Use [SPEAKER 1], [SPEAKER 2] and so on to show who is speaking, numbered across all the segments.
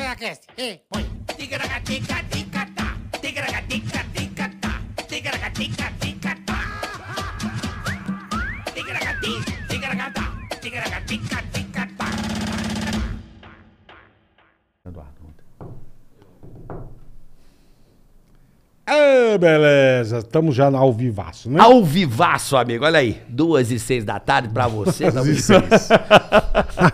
[SPEAKER 1] Tigracast. Ei, põe.
[SPEAKER 2] Tigragatica-tica-tá. Tigragatica-tica-tá. Tigragatica-tica-tá. Tigragati, tigragatá. Tigragatica-tica-tá.
[SPEAKER 3] Eduardo, ontem. Ah, beleza, estamos já ao vivaço, né?
[SPEAKER 4] Ao vivaço, amigo. Olha aí. Duas e seis da tarde pra você.
[SPEAKER 3] Às seis.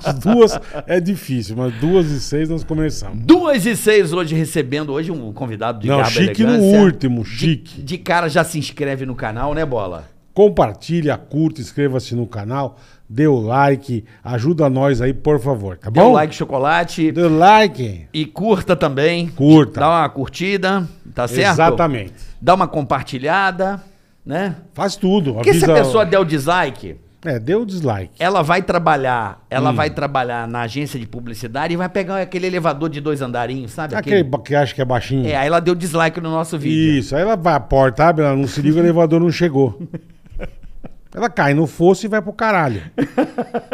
[SPEAKER 3] As duas é difícil, mas duas e seis nós começamos.
[SPEAKER 4] Duas e seis hoje recebendo hoje um convidado de
[SPEAKER 3] Não,
[SPEAKER 4] braba
[SPEAKER 3] chique no
[SPEAKER 4] elegância.
[SPEAKER 3] último, chique.
[SPEAKER 4] De, de cara já se inscreve no canal, né, Bola?
[SPEAKER 3] Compartilha, curta, inscreva-se no canal, dê o like, ajuda nós aí, por favor, tá
[SPEAKER 4] Dê
[SPEAKER 3] bom?
[SPEAKER 4] um like chocolate
[SPEAKER 3] Dê o like.
[SPEAKER 4] e curta também.
[SPEAKER 3] Curta.
[SPEAKER 4] Dá uma curtida, tá certo?
[SPEAKER 3] Exatamente.
[SPEAKER 4] Dá uma compartilhada, né?
[SPEAKER 3] Faz tudo.
[SPEAKER 4] Porque se a
[SPEAKER 3] avisa-
[SPEAKER 4] pessoa der o dislike,
[SPEAKER 3] É, dê o dislike.
[SPEAKER 4] ela vai trabalhar,
[SPEAKER 3] Hum.
[SPEAKER 4] ela vai trabalhar na agência de publicidade e vai pegar aquele elevador de dois andarinhos, sabe?
[SPEAKER 3] Aquele ba- que acha que é baixinho.
[SPEAKER 4] É, aí ela deu dislike no nosso vídeo.
[SPEAKER 3] Isso, aí ela vai, a porta abre, ela não se liga, o elevador não chegou. Ela cai no fosso e vai pro caralho.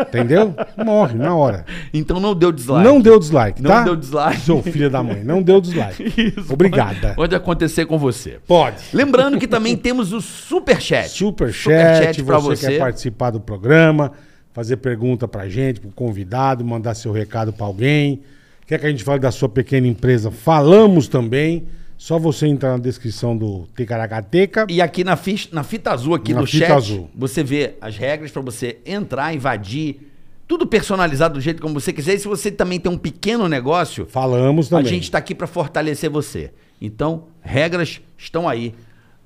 [SPEAKER 3] Entendeu? Morre na hora.
[SPEAKER 4] Então não deu dislike.
[SPEAKER 3] Não deu dislike,
[SPEAKER 4] Não
[SPEAKER 3] tá?
[SPEAKER 4] deu dislike.
[SPEAKER 3] Seu filho da mãe, não deu dislike.
[SPEAKER 4] Isso,
[SPEAKER 3] Obrigada.
[SPEAKER 4] Pode, É. pode acontecer com você.
[SPEAKER 3] Pode.
[SPEAKER 4] Lembrando que também temos o Superchat.
[SPEAKER 3] Superchat,
[SPEAKER 4] pra
[SPEAKER 3] você, quer participar do programa, fazer pergunta pra gente, pro convidado, mandar seu recado pra alguém. Quer que a gente fale da sua pequena empresa? Falamos também. Só você entrar na descrição do Ticaracateca.
[SPEAKER 4] E aqui na ficha- na fita, azul aqui
[SPEAKER 3] Na
[SPEAKER 4] do
[SPEAKER 3] fita
[SPEAKER 4] chat,
[SPEAKER 3] azul.
[SPEAKER 4] você vê as regras pra você entrar, invadir, tudo personalizado do jeito como você quiser. E se você também tem um pequeno negócio,
[SPEAKER 3] Falamos também.
[SPEAKER 4] a gente tá aqui pra fortalecer você. Então, regras estão aí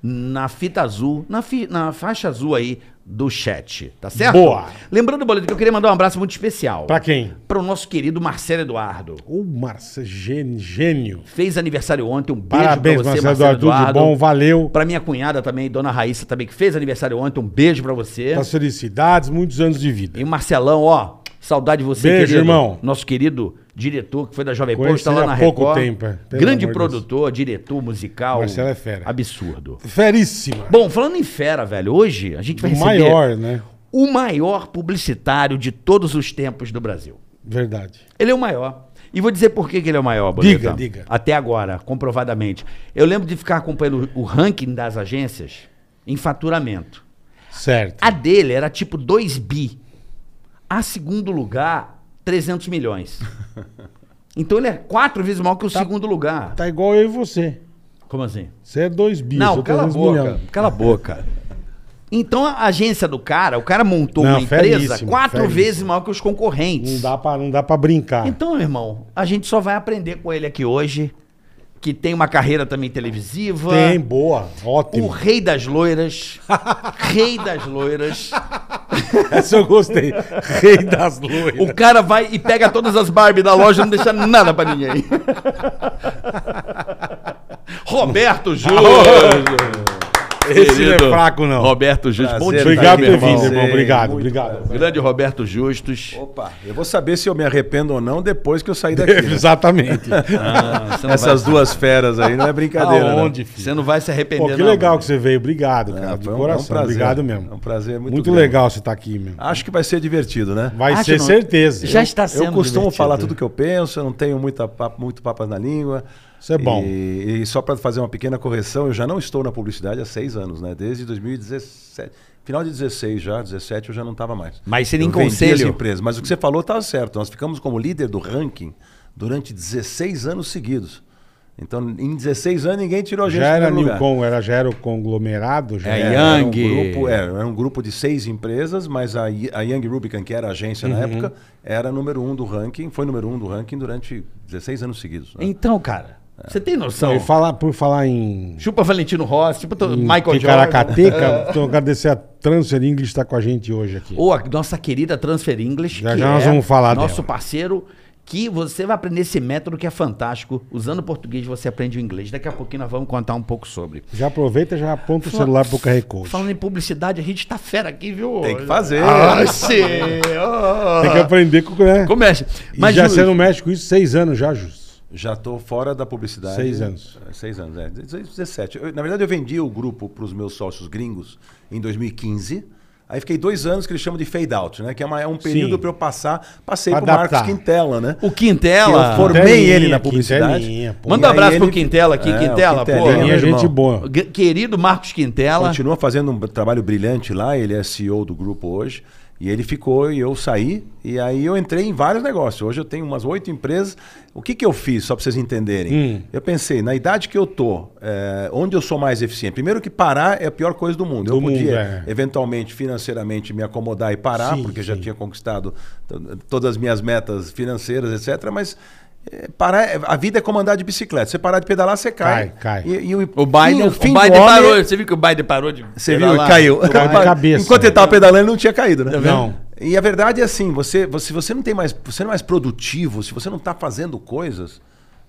[SPEAKER 4] na fita azul, na, fi- na faixa azul aí do chat, tá certo?
[SPEAKER 3] Boa.
[SPEAKER 4] Lembrando, Boleto, que eu queria mandar um abraço muito especial.
[SPEAKER 3] Pra quem?
[SPEAKER 4] Para o nosso querido Marcelo Eduardo.
[SPEAKER 3] Ô, Marcelo, gênio. gênio.
[SPEAKER 4] Fez aniversário ontem, um beijo
[SPEAKER 3] Parabéns,
[SPEAKER 4] pra você,
[SPEAKER 3] Marcelo Eduardo. Tudo de bom, valeu.
[SPEAKER 4] Pra minha cunhada também, Dona Raíssa também, que fez aniversário ontem, um beijo pra você.
[SPEAKER 3] As felicidades, muitos anos de vida.
[SPEAKER 4] E o Marcelão, ó, saudade de você,
[SPEAKER 3] Beijo,
[SPEAKER 4] querido.
[SPEAKER 3] irmão.
[SPEAKER 4] Nosso querido diretor, que foi da Jovem Pan,
[SPEAKER 3] Conheci
[SPEAKER 4] está lá
[SPEAKER 3] há
[SPEAKER 4] na
[SPEAKER 3] pouco
[SPEAKER 4] Record.
[SPEAKER 3] tempo, é. Pelo
[SPEAKER 4] Grande
[SPEAKER 3] amor de Deus.
[SPEAKER 4] produtor, diretor musical.
[SPEAKER 3] Marcelo é fera.
[SPEAKER 4] Absurdo.
[SPEAKER 3] Feríssima.
[SPEAKER 4] Bom, falando em fera, velho, hoje a gente vai
[SPEAKER 3] o
[SPEAKER 4] receber
[SPEAKER 3] maior, né?
[SPEAKER 4] o maior publicitário de todos os tempos do Brasil.
[SPEAKER 3] Verdade.
[SPEAKER 4] Ele é o maior. E vou dizer por que, que ele é o maior, Boleta.
[SPEAKER 3] Diga, diga.
[SPEAKER 4] Até agora, comprovadamente. Eu lembro de ficar acompanhando o ranking das agências em faturamento.
[SPEAKER 3] Certo.
[SPEAKER 4] A dele era tipo 2 bi. A segundo lugar, 300 milhões. Então ele é quatro vezes maior que o segundo lugar.
[SPEAKER 3] Tá igual eu e você.
[SPEAKER 4] Como assim?
[SPEAKER 3] Você é dois bis,
[SPEAKER 4] Não,
[SPEAKER 3] eu
[SPEAKER 4] cala a
[SPEAKER 3] trezentos
[SPEAKER 4] boca.
[SPEAKER 3] milhões.
[SPEAKER 4] Cala a boca. Então a agência do cara, o cara montou
[SPEAKER 3] Não, Um
[SPEAKER 4] uma empresa
[SPEAKER 3] feríssimo,
[SPEAKER 4] quatro
[SPEAKER 3] feríssimo.
[SPEAKER 4] vezes maior que os concorrentes.
[SPEAKER 3] Não dá pra, não dá pra brincar.
[SPEAKER 4] Então, meu irmão, a gente só vai aprender com ele aqui hoje, que tem uma carreira também televisiva.
[SPEAKER 3] Tem, boa,
[SPEAKER 4] O
[SPEAKER 3] ótimo.
[SPEAKER 4] rei das loiras. rei das loiras.
[SPEAKER 3] Essa eu gostei. Rei das
[SPEAKER 4] O
[SPEAKER 3] loiras.
[SPEAKER 4] cara vai e pega todas as Barbie da loja e não deixa nada pra ninguém. Roberto Júnior.
[SPEAKER 3] Esse não é
[SPEAKER 4] Querido
[SPEAKER 3] fraco, não.
[SPEAKER 4] Roberto Justus. Bom dia,
[SPEAKER 3] Obrigado
[SPEAKER 4] meu
[SPEAKER 3] por ter
[SPEAKER 4] irmão.
[SPEAKER 3] vindo, irmão.
[SPEAKER 5] Sei,
[SPEAKER 3] Obrigado,
[SPEAKER 5] muito
[SPEAKER 3] obrigado.
[SPEAKER 4] Grande Roberto Justus.
[SPEAKER 5] Opa, eu vou saber se eu me arrependo ou não depois que eu sair daqui. né?
[SPEAKER 3] Exatamente.
[SPEAKER 4] Ah, você não
[SPEAKER 5] Essas
[SPEAKER 4] vai-
[SPEAKER 5] duas feras aí não é brincadeira. né?
[SPEAKER 3] Aonde, filho?
[SPEAKER 4] Você não vai se arrepender,
[SPEAKER 3] Pô, que
[SPEAKER 4] não,
[SPEAKER 3] legal
[SPEAKER 4] mano.
[SPEAKER 3] que você veio. Obrigado, cara.
[SPEAKER 5] Ah,
[SPEAKER 3] de
[SPEAKER 5] foi um-
[SPEAKER 3] coração.
[SPEAKER 5] é um prazer.
[SPEAKER 3] Obrigado mesmo.
[SPEAKER 5] É um prazer muito
[SPEAKER 3] Muito
[SPEAKER 5] grande.
[SPEAKER 3] legal você estar aqui, meu.
[SPEAKER 5] Acho que vai ser divertido, né?
[SPEAKER 3] Vai
[SPEAKER 4] Acho
[SPEAKER 3] ser
[SPEAKER 4] não.
[SPEAKER 3] certeza.
[SPEAKER 4] Já está tá sendo
[SPEAKER 5] Eu costumo
[SPEAKER 4] divertido.
[SPEAKER 5] falar tudo que eu penso, eu não tenho muita papo, muito papas na língua.
[SPEAKER 3] Isso é bom.
[SPEAKER 5] E, e só para fazer uma pequena correção, eu já não estou na publicidade há seis anos, né? Desde 2017. Final de 16 já, 17 eu já não estava mais.
[SPEAKER 4] Mas você nem
[SPEAKER 5] Eu vendi
[SPEAKER 4] conselho.
[SPEAKER 5] essa empresa. Mas o que você falou estava certo. Nós ficamos como líder do ranking durante 16 anos seguidos. Então, em 16 anos, ninguém tirou a gente
[SPEAKER 3] Já
[SPEAKER 5] do
[SPEAKER 3] era
[SPEAKER 5] primeiro lugar.
[SPEAKER 3] Newcom, era, já era o conglomerado? Já
[SPEAKER 4] É,
[SPEAKER 3] era.
[SPEAKER 4] Ian. Yang.
[SPEAKER 5] Era um grupo, é, era um grupo de seis empresas, mas a, I- a Young Rubicon, que era a agência
[SPEAKER 3] Uhum.
[SPEAKER 5] na época, era número um do ranking, foi número um do ranking durante 16 anos seguidos. né?
[SPEAKER 4] Então, cara, você tem noção?
[SPEAKER 5] então.
[SPEAKER 3] E falar, por falar em
[SPEAKER 4] Chupa Valentino Rossi, chupa to-
[SPEAKER 3] em
[SPEAKER 4] Michael Jordan.
[SPEAKER 3] Ticaracateca, então agradecer a Transfer English estar com a gente hoje aqui.
[SPEAKER 4] Ou a nossa querida Transfer English, é
[SPEAKER 3] Já, já nós vamos falar
[SPEAKER 4] nosso
[SPEAKER 3] dela.
[SPEAKER 4] parceiro, que você vai aprender esse método que é fantástico. Usando o português, você aprende o inglês. Daqui a pouquinho nós vamos contar um pouco sobre.
[SPEAKER 3] Já aproveita e já aponta o celular pro QR Code.
[SPEAKER 4] Falando em publicidade, a gente tá fera aqui,
[SPEAKER 3] Então,
[SPEAKER 4] viu?
[SPEAKER 5] Tem que fazer.
[SPEAKER 4] Ah, sim. Ah.
[SPEAKER 3] Tem que aprender com né?
[SPEAKER 4] Comece.
[SPEAKER 3] E
[SPEAKER 4] Mas,
[SPEAKER 3] já
[SPEAKER 4] Júlio,
[SPEAKER 3] você no México isso, seis anos já, Jus.
[SPEAKER 5] Já estou fora da publicidade.
[SPEAKER 3] Seis anos.
[SPEAKER 5] É, Seis anos, é. 16, 17. Eu, na verdade, eu vendi o grupo para os meus sócios gringos em 2015. Aí fiquei dois anos que eles chamam de fade out, né? Que é, uma- é um período
[SPEAKER 3] Sim.
[SPEAKER 5] para eu passar. Passei
[SPEAKER 3] Pra
[SPEAKER 5] pro Marcos
[SPEAKER 3] adaptar.
[SPEAKER 5] Quintela, né?
[SPEAKER 4] O Quintela.
[SPEAKER 5] Eu formei
[SPEAKER 3] Quintelinha,
[SPEAKER 5] ele na publicidade.
[SPEAKER 3] Quintelinha, é pô.
[SPEAKER 4] Manda um
[SPEAKER 5] E aí
[SPEAKER 4] abraço pro
[SPEAKER 5] ele-
[SPEAKER 4] Quintela aqui,
[SPEAKER 5] É, o
[SPEAKER 4] Quintela, pô.
[SPEAKER 5] Quintelinha,
[SPEAKER 3] Quintelinha é
[SPEAKER 5] meu irmão.
[SPEAKER 3] gente boa.
[SPEAKER 4] G- Querido Marcos Quintela.
[SPEAKER 5] Continua fazendo um trabalho brilhante lá, ele é CEO do grupo hoje. E ele ficou e eu saí, e aí eu entrei em vários negócios. Hoje eu tenho umas oito empresas. O que, que eu fiz, só para vocês entenderem?
[SPEAKER 3] Hum.
[SPEAKER 5] Eu pensei, na idade que eu tô, é, onde eu sou mais eficiente? Primeiro que parar é a pior coisa do mundo. eu
[SPEAKER 3] Do mundo,
[SPEAKER 5] podia,
[SPEAKER 3] é.
[SPEAKER 5] eventualmente, financeiramente, me acomodar e parar,
[SPEAKER 3] Sim,
[SPEAKER 5] porque já
[SPEAKER 3] sim.
[SPEAKER 5] tinha conquistado to- todas as minhas metas financeiras, etc. Mas é, parar, é- a vida é como andar de bicicleta. Você parar de pedalar, você cai.
[SPEAKER 3] Cai, cai.
[SPEAKER 5] E, e o,
[SPEAKER 4] O Biden,
[SPEAKER 5] fim-
[SPEAKER 4] o
[SPEAKER 5] fim do
[SPEAKER 4] Biden
[SPEAKER 5] homem-
[SPEAKER 4] parou. Você viu que o Biden parou de.
[SPEAKER 5] você
[SPEAKER 4] Sei lá
[SPEAKER 5] viu?
[SPEAKER 4] lá.
[SPEAKER 5] Caiu.
[SPEAKER 3] Caiu de cabeça.
[SPEAKER 5] Enquanto ele tava pedalando, ele não tinha caído, né?
[SPEAKER 3] Tá vendo? Não.
[SPEAKER 5] E a verdade é assim, você, você, você não tem mais, você não é mais produtivo, se você não tá fazendo coisas,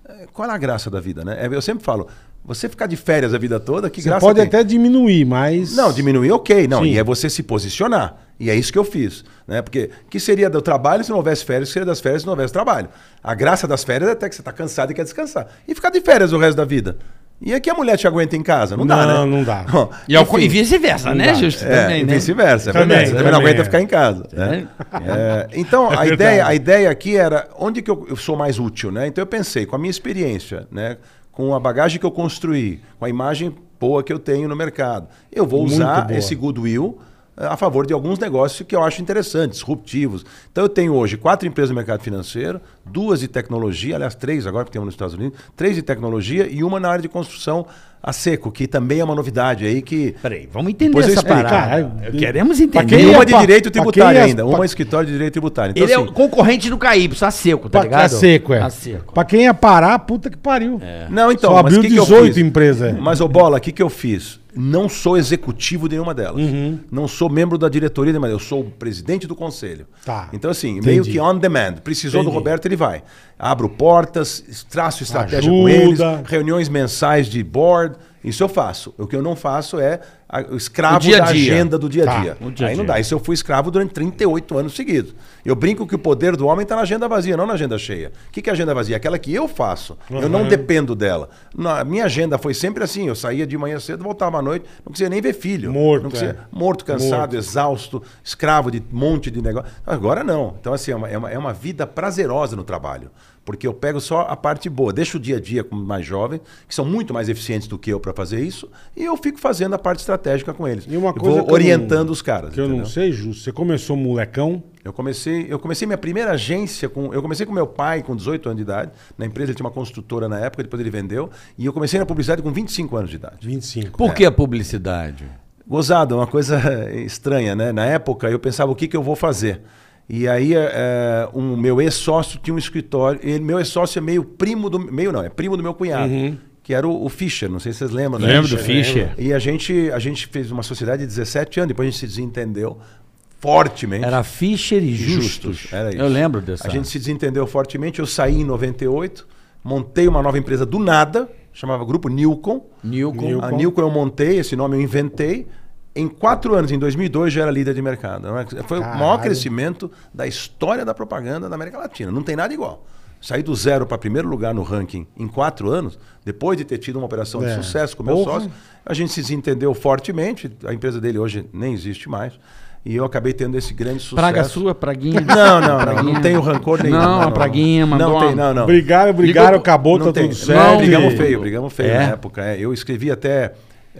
[SPEAKER 5] eh, qual é a graça da vida, né? É, Eu sempre falo, você ficar de férias a vida toda, que
[SPEAKER 3] Você
[SPEAKER 5] graça
[SPEAKER 3] pode
[SPEAKER 5] tem?
[SPEAKER 3] até diminuir, mas.
[SPEAKER 5] Não, diminuir, ok. Não,
[SPEAKER 3] Sim.
[SPEAKER 5] e é você se posicionar. E é isso que eu fiz. Né? Porque que seria do trabalho se não houvesse férias, que seria das férias se não houvesse trabalho. A graça das férias é até que você está cansado e quer descansar. E ficar de férias o resto da vida. E é que a mulher te aguenta em casa? Não, dá, né?
[SPEAKER 3] Não, não dá.
[SPEAKER 5] Ó,
[SPEAKER 4] E, ao-
[SPEAKER 5] enfim.
[SPEAKER 4] e vice-versa, né, Justo?
[SPEAKER 5] É,
[SPEAKER 4] Também,
[SPEAKER 5] e
[SPEAKER 4] né?
[SPEAKER 5] vice-versa. é
[SPEAKER 3] Também,
[SPEAKER 5] verdade. Você também não
[SPEAKER 3] também
[SPEAKER 5] aguenta
[SPEAKER 3] é.
[SPEAKER 5] ficar em casa. né? É, então, a,
[SPEAKER 3] verdade.
[SPEAKER 5] ideia, a ideia aqui era onde que eu, eu sou mais útil, né? Então eu pensei, com a minha experiência, né? com a bagagem que eu construí, com a imagem boa que eu tenho no mercado, eu vou
[SPEAKER 3] Muito
[SPEAKER 5] usar
[SPEAKER 3] boa.
[SPEAKER 5] esse goodwill eh, a favor de alguns negócios que eu acho interessantes, disruptivos. Então eu tenho hoje quatro empresas no mercado financeiro, duas de tecnologia, aliás, três agora que tem uma nos Estados Unidos, três de tecnologia e uma na área de construção a seco, que também é uma novidade aí que
[SPEAKER 4] Peraí, vamos entender
[SPEAKER 5] Depois eu
[SPEAKER 4] essa
[SPEAKER 5] explico.
[SPEAKER 4] parada.
[SPEAKER 3] Caralho.
[SPEAKER 4] Queremos
[SPEAKER 3] Pra
[SPEAKER 4] entender.
[SPEAKER 5] Tem
[SPEAKER 3] Quem é
[SPEAKER 5] uma de
[SPEAKER 3] pa-
[SPEAKER 5] direito
[SPEAKER 3] pra
[SPEAKER 5] tributário
[SPEAKER 3] quem é
[SPEAKER 5] ainda,
[SPEAKER 3] pa-
[SPEAKER 5] uma escritório de direito tributário. Então,
[SPEAKER 4] Ele é
[SPEAKER 5] um tipo assim,
[SPEAKER 4] o concorrente do CAY, a seco, tá
[SPEAKER 3] Pra-
[SPEAKER 4] ligado?
[SPEAKER 3] A seco, é.
[SPEAKER 4] A seco.
[SPEAKER 3] Pra quem ia parar, puta que pariu. É.
[SPEAKER 5] Não, então,
[SPEAKER 3] Só
[SPEAKER 5] mas
[SPEAKER 3] abriu
[SPEAKER 5] que que eu
[SPEAKER 3] 18
[SPEAKER 5] fiz?
[SPEAKER 3] empresas. é.
[SPEAKER 5] Mas, ô Bola, o que, que eu fiz? Não sou executivo de nenhuma delas.
[SPEAKER 4] Uhum.
[SPEAKER 5] Não sou membro da diretoria de nenhuma delas. Eu sou o presidente do conselho.
[SPEAKER 3] Tá.
[SPEAKER 5] Então, assim,
[SPEAKER 3] Entendi.
[SPEAKER 5] meio que on demand. Precisou
[SPEAKER 3] Entendi.
[SPEAKER 5] do Roberto, ele vai. Abro portas, traço estratégia com eles,
[SPEAKER 3] Ajuda.
[SPEAKER 5] reuniões mensais de board. Isso eu faço. O que eu não faço é a- o escravo
[SPEAKER 4] O dia a
[SPEAKER 5] da
[SPEAKER 4] dia.
[SPEAKER 5] agenda do dia a
[SPEAKER 3] Tá,
[SPEAKER 5] dia.
[SPEAKER 4] o dia a
[SPEAKER 5] Aí não
[SPEAKER 4] dia.
[SPEAKER 5] dá. Isso eu fui escravo durante 38 anos seguidos. Eu brinco que o poder do homem está na agenda vazia, não na agenda cheia. O que, que é agenda vazia? Aquela que eu faço. Eu não dependo dela. Na- minha agenda foi sempre assim. Eu saía de manhã cedo, voltava à noite, não conseguia nem ver filho.
[SPEAKER 3] Morto,
[SPEAKER 5] Não conseguia-
[SPEAKER 3] é.
[SPEAKER 5] Morto, cansado,
[SPEAKER 3] Morto.
[SPEAKER 5] exausto, escravo de um monte de negócio. Agora não. Então, assim, é uma, é uma- é uma vida prazerosa no trabalho. Porque eu pego só a parte boa, deixo o dia a dia com mais jovem, que são muito mais eficientes do que eu para fazer isso, e eu fico fazendo a parte estratégica com eles.
[SPEAKER 3] E uma
[SPEAKER 5] E
[SPEAKER 3] coisa que eu
[SPEAKER 5] Vou
[SPEAKER 3] não-
[SPEAKER 5] orientando os caras.
[SPEAKER 3] Que eu não
[SPEAKER 5] entendeu?
[SPEAKER 3] sei, justo. Você começou molecão.
[SPEAKER 5] Eu comecei, eu comecei minha primeira agência com, eu comecei com meu pai com 18 anos de idade, na empresa ele tinha uma construtora na época, depois ele vendeu, e eu comecei na publicidade com 25 anos de idade.
[SPEAKER 3] 25.
[SPEAKER 4] Por
[SPEAKER 5] é.
[SPEAKER 4] que a publicidade?
[SPEAKER 5] Gozado, é uma coisa estranha, né? Na época eu pensava o que, que eu vou fazer. E aí é, o meu ex-sócio tinha um escritório, ele, meu ex-sócio é meio primo do, meio não, é primo do meu cunhado, que era o, o Fischer, não sei se vocês lembram, né?
[SPEAKER 4] Lembro do Fischer.
[SPEAKER 5] E a gente, a gente fez uma sociedade de 17 anos, depois a gente se desentendeu fortemente.
[SPEAKER 4] Era Fischer e Justus.
[SPEAKER 5] Justos. Era isso.
[SPEAKER 4] Eu lembro dessa.
[SPEAKER 5] A gente se desentendeu fortemente. Eu saí em 98, montei uma nova empresa do nada, chamava Grupo Nilcon.
[SPEAKER 4] Newcom.
[SPEAKER 3] Newcom.
[SPEAKER 5] A Nilcon eu montei, esse nome eu inventei. Em quatro anos, em 2002, já era líder de mercado. Né? Foi o maior
[SPEAKER 3] Caralho.
[SPEAKER 5] crescimento da história da propaganda da América Latina. Não tem nada igual. Saí do zero para primeiro lugar no ranking em quatro anos, depois de ter tido uma operação
[SPEAKER 3] É.
[SPEAKER 5] de sucesso com o meu
[SPEAKER 3] Porra.
[SPEAKER 5] sócio, a gente se desentendeu fortemente. A empresa dele hoje nem existe mais. E eu acabei tendo esse grande sucesso.
[SPEAKER 4] Praga sua, praguinha.
[SPEAKER 5] Não, não, não,
[SPEAKER 4] Praguinha.
[SPEAKER 5] não tenho rancor nenhum.
[SPEAKER 4] Não, a praguinha mandou
[SPEAKER 5] Não tem,
[SPEAKER 4] uma-
[SPEAKER 5] não, não.
[SPEAKER 3] Brigaram, brigaram,
[SPEAKER 4] Ligou-
[SPEAKER 3] acabou,
[SPEAKER 5] não
[SPEAKER 3] tá
[SPEAKER 5] tem.
[SPEAKER 3] tudo certo.
[SPEAKER 5] Não,
[SPEAKER 4] e-
[SPEAKER 5] brigamos feio, brigamos feio
[SPEAKER 4] É?
[SPEAKER 5] na época. é. eu escrevi até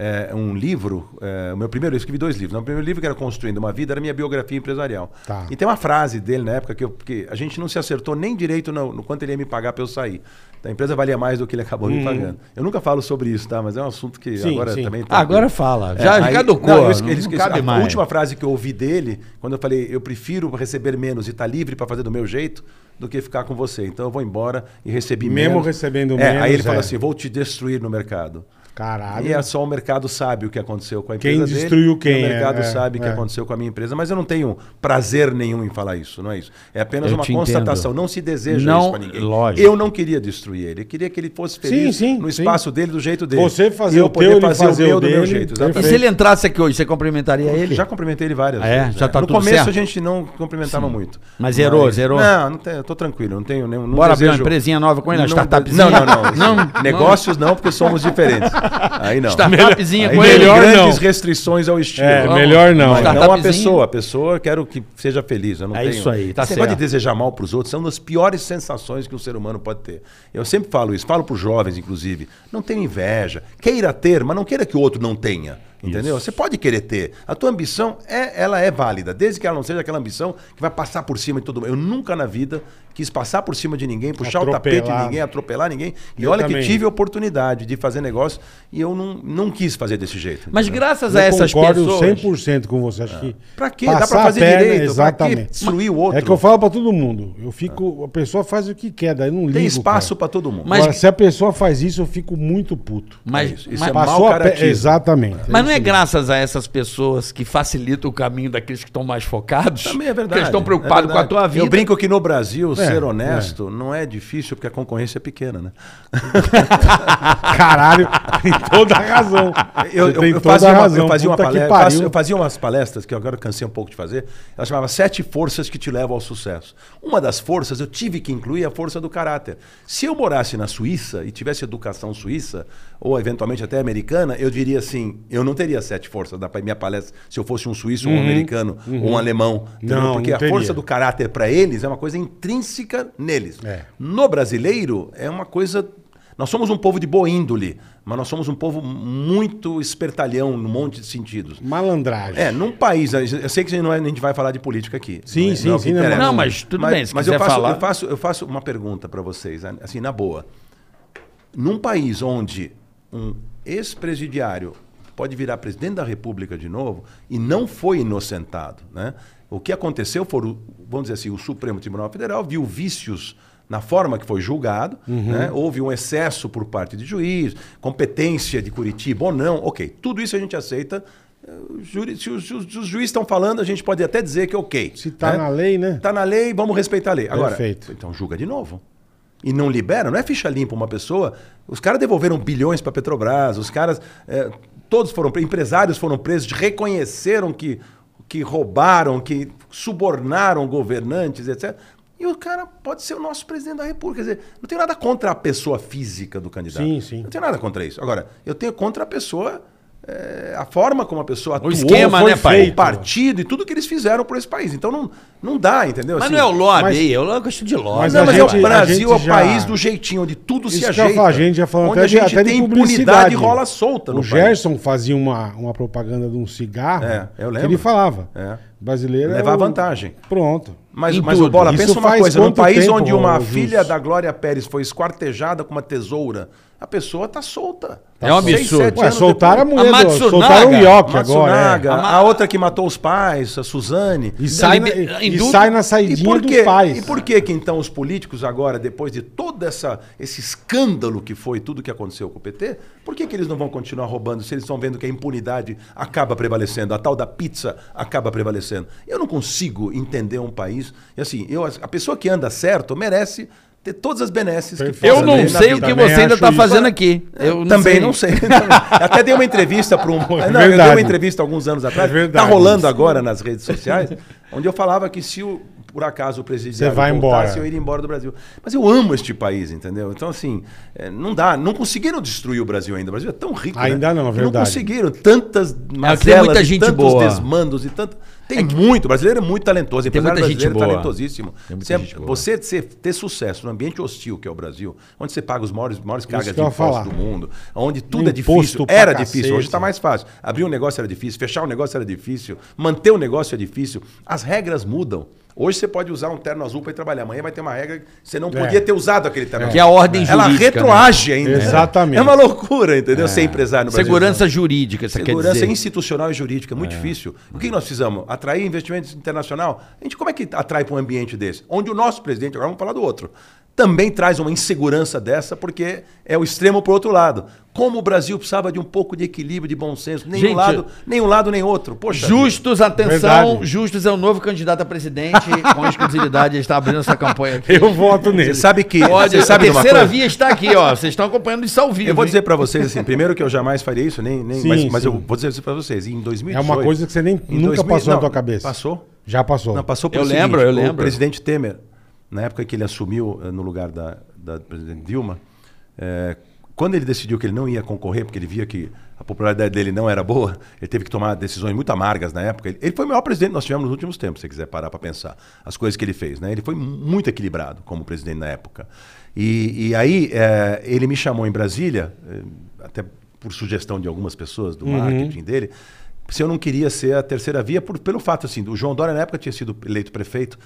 [SPEAKER 5] é, um livro, é, o meu primeiro, eu escrevi dois livros. né? O primeiro livro que era Construindo uma Vida era minha biografia empresarial.
[SPEAKER 3] Tá.
[SPEAKER 5] E tem uma frase dele na época que, eu, que a gente não se acertou nem direito no, no quanto ele ia me pagar pra eu sair. Então, A empresa valia mais do que ele acabou me pagando. Eu nunca falo sobre isso, tá? Mas é um assunto que
[SPEAKER 3] Sim,
[SPEAKER 5] agora
[SPEAKER 3] sim.
[SPEAKER 5] também... tá-
[SPEAKER 4] Ah, Agora fala.
[SPEAKER 5] é,
[SPEAKER 4] Já,
[SPEAKER 5] aí-
[SPEAKER 4] já caducou.
[SPEAKER 5] não,
[SPEAKER 4] Não,
[SPEAKER 5] eu esque- esqueci-
[SPEAKER 4] cabe
[SPEAKER 5] a
[SPEAKER 4] mais.
[SPEAKER 5] última frase que eu ouvi dele, quando eu falei, eu prefiro receber menos e estar livre para fazer do meu jeito do que ficar com você. Então eu vou embora e recebi
[SPEAKER 3] Mesmo
[SPEAKER 5] menos.
[SPEAKER 3] recebendo
[SPEAKER 5] é,
[SPEAKER 3] menos,
[SPEAKER 5] Aí ele
[SPEAKER 3] é.
[SPEAKER 5] fala assim, vou te destruir no mercado.
[SPEAKER 3] Caralho.
[SPEAKER 5] E é só o mercado sabe o que aconteceu com a
[SPEAKER 3] Quem
[SPEAKER 5] empresa dele,
[SPEAKER 3] destruiu quem,
[SPEAKER 5] e O
[SPEAKER 3] é,
[SPEAKER 5] mercado
[SPEAKER 3] é,
[SPEAKER 5] sabe o que
[SPEAKER 3] é.
[SPEAKER 5] aconteceu com a minha empresa, mas eu não tenho prazer nenhum em falar isso, não é isso. É apenas
[SPEAKER 4] Eu
[SPEAKER 5] uma
[SPEAKER 4] te entendo.
[SPEAKER 5] constatação, não se deseja
[SPEAKER 4] Não,
[SPEAKER 5] isso para ninguém.
[SPEAKER 4] lógico.
[SPEAKER 5] Eu não queria destruir ele, eu queria que ele fosse feliz
[SPEAKER 3] sim,
[SPEAKER 5] no
[SPEAKER 3] sim.
[SPEAKER 5] espaço dele, do jeito dele.
[SPEAKER 3] Você fazer
[SPEAKER 5] E
[SPEAKER 3] o
[SPEAKER 5] eu
[SPEAKER 3] teu,
[SPEAKER 5] poder
[SPEAKER 3] ele
[SPEAKER 5] fazer o
[SPEAKER 3] fazer o
[SPEAKER 5] meu do meu
[SPEAKER 3] dele,
[SPEAKER 5] jeito.
[SPEAKER 4] E
[SPEAKER 5] exatamente.
[SPEAKER 4] se ele entrasse aqui hoje, você cumprimentaria ele?
[SPEAKER 5] Já cumprimentei ele várias
[SPEAKER 4] É?
[SPEAKER 5] vezes.
[SPEAKER 4] Já tá
[SPEAKER 5] no
[SPEAKER 4] tudo
[SPEAKER 5] começo
[SPEAKER 4] certo?
[SPEAKER 5] a gente não cumprimentava muito.
[SPEAKER 4] Mas zerou, zerou?
[SPEAKER 5] Não, não tem, eu tô tranquilo, não tenho nenhum. não
[SPEAKER 4] Bora abrir uma
[SPEAKER 5] desejo-
[SPEAKER 4] empresinha nova com ele, uma
[SPEAKER 5] não-
[SPEAKER 4] startupzinha.
[SPEAKER 5] Não, não, não.
[SPEAKER 4] Não,
[SPEAKER 5] Negócios não, porque somos diferentes. Aí não.
[SPEAKER 4] Startupzinha
[SPEAKER 5] Aí
[SPEAKER 4] com
[SPEAKER 5] tem
[SPEAKER 4] ele.
[SPEAKER 3] melhor
[SPEAKER 5] grandes
[SPEAKER 3] não.
[SPEAKER 5] restrições ao estilo.
[SPEAKER 3] É,
[SPEAKER 5] Não, né?
[SPEAKER 3] melhor não.
[SPEAKER 5] Mas não a
[SPEAKER 4] Startupzinho.
[SPEAKER 5] pessoa. A pessoa eu quero que seja feliz. Eu não
[SPEAKER 4] É
[SPEAKER 5] tenho-
[SPEAKER 4] isso aí, tá
[SPEAKER 5] Esse negócio
[SPEAKER 4] certo.
[SPEAKER 5] de desejar mal para os outros é uma das piores sensações que um ser humano pode ter. Eu sempre falo isso, falo para os jovens, inclusive. Não tenha inveja. Queira ter, mas não queira que o outro não tenha. Entendeu? Você pode querer ter. A tua ambição é, ela é válida, desde que ela não seja aquela ambição que vai passar por cima de todo mundo. Eu nunca na vida quis passar por cima de ninguém, puxar o tapete de
[SPEAKER 3] Atropelar.
[SPEAKER 5] ninguém, atropelar ninguém. E
[SPEAKER 3] Eu
[SPEAKER 5] olha
[SPEAKER 3] também.
[SPEAKER 5] que tive oportunidade de fazer negócio e eu não, não quis fazer desse jeito.
[SPEAKER 4] Mas
[SPEAKER 5] entendeu?
[SPEAKER 4] graças
[SPEAKER 3] Eu
[SPEAKER 4] a essas
[SPEAKER 3] concordo
[SPEAKER 4] pessoas.
[SPEAKER 3] 100% com você. Acho que
[SPEAKER 5] É. Pra quê? Dá pra
[SPEAKER 3] passar a
[SPEAKER 5] fazer
[SPEAKER 3] perna,
[SPEAKER 5] direito, pra quê
[SPEAKER 3] Exatamente.
[SPEAKER 5] destruir o outro?
[SPEAKER 3] É que eu falo pra todo mundo. Eu fico. A pessoa faz o que quer, daí eu não ligo.
[SPEAKER 5] Tem espaço
[SPEAKER 3] cara.
[SPEAKER 5] para todo mundo.
[SPEAKER 4] Mas-
[SPEAKER 3] Agora, se a pessoa faz isso, eu fico muito puto.
[SPEAKER 4] Mas,
[SPEAKER 5] Isso, isso
[SPEAKER 4] mas,
[SPEAKER 5] é mau
[SPEAKER 3] Passou a pe...
[SPEAKER 5] caratismo.
[SPEAKER 3] Exatamente.
[SPEAKER 4] mas não é graças a essas pessoas que facilitam o caminho daqueles que estão mais focados?
[SPEAKER 5] Também é verdade.
[SPEAKER 4] Que eles estão
[SPEAKER 5] É
[SPEAKER 4] preocupados com a
[SPEAKER 5] verdade.
[SPEAKER 4] tua vida.
[SPEAKER 5] Eu brinco que no Brasil, ser
[SPEAKER 3] é.
[SPEAKER 5] honesto não é difícil porque a concorrência é pequena, né?
[SPEAKER 3] Caralho, tem toda a razão.
[SPEAKER 5] Eu,
[SPEAKER 3] Você
[SPEAKER 5] eu-
[SPEAKER 3] tem
[SPEAKER 5] eu
[SPEAKER 3] toda
[SPEAKER 5] fazia
[SPEAKER 3] a
[SPEAKER 5] uma,
[SPEAKER 3] razão.
[SPEAKER 5] eu fazia uma
[SPEAKER 3] Puta que
[SPEAKER 5] palestra, eu fazia,
[SPEAKER 3] pariu.
[SPEAKER 5] eu fazia umas palestras que eu agora cansei um pouco de fazer. Ela chamava Sete Forças que te levam ao sucesso. Uma das forças eu tive que incluir a força do caráter. Se eu morasse na Suíça e tivesse educação suíça ou eventualmente até americana, eu diria assim, eu não teria sete forças da pa- minha palestra se eu fosse um suíço, um americano, ou um alemão, entendeu?
[SPEAKER 3] Uhum, Não,
[SPEAKER 5] porque
[SPEAKER 3] não
[SPEAKER 5] a força
[SPEAKER 3] teria.
[SPEAKER 5] do caráter para eles é uma coisa intrínseca neles.
[SPEAKER 3] É.
[SPEAKER 5] No brasileiro, é uma coisa. Nós somos um povo de boa índole, mas nós somos um povo muito espertalhão num monte de sentidos.
[SPEAKER 3] Malandragem.
[SPEAKER 5] É, num país. Eu sei que a gente, não é- a gente vai falar de política aqui.
[SPEAKER 3] Sim,
[SPEAKER 5] não é-
[SPEAKER 3] sim,
[SPEAKER 5] não é o que
[SPEAKER 3] sim, não,
[SPEAKER 5] interessa.
[SPEAKER 4] não, mas tudo bem, se
[SPEAKER 5] mas
[SPEAKER 4] quiser
[SPEAKER 5] eu faço,
[SPEAKER 4] falar.
[SPEAKER 5] Eu faço, eu faço uma pergunta para vocês, assim, na boa. Num país onde um ex-presidiário pode virar presidente da República de novo e não foi inocentado, né? O que aconteceu foram, vamos dizer assim, o Supremo Tribunal Federal viu vícios na forma que foi julgado,
[SPEAKER 3] Uhum.
[SPEAKER 5] né? houve um excesso por parte de juiz, competência de Curitiba ou não, ok, tudo isso a gente aceita. eh, o júri- Se os, se os- se os juízes estão falando, a gente pode até dizer que ok.
[SPEAKER 3] Se tá na lei, né?
[SPEAKER 5] Tá na lei, vamos respeitar a lei. Agora,
[SPEAKER 3] Perfeito.
[SPEAKER 5] então julga de novo. E não libera, não é ficha limpa uma pessoa. Os caras devolveram bilhões para Petrobras, os caras. eh, todos foram presos, empresários foram presos, reconheceram que, que roubaram, que subornaram governantes, etc. E o cara pode ser o nosso presidente da República. Quer dizer, não tenho nada contra a pessoa física do candidato.
[SPEAKER 3] Sim, sim.
[SPEAKER 5] Não tenho nada contra isso. Agora, eu tenho contra a pessoa. eh, a forma como a pessoa atuou,
[SPEAKER 4] esquema,
[SPEAKER 5] foi
[SPEAKER 4] né, pai?
[SPEAKER 5] feito, o partido e tudo que eles fizeram por esse país. Então não, não dá, entendeu?
[SPEAKER 4] Mas
[SPEAKER 5] Assim,
[SPEAKER 4] não é o lobby
[SPEAKER 3] mas-
[SPEAKER 4] aí, eu não gosto de lobby.
[SPEAKER 3] Mas
[SPEAKER 5] não,
[SPEAKER 3] a
[SPEAKER 5] mas
[SPEAKER 3] gente-
[SPEAKER 5] é o Brasil
[SPEAKER 3] a
[SPEAKER 5] é
[SPEAKER 3] gente
[SPEAKER 5] o
[SPEAKER 3] já-
[SPEAKER 5] país do jeitinho, onde tudo
[SPEAKER 3] Isso
[SPEAKER 5] se
[SPEAKER 3] que eu ia
[SPEAKER 5] ajeita.
[SPEAKER 3] falar, a gente já falou
[SPEAKER 5] onde
[SPEAKER 3] até,
[SPEAKER 5] a
[SPEAKER 3] de-
[SPEAKER 5] gente
[SPEAKER 3] até de
[SPEAKER 5] tem
[SPEAKER 3] publicidade.
[SPEAKER 5] impunidade e rola solta né, no
[SPEAKER 3] O Gerson fazia uma, uma propaganda de um cigarro
[SPEAKER 5] É, eu
[SPEAKER 3] que
[SPEAKER 5] lembro.
[SPEAKER 3] ele falava.
[SPEAKER 5] É.
[SPEAKER 3] Brasileiro é
[SPEAKER 5] Levar
[SPEAKER 3] o-
[SPEAKER 5] vantagem.
[SPEAKER 3] Pronto.
[SPEAKER 5] Mas,
[SPEAKER 4] Em
[SPEAKER 5] mas
[SPEAKER 4] tudo.
[SPEAKER 5] o Bola,
[SPEAKER 3] Isso
[SPEAKER 5] pensa uma
[SPEAKER 3] faz
[SPEAKER 5] coisa. Num
[SPEAKER 3] quanto
[SPEAKER 5] país
[SPEAKER 3] tempo,
[SPEAKER 5] onde uma
[SPEAKER 3] ô, Jus?
[SPEAKER 5] filha da Glória Pérez foi esquartejada com uma tesoura, a pessoa tá solta.
[SPEAKER 4] É um
[SPEAKER 5] Seis,
[SPEAKER 4] absurdo.
[SPEAKER 5] sete
[SPEAKER 3] Ué,
[SPEAKER 5] anos
[SPEAKER 3] soltaram a
[SPEAKER 5] depois-
[SPEAKER 3] mulher,
[SPEAKER 4] A
[SPEAKER 3] do,
[SPEAKER 4] Matsunaga.
[SPEAKER 3] soltaram o Ioki agora.
[SPEAKER 5] Matsunaga,
[SPEAKER 3] é.
[SPEAKER 4] é.
[SPEAKER 5] a outra que matou os pais, a Suzane.
[SPEAKER 3] E, sai na,
[SPEAKER 4] Liber-
[SPEAKER 3] e
[SPEAKER 4] indulto-
[SPEAKER 3] sai na saidinha
[SPEAKER 5] por
[SPEAKER 3] dos
[SPEAKER 5] quê?
[SPEAKER 3] pais.
[SPEAKER 5] E por que que então os políticos agora, depois de todo essa, esse escândalo que foi tudo que aconteceu com o PT, por que que eles não vão continuar roubando se eles estão vendo que a impunidade acaba prevalecendo, a tal da pizza acaba prevalecendo? Eu não consigo entender um país, e assim, eu, a pessoa que anda certo merece ter todas as benesses
[SPEAKER 3] Perfeito.
[SPEAKER 5] que
[SPEAKER 4] Eu
[SPEAKER 5] possa
[SPEAKER 4] não
[SPEAKER 5] ter
[SPEAKER 4] sei
[SPEAKER 5] na
[SPEAKER 4] o
[SPEAKER 5] vida.
[SPEAKER 4] que
[SPEAKER 3] Também
[SPEAKER 4] você ainda
[SPEAKER 3] acho
[SPEAKER 4] está
[SPEAKER 3] isso.
[SPEAKER 4] fazendo aqui. É, Eu
[SPEAKER 5] É, Também não sei. Então, Até dei uma entrevista para um. Não, eu dei
[SPEAKER 3] verdade.
[SPEAKER 5] uma entrevista alguns anos atrás.
[SPEAKER 3] É verdade.
[SPEAKER 5] Tá rolando agora nas redes sociais, onde eu falava que se o, por acaso o presidiário
[SPEAKER 3] Você vai embora.
[SPEAKER 5] eu iria embora do Brasil. Mas eu amo este país, entendeu? Então, assim, eh, não dá. Não conseguiram destruir o Brasil ainda. O Brasil é tão rico. né?
[SPEAKER 3] Ainda não, é
[SPEAKER 5] Não
[SPEAKER 3] verdade.
[SPEAKER 5] conseguiram. Tantas mazelas,
[SPEAKER 4] muita
[SPEAKER 5] e
[SPEAKER 4] gente
[SPEAKER 5] tantos
[SPEAKER 4] boa.
[SPEAKER 5] desmandos e tanto. Tem muito. O brasileiro é muito talentoso. O
[SPEAKER 4] Tem muita
[SPEAKER 5] empresário
[SPEAKER 4] gente
[SPEAKER 5] brasileiro é
[SPEAKER 4] boa.
[SPEAKER 5] talentosíssimo.
[SPEAKER 4] Tem muita
[SPEAKER 5] Você, é
[SPEAKER 4] gente boa.
[SPEAKER 5] você ser- ter sucesso no ambiente hostil que é o Brasil, onde você paga os maiores, maiores cargas
[SPEAKER 3] que
[SPEAKER 5] de
[SPEAKER 3] eu ia
[SPEAKER 5] impostos
[SPEAKER 3] falar.
[SPEAKER 5] do mundo, onde tudo é
[SPEAKER 3] Imposto
[SPEAKER 5] difícil.
[SPEAKER 3] pra
[SPEAKER 5] Era
[SPEAKER 3] cacete.
[SPEAKER 5] difícil, hoje está mais fácil. Abrir um negócio era difícil, fechar um negócio era difícil, manter um negócio é difícil. As regras mudam. Hoje você pode usar um terno azul para ir trabalhar. Amanhã vai ter uma regra que você não
[SPEAKER 3] É.
[SPEAKER 5] podia ter usado aquele terno azul.
[SPEAKER 4] Que é a ordem
[SPEAKER 5] Ela
[SPEAKER 4] jurídica,
[SPEAKER 5] retroage ainda.
[SPEAKER 3] Exatamente.
[SPEAKER 5] É uma loucura, entendeu? Ser empresário no Brasil.
[SPEAKER 4] Segurança jurídica, você quer
[SPEAKER 5] Segurança
[SPEAKER 4] dizer.
[SPEAKER 5] institucional e jurídica, é muito difícil. O que que nós precisamos? Atrair investimento internacional. A gente como é que atrai para um ambiente desse? Onde o nosso presidente, agora vamos falar do outro, também traz uma insegurança dessa, porque é o extremo para o outro lado. Como o Brasil precisava de um pouco de equilíbrio, de bom senso. Nenhum
[SPEAKER 4] Gente,
[SPEAKER 5] lado, nem um lado, nem outro. Poxa.
[SPEAKER 4] Justos, atenção,
[SPEAKER 3] Verdade.
[SPEAKER 4] Justos é o novo candidato a presidente, com exclusividade, ele está abrindo essa campanha aqui.
[SPEAKER 3] Eu voto
[SPEAKER 5] Você
[SPEAKER 3] nele.
[SPEAKER 5] sabe que.
[SPEAKER 4] Olha,
[SPEAKER 5] você sabe
[SPEAKER 4] a
[SPEAKER 5] de uma
[SPEAKER 4] terceira
[SPEAKER 5] coisa?
[SPEAKER 4] via está aqui, ó. Vocês estão acompanhando isso ao vivo.
[SPEAKER 5] Eu vou
[SPEAKER 4] hein?
[SPEAKER 5] dizer para vocês assim, primeiro que eu jamais faria isso, nem, nem
[SPEAKER 3] Sim,
[SPEAKER 5] mas, mas
[SPEAKER 3] sim.
[SPEAKER 5] eu vou dizer isso para vocês. Em 2018,
[SPEAKER 3] É uma coisa que você nem-
[SPEAKER 5] em
[SPEAKER 3] nunca passou na
[SPEAKER 5] não,
[SPEAKER 3] tua cabeça.
[SPEAKER 5] Passou?
[SPEAKER 3] Já passou.
[SPEAKER 5] Não, passou por
[SPEAKER 4] Eu
[SPEAKER 5] o
[SPEAKER 4] lembro, eu
[SPEAKER 5] o
[SPEAKER 4] lembro.
[SPEAKER 5] presidente Temer na época que ele assumiu eh, no lugar da, da presidente Dilma, eh, quando ele decidiu que ele não ia concorrer, porque ele via que a popularidade dele não era boa, ele teve que tomar decisões muito amargas na época. Ele, ele foi o melhor presidente que nós tivemos nos últimos tempos, se você quiser parar para pensar as coisas que ele fez. Né? Ele foi muito equilibrado como presidente na época. E, e aí eh, ele me chamou em Brasília, eh, até por sugestão de algumas pessoas do marketing dele, se eu não queria ser a terceira via, por- pelo fato assim, o João Dória na época tinha sido eleito prefeito.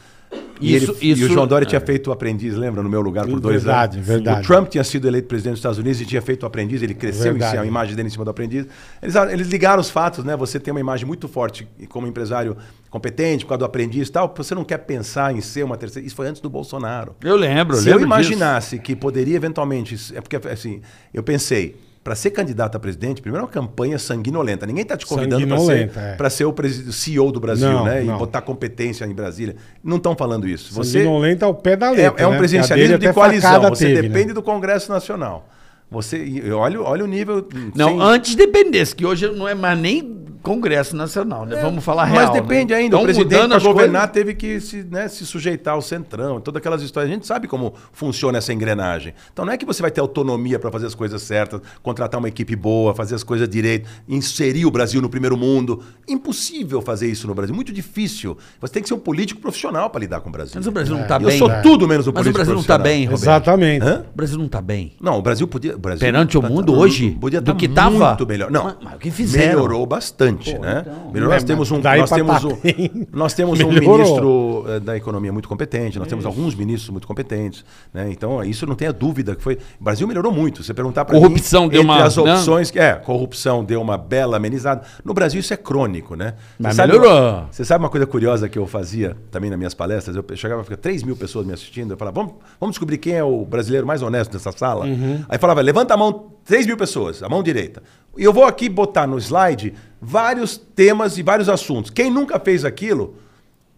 [SPEAKER 5] e, ele-
[SPEAKER 4] Isso-
[SPEAKER 5] e o
[SPEAKER 4] isso-
[SPEAKER 5] João Dória tinha feito o aprendiz, lembra, no meu lugar por dois
[SPEAKER 3] é. Verdade,
[SPEAKER 5] anos.
[SPEAKER 3] verdade.
[SPEAKER 5] O Trump tinha sido eleito presidente dos Estados Unidos e tinha feito o aprendiz, ele cresceu em
[SPEAKER 3] Verdade.
[SPEAKER 5] cima, a imagem dele em cima do aprendiz. Eles, ah, eles ligaram os fatos, né? Você tem uma imagem muito forte e como empresário competente, por causa do aprendiz e tal, você não quer pensar em ser uma terceira. Isso foi antes do Bolsonaro.
[SPEAKER 4] Eu lembro,
[SPEAKER 5] Se eu
[SPEAKER 4] lembro disso.
[SPEAKER 5] imaginasse que poderia eventualmente. É porque, assim, eu pensei, para ser candidato a presidente, primeiro é uma campanha sanguinolenta. Ninguém está te convidando para ser,
[SPEAKER 3] Sanguinolenta, é.
[SPEAKER 5] pra ser o presi- CEO do Brasil,
[SPEAKER 3] Não,
[SPEAKER 5] né?
[SPEAKER 3] não.
[SPEAKER 5] E botar competência em Brasília. Não estão falando isso.
[SPEAKER 3] Você
[SPEAKER 5] Você
[SPEAKER 3] não lenta ao pé da
[SPEAKER 5] é,
[SPEAKER 3] letra.
[SPEAKER 5] é
[SPEAKER 3] né?
[SPEAKER 5] um
[SPEAKER 3] A
[SPEAKER 5] presidencialismo
[SPEAKER 3] dele
[SPEAKER 5] de
[SPEAKER 3] até
[SPEAKER 5] coalizão.
[SPEAKER 3] facada
[SPEAKER 5] Você
[SPEAKER 3] teve,
[SPEAKER 5] depende
[SPEAKER 3] né?
[SPEAKER 5] do Congresso Nacional. Você, e olha, o- olha o nível.
[SPEAKER 4] Não,
[SPEAKER 5] sem-
[SPEAKER 4] antes dependesse, que hoje não é mais nem Congresso Nacional, né? Vamos falar
[SPEAKER 5] Mas
[SPEAKER 4] real.
[SPEAKER 5] depende
[SPEAKER 4] né?
[SPEAKER 5] ainda.
[SPEAKER 4] Tão
[SPEAKER 5] o presidente,
[SPEAKER 4] mudando
[SPEAKER 5] para
[SPEAKER 4] as
[SPEAKER 5] governar,
[SPEAKER 4] coisas.
[SPEAKER 5] teve que se, né, se sujeitar ao centrão, todas aquelas histórias. A gente sabe como funciona essa engrenagem. Então não é que você vai ter autonomia para fazer as coisas certas, contratar uma equipe boa, fazer as coisas direito, inserir o Brasil no primeiro mundo. Impossível fazer isso no Brasil, muito difícil. Você tem que ser um político profissional para lidar com o Brasil.
[SPEAKER 4] Mas o Brasil não tá
[SPEAKER 5] Eu
[SPEAKER 4] bem.
[SPEAKER 5] sou tudo menos o
[SPEAKER 4] Mas o
[SPEAKER 5] político
[SPEAKER 4] Brasil não tá
[SPEAKER 5] profissional.
[SPEAKER 4] bem, Roberto.
[SPEAKER 3] Exatamente.
[SPEAKER 5] Hã?
[SPEAKER 4] O Brasil não tá bem.
[SPEAKER 5] Não, o Brasil podia. o Brasil
[SPEAKER 4] Perante o
[SPEAKER 5] tá-
[SPEAKER 4] mundo
[SPEAKER 5] tá-
[SPEAKER 4] hoje,
[SPEAKER 5] podia
[SPEAKER 4] do
[SPEAKER 5] tá
[SPEAKER 4] que tava-
[SPEAKER 5] Muito melhor. Não,
[SPEAKER 4] Mas- mas o que fizeram? então.
[SPEAKER 5] Melhorou bastante, né? Melhorou.
[SPEAKER 3] É,
[SPEAKER 5] Nós temos um,
[SPEAKER 3] daí
[SPEAKER 5] nós
[SPEAKER 3] pra
[SPEAKER 5] temos
[SPEAKER 3] tá
[SPEAKER 5] um,
[SPEAKER 3] bem.
[SPEAKER 5] nós temos um
[SPEAKER 3] Melhorou.
[SPEAKER 5] ministro eh, da economia muito competente. Nós temos alguns ministros muito competentes, né? Então isso não tenha dúvida que foi. O Brasil melhorou muito. Você perguntar para
[SPEAKER 4] Corrupção
[SPEAKER 5] mim,
[SPEAKER 4] deu
[SPEAKER 5] entre
[SPEAKER 4] uma-
[SPEAKER 5] as
[SPEAKER 4] né?
[SPEAKER 5] opções, que é corrupção deu uma bela amenizada. No Brasil isso é crônico, né? Você
[SPEAKER 4] Mas
[SPEAKER 5] sabe-
[SPEAKER 4] melhorou.
[SPEAKER 5] você sabe uma coisa curiosa que eu fazia também nas minhas palestras? Eu chegava, ficava 3 mil pessoas me assistindo. Eu falava, vamos, vamos descobrir quem é o brasileiro mais honesto nessa sala.
[SPEAKER 3] Uhum.
[SPEAKER 5] Aí falava, levanta a mão, 3 mil pessoas, a mão direita. E eu vou aqui botar no slide vários temas e vários assuntos. Quem nunca fez aquilo,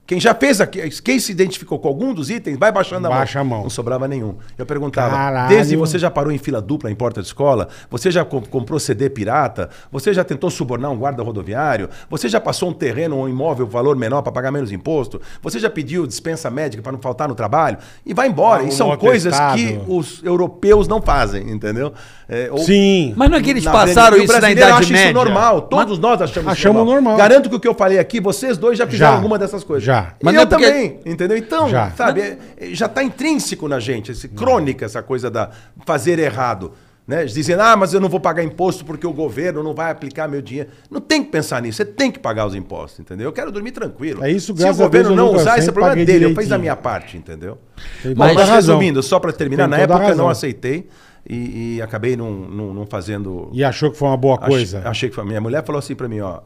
[SPEAKER 5] quem já fez aquilo, quem se identificou com algum dos itens, vai baixando a mão.
[SPEAKER 3] Baixa a mão.
[SPEAKER 5] Não sobrava nenhum. Eu perguntava,
[SPEAKER 3] Caralho.
[SPEAKER 5] desde você já parou em fila dupla em porta de escola? Você já com- comprou CD pirata? Você já tentou subornar um guarda rodoviário? Você já passou um terreno ou um imóvel valor menor para pagar menos imposto? Você já pediu dispensa médica para não faltar no trabalho? E vai embora.
[SPEAKER 3] Ah,
[SPEAKER 5] e
[SPEAKER 3] um
[SPEAKER 5] são
[SPEAKER 3] bom
[SPEAKER 5] coisas que
[SPEAKER 3] atestado.
[SPEAKER 5] os europeus não fazem, entendeu? É, ou-
[SPEAKER 3] Sim.
[SPEAKER 4] Mas não é que eles
[SPEAKER 5] Na
[SPEAKER 4] passaram
[SPEAKER 5] verdade,
[SPEAKER 4] isso
[SPEAKER 5] o
[SPEAKER 4] na
[SPEAKER 5] brasileiro
[SPEAKER 4] Idade
[SPEAKER 5] acha
[SPEAKER 4] Média.
[SPEAKER 5] Isso normal. Todos nós achamos,
[SPEAKER 3] Achamos normal.
[SPEAKER 5] Garanto que o que eu falei aqui, vocês dois já fizeram
[SPEAKER 3] Já.
[SPEAKER 5] alguma dessas coisas.
[SPEAKER 3] Já.
[SPEAKER 5] E
[SPEAKER 4] Mas não
[SPEAKER 5] eu
[SPEAKER 4] é porque-
[SPEAKER 5] também, entendeu? Então,
[SPEAKER 3] Já.
[SPEAKER 5] sabe, é- é- já está intrínseco na gente, esse, crônica essa coisa da fazer errado. Né? Dizendo, ah, mas eu não vou pagar imposto porque o governo não vai aplicar meu dinheiro. Não tem que pensar nisso, você tem que pagar os impostos, entendeu? Eu quero dormir tranquilo.
[SPEAKER 3] É isso,
[SPEAKER 5] Se o
[SPEAKER 3] graças a
[SPEAKER 5] governo
[SPEAKER 3] Deus, eu
[SPEAKER 5] não
[SPEAKER 3] nunca-
[SPEAKER 5] usar, esse é
[SPEAKER 3] sempre
[SPEAKER 5] problema
[SPEAKER 3] paguei
[SPEAKER 5] dele. Eu fiz
[SPEAKER 3] direitinho.
[SPEAKER 5] a minha parte, entendeu?
[SPEAKER 3] Tem
[SPEAKER 5] Bom,
[SPEAKER 3] toda
[SPEAKER 5] mas
[SPEAKER 3] razão.
[SPEAKER 5] resumindo, só para terminar,
[SPEAKER 3] Tem
[SPEAKER 5] na
[SPEAKER 3] toda
[SPEAKER 5] época eu
[SPEAKER 3] razão.
[SPEAKER 5] não aceitei e, e acabei não, não, não fazendo
[SPEAKER 3] E achou que foi uma boa
[SPEAKER 5] Ach-
[SPEAKER 3] coisa.
[SPEAKER 5] achei que foi. Minha mulher falou assim pra mim, ó.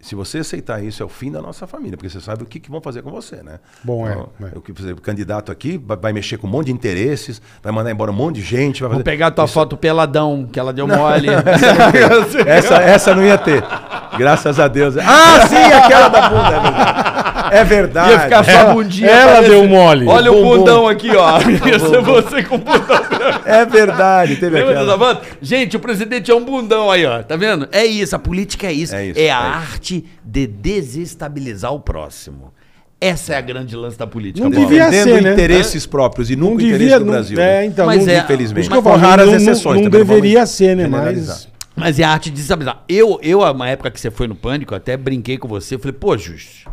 [SPEAKER 5] Se você aceitar isso, é o fim da nossa família, porque você sabe o que, que vão fazer com você, né?
[SPEAKER 3] Bom, é, é.
[SPEAKER 5] O, que fazer, o candidato aqui vai, vai mexer com um monte de interesses, vai mandar embora um monte de gente, vai
[SPEAKER 4] Vou
[SPEAKER 5] fazer.
[SPEAKER 4] pegar a tua foto peladão, que ela deu mole.
[SPEAKER 5] Essa, essa não ia ter. Graças a Deus. Ah, sim, aquela da bunda. É verdade. É
[SPEAKER 4] Ia ficar
[SPEAKER 5] verdade.
[SPEAKER 4] só
[SPEAKER 3] Ela-
[SPEAKER 4] a bundinha.
[SPEAKER 3] ela
[SPEAKER 4] aparecendo.
[SPEAKER 3] deu mole.
[SPEAKER 4] Olha o
[SPEAKER 5] Bumbum.
[SPEAKER 4] bundão aqui, ó. Ia ser você com o bundão.
[SPEAKER 5] É verdade. Teve
[SPEAKER 4] Lembra dessa
[SPEAKER 5] aquela.
[SPEAKER 4] banda? Gente, o presidente é um bundão aí, ó. Tá vendo? É isso, a política é isso. É,
[SPEAKER 5] É isso, é
[SPEAKER 4] a
[SPEAKER 5] isso.
[SPEAKER 4] arte de desestabilizar o próximo. Essa é a grande lance da política.
[SPEAKER 3] Não
[SPEAKER 4] Bola.
[SPEAKER 3] devia
[SPEAKER 5] Defendendo
[SPEAKER 3] ser, né?
[SPEAKER 5] interesses próprios e
[SPEAKER 3] Não
[SPEAKER 5] nunca o interesse
[SPEAKER 3] devia.
[SPEAKER 5] do
[SPEAKER 3] Não,
[SPEAKER 5] Brasil. né?
[SPEAKER 3] é, então,
[SPEAKER 4] Mas
[SPEAKER 3] não,
[SPEAKER 4] é,
[SPEAKER 5] Infelizmente.
[SPEAKER 3] Isso que eu
[SPEAKER 5] Com
[SPEAKER 3] falo,
[SPEAKER 5] raras
[SPEAKER 3] não,
[SPEAKER 5] exceções
[SPEAKER 3] não
[SPEAKER 5] também, não vamos
[SPEAKER 3] deveria ser, né?
[SPEAKER 5] generalizar.
[SPEAKER 3] Mas.
[SPEAKER 4] Mas é a arte de desestabilizar. Eu, eu, uma época que você foi no pânico, eu até brinquei com você. Eu falei, pô, Justo,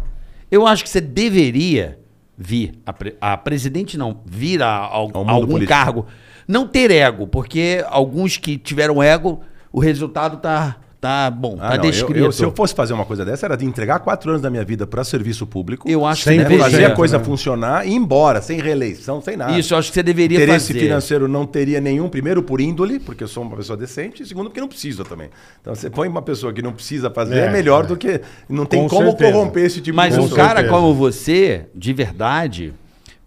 [SPEAKER 4] eu acho que você deveria vir a, pre- a presidente, não, vir a, al-
[SPEAKER 5] Ao mundo
[SPEAKER 4] algum
[SPEAKER 5] político.
[SPEAKER 4] cargo. Não ter ego, porque alguns que tiveram ego, o resultado tá, tá bom,
[SPEAKER 5] Ah,
[SPEAKER 4] tá
[SPEAKER 5] não, eu-
[SPEAKER 4] descrito.
[SPEAKER 5] eu-
[SPEAKER 4] Eu,
[SPEAKER 5] se eu fosse fazer uma coisa dessa, era de entregar quatro anos da minha vida para serviço público.
[SPEAKER 4] acho que
[SPEAKER 3] Sem
[SPEAKER 5] né?
[SPEAKER 4] você deveria.
[SPEAKER 5] fazer a
[SPEAKER 3] projeto,
[SPEAKER 5] coisa
[SPEAKER 3] né?
[SPEAKER 5] funcionar e ir embora, sem reeleição, sem nada.
[SPEAKER 4] Isso, eu acho que você deveria
[SPEAKER 5] Interesse
[SPEAKER 4] fazer.
[SPEAKER 5] financeiro não teria nenhum, primeiro por índole, porque eu sou uma pessoa decente, e segundo porque não precisa também. Então você põe uma pessoa que não precisa fazer,
[SPEAKER 3] É,
[SPEAKER 5] é, melhor
[SPEAKER 3] é.
[SPEAKER 5] do que... Não tem
[SPEAKER 3] Com
[SPEAKER 5] como
[SPEAKER 3] certeza.
[SPEAKER 5] corromper esse tipo
[SPEAKER 4] Mas
[SPEAKER 5] de
[SPEAKER 4] um
[SPEAKER 5] pessoa.
[SPEAKER 4] cara
[SPEAKER 3] certeza.
[SPEAKER 4] como você, de verdade,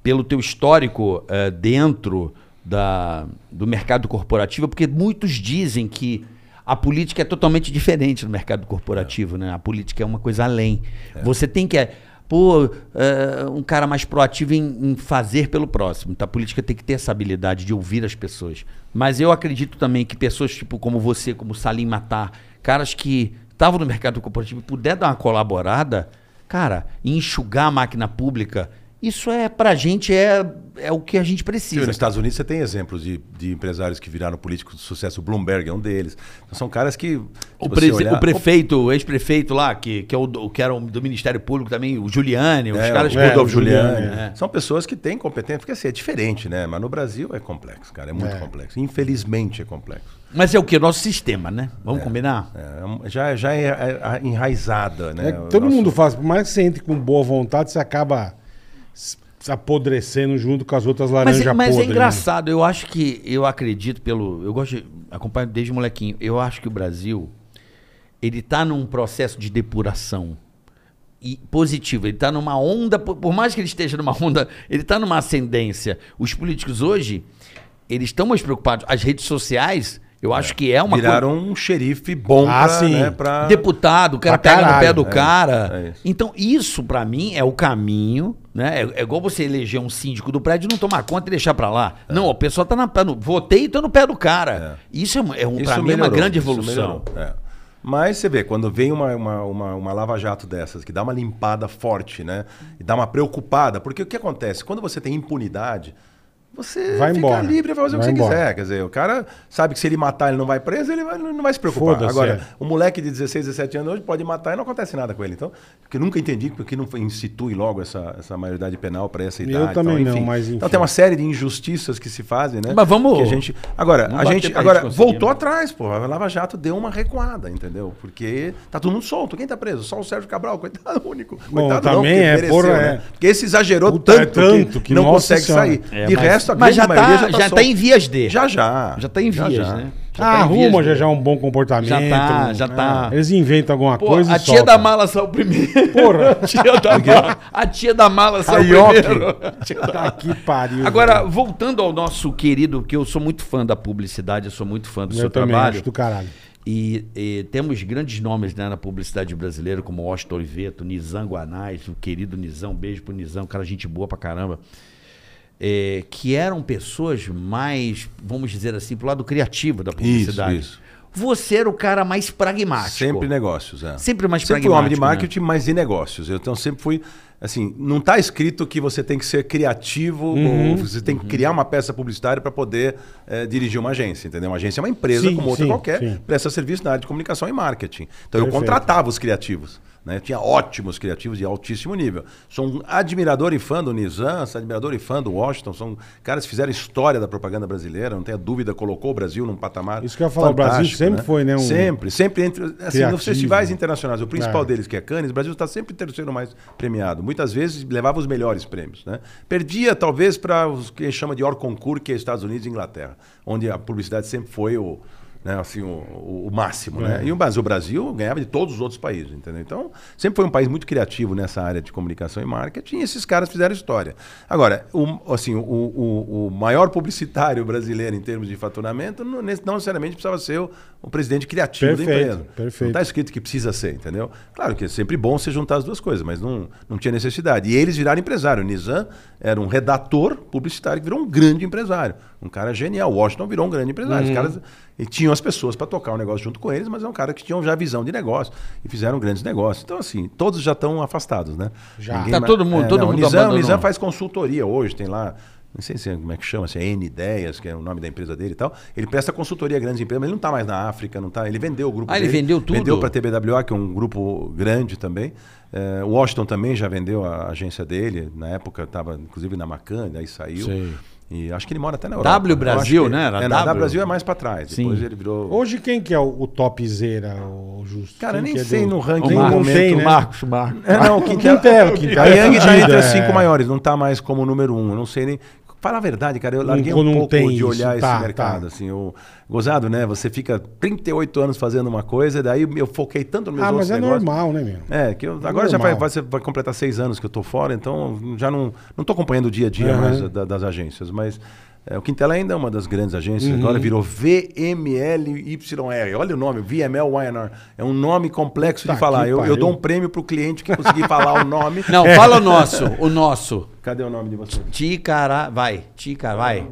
[SPEAKER 4] pelo teu histórico eh, dentro da, do mercado corporativo, porque muitos dizem que a política é totalmente diferente do mercado corporativo, né? A política é uma coisa além. Você tem que. eh, Pô, eh, um cara mais proativo em, em fazer pelo próximo. Então, a política tem que ter essa habilidade de ouvir as pessoas. Mas eu acredito também que pessoas tipo como você, como Salim Matar, caras que estavam no mercado corporativo e puder dar uma colaborada, Cara, enxugar a máquina pública Isso é, pra gente, é, é o que a gente precisa.
[SPEAKER 5] Nos Estados Unidos você tem exemplos de, de empresários que viraram políticos de sucesso. O Bloomberg é um deles. Então, são caras que. se
[SPEAKER 4] O,
[SPEAKER 5] você
[SPEAKER 4] prese-
[SPEAKER 5] olhar-
[SPEAKER 4] o prefeito, o ex-prefeito lá, que, que, é o, do- que era o do Ministério Público também, o Giuliani, os
[SPEAKER 5] É,
[SPEAKER 4] caras
[SPEAKER 5] o
[SPEAKER 3] é,
[SPEAKER 5] Rodolfo
[SPEAKER 3] o Giuliani,
[SPEAKER 5] Giuliani.
[SPEAKER 4] é.
[SPEAKER 5] São pessoas que têm competência, porque assim, é diferente, né? Mas no Brasil é complexo, cara. É muito
[SPEAKER 3] É.
[SPEAKER 5] complexo. Infelizmente é complexo.
[SPEAKER 4] Mas é o que? Nosso sistema, né? Vamos combinar?
[SPEAKER 5] É, um- já, já é, é, é enraizada, né?
[SPEAKER 3] É que
[SPEAKER 5] O
[SPEAKER 3] todo
[SPEAKER 5] nosso-
[SPEAKER 3] mundo faz, por mais que você entre com boa vontade, você acaba se se apodrecendo junto com as outras
[SPEAKER 4] Mas,
[SPEAKER 3] laranjas
[SPEAKER 4] é- mas é
[SPEAKER 3] podres, né?
[SPEAKER 4] engraçado, eu acho que, eu acredito pelo, eu gosto, de, acompanho desde molequinho, eu acho que o Brasil, ele tá num processo de depuração e positivo, ele tá numa onda, por, por mais que ele esteja numa onda, ele tá numa ascendência. Os políticos hoje, eles estão mais preocupados, as redes sociais, eu acho que é uma coisa-
[SPEAKER 5] Viraram um xerife bom
[SPEAKER 3] Ah,
[SPEAKER 5] pra,
[SPEAKER 3] sim.
[SPEAKER 5] né, pra-
[SPEAKER 4] deputado, o cara
[SPEAKER 3] pra
[SPEAKER 4] pega no pé
[SPEAKER 3] caralho,
[SPEAKER 4] do
[SPEAKER 5] é,
[SPEAKER 4] cara.
[SPEAKER 5] é isso.
[SPEAKER 4] Então, isso pra mim é o caminho, né? É, é igual você eleger um síndico do prédio e não tomar conta e deixar pra lá. Não, o pessoal tá na. tá no- votei e tô no pé do cara. Isso é, um- é um, pra mim é uma
[SPEAKER 5] melhorou,
[SPEAKER 4] grande
[SPEAKER 5] isso
[SPEAKER 4] evolução.
[SPEAKER 5] melhorou, é. Mas você vê, quando vem uma, uma, uma, uma lava-jato dessas, que dá uma limpada forte, né? E dá uma preocupada. Porque o que acontece? Quando você tem impunidade, você
[SPEAKER 3] Vai
[SPEAKER 5] fica
[SPEAKER 3] embora.
[SPEAKER 5] livre pra fazer o que
[SPEAKER 3] Vai
[SPEAKER 5] você
[SPEAKER 3] embora.
[SPEAKER 5] quiser. Quer dizer, o cara sabe que se ele matar, ele não vai preso, ele vai- não vai se preocupar.
[SPEAKER 3] Foda-se,
[SPEAKER 5] Agora,
[SPEAKER 3] é.
[SPEAKER 5] o moleque de 16, 17 anos hoje pode matar e não acontece nada com ele. Então, que eu nunca entendi porque não institui logo essa, essa maioridade penal pra essa
[SPEAKER 3] Eu
[SPEAKER 5] idade. e tal,
[SPEAKER 3] também não, mas enfim.
[SPEAKER 5] Então tem uma série de injustiças que se fazem, né?
[SPEAKER 4] Mas vamos-
[SPEAKER 5] Que a gente... Agora,
[SPEAKER 4] vamos
[SPEAKER 5] a
[SPEAKER 4] bater
[SPEAKER 5] gente,
[SPEAKER 4] pra
[SPEAKER 5] agora
[SPEAKER 4] gente conseguir,
[SPEAKER 5] voltou
[SPEAKER 4] né?
[SPEAKER 5] atrás, pô. A Lava Jato deu uma recuada, entendeu? Porque tá todo mundo solto. Quem tá preso? Só o Sérgio Cabral, coitado único. Coitado
[SPEAKER 3] também
[SPEAKER 5] porque né?
[SPEAKER 3] é, porra, é.
[SPEAKER 5] Porque esse exagerou
[SPEAKER 3] Puta, é
[SPEAKER 5] tanto,
[SPEAKER 3] tanto
[SPEAKER 5] que,
[SPEAKER 3] que,
[SPEAKER 5] não
[SPEAKER 3] nossa
[SPEAKER 5] consegue
[SPEAKER 3] senhora.
[SPEAKER 5] sair.
[SPEAKER 4] É,
[SPEAKER 5] de
[SPEAKER 4] mas-
[SPEAKER 5] resto, a
[SPEAKER 4] mas
[SPEAKER 5] grande
[SPEAKER 4] já
[SPEAKER 5] maioria
[SPEAKER 4] tá,
[SPEAKER 5] já tá
[SPEAKER 4] já tá
[SPEAKER 5] solta.
[SPEAKER 4] em vias de.
[SPEAKER 5] Já, já.
[SPEAKER 4] Já tá em vias, né?
[SPEAKER 3] Ah,
[SPEAKER 4] tá em vias
[SPEAKER 3] arruma
[SPEAKER 4] de.
[SPEAKER 3] já já um bom comportamento.
[SPEAKER 4] Já tá,
[SPEAKER 3] um-
[SPEAKER 4] já tá.
[SPEAKER 3] Eles inventam alguma
[SPEAKER 4] Pô,
[SPEAKER 3] coisa
[SPEAKER 4] a
[SPEAKER 3] e
[SPEAKER 4] tia da
[SPEAKER 3] soltam.
[SPEAKER 4] mala saiu primeiro.
[SPEAKER 3] Porra.
[SPEAKER 4] a tia da mala, a tia da mala saiu
[SPEAKER 3] Caioque.
[SPEAKER 4] primeiro.
[SPEAKER 3] Tá que pariu.
[SPEAKER 4] Agora,
[SPEAKER 3] velho.
[SPEAKER 4] voltando ao nosso querido, que eu sou muito fã da publicidade, eu sou muito fã do
[SPEAKER 3] eu
[SPEAKER 4] seu
[SPEAKER 3] também
[SPEAKER 4] trabalho.
[SPEAKER 3] acho do caralho.
[SPEAKER 4] E, e temos grandes nomes né, na publicidade brasileira, como Austin Oliveto, Nizam Guanais, o querido Nizam, um beijo pro Nizam, cara, gente boa pra caramba. É, que eram pessoas mais, vamos dizer assim, pro lado criativo da publicidade.
[SPEAKER 5] Isso, isso.
[SPEAKER 4] Você era o cara mais pragmático.
[SPEAKER 5] Sempre negócios, é.
[SPEAKER 4] Sempre mais
[SPEAKER 5] Sempre fui um homem
[SPEAKER 3] né?
[SPEAKER 5] de
[SPEAKER 4] pragmático, né?
[SPEAKER 5] marketing, mas de negócios. Eu, Então sempre fui assim, não está escrito que você tem que ser criativo
[SPEAKER 3] Uhum.
[SPEAKER 5] ou você tem que criar uma peça publicitária para poder eh, dirigir uma agência, entendeu? Uma agência é uma empresa
[SPEAKER 3] Sim,
[SPEAKER 5] como outra
[SPEAKER 3] sim,
[SPEAKER 5] qualquer,
[SPEAKER 3] sim.
[SPEAKER 5] presta serviço na área de comunicação e marketing. Então eu
[SPEAKER 3] Perfeito.
[SPEAKER 5] contratava os criativos. Né? Eu tinha ótimos criativos de altíssimo nível. Sou um admirador e fã do Nizam, sou admirador e fã do Washington. São caras que fizeram história da propaganda brasileira, não tenha dúvida, colocou o Brasil num patamar.
[SPEAKER 3] Isso que eu ia falar, o Brasil
[SPEAKER 5] fantástico,
[SPEAKER 3] sempre foi, né, um-
[SPEAKER 5] Sempre, sempre entre. assim,
[SPEAKER 3] Criativo.
[SPEAKER 5] nos festivais internacionais, o principal
[SPEAKER 3] É.
[SPEAKER 5] deles, que é Cannes, o Brasil está sempre terceiro mais premiado. Muitas vezes levava os melhores prêmios. Né? Perdia, talvez, para os que chama de Or Concours, que é Estados Unidos e Inglaterra, onde a publicidade sempre foi o, né, assim, o, o- o máximo. Né?
[SPEAKER 3] É.
[SPEAKER 5] E o Brasil, o Brasil ganhava de todos os outros países. Entendeu? Então, sempre foi um país muito criativo nessa área de comunicação e marketing, e esses caras fizeram história. Agora, o, assim, o, o- o maior publicitário brasileiro em termos de faturamento não, não necessariamente precisava ser o, o presidente criativo da
[SPEAKER 3] Perfeito,
[SPEAKER 5] empresa.
[SPEAKER 3] perfeito.
[SPEAKER 5] Não tá está escrito que precisa ser, entendeu? Claro que é sempre bom você juntar as duas coisas, mas não, não tinha necessidade. E eles viraram empresário. O Nizam era um redator publicitário que virou um grande empresário. Um cara genial. O Washington virou um grande empresário.
[SPEAKER 4] Uhum.
[SPEAKER 5] Os caras e tinham as pessoas para tocar o negócio junto com eles, mas é um cara que tinham já visão de negócio e fizeram grandes negócios. Então, assim, todos já estão afastados, né?
[SPEAKER 3] Já.
[SPEAKER 5] Ninguém
[SPEAKER 4] Tá
[SPEAKER 5] mais- é,
[SPEAKER 4] todo mundo- todo
[SPEAKER 5] o
[SPEAKER 4] mundo
[SPEAKER 5] Nizam- O
[SPEAKER 4] abandonou.
[SPEAKER 5] Nizam faz consultoria hoje, tem lá. Não sei se, como é que chama, se é N Ideias, que é o nome da empresa dele e tal. Ele presta consultoria a grandes empresas, mas ele não está mais na África, não tá. Ele vendeu o grupo
[SPEAKER 4] Ah, ele
[SPEAKER 5] dele,
[SPEAKER 4] vendeu tudo?
[SPEAKER 5] Vendeu para TBWA, que é um grupo grande também. É, o Washington também já vendeu a agência dele. Na época estava, inclusive, na Macan, daí saiu.
[SPEAKER 4] Sei.
[SPEAKER 5] E acho que ele mora até na Europa.
[SPEAKER 4] W
[SPEAKER 5] Eu acho
[SPEAKER 4] Brasil,
[SPEAKER 5] que-
[SPEAKER 4] né? Era
[SPEAKER 5] é, na
[SPEAKER 4] W.
[SPEAKER 5] W Brasil é mais para trás.
[SPEAKER 4] Sim.
[SPEAKER 5] Depois ele virou...
[SPEAKER 3] Hoje quem que é o, o topzera, o Justo?
[SPEAKER 5] Cara,
[SPEAKER 3] Quem
[SPEAKER 5] nem
[SPEAKER 3] que é
[SPEAKER 5] sei
[SPEAKER 3] do-
[SPEAKER 5] no ranking
[SPEAKER 3] Nem
[SPEAKER 5] no
[SPEAKER 3] não
[SPEAKER 5] momento.
[SPEAKER 3] sei, né?
[SPEAKER 4] Marcos, Marcos.
[SPEAKER 5] É, não, o Quintela.
[SPEAKER 3] Quintela, o Quintela
[SPEAKER 5] A
[SPEAKER 3] é
[SPEAKER 5] Yang
[SPEAKER 3] fudido,
[SPEAKER 5] tá entre
[SPEAKER 3] é.
[SPEAKER 5] as cinco maiores, não tá mais como número um. Eu não sei nem. Fala a verdade, cara, eu larguei
[SPEAKER 3] Não-
[SPEAKER 5] um
[SPEAKER 3] não
[SPEAKER 5] pouco
[SPEAKER 3] tem
[SPEAKER 5] de
[SPEAKER 3] isso,
[SPEAKER 5] olhar
[SPEAKER 3] tá,
[SPEAKER 5] esse mercado.
[SPEAKER 3] tá.
[SPEAKER 5] Assim, eu, gozado, né? Você fica 38 anos fazendo uma coisa, daí eu foquei tanto nos meus
[SPEAKER 3] Ah,
[SPEAKER 5] outros
[SPEAKER 3] mas é
[SPEAKER 5] negócios.
[SPEAKER 3] normal, né, meu?
[SPEAKER 5] É, que eu- agora já vai,
[SPEAKER 3] Normal.
[SPEAKER 5] vai- vai completar seis anos que eu tô fora, então já não não tô acompanhando o dia a dia
[SPEAKER 3] Aham.
[SPEAKER 5] mais da- das agências, mas é, o Quintela ainda é uma das grandes agências.
[SPEAKER 3] Uhum.
[SPEAKER 5] Agora virou VMLYR. Olha o nome, VML YNR. É um nome complexo
[SPEAKER 3] Tá
[SPEAKER 5] de falar.
[SPEAKER 3] que
[SPEAKER 5] Eu, eu
[SPEAKER 3] pariu.
[SPEAKER 5] dou um prêmio pro cliente que conseguir falar o nome. É.
[SPEAKER 4] Não, fala o nosso, o nosso.
[SPEAKER 5] Cadê o nome de você?
[SPEAKER 4] Ticará, vai, Ticará, vai.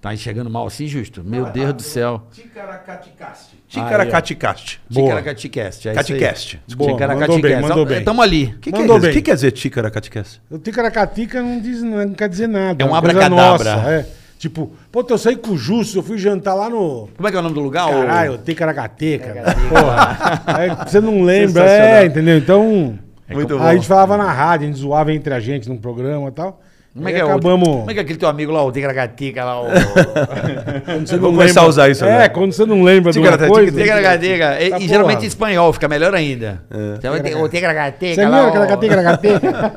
[SPEAKER 4] Tá enxergando mal assim, justo? Meu Deus do céu.
[SPEAKER 5] Ticaracaticaste. Ticaracaticaste.
[SPEAKER 3] Boa.
[SPEAKER 4] Ticaracatecast. É
[SPEAKER 5] Catecast.
[SPEAKER 3] Boa, mandou bem, mandou bem.
[SPEAKER 4] Estamos ali.
[SPEAKER 5] O que, que,
[SPEAKER 3] Mandou
[SPEAKER 5] é isso?
[SPEAKER 3] bem.
[SPEAKER 5] O que quer dizer ticaracaticaste?
[SPEAKER 3] O ticaracatica não, diz, não quer dizer nada.
[SPEAKER 4] É um
[SPEAKER 3] uma coisa
[SPEAKER 4] abracadabra.
[SPEAKER 3] nossa, é. Tipo, pô, eu saí com o Justo, eu fui jantar lá no.
[SPEAKER 4] Como é que é o nome do lugar? ô?
[SPEAKER 3] Caralho, ticaracateca. Porra. Aí você não lembra, é,
[SPEAKER 5] Sensacional.
[SPEAKER 3] entendeu? Então.
[SPEAKER 5] Muito
[SPEAKER 3] aí
[SPEAKER 5] bom.
[SPEAKER 3] a gente falava na rádio, a gente zoava entre a gente num programa e tal.
[SPEAKER 4] Como é
[SPEAKER 3] Aí
[SPEAKER 4] que é, o-
[SPEAKER 3] acabamos.
[SPEAKER 4] como é que é aquele teu amigo lá, o Ticaracatica lá, o...
[SPEAKER 3] Quando você
[SPEAKER 5] Eu vou
[SPEAKER 3] não
[SPEAKER 5] começar
[SPEAKER 3] lembra-
[SPEAKER 5] a usar isso
[SPEAKER 3] É,
[SPEAKER 5] agora.
[SPEAKER 3] quando você não lembra de uma
[SPEAKER 5] Ticaracateca,
[SPEAKER 3] coisa.
[SPEAKER 4] Ticaracatica. E,
[SPEAKER 3] Tá
[SPEAKER 4] e geralmente
[SPEAKER 3] porra.
[SPEAKER 4] em espanhol, fica melhor ainda. Então, vai ter- O
[SPEAKER 3] Você
[SPEAKER 4] Ticaracatica lá,
[SPEAKER 3] lembra
[SPEAKER 4] o...
[SPEAKER 3] aquela gatinha, aquela gatinha?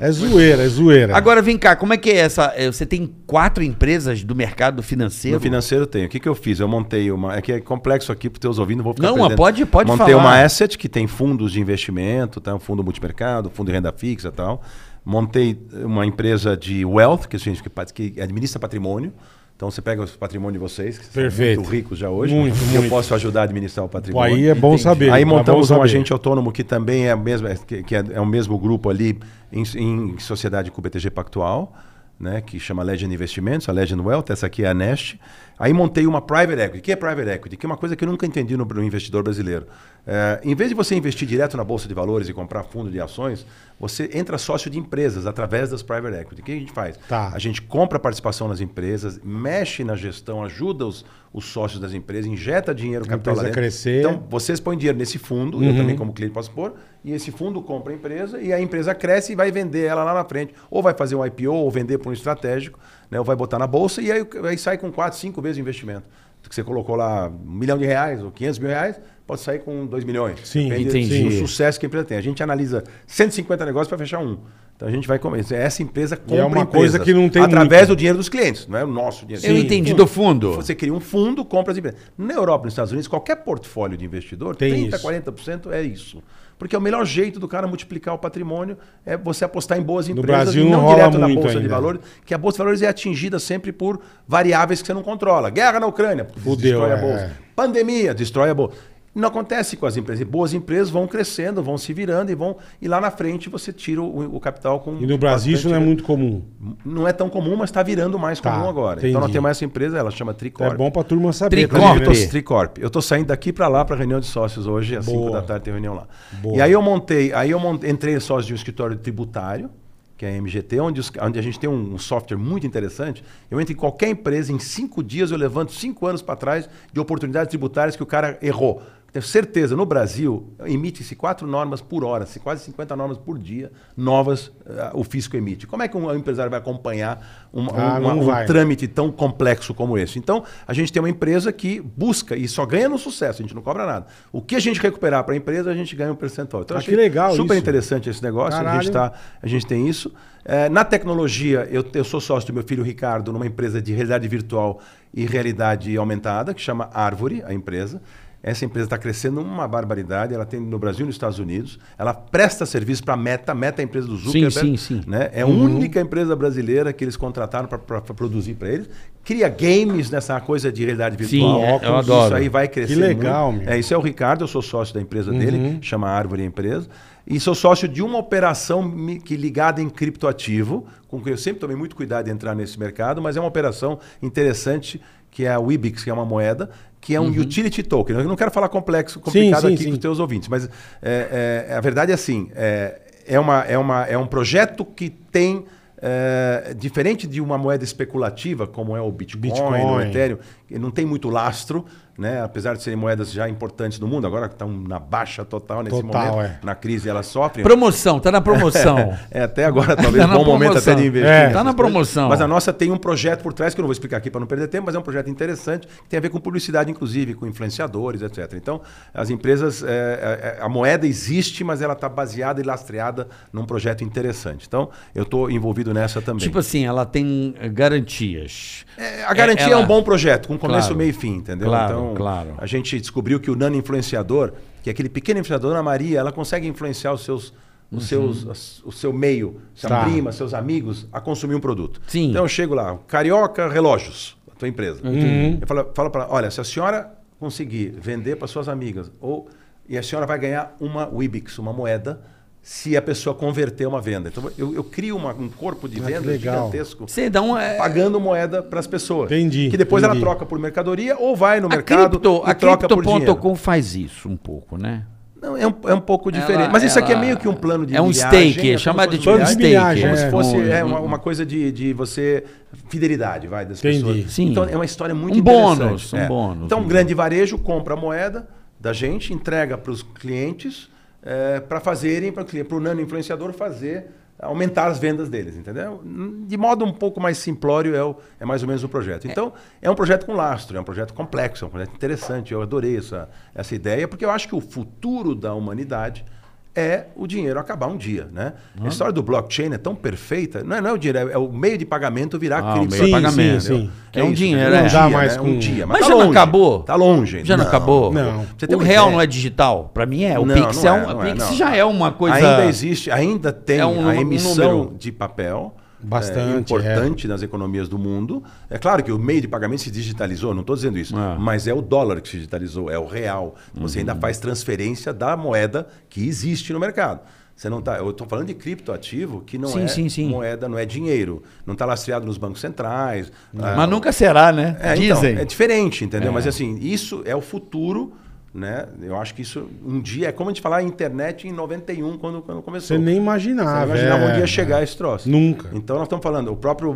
[SPEAKER 3] É zoeira, é zoeira.
[SPEAKER 4] Agora vem cá, como é que é essa... é, Você tem quatro empresas do mercado financeiro?
[SPEAKER 5] No financeiro tem. O que, que eu fiz? Eu montei uma. É que é complexo aqui para os teus ouvindo, vou ficar
[SPEAKER 4] Não,
[SPEAKER 5] perdendo.
[SPEAKER 4] pode- pode
[SPEAKER 5] Montei
[SPEAKER 4] falar.
[SPEAKER 5] uma asset que tem fundos de investimento, tá? um fundo multimercado, fundo de renda fixa e tal. Montei uma empresa de wealth, que significa que pat- que administra patrimônio. Então você pega o patrimônio de vocês, que vocês
[SPEAKER 3] Perfeito.
[SPEAKER 5] são muito ricos já hoje.
[SPEAKER 3] Muito,
[SPEAKER 5] que
[SPEAKER 3] muito.
[SPEAKER 5] eu posso ajudar a administrar o
[SPEAKER 3] Pô,
[SPEAKER 5] patrimônio.
[SPEAKER 3] aí é bom saber.
[SPEAKER 5] Aí
[SPEAKER 3] é bom
[SPEAKER 5] montamos um
[SPEAKER 3] saber.
[SPEAKER 5] agente autônomo que também é, a mesma, que, que é, é o mesmo grupo ali em, em sociedade com o BTG Pactual, né, que chama Legend Investimentos, a Legend Wealth, essa aqui é a Nest. Aí montei uma private equity. O que é private equity? Que é uma coisa que eu nunca entendi no, no investidor brasileiro. É, em vez de você investir direto na Bolsa de Valores e comprar fundo de ações, você entra sócio de empresas através das private equity. O que a gente faz?
[SPEAKER 3] Tá.
[SPEAKER 5] A a gente compra participação nas empresas, mexe na gestão, ajuda os, os sócios das empresas, injeta dinheiro, capital
[SPEAKER 3] empresa
[SPEAKER 5] lá dentro.
[SPEAKER 3] crescer.
[SPEAKER 5] Então, vocês põem dinheiro nesse fundo, eu
[SPEAKER 3] Uhum.
[SPEAKER 5] também como cliente posso pôr, e esse fundo compra a empresa e a empresa cresce e vai vender ela lá na frente. Ou vai fazer um IPO, ou vender para um estratégico, né? ou vai botar na bolsa e aí, aí sai com quatro, cinco vezes o investimento. Que você colocou lá um milhão de reais ou 500 mil reais, pode sair com 2 milhões.
[SPEAKER 3] Sim,
[SPEAKER 4] entendi.
[SPEAKER 5] do sucesso que a empresa tem. A gente analisa 150 negócios para fechar um. Então a gente vai começar. Essa empresa
[SPEAKER 3] E
[SPEAKER 5] compra
[SPEAKER 3] é uma coisa
[SPEAKER 5] empresas
[SPEAKER 3] que não tem
[SPEAKER 5] através
[SPEAKER 3] muito.
[SPEAKER 5] do dinheiro dos clientes, não é o nosso dinheiro.
[SPEAKER 4] Eu
[SPEAKER 5] Sim.
[SPEAKER 4] entendi,
[SPEAKER 5] Fundo.
[SPEAKER 4] do fundo.
[SPEAKER 5] Você cria um fundo, compra as empresas. Na Europa, nos Estados Unidos, qualquer portfólio de investidor,
[SPEAKER 3] Tem
[SPEAKER 5] 30,
[SPEAKER 3] isso.
[SPEAKER 5] 40% é isso. Porque o melhor jeito do cara multiplicar o patrimônio é você apostar em boas empresas
[SPEAKER 3] Brasil
[SPEAKER 5] e
[SPEAKER 3] não
[SPEAKER 5] não,
[SPEAKER 3] rola
[SPEAKER 5] direto na
[SPEAKER 3] muito
[SPEAKER 5] bolsa de
[SPEAKER 3] ainda.
[SPEAKER 5] valores, que a bolsa de valores é atingida sempre por variáveis que você não controla. Guerra na Ucrânia,
[SPEAKER 3] Fudeu,
[SPEAKER 5] destrói a
[SPEAKER 3] é.
[SPEAKER 5] bolsa. Pandemia, destrói a bolsa. Não acontece com as empresas. Boas empresas vão crescendo, vão se virando e vão e lá na frente você tira o, o capital com
[SPEAKER 3] E no Brasil isso não é
[SPEAKER 5] bastante-
[SPEAKER 3] muito comum.
[SPEAKER 5] não é tão comum, mas está virando mais
[SPEAKER 3] Tá,
[SPEAKER 5] comum agora.
[SPEAKER 3] entendi.
[SPEAKER 5] Então nós temos essa empresa, ela chama
[SPEAKER 3] Então
[SPEAKER 5] Tricorp.
[SPEAKER 3] é bom pra turma saber.
[SPEAKER 4] Tricorp.
[SPEAKER 3] também,
[SPEAKER 5] Inclusive, eu
[SPEAKER 3] né?
[SPEAKER 5] tô, Tricorp. Eu tô saindo daqui para lá para reunião de sócios hoje, às 5
[SPEAKER 3] Boa.
[SPEAKER 5] da tarde tem reunião lá.
[SPEAKER 3] Boa.
[SPEAKER 5] E aí eu montei, aí eu mont- entrei sócio de um escritório tributário, que é a MGT, onde, os- onde a gente tem um, um software muito interessante. Eu entro em qualquer empresa, em cinco dias eu levanto cinco anos para trás de oportunidades tributárias que o cara errou. Tenho certeza, no Brasil, emite-se quatro normas por hora, se- quase 50 normas por dia novas ah, o fisco emite. Como é que um empresário vai acompanhar uma-
[SPEAKER 3] Ah,
[SPEAKER 5] uma-
[SPEAKER 3] não
[SPEAKER 5] um
[SPEAKER 3] vai.
[SPEAKER 5] trâmite? trâmite tão complexo como esse. Então, a gente tem uma empresa que busca e só ganha no sucesso, a gente não cobra nada. O que a gente recuperar para a empresa, a gente ganha um percentual. Então,
[SPEAKER 3] Ah,
[SPEAKER 5] achei
[SPEAKER 3] que legal
[SPEAKER 5] super
[SPEAKER 3] isso.
[SPEAKER 5] interessante esse negócio, a
[SPEAKER 3] Caralho.
[SPEAKER 5] gente, tá, a gente tem isso. É, na tecnologia, eu, eu sou sócio do meu filho Ricardo numa empresa de realidade virtual e realidade aumentada, que chama Árvore, a empresa. Essa empresa está crescendo uma barbaridade, ela tem no Brasil e nos Estados Unidos, ela presta serviço para a Meta, Meta é a empresa do Zuckerberg.
[SPEAKER 4] sim, sim. Uhum.
[SPEAKER 5] né? É a única empresa brasileira que eles contrataram para produzir para eles. Cria games nessa coisa de realidade virtual.
[SPEAKER 4] Sim, é, eu
[SPEAKER 5] óculos,
[SPEAKER 4] adoro.
[SPEAKER 5] Isso aí vai crescer.
[SPEAKER 3] Que legal,
[SPEAKER 5] muito.
[SPEAKER 3] meu.
[SPEAKER 5] É, esse é o Ricardo, eu sou sócio da empresa
[SPEAKER 3] Uhum.
[SPEAKER 5] dele, chama Árvore Empresa. E sou sócio de uma operação mi- que é ligada em criptoativo, com que eu sempre tomei muito cuidado de entrar nesse mercado, mas é uma operação interessante que é a Wibix, que é uma moeda, que é um utility token. Eu não quero falar complexo, complicado
[SPEAKER 3] Uhum. Sim, sim,
[SPEAKER 5] aqui
[SPEAKER 3] sim.
[SPEAKER 5] com os teus ouvintes, mas é, é, a verdade é assim, é, é, uma, é, uma, é um projeto que tem, é, diferente de uma moeda especulativa, como é o Bitcoin,
[SPEAKER 3] Bitcoin.
[SPEAKER 5] o Ethereum, que não tem muito lastro, né? apesar de serem moedas já importantes no mundo, agora que estão na baixa total nesse
[SPEAKER 3] Total,
[SPEAKER 5] momento,
[SPEAKER 3] é.
[SPEAKER 5] na crise elas sofrem.
[SPEAKER 4] Promoção, tá na promoção.
[SPEAKER 5] É, até agora talvez
[SPEAKER 4] Tá
[SPEAKER 5] um
[SPEAKER 4] na
[SPEAKER 5] bom momento
[SPEAKER 4] promoção.
[SPEAKER 5] até de investir.
[SPEAKER 3] É.
[SPEAKER 5] nessas
[SPEAKER 4] Tá na
[SPEAKER 5] coisas.
[SPEAKER 4] promoção.
[SPEAKER 5] Mas a nossa tem um projeto por trás, que eu não vou explicar aqui para não perder tempo, mas é um projeto interessante, que tem a ver com publicidade, inclusive, com influenciadores, etc. Então, as empresas, é, é, a moeda existe, mas ela está baseada e lastreada num projeto interessante. Então, eu estou envolvido nessa também.
[SPEAKER 4] tipo assim, ela tem eh, garantias.
[SPEAKER 5] É, a garantia
[SPEAKER 4] Ela-
[SPEAKER 5] é um bom projeto, com começo,
[SPEAKER 4] Claro.
[SPEAKER 5] meio e fim, entendeu?
[SPEAKER 4] Claro,
[SPEAKER 5] então,
[SPEAKER 4] claro.
[SPEAKER 5] a gente descobriu que o nano influenciador, que é aquele pequeno influenciador, Ana Maria, ela consegue influenciar os seus, os seus, as- o seu meio, sua
[SPEAKER 3] Tá.
[SPEAKER 5] prima, seus amigos, a consumir um produto.
[SPEAKER 4] Sim.
[SPEAKER 5] Então eu chego lá, Carioca Relógios, a tua empresa. Eu falo, falo para ela, olha, se a senhora conseguir vender para suas amigas, ou e a senhora vai ganhar uma Wibix, uma moeda se a pessoa converter uma venda. Então, eu, eu crio uma- um corpo de
[SPEAKER 3] Ah, que
[SPEAKER 5] vendas
[SPEAKER 3] legal.
[SPEAKER 5] gigantesco.
[SPEAKER 4] Você dá um. É,
[SPEAKER 5] Pagando moeda para as pessoas.
[SPEAKER 3] Entendi,
[SPEAKER 5] Que depois
[SPEAKER 3] entendi.
[SPEAKER 5] ela troca por mercadoria ou vai no
[SPEAKER 4] a
[SPEAKER 5] mercado
[SPEAKER 4] cripto,
[SPEAKER 5] e
[SPEAKER 4] a
[SPEAKER 5] troca por dinheiro.
[SPEAKER 4] Crypto.com faz isso um pouco, né?
[SPEAKER 5] Não, é um, é um pouco
[SPEAKER 4] Ela-
[SPEAKER 5] diferente. Mas isso aqui é
[SPEAKER 4] ela-
[SPEAKER 5] meio que um plano de
[SPEAKER 4] É um
[SPEAKER 5] milhagem,
[SPEAKER 4] stake,
[SPEAKER 5] é
[SPEAKER 4] é chamado de
[SPEAKER 5] como
[SPEAKER 4] tipo
[SPEAKER 5] se
[SPEAKER 3] de
[SPEAKER 4] um stake.
[SPEAKER 3] Uhum.
[SPEAKER 5] fosse
[SPEAKER 3] milhagem,
[SPEAKER 5] como
[SPEAKER 4] é.
[SPEAKER 5] se fosse
[SPEAKER 4] Um-
[SPEAKER 5] é, uma, uma coisa de, de você. Fidelidade, vai, das
[SPEAKER 3] Entendi.
[SPEAKER 5] pessoas.
[SPEAKER 4] Sim.
[SPEAKER 5] Então é uma história muito
[SPEAKER 4] Um
[SPEAKER 5] interessante.
[SPEAKER 4] bônus, um
[SPEAKER 5] É.
[SPEAKER 4] bônus.
[SPEAKER 5] Então, um grande varejo compra a moeda da gente, entrega para os clientes é, para fazerem, para o nano influenciador fazer, aumentar as vendas deles, entendeu? De modo um pouco mais simplório é, o- é mais ou menos o projeto. Então, é. um projeto com lastro, é um projeto complexo, é um projeto interessante. Eu adorei essa, essa ideia, porque eu acho que o futuro da humanidade é o dinheiro acabar um dia, né? A história do blockchain é tão perfeita, não é, não é o dinheiro, é o meio de pagamento virar
[SPEAKER 4] Ah, o
[SPEAKER 5] cripto.
[SPEAKER 4] meio de Sim, pagamento.
[SPEAKER 3] sim, sim.
[SPEAKER 4] É um
[SPEAKER 5] isso,
[SPEAKER 4] dinheiro,
[SPEAKER 5] né?
[SPEAKER 4] é.
[SPEAKER 5] é Um
[SPEAKER 4] Não
[SPEAKER 5] dia,
[SPEAKER 3] dá mais
[SPEAKER 5] né?
[SPEAKER 3] com-
[SPEAKER 5] Um dia.
[SPEAKER 4] Mas já não
[SPEAKER 5] longe.
[SPEAKER 4] acabou?
[SPEAKER 5] Tá longe.
[SPEAKER 4] Já não, acabou?
[SPEAKER 3] não.
[SPEAKER 5] Você tem
[SPEAKER 4] O
[SPEAKER 5] uma
[SPEAKER 4] real
[SPEAKER 5] ideia.
[SPEAKER 4] não é digital? Pra mim é. O
[SPEAKER 5] Não,
[SPEAKER 4] Pix,
[SPEAKER 5] não
[SPEAKER 4] é um-
[SPEAKER 5] não
[SPEAKER 4] o Pix
[SPEAKER 5] não.
[SPEAKER 4] já é uma coisa.
[SPEAKER 5] Ainda existe, ainda tem
[SPEAKER 4] É um
[SPEAKER 5] a
[SPEAKER 4] nú- um
[SPEAKER 5] emissão
[SPEAKER 4] número.
[SPEAKER 5] de papel.
[SPEAKER 3] Bastante,
[SPEAKER 5] é, importante nas economias do mundo. É claro que o meio de pagamento se digitalizou, não estou dizendo isso,
[SPEAKER 4] É. Uhum.
[SPEAKER 5] mas é o dólar que se digitalizou, é o real. Você ainda faz transferência da moeda que existe no mercado. Você não tá, eu estou falando de criptoativo que não
[SPEAKER 4] Sim,
[SPEAKER 5] é
[SPEAKER 4] sim, sim.
[SPEAKER 5] moeda, não é dinheiro, não está lastreado nos bancos centrais. ah,
[SPEAKER 4] Mas nunca será, né?
[SPEAKER 5] é, então,
[SPEAKER 4] Dizem.
[SPEAKER 5] é diferente, entendeu? Mas assim, isso é o futuro, né? Eu acho que isso um dia é como a gente falar a internet em 91 quando quando começou.
[SPEAKER 3] Você nem
[SPEAKER 5] Você não
[SPEAKER 3] imaginava.
[SPEAKER 5] imaginava
[SPEAKER 3] é.
[SPEAKER 5] um dia chegar esse troço.
[SPEAKER 3] Nunca.
[SPEAKER 5] Então nós estamos falando, o próprio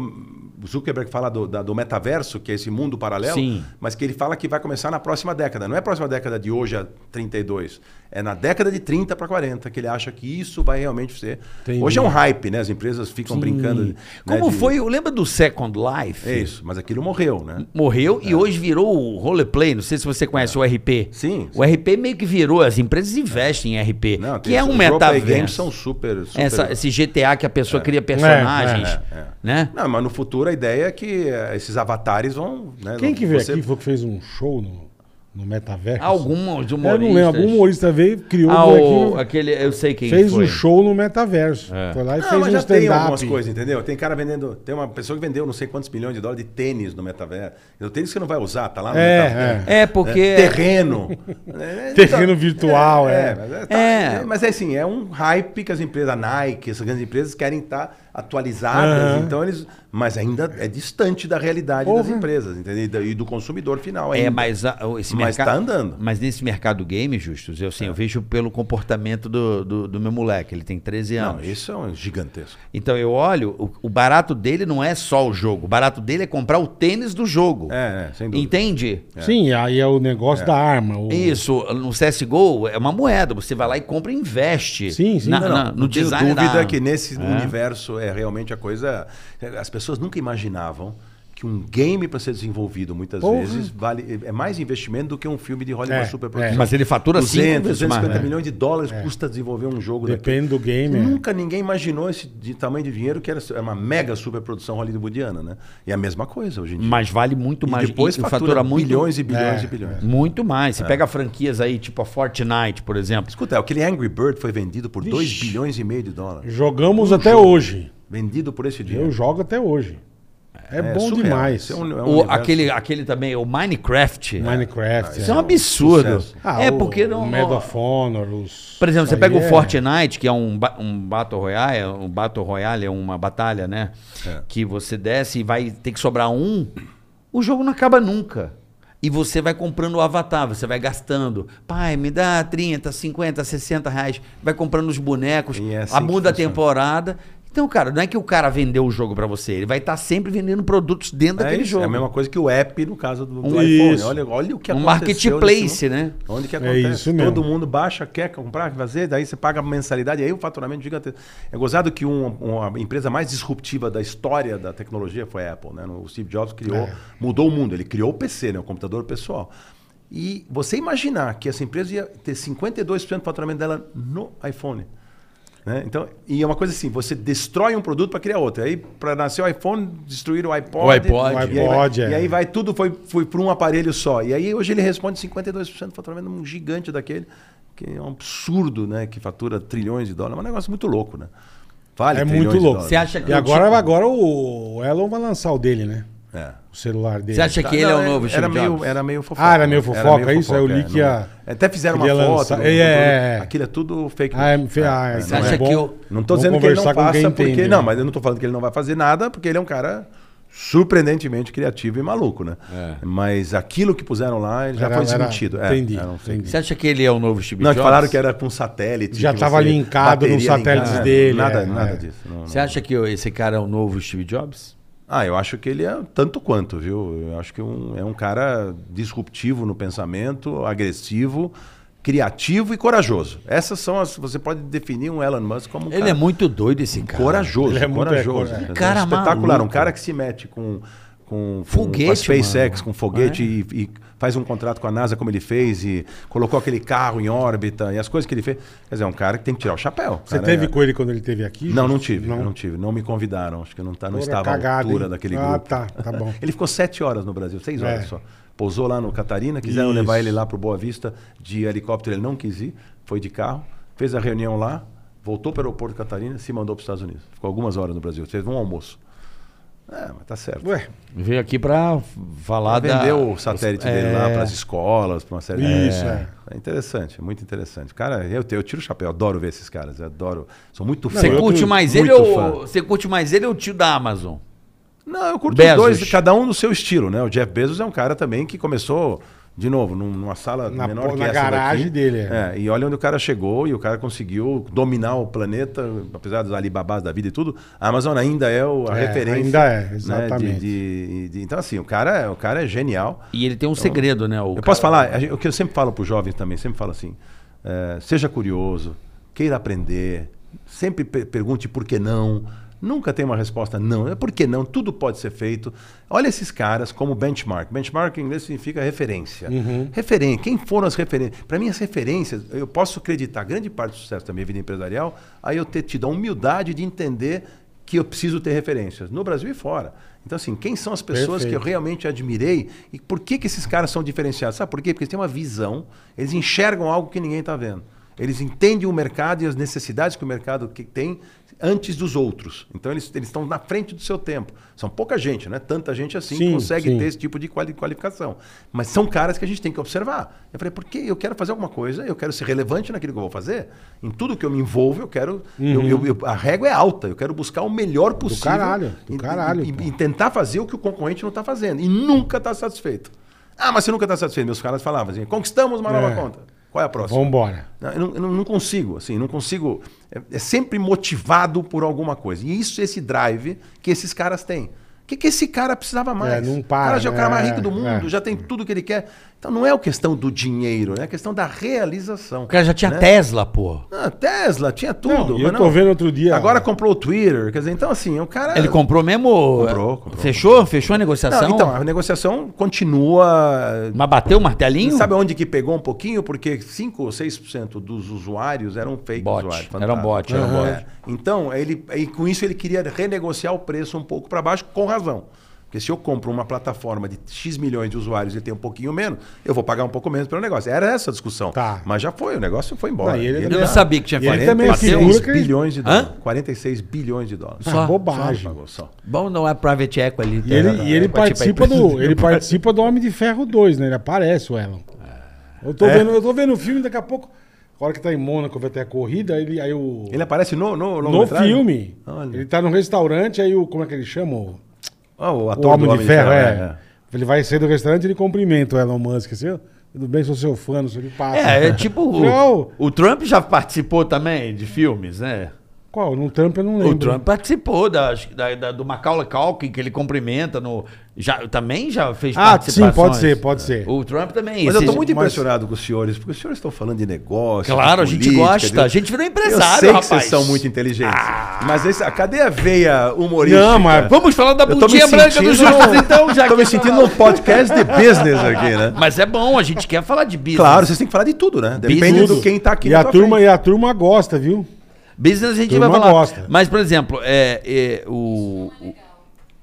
[SPEAKER 5] Zuckerberg fala do, da- do metaverso, que é esse mundo paralelo,
[SPEAKER 4] Sim.
[SPEAKER 5] mas que ele fala que vai começar na próxima década. Não é a próxima década de hoje a 32, é na década de 30 para 40 que ele acha que isso vai realmente ser.
[SPEAKER 3] Entendi.
[SPEAKER 5] Hoje é um hype, né? As empresas ficam brincando. né,
[SPEAKER 4] Como
[SPEAKER 5] de-
[SPEAKER 4] foi. Lembra do Second Life?
[SPEAKER 5] É isso, mas aquilo morreu, né?
[SPEAKER 4] Morreu e hoje virou o roleplay. Não sei se você conhece o RP.
[SPEAKER 5] Sim,
[SPEAKER 4] O RP meio que virou. As empresas investem em RP.
[SPEAKER 5] Não,
[SPEAKER 4] que
[SPEAKER 5] tem-
[SPEAKER 4] é um
[SPEAKER 5] os roleplay games
[SPEAKER 4] metaverso.
[SPEAKER 5] são super. super
[SPEAKER 4] Essa- esse GTA que a pessoa cria personagens.
[SPEAKER 5] é, é.
[SPEAKER 4] Né?
[SPEAKER 5] Não, mas no futuro a ideia é que eh, esses avatares vão. né,
[SPEAKER 3] Quem que veio
[SPEAKER 5] você-
[SPEAKER 3] aqui foi que fez um show no, no
[SPEAKER 5] É.
[SPEAKER 3] Metaverso? É,
[SPEAKER 4] Alguns
[SPEAKER 3] Eu não lembro.
[SPEAKER 4] humoristas.
[SPEAKER 5] um
[SPEAKER 3] Algum humorista veio, criou
[SPEAKER 4] Ah,
[SPEAKER 3] um
[SPEAKER 4] o,
[SPEAKER 3] bonequinho,
[SPEAKER 4] aquele, eu sei quem
[SPEAKER 3] fez
[SPEAKER 4] foi.
[SPEAKER 3] um show no Metaverso.
[SPEAKER 4] É.
[SPEAKER 3] Foi lá e
[SPEAKER 5] Não,
[SPEAKER 3] fez
[SPEAKER 5] Ah, mas
[SPEAKER 3] um
[SPEAKER 5] já tem algumas
[SPEAKER 3] stand-up.
[SPEAKER 5] coisas, entendeu? Tem cara vendendo. Tem uma pessoa que vendeu não sei quantos milhões de dólares de tênis no metaverso. O tênis que você não vai usar, tá lá no
[SPEAKER 3] É,
[SPEAKER 5] metaverso.
[SPEAKER 4] É, porque.
[SPEAKER 5] Terreno.
[SPEAKER 3] Terreno virtual, é.
[SPEAKER 5] mas é,
[SPEAKER 4] É.
[SPEAKER 5] mas é assim, é um hype que as empresas, a Nike, essas grandes empresas querem estar atualizadas.
[SPEAKER 3] Aham.
[SPEAKER 5] Então eles. Mas ainda é distante da realidade das
[SPEAKER 3] Porra.
[SPEAKER 5] empresas, entendeu? E do- E do consumidor final.
[SPEAKER 4] É,
[SPEAKER 5] ainda.
[SPEAKER 4] mas a- o- esse
[SPEAKER 5] Mas
[SPEAKER 4] mercado.
[SPEAKER 5] tá andando. É.
[SPEAKER 4] Mas nesse mercado game, Justus, eu, assim, eu vejo pelo comportamento do, do, do meu moleque. Ele tem 13
[SPEAKER 5] Não,
[SPEAKER 4] anos.
[SPEAKER 5] isso é um gigantesco.
[SPEAKER 4] Então eu olho, o, o barato dele não é só o jogo. O barato dele é comprar o tênis do jogo.
[SPEAKER 5] É, é, sem dúvida. É.
[SPEAKER 4] Entende?
[SPEAKER 3] Sim, aí é o negócio da arma. o-
[SPEAKER 4] Isso, no CSGO é uma moeda. Você vai lá e compra e investe.
[SPEAKER 3] Sim, sim.
[SPEAKER 4] Na-
[SPEAKER 3] Não,
[SPEAKER 5] Não,
[SPEAKER 4] na-
[SPEAKER 5] não,
[SPEAKER 4] no
[SPEAKER 5] não tenho
[SPEAKER 4] design
[SPEAKER 5] dúvida
[SPEAKER 4] da...
[SPEAKER 5] que nesse
[SPEAKER 4] É.
[SPEAKER 5] universo é realmente a coisa. As pessoas nunca imaginavam que um game para ser desenvolvido muitas
[SPEAKER 3] Porra.
[SPEAKER 5] vezes vale é mais investimento do que um filme de Hollywood
[SPEAKER 3] É,
[SPEAKER 5] super
[SPEAKER 3] é.
[SPEAKER 4] Mas ele fatura 5
[SPEAKER 5] 200,
[SPEAKER 4] vezes mais.
[SPEAKER 5] 250
[SPEAKER 4] né?
[SPEAKER 5] milhões de dólares custa desenvolver um jogo
[SPEAKER 3] Depende do game, é.
[SPEAKER 5] Nunca ninguém imaginou esse de- tamanho de dinheiro que era era uma mega superprodução hollywoodiana, né? E é a mesma coisa hoje em dia.
[SPEAKER 4] Mas vale muito
[SPEAKER 5] E
[SPEAKER 4] mais.
[SPEAKER 5] depois
[SPEAKER 4] e- e
[SPEAKER 5] fatura,
[SPEAKER 4] muito-
[SPEAKER 5] bilhões e É. bilhões
[SPEAKER 3] É,
[SPEAKER 5] e bilhões.
[SPEAKER 4] Muito mais. Você pega franquias aí, tipo a Fortnite, por exemplo.
[SPEAKER 5] Escuta, é, aquele Angry Bird foi vendido por 2 bilhões e meio de dólares.
[SPEAKER 3] é. Jogamos até hoje.
[SPEAKER 5] Vendido por esse dinheiro.
[SPEAKER 3] Eu jogo até hoje. É, bom
[SPEAKER 5] surreal.
[SPEAKER 3] demais.
[SPEAKER 5] Isso é um- é um
[SPEAKER 4] O,
[SPEAKER 5] universo-
[SPEAKER 4] aquele, aquele também, o Minecraft.
[SPEAKER 3] Minecraft.
[SPEAKER 4] Isso é um absurdo.
[SPEAKER 5] Sucesso.
[SPEAKER 3] Ah,
[SPEAKER 4] é
[SPEAKER 3] o-
[SPEAKER 4] porque não.
[SPEAKER 3] O Medal of Honor, os...
[SPEAKER 4] Por exemplo, você
[SPEAKER 3] Aí
[SPEAKER 4] pega o
[SPEAKER 3] é-
[SPEAKER 4] Fortnite, que é um, ba- um Battle Royale, um Battle Royale é uma batalha, né?
[SPEAKER 5] É.
[SPEAKER 4] Que você desce e vai ter que sobrar um, o jogo não acaba nunca. E você vai comprando o avatar, você vai gastando. Pai, me dá 30, 50, 60 reais. Vai comprando os bonecos,
[SPEAKER 5] E é assim
[SPEAKER 4] a
[SPEAKER 5] que
[SPEAKER 4] muda a
[SPEAKER 5] funciona.
[SPEAKER 4] temporada. Então, cara, não é que o cara vendeu o jogo pra você, ele vai estar sempre vendendo produtos dentro
[SPEAKER 5] É,
[SPEAKER 4] daquele
[SPEAKER 5] isso,
[SPEAKER 4] jogo.
[SPEAKER 5] é a mesma coisa que o app no caso do,
[SPEAKER 3] Isso.
[SPEAKER 5] do iPhone. Olha, olha o que
[SPEAKER 4] Um
[SPEAKER 5] aconteceu.
[SPEAKER 4] marketplace,
[SPEAKER 5] nesse mundo.
[SPEAKER 4] né?
[SPEAKER 5] Onde que
[SPEAKER 3] É
[SPEAKER 5] acontece?
[SPEAKER 3] isso mesmo.
[SPEAKER 5] Todo mundo baixa, quer comprar, quer fazer, daí você paga a mensalidade, aí o faturamento gigantesco. É gozado que um- uma empresa mais disruptiva da história da tecnologia foi a Apple. Né? O Steve Jobs criou,
[SPEAKER 3] É.
[SPEAKER 5] mudou o mundo. Ele criou o PC, né? o computador pessoal. E você imaginar que essa empresa ia ter 52% do faturamento dela no iPhone. Né? Então, e é uma coisa assim, você destrói um produto para criar outro. Aí, para nascer o iPhone, destruir o iPod.
[SPEAKER 4] O iPod.
[SPEAKER 5] e aí
[SPEAKER 3] O iPod,
[SPEAKER 5] vai-
[SPEAKER 3] é.
[SPEAKER 5] E aí vai tudo, foi, foi por um aparelho só. E aí hoje ele responde 52% do faturamento, um gigante daquele, que é um absurdo, né? Que fatura trilhões de dólares. É um negócio muito louco, né? Vale
[SPEAKER 3] É
[SPEAKER 5] trilhões
[SPEAKER 3] muito
[SPEAKER 5] de
[SPEAKER 3] louco.
[SPEAKER 5] dólares.
[SPEAKER 4] Você acha que
[SPEAKER 3] E
[SPEAKER 4] o
[SPEAKER 3] agora,
[SPEAKER 4] tipo-
[SPEAKER 3] agora o Elon vai lançar o dele, né?
[SPEAKER 5] É.
[SPEAKER 3] O celular dele.
[SPEAKER 4] Você acha que ele é
[SPEAKER 5] Tá, Não,
[SPEAKER 4] o novo Steve
[SPEAKER 5] era meio,
[SPEAKER 4] Jobs?
[SPEAKER 5] era meio fofoca.
[SPEAKER 3] Ah, era meio
[SPEAKER 5] né?
[SPEAKER 3] fofoca, isso? Aí eu li
[SPEAKER 5] é,
[SPEAKER 3] que
[SPEAKER 5] não-
[SPEAKER 3] a-
[SPEAKER 5] Até fizeram uma
[SPEAKER 3] queria
[SPEAKER 5] foto.
[SPEAKER 3] lançar-
[SPEAKER 5] no-
[SPEAKER 3] É,
[SPEAKER 5] no-
[SPEAKER 3] é, é.
[SPEAKER 5] Aquilo é tudo fake
[SPEAKER 3] Ah, é, fe- ah,
[SPEAKER 5] É,
[SPEAKER 3] então
[SPEAKER 4] Você
[SPEAKER 5] não,
[SPEAKER 4] acha
[SPEAKER 5] é.
[SPEAKER 4] que eu-
[SPEAKER 5] não tô
[SPEAKER 3] Vamos
[SPEAKER 5] dizendo que ele não
[SPEAKER 3] conversar com
[SPEAKER 5] passa
[SPEAKER 3] quem
[SPEAKER 5] porque...
[SPEAKER 3] entende,
[SPEAKER 5] Não,
[SPEAKER 3] né?
[SPEAKER 5] mas eu não tô falando que ele não vai fazer nada, porque ele é um cara surpreendentemente criativo e maluco, né? Mas aquilo que puseram lá, ele já
[SPEAKER 3] É. Era-
[SPEAKER 5] foi
[SPEAKER 3] era-
[SPEAKER 5] desmentido. É,
[SPEAKER 3] entendi,
[SPEAKER 5] era um fake.
[SPEAKER 3] entendi.
[SPEAKER 4] Você acha que ele é o novo Steve
[SPEAKER 5] Não,
[SPEAKER 4] Jobs?
[SPEAKER 5] que falaram que era com satélite.
[SPEAKER 3] Já
[SPEAKER 5] que
[SPEAKER 3] tava
[SPEAKER 5] você-
[SPEAKER 3] linkado nos
[SPEAKER 5] bateria
[SPEAKER 3] satélites
[SPEAKER 5] linkada.
[SPEAKER 3] dele,
[SPEAKER 5] Nada,
[SPEAKER 3] é,
[SPEAKER 5] nada
[SPEAKER 3] é.
[SPEAKER 5] disso. não- não.
[SPEAKER 4] Você acha que esse cara é o novo Steve Jobs?
[SPEAKER 5] Ah, eu acho que ele é tanto quanto, viu? Eu acho que um- é um cara disruptivo no pensamento, agressivo, criativo e corajoso. Essas são as. Você pode definir um Elon Musk como um
[SPEAKER 4] Ele
[SPEAKER 5] cara
[SPEAKER 4] é muito doido esse cara.
[SPEAKER 5] corajoso,
[SPEAKER 3] Ele é muito-
[SPEAKER 5] corajoso.
[SPEAKER 3] é,
[SPEAKER 5] entendeu?
[SPEAKER 4] cara
[SPEAKER 5] espetacular, um
[SPEAKER 4] maluco.
[SPEAKER 5] cara que se mete com com, com-
[SPEAKER 4] Foguete,
[SPEAKER 5] com a SpaceX,
[SPEAKER 4] mano. É.
[SPEAKER 5] com foguete e, e faz um contrato com a NASA como ele fez e colocou aquele carro em órbita e as coisas que ele fez. Quer dizer, é um cara que tem que tirar o chapéu.
[SPEAKER 3] Você
[SPEAKER 5] cara,
[SPEAKER 3] teve
[SPEAKER 5] é-
[SPEAKER 3] com ele quando ele teve aqui?
[SPEAKER 5] não, não tive,
[SPEAKER 3] Não.
[SPEAKER 5] não, tive. Não me convidaram, acho que não, tá, não
[SPEAKER 3] Porra,
[SPEAKER 5] estava à
[SPEAKER 3] cagada,
[SPEAKER 5] altura
[SPEAKER 3] hein?
[SPEAKER 5] daquele
[SPEAKER 3] Ah,
[SPEAKER 5] grupo.
[SPEAKER 3] tá, tá bom.
[SPEAKER 5] ele ficou sete horas no Brasil, seis
[SPEAKER 3] É.
[SPEAKER 5] horas só. Pousou lá no Catarina, quiseram
[SPEAKER 3] Isso.
[SPEAKER 5] levar ele lá para o Boa Vista de helicóptero, ele não quis ir, foi de carro, fez a reunião lá, voltou para o aeroporto Catarina e se mandou para os Estados Unidos. Ficou algumas horas no Brasil, fez um almoço. É, mas tá certo.
[SPEAKER 3] Ué,
[SPEAKER 4] Veio aqui pra falar da... É.
[SPEAKER 5] Vendeu o satélite dele lá para as escolas, para uma série
[SPEAKER 3] Isso, é.
[SPEAKER 5] É interessante, muito interessante. Cara, eu, eu tiro o chapéu, adoro ver esses caras, eu adoro. Sou muito fã.
[SPEAKER 4] Você
[SPEAKER 3] eu
[SPEAKER 4] curte
[SPEAKER 3] tô
[SPEAKER 4] mais
[SPEAKER 5] muito
[SPEAKER 4] ele
[SPEAKER 5] fã.
[SPEAKER 4] ou... Você curte mais ele ou o tio da Amazon?
[SPEAKER 5] Não, eu curto
[SPEAKER 4] Bezos.
[SPEAKER 5] os dois, cada um no seu estilo, né? O Jeff Bezos é um cara também que começou, de novo, num- numa sala
[SPEAKER 3] Na
[SPEAKER 5] menor
[SPEAKER 3] po-
[SPEAKER 5] que
[SPEAKER 3] na
[SPEAKER 5] essa
[SPEAKER 3] garagem
[SPEAKER 5] daqui.
[SPEAKER 3] dele, é.
[SPEAKER 5] É. e olha onde o cara chegou e o cara conseguiu dominar o planeta, apesar dos Alibabás da vida e tudo, a Amazon ainda é o- a
[SPEAKER 3] É,
[SPEAKER 5] referência.
[SPEAKER 3] ainda é,
[SPEAKER 5] né, de-
[SPEAKER 3] exatamente.
[SPEAKER 5] de- de- então, assim, o cara, é- o cara é genial.
[SPEAKER 4] E ele tem um segredo, né? O
[SPEAKER 5] Eu
[SPEAKER 4] cara-
[SPEAKER 5] posso falar, a gente- o que eu sempre falo para os jovens também, sempre falo assim, eh, seja curioso, queira aprender, sempre pe- pergunte por que não, nunca tem uma resposta não, é por que não, tudo pode ser feito. Olha esses caras como benchmark, benchmark em inglês significa referência.
[SPEAKER 4] Uhum.
[SPEAKER 5] Referen- quem foram as referências? Para mim as referências, eu posso acreditar, grande parte do sucesso da minha vida empresarial, aí eu ter tido a humildade de entender que eu preciso ter referências, no Brasil e fora. Então assim, quem são as pessoas que eu
[SPEAKER 3] Perfeito.
[SPEAKER 5] realmente admirei. E por que, que esses caras são diferenciados? Sabe por quê? Porque eles têm uma visão, eles enxergam algo que ninguém está vendo. Eles entendem o mercado e as necessidades que o mercado que tem antes dos outros. Então eles eles estão na frente do seu tempo. São pouca gente, não é tanta gente assim
[SPEAKER 3] Sim,
[SPEAKER 5] que consegue
[SPEAKER 3] sim.
[SPEAKER 5] ter esse tipo de quali- qualificação. Mas são caras que a gente tem que observar. Eu falei, porque eu quero fazer alguma coisa, eu quero ser relevante naquilo que eu vou fazer. Em tudo que eu me envolvo, eu quero. eu- eu- eu- a régua é alta, eu quero buscar o melhor possível.
[SPEAKER 3] caralho, Uhum. do
[SPEAKER 5] E- e-
[SPEAKER 3] caralho,
[SPEAKER 5] e-
[SPEAKER 3] pô.
[SPEAKER 5] e tentar fazer o que o concorrente não está fazendo. E nunca está satisfeito. Ah, mas você nunca está satisfeito. Meus caras falavam assim, conquistamos uma
[SPEAKER 3] É.
[SPEAKER 5] nova conta. Qual é a próxima?
[SPEAKER 3] vambora.
[SPEAKER 5] Não, eu, não, eu não consigo, assim, não consigo. É, é sempre motivado por alguma coisa. E isso, esse drive que esses caras têm. O que, que esse cara precisava mais?
[SPEAKER 3] não para,
[SPEAKER 5] o cara já é o
[SPEAKER 3] né?
[SPEAKER 5] cara mais rico do
[SPEAKER 3] É,
[SPEAKER 5] mundo,
[SPEAKER 3] é.
[SPEAKER 5] já tem tudo que ele quer. Então não é a questão do dinheiro, é a questão da realização.
[SPEAKER 4] O cara já tinha
[SPEAKER 5] né?
[SPEAKER 4] Tesla, pô.
[SPEAKER 5] Ah, Tesla, tinha tudo.
[SPEAKER 3] Não, e
[SPEAKER 5] mas
[SPEAKER 3] eu tô vendo outro dia-
[SPEAKER 5] Agora comprou o Twitter. Quer dizer, então assim, o cara.
[SPEAKER 4] Ele comprou mesmo?
[SPEAKER 5] Comprou, comprou.
[SPEAKER 4] Fechou? Fechou a negociação?
[SPEAKER 5] Não, então, a negociação continua.
[SPEAKER 4] Mas bateu o martelinho?
[SPEAKER 5] Sabe onde que pegou um pouquinho? Porque 5 ou 6% dos usuários eram fake
[SPEAKER 4] Bot,
[SPEAKER 5] usuários.
[SPEAKER 4] eram bot,
[SPEAKER 5] Era
[SPEAKER 4] eram
[SPEAKER 5] um
[SPEAKER 4] bot.
[SPEAKER 5] Então, ele, e com isso ele queria renegociar o preço um pouco para baixo, com razão. Porque se eu compro uma plataforma de X milhões de usuários e ele tem um pouquinho menos, eu vou pagar um pouco menos pelo negócio. Era essa a discussão.
[SPEAKER 3] Tá.
[SPEAKER 5] Mas já foi, o negócio foi embora.
[SPEAKER 3] Não, e ele-
[SPEAKER 4] Eu não sabia que tinha
[SPEAKER 3] E ele
[SPEAKER 4] feito.
[SPEAKER 3] também é
[SPEAKER 5] 46
[SPEAKER 3] figura que ele-
[SPEAKER 5] bilhões de
[SPEAKER 4] Hã?
[SPEAKER 5] dólares. 46 bilhões de dólares.
[SPEAKER 4] Só?
[SPEAKER 3] Ah, bobagem.
[SPEAKER 5] Pagou só.
[SPEAKER 4] Bom, não é private equity. né? É, tipo,
[SPEAKER 3] E ele, e ele
[SPEAKER 5] Tipo,
[SPEAKER 3] participa do, ele participa do Homem de Ferro 2, né? Ele aparece, o Elon. Eu tô,
[SPEAKER 5] É.
[SPEAKER 3] vendo, eu tô vendo o filme, daqui a pouco, a hora que tá em Mônaco, vai ter a corrida, ele, aí o...
[SPEAKER 5] Ele aparece no,
[SPEAKER 3] no
[SPEAKER 5] no longa-metragem?
[SPEAKER 3] filme,
[SPEAKER 5] Olha.
[SPEAKER 3] ele tá num restaurante, aí o... Como é que ele chama? O,
[SPEAKER 5] Ah, o ator
[SPEAKER 3] o Homem,
[SPEAKER 5] do
[SPEAKER 3] de Ferro, é.
[SPEAKER 5] é.
[SPEAKER 3] Ele vai sair do restaurante e ele cumprimenta o Elon Musk, assim, ó, tudo bem, sou seu fã, não sei o que passa.
[SPEAKER 4] É, é tipo.
[SPEAKER 3] Não.
[SPEAKER 4] O, o Trump já participou também de filmes, né?
[SPEAKER 3] Qual? No Trump eu não lembro.
[SPEAKER 4] O Trump participou da, da, da- do Macaulay Culkin, que ele cumprimenta no. Já, também já fez
[SPEAKER 3] Ah,
[SPEAKER 4] participações.
[SPEAKER 3] sim, pode ser, pode ser.
[SPEAKER 4] O Trump também.
[SPEAKER 5] Mas eu
[SPEAKER 4] esse-
[SPEAKER 5] estou muito
[SPEAKER 3] mas-
[SPEAKER 5] impressionado com os senhores, porque os senhores estão falando de negócio.
[SPEAKER 4] Claro, a
[SPEAKER 5] de
[SPEAKER 4] gente
[SPEAKER 5] política,
[SPEAKER 4] gosta,
[SPEAKER 5] de-
[SPEAKER 4] a gente virou
[SPEAKER 5] Eu
[SPEAKER 4] empresário,
[SPEAKER 5] sei
[SPEAKER 4] rapaz. Ah.
[SPEAKER 5] que vocês são muito inteligentes. Mas esse, ah, cadê a veia humorística?
[SPEAKER 3] Não, mas
[SPEAKER 4] Vamos falar da
[SPEAKER 5] Eu tô me
[SPEAKER 4] bundinha branca do
[SPEAKER 5] sentindo-
[SPEAKER 4] Justus, então, já
[SPEAKER 5] Tô
[SPEAKER 4] que
[SPEAKER 5] me
[SPEAKER 4] é
[SPEAKER 5] sentindo
[SPEAKER 4] falado.
[SPEAKER 5] num podcast de business aqui, né?
[SPEAKER 4] Mas é bom, a gente quer falar de business.
[SPEAKER 5] Claro, vocês têm que falar de tudo, né? Depende
[SPEAKER 4] Business.
[SPEAKER 5] do quem tá aqui
[SPEAKER 3] E
[SPEAKER 5] na
[SPEAKER 3] a,
[SPEAKER 5] tua
[SPEAKER 3] turma,
[SPEAKER 5] frente.
[SPEAKER 3] e a turma gosta, viu?
[SPEAKER 4] Business a gente
[SPEAKER 3] Turma
[SPEAKER 4] vai falar.
[SPEAKER 3] gosta.
[SPEAKER 4] Mas, por exemplo, é, é, o, o.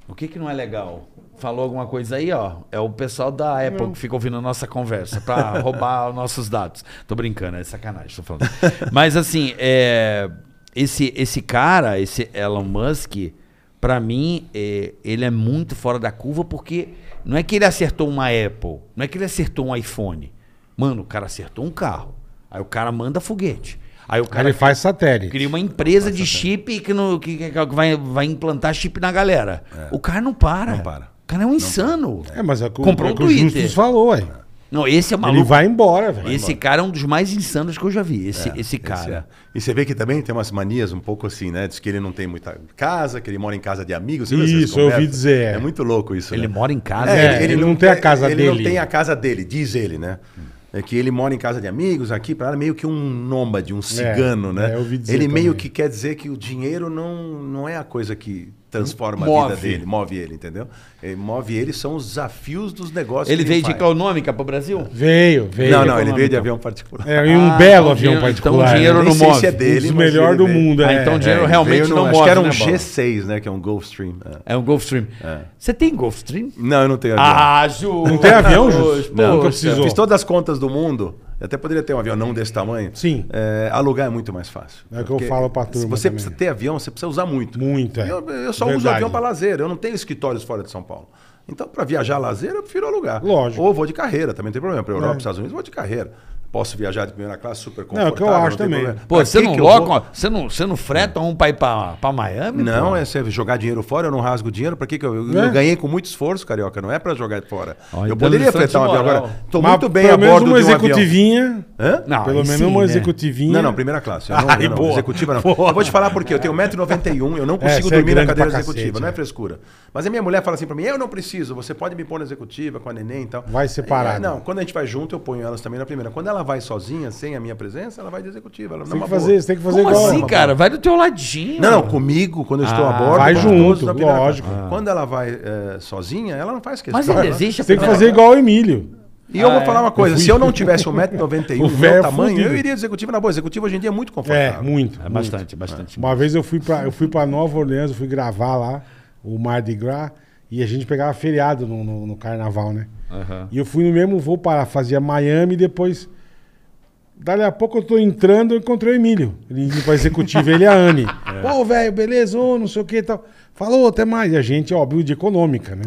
[SPEAKER 4] O que que não é legal? Falou alguma coisa aí, ó. É o pessoal da Apple que fica ouvindo a nossa conversa pra roubar os nossos dados. Tô brincando, é sacanagem, tô falando. Mas assim, é, esse, esse cara, esse Elon Musk, Pra mim, é, ele é muito fora da curva porque não é que ele acertou uma Apple, não é que ele acertou um iPhone. Mano, o cara acertou um carro. Aí o cara manda foguete. Aí o cara
[SPEAKER 3] ele faz satélite.
[SPEAKER 4] cria uma empresa de chip que, no, que, que- que vai, vai implantar chip na galera. O cara não para.
[SPEAKER 5] Não para.
[SPEAKER 4] O cara é um insano.
[SPEAKER 3] É, mas é o que o-
[SPEAKER 5] um
[SPEAKER 4] Comprou
[SPEAKER 3] é o
[SPEAKER 4] o
[SPEAKER 3] que o
[SPEAKER 4] Twitter.
[SPEAKER 3] Justus falou, aí.
[SPEAKER 4] Não, esse é maluco.
[SPEAKER 3] Ele vai embora, É, velho.
[SPEAKER 4] esse cara é um dos mais insanos que eu já vi. Esse, esse cara.
[SPEAKER 5] E você vê que também tem umas manias um pouco assim, né? Diz que ele não tem muita casa, que ele mora em casa de amigos. você viu essas
[SPEAKER 3] Isso, eu ouvi
[SPEAKER 5] conversas?
[SPEAKER 3] dizer, é.
[SPEAKER 5] É muito louco isso,
[SPEAKER 4] Ele
[SPEAKER 5] né?
[SPEAKER 4] mora em casa.
[SPEAKER 3] É,
[SPEAKER 4] né?
[SPEAKER 3] ele não tem a casa
[SPEAKER 5] ele
[SPEAKER 3] dele.
[SPEAKER 5] não tem a casa dele, diz ele, né? É que ele mora em casa de amigos aqui, para meio que um nômade, um cigano, né?
[SPEAKER 3] é, eu ouvi dizer
[SPEAKER 5] ele meio
[SPEAKER 3] também.
[SPEAKER 5] que quer dizer que o dinheiro não, não é a coisa que transforma a
[SPEAKER 4] Move.
[SPEAKER 5] vida dele, move ele, entendeu? Ele move ele são os desafios dos negócios.
[SPEAKER 4] Ele é
[SPEAKER 5] que
[SPEAKER 4] veio de
[SPEAKER 5] faz.
[SPEAKER 4] econômica pro Brasil?
[SPEAKER 3] É. Veio, veio.
[SPEAKER 5] Não, não, ele
[SPEAKER 4] econômico.
[SPEAKER 5] veio de avião particular.
[SPEAKER 3] É, e um
[SPEAKER 4] Ah,
[SPEAKER 3] belo
[SPEAKER 4] então
[SPEAKER 3] avião
[SPEAKER 4] dinheiro- então
[SPEAKER 3] particular.
[SPEAKER 4] dinheiro
[SPEAKER 3] né?
[SPEAKER 5] Nem
[SPEAKER 4] não
[SPEAKER 5] sei se
[SPEAKER 4] move.
[SPEAKER 5] é dele,
[SPEAKER 3] um dos
[SPEAKER 5] mas
[SPEAKER 3] melhores
[SPEAKER 5] ele
[SPEAKER 3] do
[SPEAKER 5] veio.
[SPEAKER 3] mundo,
[SPEAKER 4] Ah,
[SPEAKER 3] é.
[SPEAKER 4] então o dinheiro
[SPEAKER 5] ele
[SPEAKER 4] realmente
[SPEAKER 5] veio
[SPEAKER 4] não
[SPEAKER 5] num-
[SPEAKER 4] move,
[SPEAKER 5] Acho que era um
[SPEAKER 4] né, Bola?
[SPEAKER 5] G6, né? Que é um Gulfstream. É.
[SPEAKER 4] É um Gulfstream. Você tem Gulfstream?
[SPEAKER 5] Não, eu não tenho avião.
[SPEAKER 4] Ah, Ju!
[SPEAKER 3] Não tem avião,
[SPEAKER 4] Jus?
[SPEAKER 3] Ju? Nunca precisou.
[SPEAKER 5] Fiz todas as contas do mundo. Eu até poderia ter um avião não desse tamanho.
[SPEAKER 3] Sim.
[SPEAKER 5] É, alugar é muito mais fácil.
[SPEAKER 3] É o que eu
[SPEAKER 5] Porque
[SPEAKER 3] falo pra
[SPEAKER 5] Se
[SPEAKER 3] turma
[SPEAKER 5] você
[SPEAKER 3] também.
[SPEAKER 5] precisa ter avião, você precisa usar muito.
[SPEAKER 3] Muito, é.
[SPEAKER 5] Eu, eu só uso
[SPEAKER 3] Verdade.
[SPEAKER 5] avião para lazer. Eu não tenho escritórios fora de São Paulo. Então, para viajar a lazer, eu prefiro alugar.
[SPEAKER 3] Lógico.
[SPEAKER 5] Ou vou de carreira, também não tem problema. Para Europa,
[SPEAKER 3] É.
[SPEAKER 5] Estados Unidos, vou de carreira. Posso viajar de primeira classe, super
[SPEAKER 3] Não, é
[SPEAKER 5] confortável.
[SPEAKER 3] o que eu acho
[SPEAKER 5] tem
[SPEAKER 3] também.
[SPEAKER 5] problema.
[SPEAKER 4] Pô,
[SPEAKER 5] Pra
[SPEAKER 4] você
[SPEAKER 5] que
[SPEAKER 4] não
[SPEAKER 5] que eu
[SPEAKER 4] loca,
[SPEAKER 5] vou?
[SPEAKER 4] você não, você não freta um pra ir pra, pra Miami?
[SPEAKER 5] Não,
[SPEAKER 4] pô?
[SPEAKER 5] é você jogar dinheiro fora, eu não rasgo dinheiro. Pra que que eu, eu
[SPEAKER 3] É.
[SPEAKER 5] ganhei com muito esforço, Carioca? Não é pra jogar fora.
[SPEAKER 4] Ó,
[SPEAKER 5] eu
[SPEAKER 4] dando
[SPEAKER 5] poderia
[SPEAKER 4] lição de
[SPEAKER 5] fretar um avião
[SPEAKER 4] moral.
[SPEAKER 5] agora. Tô
[SPEAKER 3] Mas
[SPEAKER 5] muito bem
[SPEAKER 3] pelo
[SPEAKER 5] a
[SPEAKER 3] menos
[SPEAKER 5] bordo
[SPEAKER 3] uma
[SPEAKER 5] de um avião.
[SPEAKER 3] executivinha.
[SPEAKER 5] Hã?
[SPEAKER 4] Não,
[SPEAKER 3] pelo
[SPEAKER 4] aí
[SPEAKER 3] menos
[SPEAKER 4] sim,
[SPEAKER 3] uma
[SPEAKER 4] né?
[SPEAKER 3] executivinha.
[SPEAKER 5] Não, não, primeira classe. Eu não,
[SPEAKER 3] Ai,
[SPEAKER 5] eu não,
[SPEAKER 3] boa.
[SPEAKER 5] Executiva não.
[SPEAKER 3] Boa.
[SPEAKER 5] Eu vou te falar por quê. Eu tenho 1,91m, eu não consigo
[SPEAKER 3] você é
[SPEAKER 5] dormir na
[SPEAKER 3] grande
[SPEAKER 5] cadeira
[SPEAKER 3] pra
[SPEAKER 5] executiva.
[SPEAKER 3] cacete,
[SPEAKER 5] não é
[SPEAKER 3] né?
[SPEAKER 5] frescura. Mas a minha mulher fala assim pra mim: eu não preciso, você pode me pôr na executiva com a neném e tal.
[SPEAKER 3] Vai separado.
[SPEAKER 5] É, Não, quando a gente vai junto, eu ponho elas também na primeira. Quando ela vai sozinha, sem a minha presença, ela vai de executiva. Ela
[SPEAKER 3] Você tem
[SPEAKER 5] numa
[SPEAKER 3] que
[SPEAKER 5] boa.
[SPEAKER 3] fazer, você tem que fazer
[SPEAKER 4] Como
[SPEAKER 3] igual.
[SPEAKER 4] assim, cara? Vai do teu ladinho.
[SPEAKER 5] Não, não, comigo, quando eu estou a
[SPEAKER 4] Ah,
[SPEAKER 5] bordo.
[SPEAKER 3] vai
[SPEAKER 5] com
[SPEAKER 3] junto,
[SPEAKER 5] todos da pirata.
[SPEAKER 3] lógico.
[SPEAKER 5] Quando ela vai eh, sozinha, ela não faz questão.
[SPEAKER 4] Mas ainda
[SPEAKER 5] né?
[SPEAKER 4] existe a
[SPEAKER 3] Você tem que
[SPEAKER 4] primeira-
[SPEAKER 3] fazer igual o Emílio.
[SPEAKER 5] E eu
[SPEAKER 4] Ah,
[SPEAKER 5] vou
[SPEAKER 4] é.
[SPEAKER 5] falar uma coisa: se eu não tivesse 1,91m,
[SPEAKER 3] O
[SPEAKER 5] o
[SPEAKER 3] véio é
[SPEAKER 5] meu tamanho,
[SPEAKER 3] fudido.
[SPEAKER 5] eu iria de executiva na boa. Executiva hoje em dia é muito confortável.
[SPEAKER 3] É, muito.
[SPEAKER 4] É bastante, bastante.
[SPEAKER 3] Uma vez eu fui pra, eu fui pra Nova Orleans, eu fui gravar lá o Mardi Gras e a gente pegava feriado no, no, no carnaval, né?
[SPEAKER 4] Aham.
[SPEAKER 3] E eu fui no mesmo voo para fazia Miami e depois. Dali a pouco eu tô entrando, eu encontrei o Emílio. Ele indo pra executiva, ele e a Anne.
[SPEAKER 4] É.
[SPEAKER 3] Pô, velho, beleza, ô, não sei o que e tal. Falou, até mais. E a gente, óbvio, de econômica, né?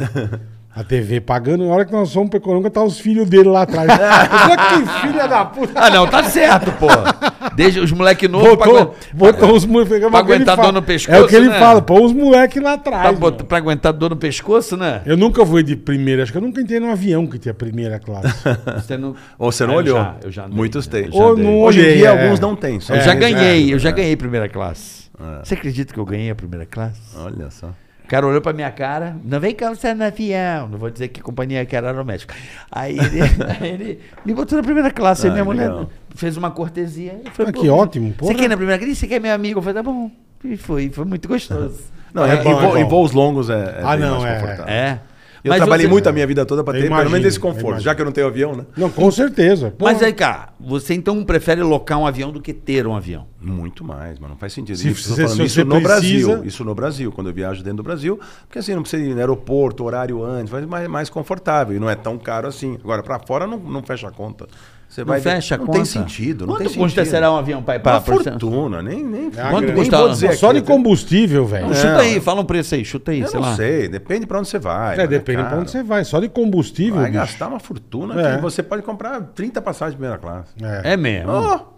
[SPEAKER 3] A TV pagando, na hora que nós fomos pra econômica, tá os filhos dele lá atrás. Eu falei, que filha da puta!
[SPEAKER 4] Ah, não, tá certo, pô. Deixa os moleque novo
[SPEAKER 3] Botou,
[SPEAKER 4] pra,
[SPEAKER 3] botou os é moleques.
[SPEAKER 4] pra aguentar dor no pescoço,
[SPEAKER 3] É o que ele
[SPEAKER 4] né? Tá
[SPEAKER 3] fala, pô, os moleques lá
[SPEAKER 4] pra,
[SPEAKER 3] atrás.
[SPEAKER 4] bot-
[SPEAKER 3] mano.
[SPEAKER 4] pra aguentar dor no pescoço, né?
[SPEAKER 3] Eu nunca fui de primeira, acho que eu nunca entrei num avião que tinha primeira classe.
[SPEAKER 4] Você não...
[SPEAKER 5] Ou você
[SPEAKER 4] Ah,
[SPEAKER 5] não
[SPEAKER 4] eu
[SPEAKER 5] olhou?
[SPEAKER 4] já- eu já andei,
[SPEAKER 5] Muitos
[SPEAKER 4] né?
[SPEAKER 5] têm.
[SPEAKER 4] Eu já
[SPEAKER 3] Ou
[SPEAKER 4] andei.
[SPEAKER 3] não
[SPEAKER 5] Hoje em
[SPEAKER 3] olhei,
[SPEAKER 5] dia,
[SPEAKER 3] é.
[SPEAKER 5] alguns não têm. só
[SPEAKER 4] Eu já
[SPEAKER 5] eles-
[SPEAKER 4] ganhei,
[SPEAKER 5] é.
[SPEAKER 4] eu já ganhei primeira classe. Você acredita que eu ganhei a primeira classe?
[SPEAKER 5] Olha só.
[SPEAKER 4] O cara olhou pra minha cara, não vem cá, você é no avião. Não vou dizer que companhia que era aeroméxico. Aí ele, aí ele me botou na primeira classe. aí
[SPEAKER 5] Ah,
[SPEAKER 4] minha mulher
[SPEAKER 5] legal.
[SPEAKER 4] fez uma cortesia. Eu falei,
[SPEAKER 3] Ah, que ótimo,
[SPEAKER 4] Você
[SPEAKER 3] porra."
[SPEAKER 4] quer ir na primeira classe? Você quer meu amigo? Eu falei, tá bom. E foi, foi muito gostoso.
[SPEAKER 5] Não,
[SPEAKER 3] É
[SPEAKER 5] é,
[SPEAKER 3] bom,
[SPEAKER 5] e, vo-
[SPEAKER 3] é bom.
[SPEAKER 5] e voos longos é, é
[SPEAKER 3] Ah,
[SPEAKER 5] bem
[SPEAKER 3] não,
[SPEAKER 5] mais
[SPEAKER 3] é.
[SPEAKER 5] confortável.
[SPEAKER 4] é.
[SPEAKER 5] Eu trabalhei
[SPEAKER 4] você-
[SPEAKER 5] muito a minha vida toda para
[SPEAKER 3] Eu
[SPEAKER 5] ter pelo
[SPEAKER 3] imagino,
[SPEAKER 5] menos esse
[SPEAKER 3] eu
[SPEAKER 5] conforto,
[SPEAKER 3] imagino.
[SPEAKER 5] já que eu não tenho avião, né?
[SPEAKER 3] Não, com certeza. Pô,
[SPEAKER 4] Mas é aí, cara, você então prefere locar um avião do que ter um avião?
[SPEAKER 5] Muito mais, mas não faz sentido.
[SPEAKER 3] Se
[SPEAKER 5] isso eu tô
[SPEAKER 3] você-
[SPEAKER 5] falando
[SPEAKER 3] se
[SPEAKER 5] isso
[SPEAKER 3] você
[SPEAKER 5] no Brasil.
[SPEAKER 3] precisa-
[SPEAKER 5] Isso no Brasil, quando eu viajo dentro do Brasil. Porque assim, não precisa ir no aeroporto, horário antes, mas mais, mais confortável. E não é tão caro assim. Agora, para fora não, não fecha a conta. Você
[SPEAKER 4] Não fecha a
[SPEAKER 5] não
[SPEAKER 4] conta?
[SPEAKER 5] tem sentido. Não
[SPEAKER 4] Quanto
[SPEAKER 5] tem sentido.
[SPEAKER 4] custa será um avião pra ir pra-
[SPEAKER 5] Uma
[SPEAKER 4] pra-
[SPEAKER 5] fortuna, nem... nem
[SPEAKER 3] É uma
[SPEAKER 5] nem
[SPEAKER 3] grana.
[SPEAKER 5] vou
[SPEAKER 4] Custa-
[SPEAKER 5] dizer
[SPEAKER 3] só
[SPEAKER 5] aqui,
[SPEAKER 3] de combustível, velho. É,
[SPEAKER 4] Não, chuta aí, fala um preço aí, chuta aí,
[SPEAKER 5] Eu
[SPEAKER 4] sei
[SPEAKER 5] não
[SPEAKER 4] lá.
[SPEAKER 5] sei, depende pra onde você vai.
[SPEAKER 3] É, depende pra onde você vai. Só de combustível,
[SPEAKER 5] Vai
[SPEAKER 3] bicho.
[SPEAKER 5] gastar uma fortuna
[SPEAKER 3] É.
[SPEAKER 5] que você pode comprar 30 passagens de primeira classe.
[SPEAKER 3] É.
[SPEAKER 4] É mesmo.
[SPEAKER 5] Oh,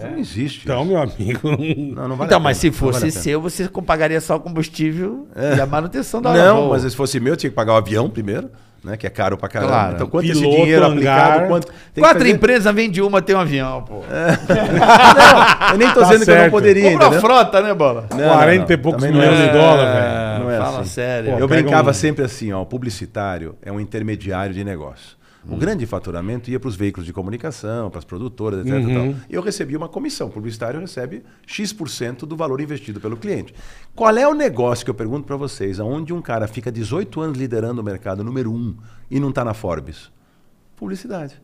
[SPEAKER 5] Não existe
[SPEAKER 3] Então,
[SPEAKER 5] isso.
[SPEAKER 3] meu amigo. um não-
[SPEAKER 5] Não, não vale
[SPEAKER 4] então,
[SPEAKER 5] a
[SPEAKER 4] mas
[SPEAKER 5] pena,
[SPEAKER 4] se
[SPEAKER 5] não
[SPEAKER 4] fosse
[SPEAKER 5] vale a pena. É.
[SPEAKER 4] seu, você pagaria só o combustível e a manutenção da
[SPEAKER 5] Não,
[SPEAKER 4] Lavol.
[SPEAKER 5] mas se fosse meu, eu tinha que pagar o avião primeiro, né? Que é caro pra caramba.
[SPEAKER 4] Claro.
[SPEAKER 5] Então, quanto esse
[SPEAKER 3] Piloto,
[SPEAKER 5] dinheiro
[SPEAKER 3] hangar.
[SPEAKER 5] aplicado, quanto. tem que
[SPEAKER 4] Quatro
[SPEAKER 5] fazer-
[SPEAKER 4] empresas vende uma, tem um avião, pô.
[SPEAKER 5] Não, eu nem tô
[SPEAKER 3] Tá
[SPEAKER 5] dizendo que eu
[SPEAKER 3] certo.
[SPEAKER 5] não poderia.
[SPEAKER 4] Compra
[SPEAKER 5] entendeu?
[SPEAKER 4] uma frota, né, Bola?
[SPEAKER 5] Não, não,
[SPEAKER 3] 40
[SPEAKER 5] não.
[SPEAKER 3] e poucos
[SPEAKER 5] Também não é
[SPEAKER 3] milhões de
[SPEAKER 5] assim.
[SPEAKER 3] dólares,
[SPEAKER 5] É,
[SPEAKER 3] velho.
[SPEAKER 5] Não é
[SPEAKER 4] Fala
[SPEAKER 5] assim.
[SPEAKER 4] sério.
[SPEAKER 3] Pô,
[SPEAKER 5] Eu
[SPEAKER 3] pega
[SPEAKER 5] brincava
[SPEAKER 3] um-
[SPEAKER 5] sempre assim, ó, o publicitário é um intermediário de negócio. O grande faturamento ia para os veículos de comunicação, para as produtoras, etc. e tal. Eu recebia uma comissão. O publicitário recebe X% do valor investido pelo cliente. Qual é o negócio que eu pergunto para vocês, aonde um cara fica 18 anos liderando o mercado número um e não está na Forbes? Publicidade.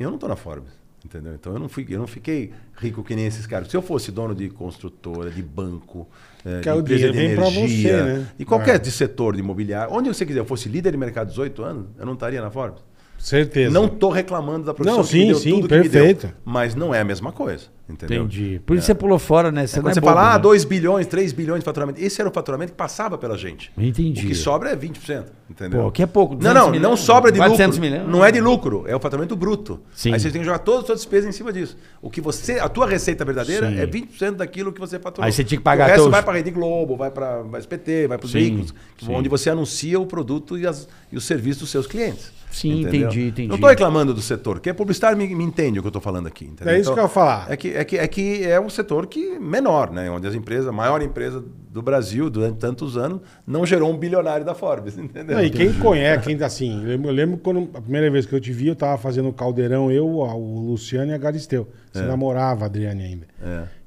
[SPEAKER 5] Eu não estou na Forbes, entendeu? Então eu não, fui, eu não fiquei rico que nem esses caras. Se eu fosse dono de construtora, de banco, eh,
[SPEAKER 3] Que
[SPEAKER 5] de
[SPEAKER 3] é o dinheiro
[SPEAKER 5] empresa de
[SPEAKER 3] vem pra
[SPEAKER 5] energia,
[SPEAKER 3] você, né?
[SPEAKER 5] e qualquer
[SPEAKER 3] É.
[SPEAKER 5] de setor de imobiliário, onde você quiser, eu fosse líder de mercado 18 anos, eu não estaria na Forbes.
[SPEAKER 3] Certeza.
[SPEAKER 5] Não tô reclamando da profissão
[SPEAKER 3] Não,
[SPEAKER 5] que
[SPEAKER 3] sim,
[SPEAKER 5] me deu
[SPEAKER 3] sim,
[SPEAKER 5] tudo que
[SPEAKER 3] perfeito.
[SPEAKER 5] me deu. Mas não é a mesma coisa, entendeu? É.
[SPEAKER 4] Entendi. Por isso você pulou fora, né? Você não
[SPEAKER 5] Quando
[SPEAKER 4] é
[SPEAKER 5] você
[SPEAKER 4] bobo,
[SPEAKER 5] fala, ah,
[SPEAKER 4] né?
[SPEAKER 5] 2 bilhões, 3 bilhões de faturamento. Esse era o faturamento que passava pela gente.
[SPEAKER 4] Entendi.
[SPEAKER 5] O que sobra é 20%, entendeu?
[SPEAKER 4] Pô, que é pouco,
[SPEAKER 5] Não,
[SPEAKER 4] 200
[SPEAKER 5] não,
[SPEAKER 4] milhões.
[SPEAKER 5] não sobra de
[SPEAKER 4] 400
[SPEAKER 5] lucro.
[SPEAKER 4] milhões.
[SPEAKER 5] Não é de lucro, é o faturamento bruto.
[SPEAKER 4] Sim.
[SPEAKER 5] Aí você tem que jogar todas as suas despesas em cima disso. O que você, a tua receita verdadeira
[SPEAKER 4] Sim.
[SPEAKER 5] é 20% daquilo que você faturou.
[SPEAKER 4] Aí você tinha que pagar
[SPEAKER 5] O resto
[SPEAKER 4] teus-
[SPEAKER 5] vai para a Rede Globo, vai para a SPT, vai para os
[SPEAKER 4] Sim,
[SPEAKER 5] veículos,
[SPEAKER 4] sim.
[SPEAKER 5] onde você anuncia o produto e, as- e o serviço dos seus clientes.
[SPEAKER 4] Sim, entendi, entendi.
[SPEAKER 5] Não estou reclamando do setor, porque publicitário me, me entende o que eu estou falando aqui. entendeu?
[SPEAKER 3] É isso que eu ia falar.
[SPEAKER 5] É que, é, que, é que é um setor que menor, né? Onde as empresas, a maior empresa do Brasil durante tantos anos, não gerou um bilionário da Forbes, entendeu?
[SPEAKER 3] Não, e quem conhece, quem tá assim, eu lembro, eu lembro quando a primeira vez que eu te vi, eu tava fazendo o caldeirão, eu, o Luciano e a Galisteu.
[SPEAKER 5] É.
[SPEAKER 3] Você namorava a Adriane ainda.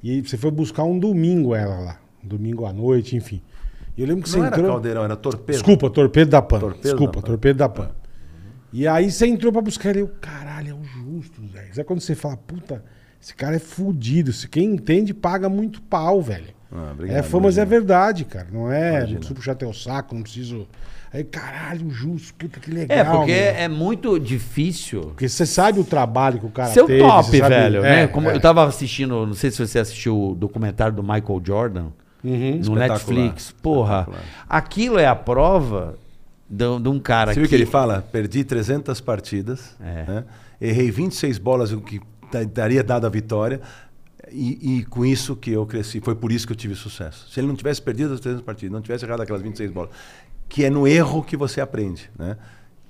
[SPEAKER 3] E aí você foi buscar um domingo ela lá. Um domingo à noite, enfim. E eu lembro que
[SPEAKER 5] Não
[SPEAKER 3] você
[SPEAKER 5] era
[SPEAKER 3] entrou.
[SPEAKER 5] caldeirão, era torpedo.
[SPEAKER 3] Desculpa, torpedo da PAN.
[SPEAKER 5] Torpedo
[SPEAKER 3] Desculpa,
[SPEAKER 5] da Pan. Uhum.
[SPEAKER 3] torpedo da PAN. E aí você entrou pra buscar ele. Eu, caralho, é o justo, velho. Isso é quando você fala, puta, esse cara é fudido. Se quem entende paga muito pau, velho.
[SPEAKER 5] Ah, obrigado,
[SPEAKER 3] é fama, mas é
[SPEAKER 5] imagina.
[SPEAKER 3] verdade, cara. Não é. Não
[SPEAKER 5] Imagina.
[SPEAKER 3] preciso puxar teu saco, não preciso. Aí, caralho, o justo, puta que legal.
[SPEAKER 4] É, porque
[SPEAKER 3] meu.
[SPEAKER 4] é muito difícil.
[SPEAKER 3] Porque você sabe o trabalho que o cara
[SPEAKER 4] Seu
[SPEAKER 3] teve.
[SPEAKER 4] top,
[SPEAKER 3] você sabe-
[SPEAKER 4] velho,
[SPEAKER 3] É,
[SPEAKER 4] né? Como
[SPEAKER 3] é.
[SPEAKER 4] Eu tava assistindo, não sei se você assistiu o documentário do Michael Jordan
[SPEAKER 3] Uhum.
[SPEAKER 4] no
[SPEAKER 5] Espetacular.
[SPEAKER 4] Netflix. Porra,
[SPEAKER 5] Espetacular.
[SPEAKER 4] aquilo é a prova de, um- de um cara que...
[SPEAKER 5] Você viu que ele fala? Perdi 300 partidas,
[SPEAKER 4] É.
[SPEAKER 5] né? errei 26 bolas, o que da- daria dado a vitória. E, e com isso que eu cresci, foi por isso que eu tive sucesso. Se ele não tivesse perdido as 300 partidas, não tivesse errado aquelas 26 bolas, que é no erro que você aprende, né?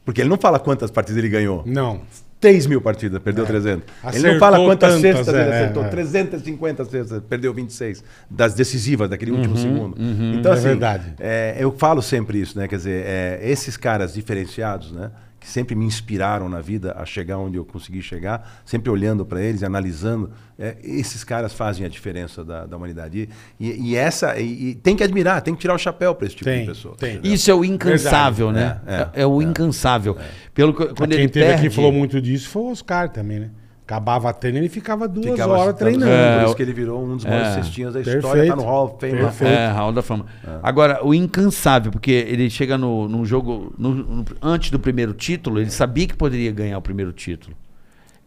[SPEAKER 5] Porque ele não fala quantas partidas ele ganhou.
[SPEAKER 3] Não.
[SPEAKER 5] 3 mil partidas, perdeu 300. ele
[SPEAKER 3] É. Acertou
[SPEAKER 5] não fala quantas
[SPEAKER 3] tantas,
[SPEAKER 5] cestas
[SPEAKER 3] é,
[SPEAKER 5] ele acertou.
[SPEAKER 3] é.
[SPEAKER 5] 350 cestas, perdeu 26. Das decisivas, daquele último segundo. então,
[SPEAKER 3] Uhum, é
[SPEAKER 5] assim,
[SPEAKER 3] verdade.
[SPEAKER 5] é, eu falo sempre isso, né? Quer dizer, é, esses caras diferenciados, né? Que sempre me inspiraram na vida a chegar onde eu consegui chegar, sempre olhando para eles, analisando. é, esses caras fazem a diferença da, da humanidade. E, e essa. E, e tem que admirar, tem que tirar o chapéu para esse tipo
[SPEAKER 3] Tem,
[SPEAKER 5] de pessoa.
[SPEAKER 3] tem.
[SPEAKER 5] entendeu?
[SPEAKER 4] Isso é o incansável,
[SPEAKER 5] Verdade.
[SPEAKER 4] né?
[SPEAKER 5] É,
[SPEAKER 4] É, o incansável. Pelo que, quando
[SPEAKER 3] Quem
[SPEAKER 4] ele
[SPEAKER 3] teve
[SPEAKER 4] perde...
[SPEAKER 3] aqui falou muito disso foi o Oscar também, né? Acabava a treino, ele ficava duas
[SPEAKER 5] Ficava
[SPEAKER 3] horas
[SPEAKER 5] chutando,
[SPEAKER 3] treinando.
[SPEAKER 5] Por
[SPEAKER 4] É,
[SPEAKER 5] isso que ele virou um dos maiores
[SPEAKER 4] é.
[SPEAKER 5] cestinhas da história,
[SPEAKER 3] Perfeito.
[SPEAKER 5] tá no Hall of Fame. lá.
[SPEAKER 3] Perfeito.
[SPEAKER 4] É, Hall da Fama. Agora, o incansável, porque ele chega no, num jogo. no- no- antes do primeiro título, ele sabia que poderia ganhar o primeiro título.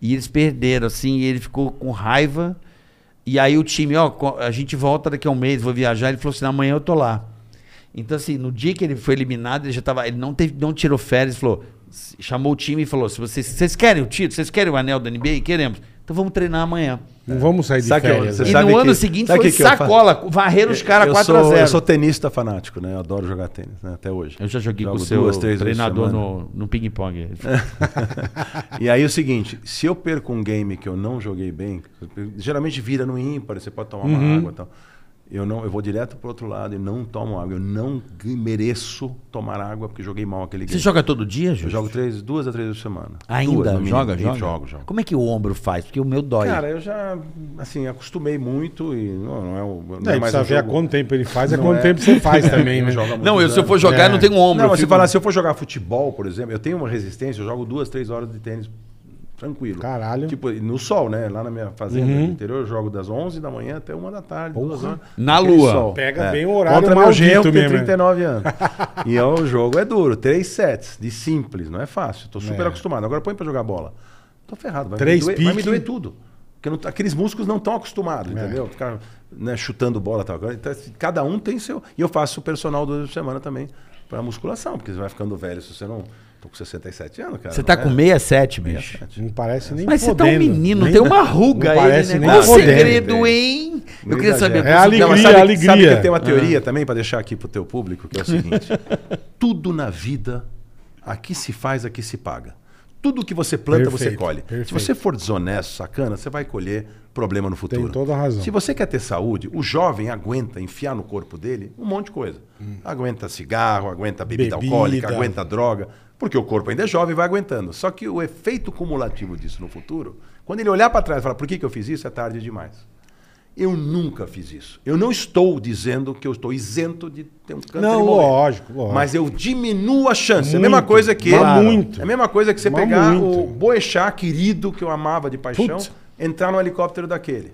[SPEAKER 4] E eles perderam, assim, e ele ficou com raiva. E aí o time, ó, co- a gente volta daqui a um mês, vou viajar. Ele falou assim: amanhã eu tô lá. Então, assim, no dia que ele foi eliminado, ele já tava. Ele não, teve, não tirou férias, falou. Chamou o time e falou: se vocês, vocês querem o título, vocês querem o anel da NBA? Queremos. Então vamos treinar amanhã.
[SPEAKER 3] Não vamos sair de
[SPEAKER 5] Sabe que eu-
[SPEAKER 3] férias.
[SPEAKER 5] você
[SPEAKER 3] né?
[SPEAKER 4] e
[SPEAKER 5] sabe
[SPEAKER 4] no ano
[SPEAKER 5] que-
[SPEAKER 4] seguinte
[SPEAKER 5] sabe
[SPEAKER 4] foi
[SPEAKER 5] que que eu fa-
[SPEAKER 4] sacola, varreram os caras
[SPEAKER 5] Eu
[SPEAKER 4] 4
[SPEAKER 5] sou-
[SPEAKER 4] a 0
[SPEAKER 5] Eu sou tenista fanático, né? Eu adoro jogar tênis, né? Até hoje.
[SPEAKER 4] Eu já joguei
[SPEAKER 5] Jogo
[SPEAKER 4] com o seu
[SPEAKER 5] duas, três vezes por
[SPEAKER 4] treinador
[SPEAKER 5] semana.
[SPEAKER 4] no, no ping-pong.
[SPEAKER 5] E aí é o seguinte, se eu perco um game que eu não joguei bem, geralmente vira no ímpar, você pode tomar
[SPEAKER 4] Uhum.
[SPEAKER 5] uma água e tal. Eu, não, eu vou direto pro outro lado e não tomo água. Eu não g- mereço tomar água porque joguei mal aquele
[SPEAKER 4] Você
[SPEAKER 5] game.
[SPEAKER 4] joga todo dia,
[SPEAKER 5] Eu
[SPEAKER 4] Júlio?
[SPEAKER 5] jogo três, duas a três por semana. Duas,
[SPEAKER 4] Ainda?
[SPEAKER 5] no mínimo.
[SPEAKER 4] joga,
[SPEAKER 5] E
[SPEAKER 4] joga?
[SPEAKER 5] Jogo, jogo.
[SPEAKER 4] Como é que o ombro faz? Porque o meu dói.
[SPEAKER 5] Cara, eu já, assim, acostumei muito e não, não é o... Não,
[SPEAKER 3] Não,
[SPEAKER 5] é
[SPEAKER 3] e
[SPEAKER 5] mais
[SPEAKER 3] precisa
[SPEAKER 5] um
[SPEAKER 3] ver há
[SPEAKER 5] jogo-
[SPEAKER 3] quanto tempo ele faz, é
[SPEAKER 5] Não
[SPEAKER 3] quanto
[SPEAKER 5] é.
[SPEAKER 3] tempo você faz também, né?
[SPEAKER 5] joga muito.
[SPEAKER 4] não, eu, se eu for
[SPEAKER 5] anos.
[SPEAKER 4] jogar,
[SPEAKER 3] É.
[SPEAKER 4] não tenho ombro.
[SPEAKER 5] Não,
[SPEAKER 4] eu
[SPEAKER 5] mas você
[SPEAKER 4] fico-
[SPEAKER 5] fala, se eu for jogar futebol, por exemplo, eu tenho uma resistência, eu jogo duas, três horas de tênis tranquilo.
[SPEAKER 3] Caralho.
[SPEAKER 5] Tipo, no sol, né? Lá na minha fazenda
[SPEAKER 4] Uhum.
[SPEAKER 5] no interior, eu jogo das 11 da manhã até uma da tarde, duas horas.
[SPEAKER 4] Na
[SPEAKER 5] Aquele É.
[SPEAKER 4] lua.
[SPEAKER 3] Pega bem o horário
[SPEAKER 5] Contra meu
[SPEAKER 3] maldito
[SPEAKER 5] genro que tem
[SPEAKER 3] mesmo, né?
[SPEAKER 5] 39 anos. e é, o jogo é duro. Três sets de simples, não é fácil. Tô super
[SPEAKER 3] É.
[SPEAKER 5] acostumado. Agora põe pra jogar bola. Tô ferrado. Vai,
[SPEAKER 3] Três
[SPEAKER 5] me, doer, vai me
[SPEAKER 3] pique.
[SPEAKER 5] doer tudo. Porque eu não- tá, aqueles músculos não estão acostumados, entendeu? Ficar né, chutando bola e tal. Agora, Então, assim, cada um tem seu. E eu faço personal duas vezes por semana também pra musculação, porque você vai ficando velho se você não. Tô com 67 anos, cara.
[SPEAKER 4] Você tá
[SPEAKER 5] não é?
[SPEAKER 4] com 67, bicho.
[SPEAKER 3] Não parece nem
[SPEAKER 4] Mas você tá um
[SPEAKER 3] podendo,
[SPEAKER 4] menino,
[SPEAKER 3] nem-
[SPEAKER 4] tem uma ruga
[SPEAKER 3] não
[SPEAKER 4] aí,
[SPEAKER 3] parece
[SPEAKER 4] né?
[SPEAKER 3] nem
[SPEAKER 4] Qual o
[SPEAKER 3] podendo.
[SPEAKER 4] segredo, hein? Eu
[SPEAKER 5] Não
[SPEAKER 4] queria
[SPEAKER 5] exagera.
[SPEAKER 4] saber.
[SPEAKER 3] É a alegria,
[SPEAKER 5] Não, mas
[SPEAKER 3] a
[SPEAKER 5] sabe,
[SPEAKER 3] alegria. É.
[SPEAKER 5] sabe que tem uma teoria também para deixar aqui pro teu público, que é o seguinte: tudo na vida aqui se faz, aqui se paga. Tudo que você planta, você
[SPEAKER 3] Perfeito,
[SPEAKER 5] colhe.
[SPEAKER 3] perfeito.
[SPEAKER 5] Se você for desonesto, sacana, você vai colher problema no futuro.
[SPEAKER 3] Tem toda a razão.
[SPEAKER 5] Se você quer ter saúde, o jovem aguenta enfiar no corpo dele um monte de coisa. Aguenta cigarro, aguenta bebida,
[SPEAKER 3] Hum. Bebida.
[SPEAKER 5] alcoólica, aguenta droga, porque o corpo ainda é jovem e vai aguentando. Só que o efeito cumulativo disso no futuro, quando ele olhar para trás e falar, por que, que eu fiz isso? É tarde demais. Eu nunca fiz isso. Eu não estou dizendo que eu estou isento de ter um câncer
[SPEAKER 3] Não,
[SPEAKER 5] e morrer.
[SPEAKER 3] lógico, lógico.
[SPEAKER 5] Mas eu diminuo a chance. é a
[SPEAKER 3] Muito,
[SPEAKER 5] mesma coisa que...
[SPEAKER 3] mas muito.
[SPEAKER 5] É a mesma coisa que você
[SPEAKER 3] Mas
[SPEAKER 5] pegar o
[SPEAKER 3] muito.
[SPEAKER 5] Boechat, querido, que eu amava de paixão,
[SPEAKER 3] Putz.
[SPEAKER 5] entrar no helicóptero daquele.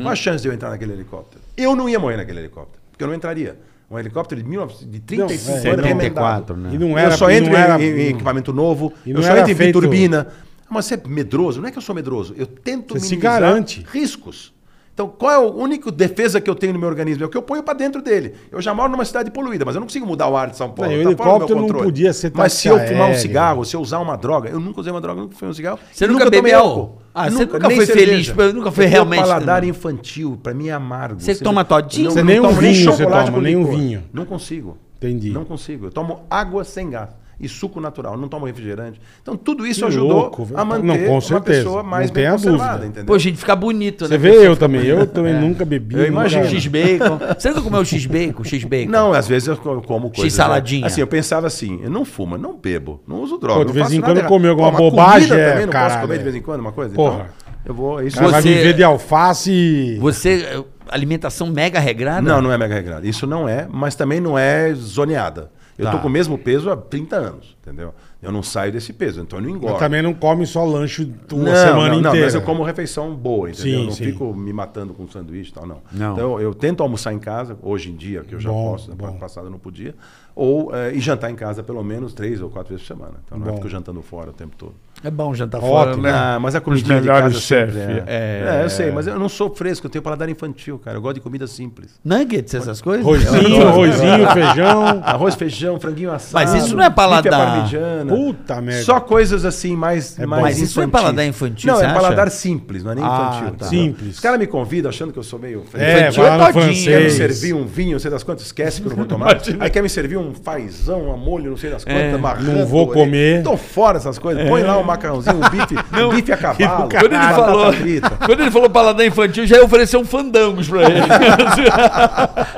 [SPEAKER 5] Qual a chance de eu entrar naquele helicóptero? Eu não ia morrer naquele helicóptero, porque eu não entraria. um helicóptero de, 19, de 35
[SPEAKER 3] Não, é,
[SPEAKER 5] anos.
[SPEAKER 4] 74,
[SPEAKER 5] remendado.
[SPEAKER 4] né?
[SPEAKER 3] E não
[SPEAKER 5] eu
[SPEAKER 3] era,
[SPEAKER 5] só
[SPEAKER 3] e
[SPEAKER 5] entro
[SPEAKER 3] não
[SPEAKER 5] em-
[SPEAKER 3] era-
[SPEAKER 5] em, em equipamento novo,
[SPEAKER 3] e
[SPEAKER 5] eu
[SPEAKER 3] não
[SPEAKER 5] só
[SPEAKER 3] era
[SPEAKER 5] entro em
[SPEAKER 3] feito-
[SPEAKER 5] turbina. Mas você é medroso? Não é que eu sou medroso. Eu tento
[SPEAKER 3] Você se
[SPEAKER 5] minimizar
[SPEAKER 3] garante.
[SPEAKER 5] riscos. Então, qual é a única defesa que eu tenho no meu organismo? É o que eu ponho para dentro dele. Eu já moro numa cidade poluída, mas eu não consigo mudar o ar de São Paulo.
[SPEAKER 3] Não, e o
[SPEAKER 5] tá fora do meu
[SPEAKER 3] helicóptero não
[SPEAKER 5] controle.
[SPEAKER 3] podia ser
[SPEAKER 5] Mas se eu
[SPEAKER 3] táxi
[SPEAKER 5] fumar um
[SPEAKER 3] aéreo.
[SPEAKER 5] cigarro, se eu usar uma droga, eu nunca usei uma droga, nunca fumei um cigarro.
[SPEAKER 4] Você
[SPEAKER 5] e
[SPEAKER 4] nunca
[SPEAKER 5] tomei
[SPEAKER 4] bebeu?
[SPEAKER 5] álcool.
[SPEAKER 4] Ah, você nunca foi feliz, tipo, nunca foi
[SPEAKER 5] Eu tenho um
[SPEAKER 4] realmente-
[SPEAKER 5] paladar infantil, para mim é amargo.
[SPEAKER 4] Você
[SPEAKER 5] Ou seja,
[SPEAKER 4] toma todinho?
[SPEAKER 5] eu
[SPEAKER 4] Você
[SPEAKER 3] nem um
[SPEAKER 5] tomo
[SPEAKER 3] vinho você
[SPEAKER 5] chocolate
[SPEAKER 3] toma,
[SPEAKER 5] com
[SPEAKER 3] nem um
[SPEAKER 5] licor.
[SPEAKER 3] vinho.
[SPEAKER 5] Não consigo.
[SPEAKER 3] Entendi.
[SPEAKER 5] Não consigo. Eu tomo água sem gás e suco natural, não tomo refrigerante. Então tudo isso
[SPEAKER 3] Que
[SPEAKER 5] ajudou
[SPEAKER 3] louco, velho.
[SPEAKER 5] a
[SPEAKER 3] Não, com
[SPEAKER 5] manter uma
[SPEAKER 3] certeza.
[SPEAKER 5] pessoa mais
[SPEAKER 3] Não né?
[SPEAKER 5] bem
[SPEAKER 3] tenha
[SPEAKER 5] conservada,
[SPEAKER 3] dúvida.
[SPEAKER 5] entendeu?
[SPEAKER 4] Pô, gente, fica bonito, né?
[SPEAKER 3] Você vê eu também. Eu também
[SPEAKER 4] É.
[SPEAKER 3] nunca bebi.
[SPEAKER 5] Eu imagino.
[SPEAKER 3] nunca-
[SPEAKER 4] X-Bacon. Você nunca comeu X-Bacon? X-Bacon?
[SPEAKER 5] né? Não, às vezes eu co- como coisa.
[SPEAKER 4] saladinha.
[SPEAKER 5] Assim, eu pensava assim, eu não fumo, não bebo, não uso droga.
[SPEAKER 3] Pô, de
[SPEAKER 5] não
[SPEAKER 3] vez
[SPEAKER 5] faço
[SPEAKER 3] em
[SPEAKER 5] nada
[SPEAKER 3] quando
[SPEAKER 5] errado.
[SPEAKER 3] comer alguma
[SPEAKER 5] Pô, mas
[SPEAKER 3] bobagem
[SPEAKER 5] comida
[SPEAKER 3] é,
[SPEAKER 5] também, não
[SPEAKER 3] caralho,
[SPEAKER 5] posso comer
[SPEAKER 3] é.
[SPEAKER 5] de vez em quando, uma coisa?
[SPEAKER 3] Porra.
[SPEAKER 5] Então, eu vou. Isso
[SPEAKER 3] Cara, Vai
[SPEAKER 4] Você-
[SPEAKER 3] viver de alface e...
[SPEAKER 4] Você, eh, alimentação mega regrada?
[SPEAKER 5] Não, não é mega regrada. Isso não é, mas também não é zoneada. Eu
[SPEAKER 4] Tá.
[SPEAKER 5] tô com o mesmo peso há 30 anos, entendeu? Eu não saio desse peso, então eu não engordo.
[SPEAKER 3] Mas também não come só lanche uma
[SPEAKER 5] não,
[SPEAKER 3] semana
[SPEAKER 5] não, não,
[SPEAKER 3] inteira.
[SPEAKER 5] mas eu como refeição boa, entendeu?
[SPEAKER 3] Sim,
[SPEAKER 5] eu não
[SPEAKER 3] sim.
[SPEAKER 5] fico me matando com sanduíche e tal, não.
[SPEAKER 4] Não.
[SPEAKER 5] Então eu, eu tento almoçar em casa, hoje em dia, que eu já
[SPEAKER 3] Bom,
[SPEAKER 5] posso, na
[SPEAKER 3] bom.
[SPEAKER 5] passada eu não podia, ou eh, e jantar em casa pelo menos três ou quatro vezes por semana. Então não
[SPEAKER 3] Bom.
[SPEAKER 5] eu fico jantando fora o tempo todo.
[SPEAKER 4] É bom jantar fora,
[SPEAKER 3] Ótimo.
[SPEAKER 4] né?
[SPEAKER 5] Ah, mas a comida de
[SPEAKER 1] melhores
[SPEAKER 5] casa sempre
[SPEAKER 1] chefes.
[SPEAKER 5] é. É. eu sei, mas eu não sou fresco, eu tenho paladar infantil, cara. Eu gosto de comida simples.
[SPEAKER 4] Nuggets, essas coisas?
[SPEAKER 3] Arrozinho, arrozinho, feijão.
[SPEAKER 5] Arroz, feijão, franguinho assado.
[SPEAKER 4] Mas isso não é paladar.
[SPEAKER 5] bife à parmegiana.
[SPEAKER 3] Puta merda.
[SPEAKER 5] Só coisas assim mais. mais
[SPEAKER 4] Mas isso não é
[SPEAKER 5] infantis.
[SPEAKER 4] paladar infantil,
[SPEAKER 5] Não,
[SPEAKER 4] você
[SPEAKER 5] é
[SPEAKER 4] acha?
[SPEAKER 5] paladar simples, não é nem
[SPEAKER 4] Ah,
[SPEAKER 5] infantil.
[SPEAKER 4] tá.
[SPEAKER 5] entendeu?
[SPEAKER 3] Simples.
[SPEAKER 5] Os caras me convidam achando que eu sou meio.
[SPEAKER 3] É,
[SPEAKER 5] infantil.
[SPEAKER 3] vai lá no
[SPEAKER 4] todinho,
[SPEAKER 5] Quer me
[SPEAKER 3] francês.
[SPEAKER 5] servir um vinho, não sei das quantas, esquece que eu não vou tomar. Aí quer me servir um fazão, um molho, não sei das quantas,
[SPEAKER 4] É,
[SPEAKER 5] marrando.
[SPEAKER 3] não vou comer.
[SPEAKER 5] Tô fora essas coisas. Põe lá um macarrãozinho, um bife, um bife a cavalo.
[SPEAKER 4] Quando ele,
[SPEAKER 5] batata
[SPEAKER 4] falou,
[SPEAKER 5] frita.
[SPEAKER 4] quando ele falou paladar infantil, já ia oferecer um fandangos pra ele.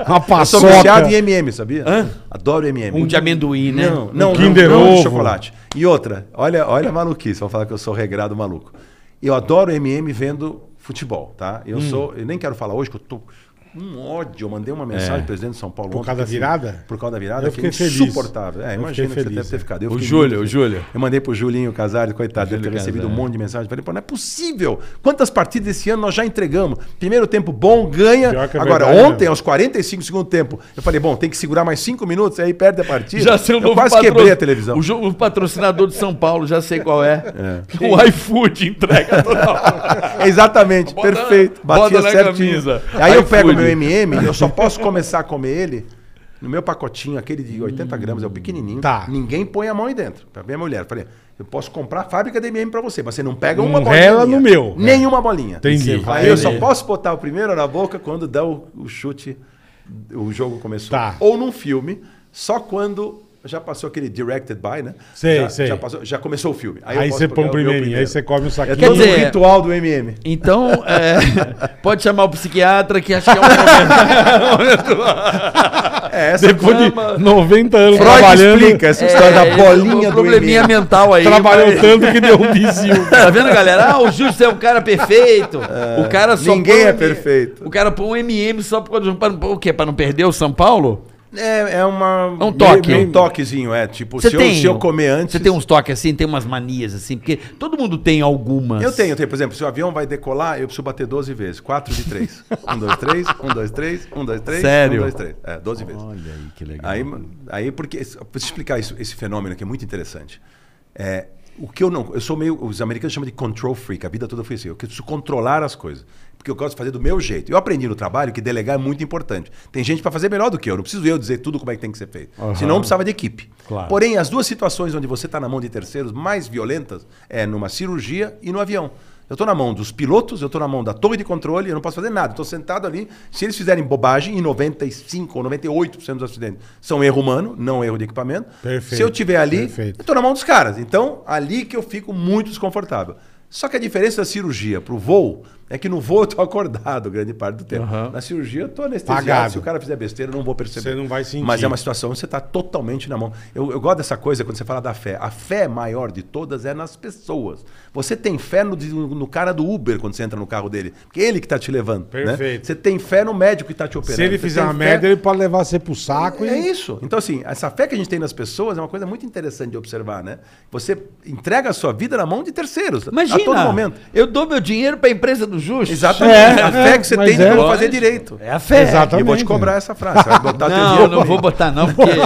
[SPEAKER 3] Uma
[SPEAKER 5] Eu sou
[SPEAKER 3] paçoca.
[SPEAKER 5] viciado em MM, sabia? Adoro MM.
[SPEAKER 4] um de amendoim, né?
[SPEAKER 5] Não, não,
[SPEAKER 3] Kinder
[SPEAKER 5] não,
[SPEAKER 3] Ovo.
[SPEAKER 5] de chocolate. E outra, olha, olha a maluquice, vão falar que eu sou regrado maluco. Eu adoro MM vendo futebol, tá?
[SPEAKER 3] Hum.
[SPEAKER 5] Eu sou, eu nem quero falar hoje que eu tô com um ódio, eu mandei uma mensagem pro presidente de São Paulo
[SPEAKER 3] É. Por
[SPEAKER 5] ontem,
[SPEAKER 3] causa da
[SPEAKER 5] que, assim,
[SPEAKER 3] virada?
[SPEAKER 5] por causa da virada,
[SPEAKER 3] Eu
[SPEAKER 5] que é
[SPEAKER 3] fiquei feliz.
[SPEAKER 5] insuportável. É,
[SPEAKER 3] Eu
[SPEAKER 5] imagina que
[SPEAKER 3] fiquei
[SPEAKER 5] você
[SPEAKER 3] feliz,
[SPEAKER 5] deve ter
[SPEAKER 3] é.
[SPEAKER 5] ficado. Eu
[SPEAKER 1] O
[SPEAKER 5] fiquei
[SPEAKER 1] Júlio,
[SPEAKER 5] muito
[SPEAKER 1] o
[SPEAKER 5] feliz.
[SPEAKER 1] Júlio.
[SPEAKER 5] Eu mandei pro Julinho Casares, coitado, deve ter
[SPEAKER 1] Júlio
[SPEAKER 5] recebido um
[SPEAKER 1] Casares.
[SPEAKER 5] monte de mensagem. Falei, pô, não é possível. Quantas partidas esse ano nós já entregamos? Primeiro tempo bom, ganha.
[SPEAKER 3] Pior que é
[SPEAKER 5] Agora,
[SPEAKER 3] verdade,
[SPEAKER 5] ontem,
[SPEAKER 3] né?
[SPEAKER 5] aos 45 do segundo tempo, eu falei, bom, tem que segurar mais 5 minutos, aí perde a partida.
[SPEAKER 4] Já sei o
[SPEAKER 5] eu
[SPEAKER 4] novo
[SPEAKER 5] quase
[SPEAKER 4] patro-
[SPEAKER 5] quebrei a televisão.
[SPEAKER 4] O, jo- o patrocinador de São Paulo, já sei qual é. O iFood entrega toda hora.
[SPEAKER 5] Exatamente,
[SPEAKER 4] Bota-
[SPEAKER 5] perfeito.
[SPEAKER 4] bota
[SPEAKER 5] Batia
[SPEAKER 4] na
[SPEAKER 5] certinho.
[SPEAKER 4] camisa.
[SPEAKER 5] Aí eu
[SPEAKER 4] iFood.
[SPEAKER 5] pego meu MM e eu só posso começar a comer ele no meu pacotinho, aquele de 80 gramas, é o pequenininho.
[SPEAKER 3] Tá.
[SPEAKER 5] Ninguém põe a mão aí dentro. Pra minha mulher, falei, eu posso comprar a fábrica de MM pra você, mas você não pega uma
[SPEAKER 3] Não
[SPEAKER 5] bolinha.
[SPEAKER 3] rela
[SPEAKER 5] minha.
[SPEAKER 3] no meu.
[SPEAKER 5] Nenhuma bolinha.
[SPEAKER 3] Entendi.
[SPEAKER 5] Aí eu só posso botar o primeiro na boca quando dá o, o chute, o jogo começou.
[SPEAKER 3] Tá.
[SPEAKER 5] Ou num filme, só quando já passou aquele directed by, né?
[SPEAKER 3] Sei,
[SPEAKER 5] já,
[SPEAKER 3] sei.
[SPEAKER 5] Já, passou- já começou o filme.
[SPEAKER 3] Aí
[SPEAKER 5] eu
[SPEAKER 3] você
[SPEAKER 5] posso
[SPEAKER 3] põe o
[SPEAKER 5] pegar meu
[SPEAKER 3] primeirinho, aí você come o
[SPEAKER 5] É
[SPEAKER 3] saquinho.
[SPEAKER 4] Quer
[SPEAKER 5] todo
[SPEAKER 4] dizer-
[SPEAKER 5] o ritual do MM.
[SPEAKER 4] Então, é, pode chamar o psiquiatra, que acho que é um momento.
[SPEAKER 5] É, essa
[SPEAKER 3] Depois
[SPEAKER 4] Chama-
[SPEAKER 3] de 90 anos
[SPEAKER 5] Freud
[SPEAKER 3] trabalhando,
[SPEAKER 5] explica essa história da bolinha
[SPEAKER 4] um
[SPEAKER 5] do
[SPEAKER 4] probleminha
[SPEAKER 5] MM.
[SPEAKER 4] mental aí.
[SPEAKER 3] trabalhou
[SPEAKER 4] mas-
[SPEAKER 3] tanto que deu um vizinho.
[SPEAKER 4] Tá vendo, galera? Ah, o Justo é um cara perfeito. o cara só
[SPEAKER 5] ninguém
[SPEAKER 4] põe
[SPEAKER 5] é
[SPEAKER 4] um M-
[SPEAKER 5] perfeito.
[SPEAKER 4] O cara põe um MM só por causa do. O quê? Pra não perder o São Paulo?
[SPEAKER 5] É, é uma...
[SPEAKER 4] É um toque.
[SPEAKER 5] meio- um toquezinho, é. Tipo,
[SPEAKER 4] Você
[SPEAKER 5] se, eu,
[SPEAKER 4] tem.
[SPEAKER 5] se eu comer antes...
[SPEAKER 4] Você tem uns toques assim, tem umas manias assim, porque todo mundo tem algumas.
[SPEAKER 5] Eu tenho, eu tenho. Por exemplo, se o avião vai decolar, eu preciso bater 12 vezes. 4 de Um, 3. 1, 2, 3. 1, 2, 3. 1, 2, 3.
[SPEAKER 4] Sério?
[SPEAKER 5] 1, 2, 3. Um, É, 12 vezes.
[SPEAKER 4] Olha aí que legal.
[SPEAKER 5] Aí, aí porque eu preciso explicar isso, esse fenômeno que é muito interessante. É, o que eu não, eu sou meio, os americanos chamam de control freak. A vida toda foi assim. Eu preciso controlar as coisas, porque eu gosto de fazer do meu jeito. Eu aprendi no trabalho que delegar é muito importante. Tem gente para fazer melhor do que eu. Não preciso eu dizer tudo como é que tem que ser feito. Senão eu precisava de equipe.
[SPEAKER 3] Claro.
[SPEAKER 5] Porém, as duas situações onde você está na mão de terceiros mais violentas é numa cirurgia e no avião. Eu estou na mão dos pilotos, eu estou na mão da torre de controle, eu não posso fazer nada. Estou sentado ali. Se eles fizerem bobagem, em 95% ou 98% dos acidentes são erro humano, não erro de equipamento.
[SPEAKER 3] Perfeito,
[SPEAKER 5] Se eu estiver ali,
[SPEAKER 3] perfeito.
[SPEAKER 5] eu estou na mão dos caras. Então, ali que eu fico muito desconfortável. Só que a diferença da cirurgia para o voo é que no voo eu estou acordado grande parte do tempo. Na cirurgia eu estou anestesiado.
[SPEAKER 3] Pagado.
[SPEAKER 5] Se o cara fizer besteira, eu não vou perceber.
[SPEAKER 3] Você não vai sentir.
[SPEAKER 5] Mas é uma situação onde você está totalmente na mão. Eu, eu gosto dessa coisa quando você fala da fé. A fé maior de todas é nas pessoas. Você tem fé no, no cara do Uber quando você entra no carro dele. Porque ele que está te levando. né?
[SPEAKER 3] Perfeito.
[SPEAKER 5] Você tem fé no médico que está te operando.
[SPEAKER 3] Se ele
[SPEAKER 5] Você
[SPEAKER 3] fizer
[SPEAKER 5] tem
[SPEAKER 3] uma
[SPEAKER 5] fé-
[SPEAKER 3] merda, ele pode levar você pro saco
[SPEAKER 5] é
[SPEAKER 3] e...
[SPEAKER 5] isso. Então, assim, essa fé que a gente tem nas pessoas é uma coisa muito interessante de observar, né? Você entrega a sua vida na mão de terceiros
[SPEAKER 4] Imagina,
[SPEAKER 5] a todo momento.
[SPEAKER 4] eu dou meu dinheiro pra empresa do justos.
[SPEAKER 5] Exatamente.
[SPEAKER 3] É,
[SPEAKER 5] a
[SPEAKER 3] é,
[SPEAKER 5] fé que você
[SPEAKER 3] mas
[SPEAKER 5] tem de
[SPEAKER 3] é.
[SPEAKER 5] não fazer direito.
[SPEAKER 4] É a fé.
[SPEAKER 3] Exatamente.
[SPEAKER 5] E eu vou te cobrar essa frase. Você vai botar teu
[SPEAKER 4] Não,
[SPEAKER 5] dinheiro.
[SPEAKER 4] não vou botar não, porque...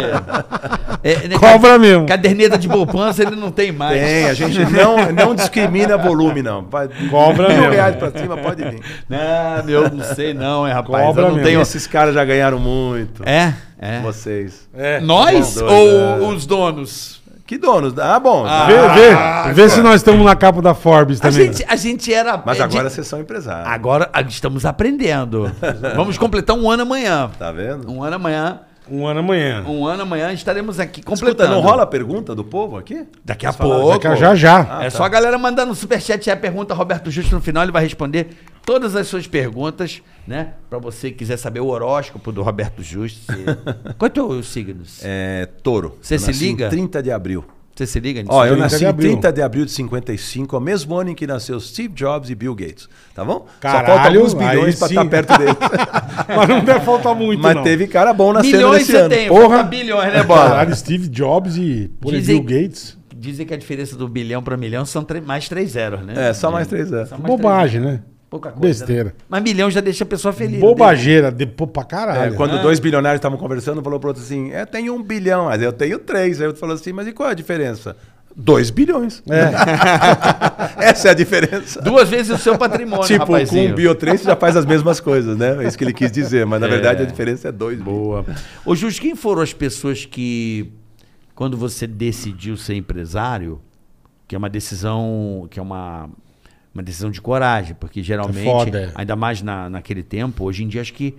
[SPEAKER 4] É, né,
[SPEAKER 3] Cobra
[SPEAKER 4] ca-
[SPEAKER 3] mesmo.
[SPEAKER 4] Caderneta de poupança ele não tem mais.
[SPEAKER 5] Tem, a gente não, não discrimina volume, não. Vai,
[SPEAKER 3] Cobra
[SPEAKER 5] mil
[SPEAKER 3] mesmo.
[SPEAKER 5] reais pra cima, pode vir.
[SPEAKER 4] Não, eu não sei não, é rapaz.
[SPEAKER 3] Cobra
[SPEAKER 4] eu não
[SPEAKER 3] mesmo.
[SPEAKER 4] tenho...
[SPEAKER 5] Esses caras já ganharam muito.
[SPEAKER 4] É, é.
[SPEAKER 5] Vocês.
[SPEAKER 3] É.
[SPEAKER 4] Nós
[SPEAKER 5] Bom,
[SPEAKER 4] ou
[SPEAKER 5] dois, é.
[SPEAKER 4] os donos?
[SPEAKER 5] Que donos. Ah, bom.
[SPEAKER 3] Vê, vê,
[SPEAKER 5] Ah, tá.
[SPEAKER 3] vê se nós estamos na capa da Forbes
[SPEAKER 4] A
[SPEAKER 3] também.
[SPEAKER 4] gente, a gente era...
[SPEAKER 5] Mas
[SPEAKER 4] é,
[SPEAKER 5] agora
[SPEAKER 4] de-
[SPEAKER 5] vocês são empresários.
[SPEAKER 4] Agora ah, estamos aprendendo. Vamos completar um ano amanhã.
[SPEAKER 5] Tá vendo?
[SPEAKER 4] Um ano amanhã.
[SPEAKER 3] Um ano amanhã.
[SPEAKER 4] Um ano amanhã estaremos aqui completando. Tá.
[SPEAKER 5] Escuta, não rola a pergunta do povo aqui?
[SPEAKER 4] Daqui a
[SPEAKER 5] falaram
[SPEAKER 4] pouco.
[SPEAKER 3] Daqui a já já.
[SPEAKER 5] Ah,
[SPEAKER 4] é
[SPEAKER 5] tá.
[SPEAKER 4] só a galera mandar no superchat aí a pergunta, Roberto Justo no final ele vai responder todas as suas perguntas, né? Pra você que quiser saber o horóscopo do Roberto Justo. se- Qual é o teu signo?
[SPEAKER 5] É, touro.
[SPEAKER 4] Você
[SPEAKER 5] Eu
[SPEAKER 4] se
[SPEAKER 5] nasci em
[SPEAKER 4] liga?
[SPEAKER 5] 30 de abril.
[SPEAKER 4] Você se liga nisso?
[SPEAKER 5] Ó, eu
[SPEAKER 3] 30
[SPEAKER 5] nasci
[SPEAKER 3] de
[SPEAKER 5] em
[SPEAKER 3] abril.
[SPEAKER 5] 30 de abril de 55, é o mesmo ano em que nasceu Steve Jobs e Bill Gates, tá bom?
[SPEAKER 3] Caralho,
[SPEAKER 5] Só falta alguns
[SPEAKER 3] aí
[SPEAKER 5] bilhões pra
[SPEAKER 3] sim.
[SPEAKER 5] estar perto dele.
[SPEAKER 3] Mas não deve faltar muito,
[SPEAKER 5] Mas
[SPEAKER 3] não.
[SPEAKER 5] teve cara bom nascendo
[SPEAKER 4] Milhões
[SPEAKER 5] nesse
[SPEAKER 4] você
[SPEAKER 5] ano.
[SPEAKER 4] tem,
[SPEAKER 3] Porra.
[SPEAKER 4] falta bilhões, né, Bola?
[SPEAKER 3] Caralho, Steve Jobs e por aí,
[SPEAKER 4] Dizem-
[SPEAKER 3] Bill Gates.
[SPEAKER 4] Dizem que a diferença do bilhão pra milhão são tre- mais três zeros, né?
[SPEAKER 5] É, só mais três anos.
[SPEAKER 4] Só mais três
[SPEAKER 3] Bobagem, né?
[SPEAKER 4] Pouca coisa.
[SPEAKER 3] Besteira.
[SPEAKER 4] né? Mas milhão já deixa a pessoa feliz. né? não
[SPEAKER 3] Bobageira, de, pô, pra caralho. né?
[SPEAKER 5] É,
[SPEAKER 4] Ah.
[SPEAKER 5] quando dois bilionários estavam conversando, falou pro outro assim: É, tem um bilhão, mas eu tenho três. Aí o outro falou assim: Mas e qual é a diferença? Dois bilhões.
[SPEAKER 3] É.
[SPEAKER 5] Essa é a diferença.
[SPEAKER 4] tem? Duas vezes o seu patrimônio,
[SPEAKER 5] tipo,
[SPEAKER 4] rapazinho.
[SPEAKER 5] com um bi ou três, você já faz as mesmas coisas, né? É isso que ele quis dizer, mas na verdade a diferença é dois. Boa.
[SPEAKER 4] Ô, Jus, quem foram as pessoas que, quando você decidiu ser empresário, que é uma decisão, que é uma, uma decisão de coragem, porque geralmente,
[SPEAKER 3] foda, é.
[SPEAKER 4] ainda mais na, naquele tempo, hoje em dia acho que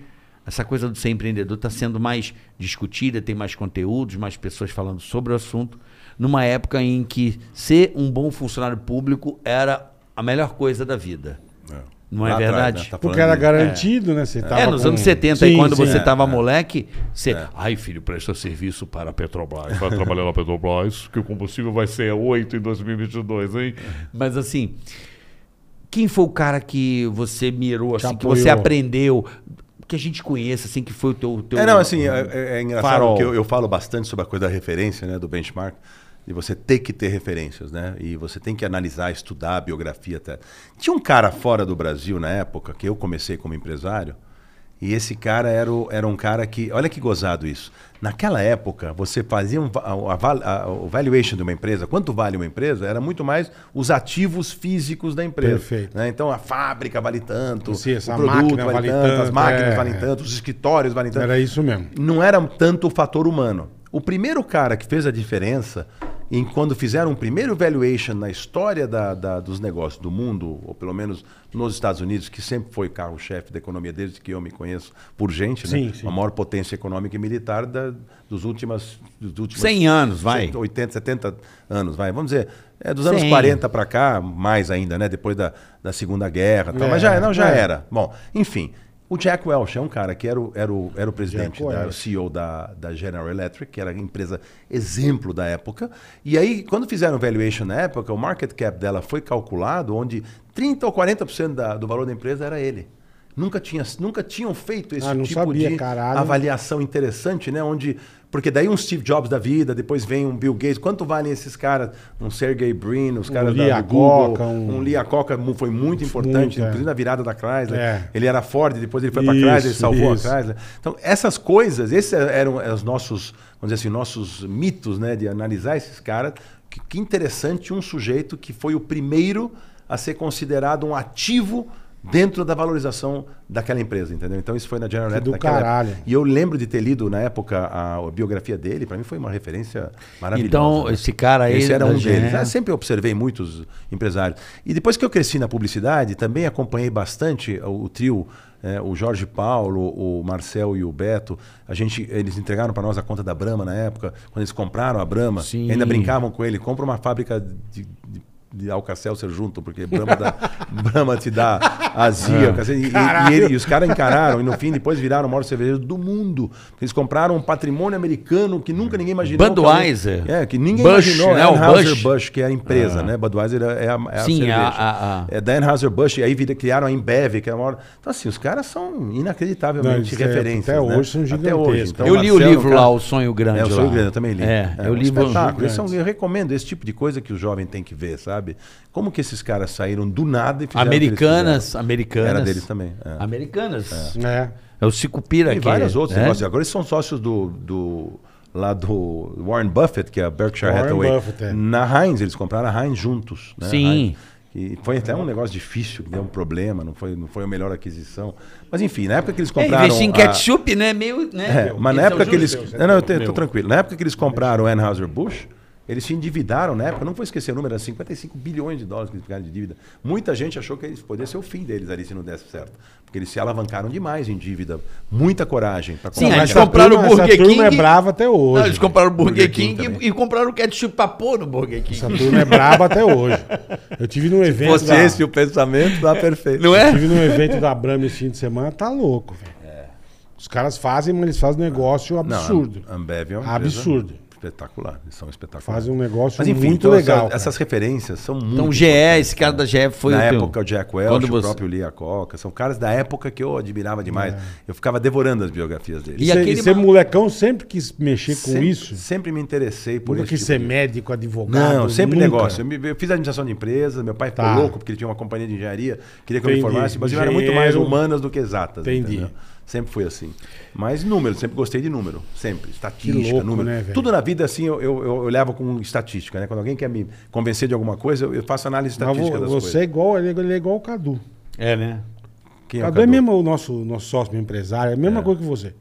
[SPEAKER 4] essa coisa do ser empreendedor está sendo mais discutida, tem mais conteúdos, mais pessoas falando sobre o assunto, numa época em que ser um bom funcionário público era a melhor coisa da vida. Não é verdade?
[SPEAKER 5] né? Tá
[SPEAKER 3] Porque era garantido, né? Você tava
[SPEAKER 4] É, nos
[SPEAKER 3] com-
[SPEAKER 4] anos 70,
[SPEAKER 3] Sim,
[SPEAKER 4] aí, quando
[SPEAKER 3] sim.
[SPEAKER 5] É,
[SPEAKER 3] é.
[SPEAKER 4] você tava moleque, você.
[SPEAKER 1] Ai, filho, presta serviço para a Petrobras. Vai trabalhar na Petrobras, que o combustível vai ser 8 em 2022, hein?
[SPEAKER 4] Mas assim, quem foi o cara que você mirou, assim,
[SPEAKER 3] Te
[SPEAKER 4] que você
[SPEAKER 3] apoiou.
[SPEAKER 4] aprendeu, que a gente conheça, assim, que foi o teu. teu Então,
[SPEAKER 5] É, não, assim, é, é- é engraçado
[SPEAKER 4] Farol.
[SPEAKER 5] que eu, eu falo bastante sobre a coisa da referência, né, do benchmark, e você tem que ter referências, né? E você tem que analisar, estudar a biografia até. Tinha um cara fora do Brasil na época, que eu comecei como empresário, e esse cara era, o- era um cara que, olha que gozado isso. Naquela época, você fazia um, va- a- a val- a- o valuation de uma empresa, quanto vale uma empresa, era muito mais os ativos físicos da empresa.
[SPEAKER 3] Perfeito.
[SPEAKER 5] né? Então a fábrica vale tanto,
[SPEAKER 3] Sim, essa
[SPEAKER 5] o produto
[SPEAKER 3] máquina
[SPEAKER 5] vale,
[SPEAKER 3] vale
[SPEAKER 5] tanto, as
[SPEAKER 3] tanto,
[SPEAKER 5] máquinas
[SPEAKER 3] é,
[SPEAKER 5] valem
[SPEAKER 3] é.
[SPEAKER 5] tanto, os escritórios valem tanto
[SPEAKER 3] Era isso mesmo.
[SPEAKER 5] não era tanto o fator humano. O primeiro cara que fez a diferença em quando fizeram o primeiro valuation na história da- da- dos negócios do mundo, ou pelo menos nos Estados Unidos, que sempre foi carro-chefe da economia desde que eu me conheço por gente, né?
[SPEAKER 3] Sim, sim.
[SPEAKER 5] a maior potência econômica e militar da- dos últimas dos últimos
[SPEAKER 4] 100 anos, vai.
[SPEAKER 5] 80, 70 anos, vai. Vamos dizer, é dos anos
[SPEAKER 4] Sim.
[SPEAKER 5] 40 para cá, mais ainda, né? Depois da, da Segunda Guerra, tal.
[SPEAKER 3] É,
[SPEAKER 5] mas já, não, já
[SPEAKER 3] é.
[SPEAKER 5] era. Bom, enfim, o Jack Welch é um cara que era o, era o, era o presidente,
[SPEAKER 3] Jack
[SPEAKER 5] da-
[SPEAKER 3] Welch.
[SPEAKER 5] o CEO da, da General Electric, que era a empresa exemplo da época. E aí, quando fizeram o valuation na época, o market cap dela foi calculado onde 30 ou 40% da, do valor da empresa era ele. Nunca, tinha, nunca tinham feito esse
[SPEAKER 3] Ah, não
[SPEAKER 5] tipo
[SPEAKER 3] sabia,
[SPEAKER 5] de
[SPEAKER 3] caralho.
[SPEAKER 5] avaliação avaliação interessante, né? Onde. Porque daí um Steve Jobs da vida, depois vem um Bill Gates. Quanto valem esses caras? Um Sergey Brin, os caras da-
[SPEAKER 3] Lia
[SPEAKER 5] do Google.
[SPEAKER 3] Coca, um-
[SPEAKER 5] um... Lia Coca mu- foi muito importante,
[SPEAKER 3] é.
[SPEAKER 5] inclusive na virada da Chrysler.
[SPEAKER 3] É.
[SPEAKER 5] Ele era Ford, depois ele foi para
[SPEAKER 3] Isso,
[SPEAKER 5] Chrysler, ele salvou
[SPEAKER 3] isso.
[SPEAKER 5] a Chrysler. Então, essas coisas, esses eram eh, os nossos, vamos dizer assim, nossos mitos, né? De analisar esses caras. Que, que interessante um sujeito que foi o primeiro a ser considerado um ativo dentro da valorização daquela empresa, entendeu? Então isso foi na General
[SPEAKER 3] Que do
[SPEAKER 5] Electric. naquela época.
[SPEAKER 3] caralho.
[SPEAKER 5] E eu lembro de ter lido na época a, a biografia dele, para mim foi uma referência maravilhosa.
[SPEAKER 4] Então,
[SPEAKER 5] né?
[SPEAKER 4] esse cara aí
[SPEAKER 5] Esse era
[SPEAKER 4] da
[SPEAKER 5] um deles.
[SPEAKER 4] General.
[SPEAKER 5] Eu sempre observei muitos empresários. E depois que eu cresci na publicidade, também acompanhei bastante o, o trio, eh, o Jorge Paulo, o Marcel e o Beto. A gente, eles entregaram para nós a conta da Brahma na época, quando eles compraram a Brahma,
[SPEAKER 4] Sim.
[SPEAKER 5] ainda brincavam com ele, compra uma fábrica de. de de Alcacelser junto, porque Brahma, dá- Brahma te dá
[SPEAKER 4] É.
[SPEAKER 5] azia. Alcacelser. E- E, e ele- e os caras encararam, e no fim depois viraram o maior cervejeiro do mundo. Eles compraram um patrimônio americano que nunca ninguém imaginou. que alguém-
[SPEAKER 4] Budweiser.
[SPEAKER 5] É, que ninguém
[SPEAKER 4] Bush,
[SPEAKER 5] imaginou.
[SPEAKER 4] né? O
[SPEAKER 5] Anheuser
[SPEAKER 4] Bush.
[SPEAKER 5] Bush, que é a empresa, né? Budweiser é é a, é a
[SPEAKER 4] Ah. Sim,
[SPEAKER 5] cerveja.
[SPEAKER 4] a- a- a-
[SPEAKER 5] É da Anheuser-Busch, e aí vira- criaram a Embev, que é a maior... Então, assim, os caras são
[SPEAKER 3] Não,
[SPEAKER 5] inacreditavelmente
[SPEAKER 3] isso é-
[SPEAKER 5] referências,
[SPEAKER 3] até
[SPEAKER 5] né?
[SPEAKER 3] hoje são gigantescos.
[SPEAKER 5] Então,
[SPEAKER 4] eu li o
[SPEAKER 5] Marcelo,
[SPEAKER 4] livro
[SPEAKER 5] cara-
[SPEAKER 4] lá, O Sonho Grande.
[SPEAKER 5] É, o
[SPEAKER 4] lá.
[SPEAKER 5] Sonho Grande, eu também li.
[SPEAKER 4] É, eu
[SPEAKER 5] um
[SPEAKER 4] li
[SPEAKER 5] espetáculo.
[SPEAKER 3] Grande.
[SPEAKER 5] Isso é um- eu recomendo esse tipo de coisa que o jovem tem que ver, sabe? sabe? Como que esses caras saíram do nada e fizeram o que eles
[SPEAKER 4] Americanas,
[SPEAKER 5] fizeram?
[SPEAKER 4] americanas.
[SPEAKER 5] Era deles também. é.
[SPEAKER 4] Americanas. É,
[SPEAKER 3] É.
[SPEAKER 4] o Cicupira
[SPEAKER 5] E
[SPEAKER 4] que-
[SPEAKER 5] várias outras.
[SPEAKER 4] né?
[SPEAKER 5] negócios. Agora eles são sócios do, do- lá do Warren Buffett, que é a Berkshire
[SPEAKER 3] Warren
[SPEAKER 5] Hathaway.
[SPEAKER 3] Buffett, é.
[SPEAKER 5] Na Heinz, eles compraram a Heinz juntos. né?
[SPEAKER 4] Sim.
[SPEAKER 5] Heinz. E foi até um negócio difícil, que deu um problema, não foi, não foi a melhor aquisição. Mas enfim, na época que eles
[SPEAKER 4] É,
[SPEAKER 5] compraram.
[SPEAKER 4] investir em
[SPEAKER 5] a-
[SPEAKER 4] ketchup, né? Meio, né?
[SPEAKER 5] é, mas
[SPEAKER 4] Esse
[SPEAKER 5] na
[SPEAKER 4] é o
[SPEAKER 5] época que
[SPEAKER 4] Júlio
[SPEAKER 5] eles.
[SPEAKER 4] seu.
[SPEAKER 5] Não, não, eu te- tô tranquilo. Na época que eles compraram o Anheuser-Busch, eles se endividaram na época, não vou esquecer o número, era 55 bilhões de dólares que eles ficaram de dívida. Muita gente achou que eles podia ser o fim deles ali se não desse certo. Porque eles se alavancaram demais em dívida. Muita coragem para
[SPEAKER 4] Sim,
[SPEAKER 5] comprar.
[SPEAKER 4] eles
[SPEAKER 3] essa
[SPEAKER 4] compraram
[SPEAKER 3] turma-
[SPEAKER 4] o Burger
[SPEAKER 3] essa turma é
[SPEAKER 4] King.
[SPEAKER 3] brava até hoje.
[SPEAKER 4] Não, eles compraram o Burger
[SPEAKER 5] Burger
[SPEAKER 4] King,
[SPEAKER 5] King
[SPEAKER 4] e- e, compraram o ketchup pra pôr no Burger King.
[SPEAKER 3] Essa turma é braba até hoje. Eu tive num evento. da-
[SPEAKER 5] Você, se o pensamento tá perfeito.
[SPEAKER 4] Não é?
[SPEAKER 3] Estive num evento da Abramo esse fim de semana, tá louco, velho. Os caras fazem, mas eles fazem um negócio
[SPEAKER 5] Não,
[SPEAKER 3] absurdo.
[SPEAKER 5] a Ambev é uma empresa
[SPEAKER 3] Absurdo.
[SPEAKER 5] Espetacular. Eles são espetaculares.
[SPEAKER 3] Fazem um negócio
[SPEAKER 5] Mas enfim,
[SPEAKER 3] muito
[SPEAKER 5] então,
[SPEAKER 3] legal.
[SPEAKER 5] essa-
[SPEAKER 3] cara.
[SPEAKER 5] essas referências são muito.
[SPEAKER 4] Então, o GE, esse cara da GE foi
[SPEAKER 5] na
[SPEAKER 4] o teu-
[SPEAKER 5] época, o Jack
[SPEAKER 4] Quando
[SPEAKER 5] Welch, o
[SPEAKER 4] você-
[SPEAKER 5] próprio Lia Coca, são caras da época que eu admirava demais. Eu ficava devorando as biografias deles.
[SPEAKER 4] E
[SPEAKER 3] É. E, cê-
[SPEAKER 4] aquele
[SPEAKER 3] e ser
[SPEAKER 4] ma-
[SPEAKER 3] molecão sempre quis mexer com
[SPEAKER 5] sempre,
[SPEAKER 3] isso.
[SPEAKER 5] Sempre me interessei por
[SPEAKER 3] Nunca
[SPEAKER 5] isso.
[SPEAKER 3] quis ser médico, advogado.
[SPEAKER 5] Não, sempre
[SPEAKER 3] nunca.
[SPEAKER 5] negócio. é Eu, me- eu fiz administração de empresas, meu pai ficou
[SPEAKER 3] Tá.
[SPEAKER 5] louco porque ele tinha uma companhia de engenharia, queria que eu me
[SPEAKER 3] Entendi.
[SPEAKER 5] formasse, mas eu era muito mais
[SPEAKER 3] Engenheiro.
[SPEAKER 5] humanas do que exatas.
[SPEAKER 3] Entendi.
[SPEAKER 5] entendeu? Sempre foi assim. Mas número, sempre gostei de número. Sempre. Estatística,
[SPEAKER 3] Que louco,
[SPEAKER 5] número.
[SPEAKER 3] né, velho?
[SPEAKER 5] Tudo na vida, assim, eu, eu, eu olhava com estatística, né? Quando alguém quer me convencer de alguma coisa, eu, eu faço análise
[SPEAKER 3] Mas vo-
[SPEAKER 5] estatística das
[SPEAKER 3] você é
[SPEAKER 5] coisas.
[SPEAKER 3] igual, ele é- ele é igual o Cadu.
[SPEAKER 4] É, né?
[SPEAKER 5] Quem é o
[SPEAKER 3] Cadu é
[SPEAKER 5] Cadu?
[SPEAKER 3] mesmo o nosso, nosso sócio, meu empresário, é a mesma coisa que você.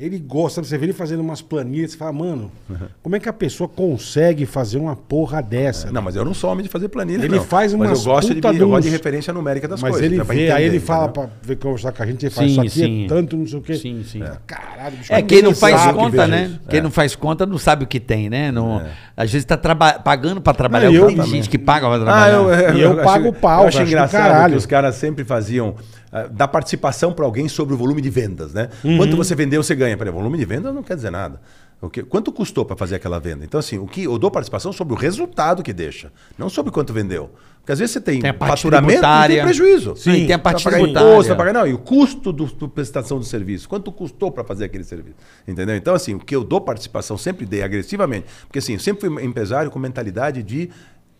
[SPEAKER 3] Ele gosta, você vê ele fazendo umas planilhas, você fala, mano,
[SPEAKER 5] Uhum.
[SPEAKER 3] como é que a pessoa consegue fazer uma porra dessa?
[SPEAKER 5] Não, mas eu não sou homem de fazer planilha.
[SPEAKER 3] Tá Ele
[SPEAKER 5] não.
[SPEAKER 3] faz
[SPEAKER 5] mas
[SPEAKER 3] umas
[SPEAKER 5] eu gosto de,
[SPEAKER 3] puta
[SPEAKER 5] eu gosto de
[SPEAKER 3] de uns-
[SPEAKER 5] referência numérica das
[SPEAKER 3] Mas
[SPEAKER 5] coisas.
[SPEAKER 3] ele
[SPEAKER 5] né, pra
[SPEAKER 3] vê, aí
[SPEAKER 5] entender,
[SPEAKER 3] ele fala
[SPEAKER 5] entendeu?
[SPEAKER 3] pra ver conversar com a gente, ele faz
[SPEAKER 4] Sim,
[SPEAKER 3] isso aqui,
[SPEAKER 4] sim.
[SPEAKER 3] é tanto, não sei o quê.
[SPEAKER 4] Sim, sim.
[SPEAKER 3] Fala, Caralho, bicho,
[SPEAKER 4] É,
[SPEAKER 3] como
[SPEAKER 4] quem
[SPEAKER 3] ele
[SPEAKER 4] não faz
[SPEAKER 3] sabe?"
[SPEAKER 4] conta,
[SPEAKER 5] vejo
[SPEAKER 4] né?
[SPEAKER 5] isso. É.
[SPEAKER 4] Quem não faz conta não sabe o que tem, né? Não, Às vezes tá traba- pagando pra trabalhar.
[SPEAKER 3] Não, eu-
[SPEAKER 4] tem gente que paga pra trabalhar.
[SPEAKER 5] Ah, eu,
[SPEAKER 3] E eu pago o pau,
[SPEAKER 5] Eu
[SPEAKER 3] eu
[SPEAKER 5] acho
[SPEAKER 3] acho do
[SPEAKER 5] engraçado
[SPEAKER 3] caralho.
[SPEAKER 5] que os caras sempre faziam ah, dar participação para alguém sobre o volume de vendas, né?
[SPEAKER 3] Uhum.
[SPEAKER 5] Quanto você vendeu, você ganha. Peraí, volume de vendas não quer dizer nada. O que, quanto custou para fazer aquela venda? Então, assim, o que eu dou participação sobre o resultado que deixa, não sobre quanto vendeu. Porque às vezes você tem,
[SPEAKER 4] Tem a parte
[SPEAKER 5] faturamento e
[SPEAKER 4] tributário.
[SPEAKER 5] tem prejuízo.
[SPEAKER 4] Sim, tem a parte
[SPEAKER 5] Você vai pagar
[SPEAKER 4] tributária.
[SPEAKER 5] imposto, vai pagar- não, e o custo do, do prestação do serviço. Quanto custou para fazer aquele serviço? Entendeu? Então, assim, o que eu dou participação, sempre dei agressivamente. Porque, assim, eu sempre fui empresário com mentalidade de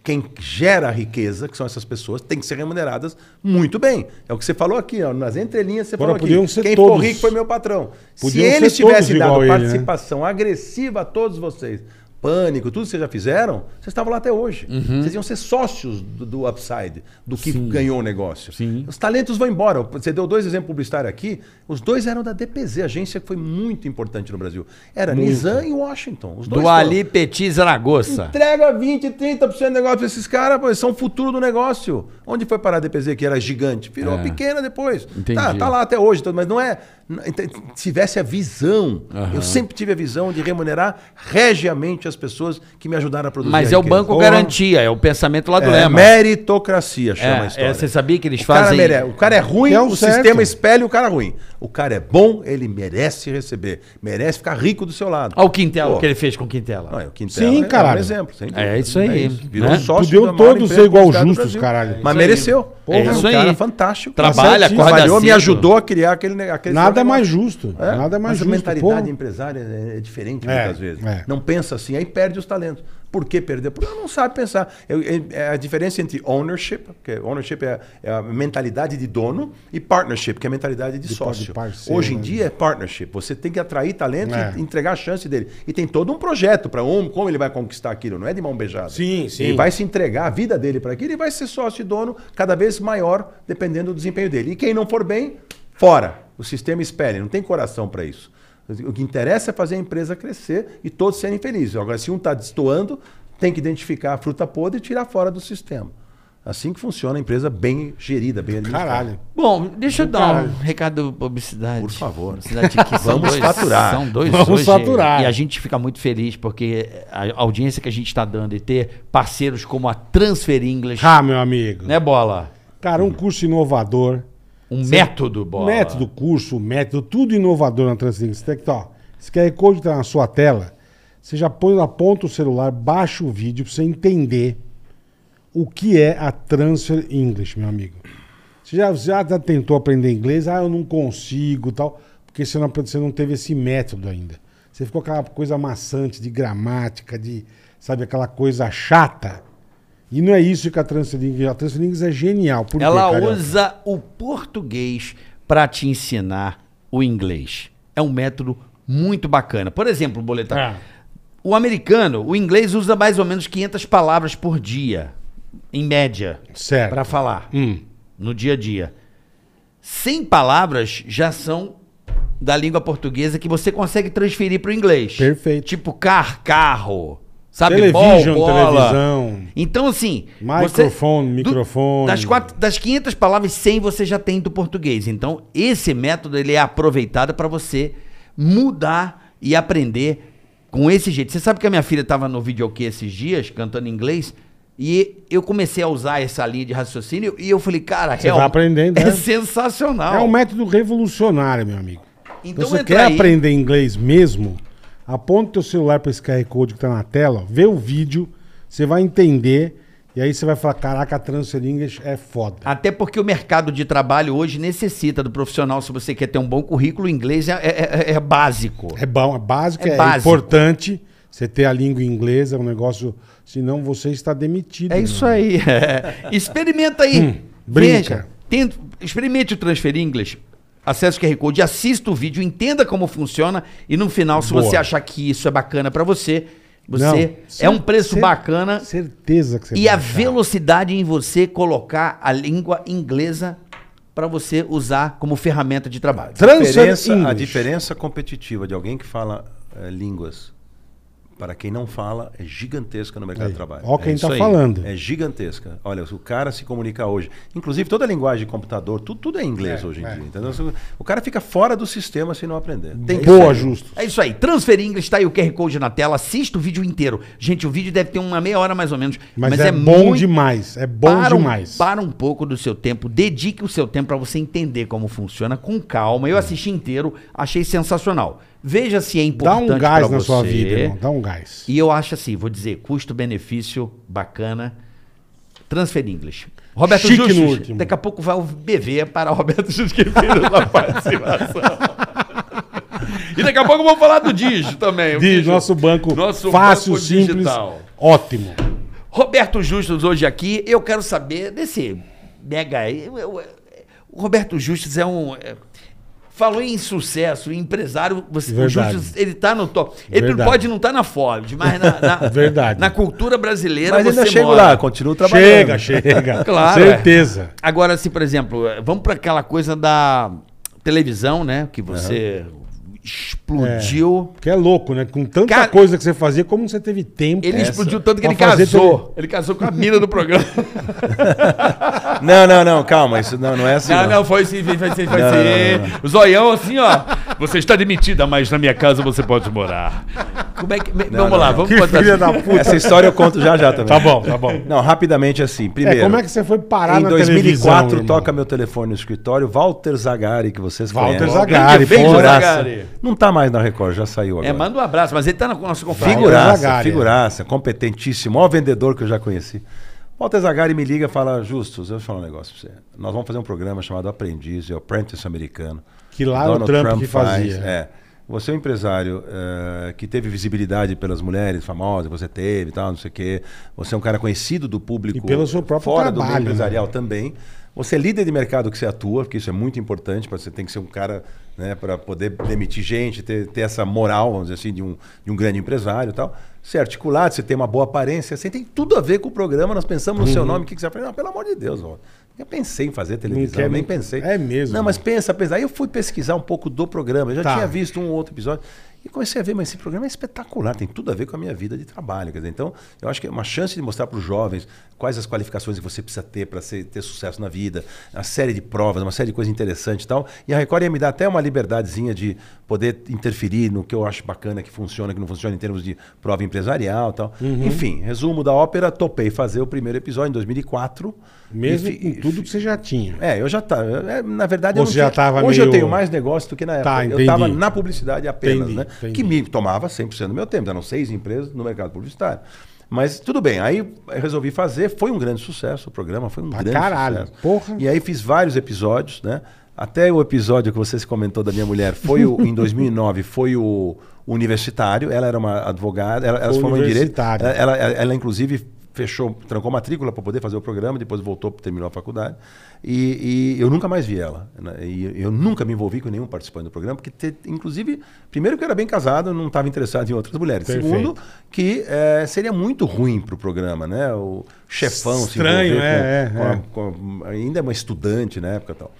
[SPEAKER 5] quem gera riqueza, que são essas pessoas, tem que ser remuneradas muito bem. É o que você falou aqui, ó, nas entrelinhas você
[SPEAKER 3] Agora,
[SPEAKER 5] falou
[SPEAKER 3] podiam
[SPEAKER 5] aqui.
[SPEAKER 3] ser
[SPEAKER 5] Quem for
[SPEAKER 3] todos.
[SPEAKER 5] rico foi meu patrão.
[SPEAKER 3] Podiam
[SPEAKER 5] Se
[SPEAKER 3] ser
[SPEAKER 5] eles
[SPEAKER 3] todos
[SPEAKER 5] tivessem dado
[SPEAKER 3] igual ele, né?
[SPEAKER 5] participação agressiva a todos vocês, pânico, tudo que vocês já fizeram, vocês estavam lá até hoje.
[SPEAKER 4] Uhum.
[SPEAKER 5] Vocês iam ser sócios do, do upside, do que ganhou o negócio.
[SPEAKER 4] Sim.
[SPEAKER 5] Os talentos vão embora. Você deu dois exemplos publicitários aqui. Os dois eram da DPZ, agência que foi muito importante no Brasil. Era Nizam e Washington. Os
[SPEAKER 4] Do
[SPEAKER 5] dois foram.
[SPEAKER 4] Ali Petit Zaragoza.
[SPEAKER 5] Entrega 20, 30% do negócio pra esses caras, pô, eles são o futuro do negócio. Onde foi parar a DPZ, que era gigante? Virou
[SPEAKER 4] É.
[SPEAKER 5] pequena depois.
[SPEAKER 4] Entendi.
[SPEAKER 5] Tá, tá lá até hoje, mas não é. não- ent- Tivesse a visão.
[SPEAKER 4] Aham.
[SPEAKER 5] Eu sempre tive a visão de remunerar regiamente as pessoas que me ajudaram a produzir.
[SPEAKER 4] Mas
[SPEAKER 5] a
[SPEAKER 4] é o
[SPEAKER 5] riqueza.
[SPEAKER 4] banco garantia, é o pensamento lá do
[SPEAKER 5] É,
[SPEAKER 4] Lema.
[SPEAKER 5] meritocracia
[SPEAKER 4] É,
[SPEAKER 5] chama a história.
[SPEAKER 4] é, você sabia que eles
[SPEAKER 5] O cara
[SPEAKER 4] fazem.
[SPEAKER 5] mere- O cara é ruim,
[SPEAKER 3] Que é o
[SPEAKER 5] o
[SPEAKER 3] certo.
[SPEAKER 5] sistema espelha o cara ruim. O cara é bom, ele merece receber. Merece ficar rico do seu lado.
[SPEAKER 4] Olha o Quintela, o
[SPEAKER 5] Pô.
[SPEAKER 4] que ele fez com o Quintela.
[SPEAKER 5] Não, é o Quintela
[SPEAKER 3] Sim,
[SPEAKER 5] é- é um
[SPEAKER 3] caralho.
[SPEAKER 5] exemplo. sem dúvida.
[SPEAKER 4] É isso aí,
[SPEAKER 5] Virou
[SPEAKER 4] né?
[SPEAKER 5] sócio
[SPEAKER 3] Podiam
[SPEAKER 5] da maior
[SPEAKER 3] todos
[SPEAKER 5] empresa
[SPEAKER 3] ser igual
[SPEAKER 5] publicitária do
[SPEAKER 3] justos,
[SPEAKER 5] Brasil.
[SPEAKER 3] caralho. É isso
[SPEAKER 5] Mas
[SPEAKER 4] aí.
[SPEAKER 5] mereceu.
[SPEAKER 4] É
[SPEAKER 5] Porra,
[SPEAKER 4] isso
[SPEAKER 5] um cara
[SPEAKER 4] aí.
[SPEAKER 5] fantástico.
[SPEAKER 4] Trabalha,
[SPEAKER 5] Certíssimo.
[SPEAKER 4] acorda
[SPEAKER 5] Trabalhou, me
[SPEAKER 4] cedo.
[SPEAKER 5] ajudou a criar aquele ne- aquele
[SPEAKER 3] Nada é
[SPEAKER 5] negócio.
[SPEAKER 3] mais
[SPEAKER 4] né?
[SPEAKER 3] justo. Nada é mais
[SPEAKER 5] É. Mas
[SPEAKER 3] justo.
[SPEAKER 5] a mentalidade
[SPEAKER 3] porra.
[SPEAKER 5] empresária é é diferente
[SPEAKER 3] É,
[SPEAKER 5] muitas vezes.
[SPEAKER 3] é.
[SPEAKER 5] Não pensa assim, aí perde os talentos. Por que perder? Porque ela não sabe pensar. Eu- eu- É a diferença entre ownership, que é- ownership é, é a mentalidade de dono, e partnership, que é a mentalidade de,
[SPEAKER 3] De par- de
[SPEAKER 5] sócio.
[SPEAKER 3] parceiro,
[SPEAKER 5] Hoje em
[SPEAKER 3] né?
[SPEAKER 5] dia é partnership. Você tem que atrair talento
[SPEAKER 3] É.
[SPEAKER 5] e entregar a chance dele. E tem todo um projeto para um, como ele vai conquistar aquilo. Não é de mão beijada.
[SPEAKER 3] Sim, sim.
[SPEAKER 5] Ele vai se entregar a vida dele para aquilo e vai ser sócio e dono cada vez maior, dependendo do desempenho dele. E quem não for bem, fora. O sistema espelha, não tem coração para isso. O que interessa é fazer a empresa crescer e todos serem felizes. Agora, se um está destoando, tem que identificar a fruta podre e tirar fora do sistema. Assim que funciona a empresa bem gerida, bem administrada.
[SPEAKER 3] Caralho.
[SPEAKER 4] Bom, deixa eu dar
[SPEAKER 3] Caralho.
[SPEAKER 4] um recado publicidade.
[SPEAKER 5] Por favor.
[SPEAKER 4] Publicidade que são
[SPEAKER 5] Vamos
[SPEAKER 4] dois,
[SPEAKER 5] faturar.
[SPEAKER 4] São dois
[SPEAKER 3] Vamos
[SPEAKER 4] hoje,
[SPEAKER 3] faturar.
[SPEAKER 4] E a gente fica muito feliz porque a audiência que a gente está dando e ter parceiros como a Transfer English,
[SPEAKER 3] Ah, meu amigo.
[SPEAKER 4] né, Bola?
[SPEAKER 3] Cara, um curso inovador.
[SPEAKER 4] Um método, Bola.
[SPEAKER 3] Método, curso, um método, tudo inovador na Translink. Você tem que, ó, esse QR Code tá na sua tela, você já põe na ponta o celular, baixa o vídeo pra você entender o que é a Transfer English, meu amigo. Você já, já tentou aprender inglês? Ah, eu não consigo tal. Porque você não, você não teve esse método ainda. Você ficou aquela coisa maçante de gramática, de, sabe, aquela coisa chata. E não é isso que a Transferlingues... A Transferlingues é genial. Por quê,
[SPEAKER 4] Ela
[SPEAKER 3] Carioca?
[SPEAKER 4] usa o português para te ensinar o inglês. É um método muito bacana. Por exemplo, Boleta,
[SPEAKER 3] É.
[SPEAKER 4] o americano, o inglês usa mais ou menos 500 palavras por dia, em média,
[SPEAKER 3] Certo.
[SPEAKER 4] para falar
[SPEAKER 3] Hum.
[SPEAKER 4] no dia a dia. 100 palavras já são da língua portuguesa que você consegue transferir para o inglês.
[SPEAKER 3] Perfeito.
[SPEAKER 4] Tipo car, carro, sabe?
[SPEAKER 3] Television,
[SPEAKER 4] Bol, bola.
[SPEAKER 3] televisão.
[SPEAKER 4] Então, assim.
[SPEAKER 3] Microfone,
[SPEAKER 4] do-
[SPEAKER 3] microfone.
[SPEAKER 4] Das, quatro, das 500 palavras, 100 você já tem do português. Então, esse método ele é aproveitado para você mudar e aprender com esse jeito. Você sabe que a minha filha estava no videokê esses dias, cantando em inglês, e eu comecei a usar essa linha de raciocínio e eu falei, cara,
[SPEAKER 3] Você vai aprendendo,
[SPEAKER 4] é
[SPEAKER 3] né?
[SPEAKER 4] sensacional.
[SPEAKER 3] É um método revolucionário, meu amigo. Então,
[SPEAKER 4] Então
[SPEAKER 3] você
[SPEAKER 4] entra
[SPEAKER 3] quer
[SPEAKER 4] aí.
[SPEAKER 3] aprender inglês mesmo? Aponta o teu celular para esse QR Code que tá na tela, vê o vídeo, você vai entender, e aí você vai falar, caraca, a Transfer English é foda.
[SPEAKER 4] Até porque o mercado de trabalho hoje necessita do profissional. Se você quer ter um bom currículo, o inglês é, é- é- é básico.
[SPEAKER 3] É bom, é básico, é,
[SPEAKER 4] É básico.
[SPEAKER 3] importante você ter a língua inglesa, é um negócio, senão você está demitido.
[SPEAKER 4] É
[SPEAKER 3] meu
[SPEAKER 4] isso aí. É. Experimenta aí.
[SPEAKER 3] Hum. brinca.
[SPEAKER 4] Veja. Tenta- experimente o Transferir Inglês. Acesse o QR Code, assista o vídeo, entenda como funciona e no final, se
[SPEAKER 3] Boa.
[SPEAKER 4] você achar que isso é bacana pra você, você
[SPEAKER 3] Não,
[SPEAKER 4] é um
[SPEAKER 3] cer-
[SPEAKER 4] preço
[SPEAKER 3] cer-
[SPEAKER 4] bacana
[SPEAKER 3] Certeza que você
[SPEAKER 4] e
[SPEAKER 3] vai
[SPEAKER 4] a
[SPEAKER 3] achar.
[SPEAKER 4] velocidade em você colocar a língua inglesa pra você usar como ferramenta de trabalho.
[SPEAKER 3] Transfer
[SPEAKER 5] diferença, a
[SPEAKER 3] English.
[SPEAKER 5] diferença competitiva de alguém que fala eh, línguas para quem não fala é gigantesca no mercado
[SPEAKER 3] Aí,
[SPEAKER 5] de trabalho.
[SPEAKER 3] Ó quem
[SPEAKER 4] isso
[SPEAKER 3] tá
[SPEAKER 4] aí.
[SPEAKER 3] falando.
[SPEAKER 5] É gigantesca. Olha, o cara se comunicar hoje. Inclusive, toda a linguagem de computador, tudo, tudo é inglês hoje em dia. Entendeu? O cara fica fora do sistema se não aprender. Tem que
[SPEAKER 3] Boa,
[SPEAKER 5] sair.
[SPEAKER 3] Justo.
[SPEAKER 4] É isso aí. Transfer English, tá aí o QR Code na tela. Assista o vídeo inteiro. Gente, o vídeo deve ter uma meia hora mais ou menos.
[SPEAKER 3] Mas, é, bom
[SPEAKER 4] muito-
[SPEAKER 3] demais, é bom
[SPEAKER 4] para um-
[SPEAKER 3] demais.
[SPEAKER 4] para um pouco do seu tempo, dedique o seu tempo para você entender como funciona com calma. Eu
[SPEAKER 3] É.
[SPEAKER 4] assisti inteiro, achei sensacional. Veja se é
[SPEAKER 3] Dá
[SPEAKER 4] importante
[SPEAKER 3] um gás
[SPEAKER 4] pra
[SPEAKER 3] na sua
[SPEAKER 4] você.
[SPEAKER 3] vida, irmão, dá um gás.
[SPEAKER 4] E eu acho assim, vou dizer, custo-benefício bacana. Transfer English. Roberto
[SPEAKER 3] Chique
[SPEAKER 4] Justus,
[SPEAKER 3] no último.
[SPEAKER 4] daqui a pouco vai o BV para Roberto Justus que fez na participação. E daqui a pouco eu vou falar do Digio também. O
[SPEAKER 3] Diz,
[SPEAKER 4] Digio-
[SPEAKER 3] nosso banco
[SPEAKER 4] Nosso
[SPEAKER 3] fácil,
[SPEAKER 4] banco
[SPEAKER 3] simples,
[SPEAKER 4] digital.
[SPEAKER 3] ótimo.
[SPEAKER 4] Roberto Justus hoje aqui, eu quero saber desse mega. eu- eu- o Roberto Justus é um. é, falou em sucesso, em empresário. Você, o
[SPEAKER 3] Verdade.
[SPEAKER 4] Justus, ele tá no top. Ele
[SPEAKER 3] Verdade.
[SPEAKER 4] pode não estar na Forbes, mas na, na,
[SPEAKER 3] Verdade.
[SPEAKER 4] na cultura brasileira.
[SPEAKER 5] Mas ainda
[SPEAKER 4] você
[SPEAKER 5] chego
[SPEAKER 4] mora.
[SPEAKER 5] lá, continuo trabalhando.
[SPEAKER 3] Chega, chega.
[SPEAKER 4] Claro, é.
[SPEAKER 3] Certeza.
[SPEAKER 4] Agora, assim, por exemplo, eh, vamos para aquela coisa da televisão, né? Que você explodiu.
[SPEAKER 3] Que é louco, né? Com tanta
[SPEAKER 4] Cara-
[SPEAKER 3] coisa que você fazia, como você teve tempo.
[SPEAKER 4] Ele
[SPEAKER 3] É. Essa-
[SPEAKER 4] explodiu tanto que
[SPEAKER 3] pra
[SPEAKER 4] ele
[SPEAKER 3] fazer É,
[SPEAKER 4] casou.
[SPEAKER 3] tele-
[SPEAKER 4] Ele casou com a mina do programa.
[SPEAKER 5] Não, não, não, calma. Isso não, não é assim.
[SPEAKER 4] Não,
[SPEAKER 5] não.
[SPEAKER 4] não, foi sim, foi sim, foi
[SPEAKER 5] Não,
[SPEAKER 4] sim.
[SPEAKER 5] não, não,
[SPEAKER 4] O zoião assim, ó.
[SPEAKER 1] Você está demitida, mas na minha casa você pode morar.
[SPEAKER 4] Como é que.
[SPEAKER 5] Não,
[SPEAKER 4] vamos
[SPEAKER 5] não,
[SPEAKER 4] lá,
[SPEAKER 5] não.
[SPEAKER 4] vamos
[SPEAKER 3] Que
[SPEAKER 4] botar. assim.
[SPEAKER 3] filha da puta.
[SPEAKER 5] Essa história eu conto já já também.
[SPEAKER 3] Tá bom, tá bom.
[SPEAKER 5] Não, rapidamente assim. Primeiro.
[SPEAKER 3] É, como é que você foi parar
[SPEAKER 5] em
[SPEAKER 3] na
[SPEAKER 5] 2004
[SPEAKER 3] televisão, irmão?
[SPEAKER 5] toca meu telefone no escritório, Walter Zagari, que vocês
[SPEAKER 3] Walter
[SPEAKER 5] conhecem.
[SPEAKER 3] Zagari,
[SPEAKER 4] Grande beijo,
[SPEAKER 3] pô.
[SPEAKER 4] Zagari.
[SPEAKER 5] Figuraça. Não tá mais na Record, já saiu agora. é.
[SPEAKER 4] É, manda um abraço, mas ele tá no nosso confrade.
[SPEAKER 5] Figuraça,
[SPEAKER 3] Walter Zagari.
[SPEAKER 5] figuraça, competentíssimo, maior vendedor que eu já conheci. Walter Zagari me liga e fala, Justus, eu vou falar um negócio pra você. Nós vamos fazer um programa chamado Aprendiz, e Apprentice americano.
[SPEAKER 3] Que lá é o Trump que fazia.
[SPEAKER 5] é. Você é um empresário eh, que teve visibilidade pelas mulheres famosas, você teve e tal, não sei o quê. Você é um cara conhecido do público.
[SPEAKER 3] E pelo seu próprio
[SPEAKER 5] fora do
[SPEAKER 3] trabalho,
[SPEAKER 5] meio
[SPEAKER 3] né?
[SPEAKER 5] empresarial também. Você é líder de mercado que você atua, porque isso é muito importante. pra Você tem que ser um cara né, para poder demitir gente, ter, ter essa moral, vamos dizer assim, de um, de um grande empresário e tal. Você é articulado, você tem uma boa aparência, você tem tudo a ver com o programa. Nós pensamos no seu
[SPEAKER 3] Uhum.
[SPEAKER 5] nome, o que, que você vai fazer? Não, pelo amor de Deus, ó. Eu pensei em fazer televisão,
[SPEAKER 3] quer,
[SPEAKER 5] nem
[SPEAKER 3] não-
[SPEAKER 5] pensei.
[SPEAKER 3] é mesmo,
[SPEAKER 5] Não, mas
[SPEAKER 3] né?
[SPEAKER 5] pensa, pensa. Aí eu fui pesquisar um pouco do programa. Eu já
[SPEAKER 3] Tá.
[SPEAKER 5] tinha visto um ou outro episódio. E comecei a ver, mas esse programa é espetacular, tem tudo a ver com a minha vida de trabalho. Quer dizer, então, eu acho que é uma chance de mostrar para os jovens quais as qualificações que você precisa ter para ter sucesso na vida, uma série de provas, uma série de coisa interessante e tal. E a Record ia me dar até uma liberdadezinha de poder interferir no que eu acho bacana, que funciona, que não funciona em termos de prova empresarial e tal.
[SPEAKER 3] Uhum.
[SPEAKER 5] Enfim, resumo da ópera, topei fazer o primeiro episódio em 2004.
[SPEAKER 3] Mesmo
[SPEAKER 5] E fi-
[SPEAKER 3] com tudo que você já tinha.
[SPEAKER 5] é, eu já tava. é, na verdade,
[SPEAKER 3] Ou
[SPEAKER 5] eu não
[SPEAKER 3] você já
[SPEAKER 5] tinha-
[SPEAKER 3] tava
[SPEAKER 5] hoje eu
[SPEAKER 3] meio-
[SPEAKER 5] tenho mais negócio do que na época.
[SPEAKER 3] Tá,
[SPEAKER 5] eu estava
[SPEAKER 3] entendi.
[SPEAKER 5] na publicidade apenas,
[SPEAKER 3] Entendi,
[SPEAKER 5] né?
[SPEAKER 3] entendi.
[SPEAKER 5] Que me tomava 100% do meu tempo. Eram seis empresas no mercado publicitário. Mas tudo bem, aí eu resolvi fazer, foi um grande sucesso o programa, foi um
[SPEAKER 3] Pra
[SPEAKER 5] grande
[SPEAKER 3] caralho,
[SPEAKER 5] sucesso.
[SPEAKER 3] porra.
[SPEAKER 5] E aí fiz vários episódios, né? Até o episódio que você se comentou da minha mulher, foi o, em 2009, foi o universitário, ela era uma advogada, ela, elas
[SPEAKER 3] O
[SPEAKER 5] formam em direito,
[SPEAKER 3] universitário.
[SPEAKER 5] ela, ela, ela, inclusive fechou, trancou matrícula para poder fazer o programa, depois voltou, terminou a faculdade. E, e eu nunca mais vi ela. né? E eu nunca me envolvi com nenhum participante do programa, porque, te- inclusive, primeiro que eu era bem casado, eu não estava interessado em outras mulheres.
[SPEAKER 3] Perfeito.
[SPEAKER 5] Segundo, que eh, seria muito ruim para o programa, né? O chefão
[SPEAKER 3] Estranho,
[SPEAKER 5] se envolver
[SPEAKER 3] é,
[SPEAKER 5] com,
[SPEAKER 3] é,
[SPEAKER 5] com a-
[SPEAKER 3] é.
[SPEAKER 5] com a- ainda é uma estudante na época e tal.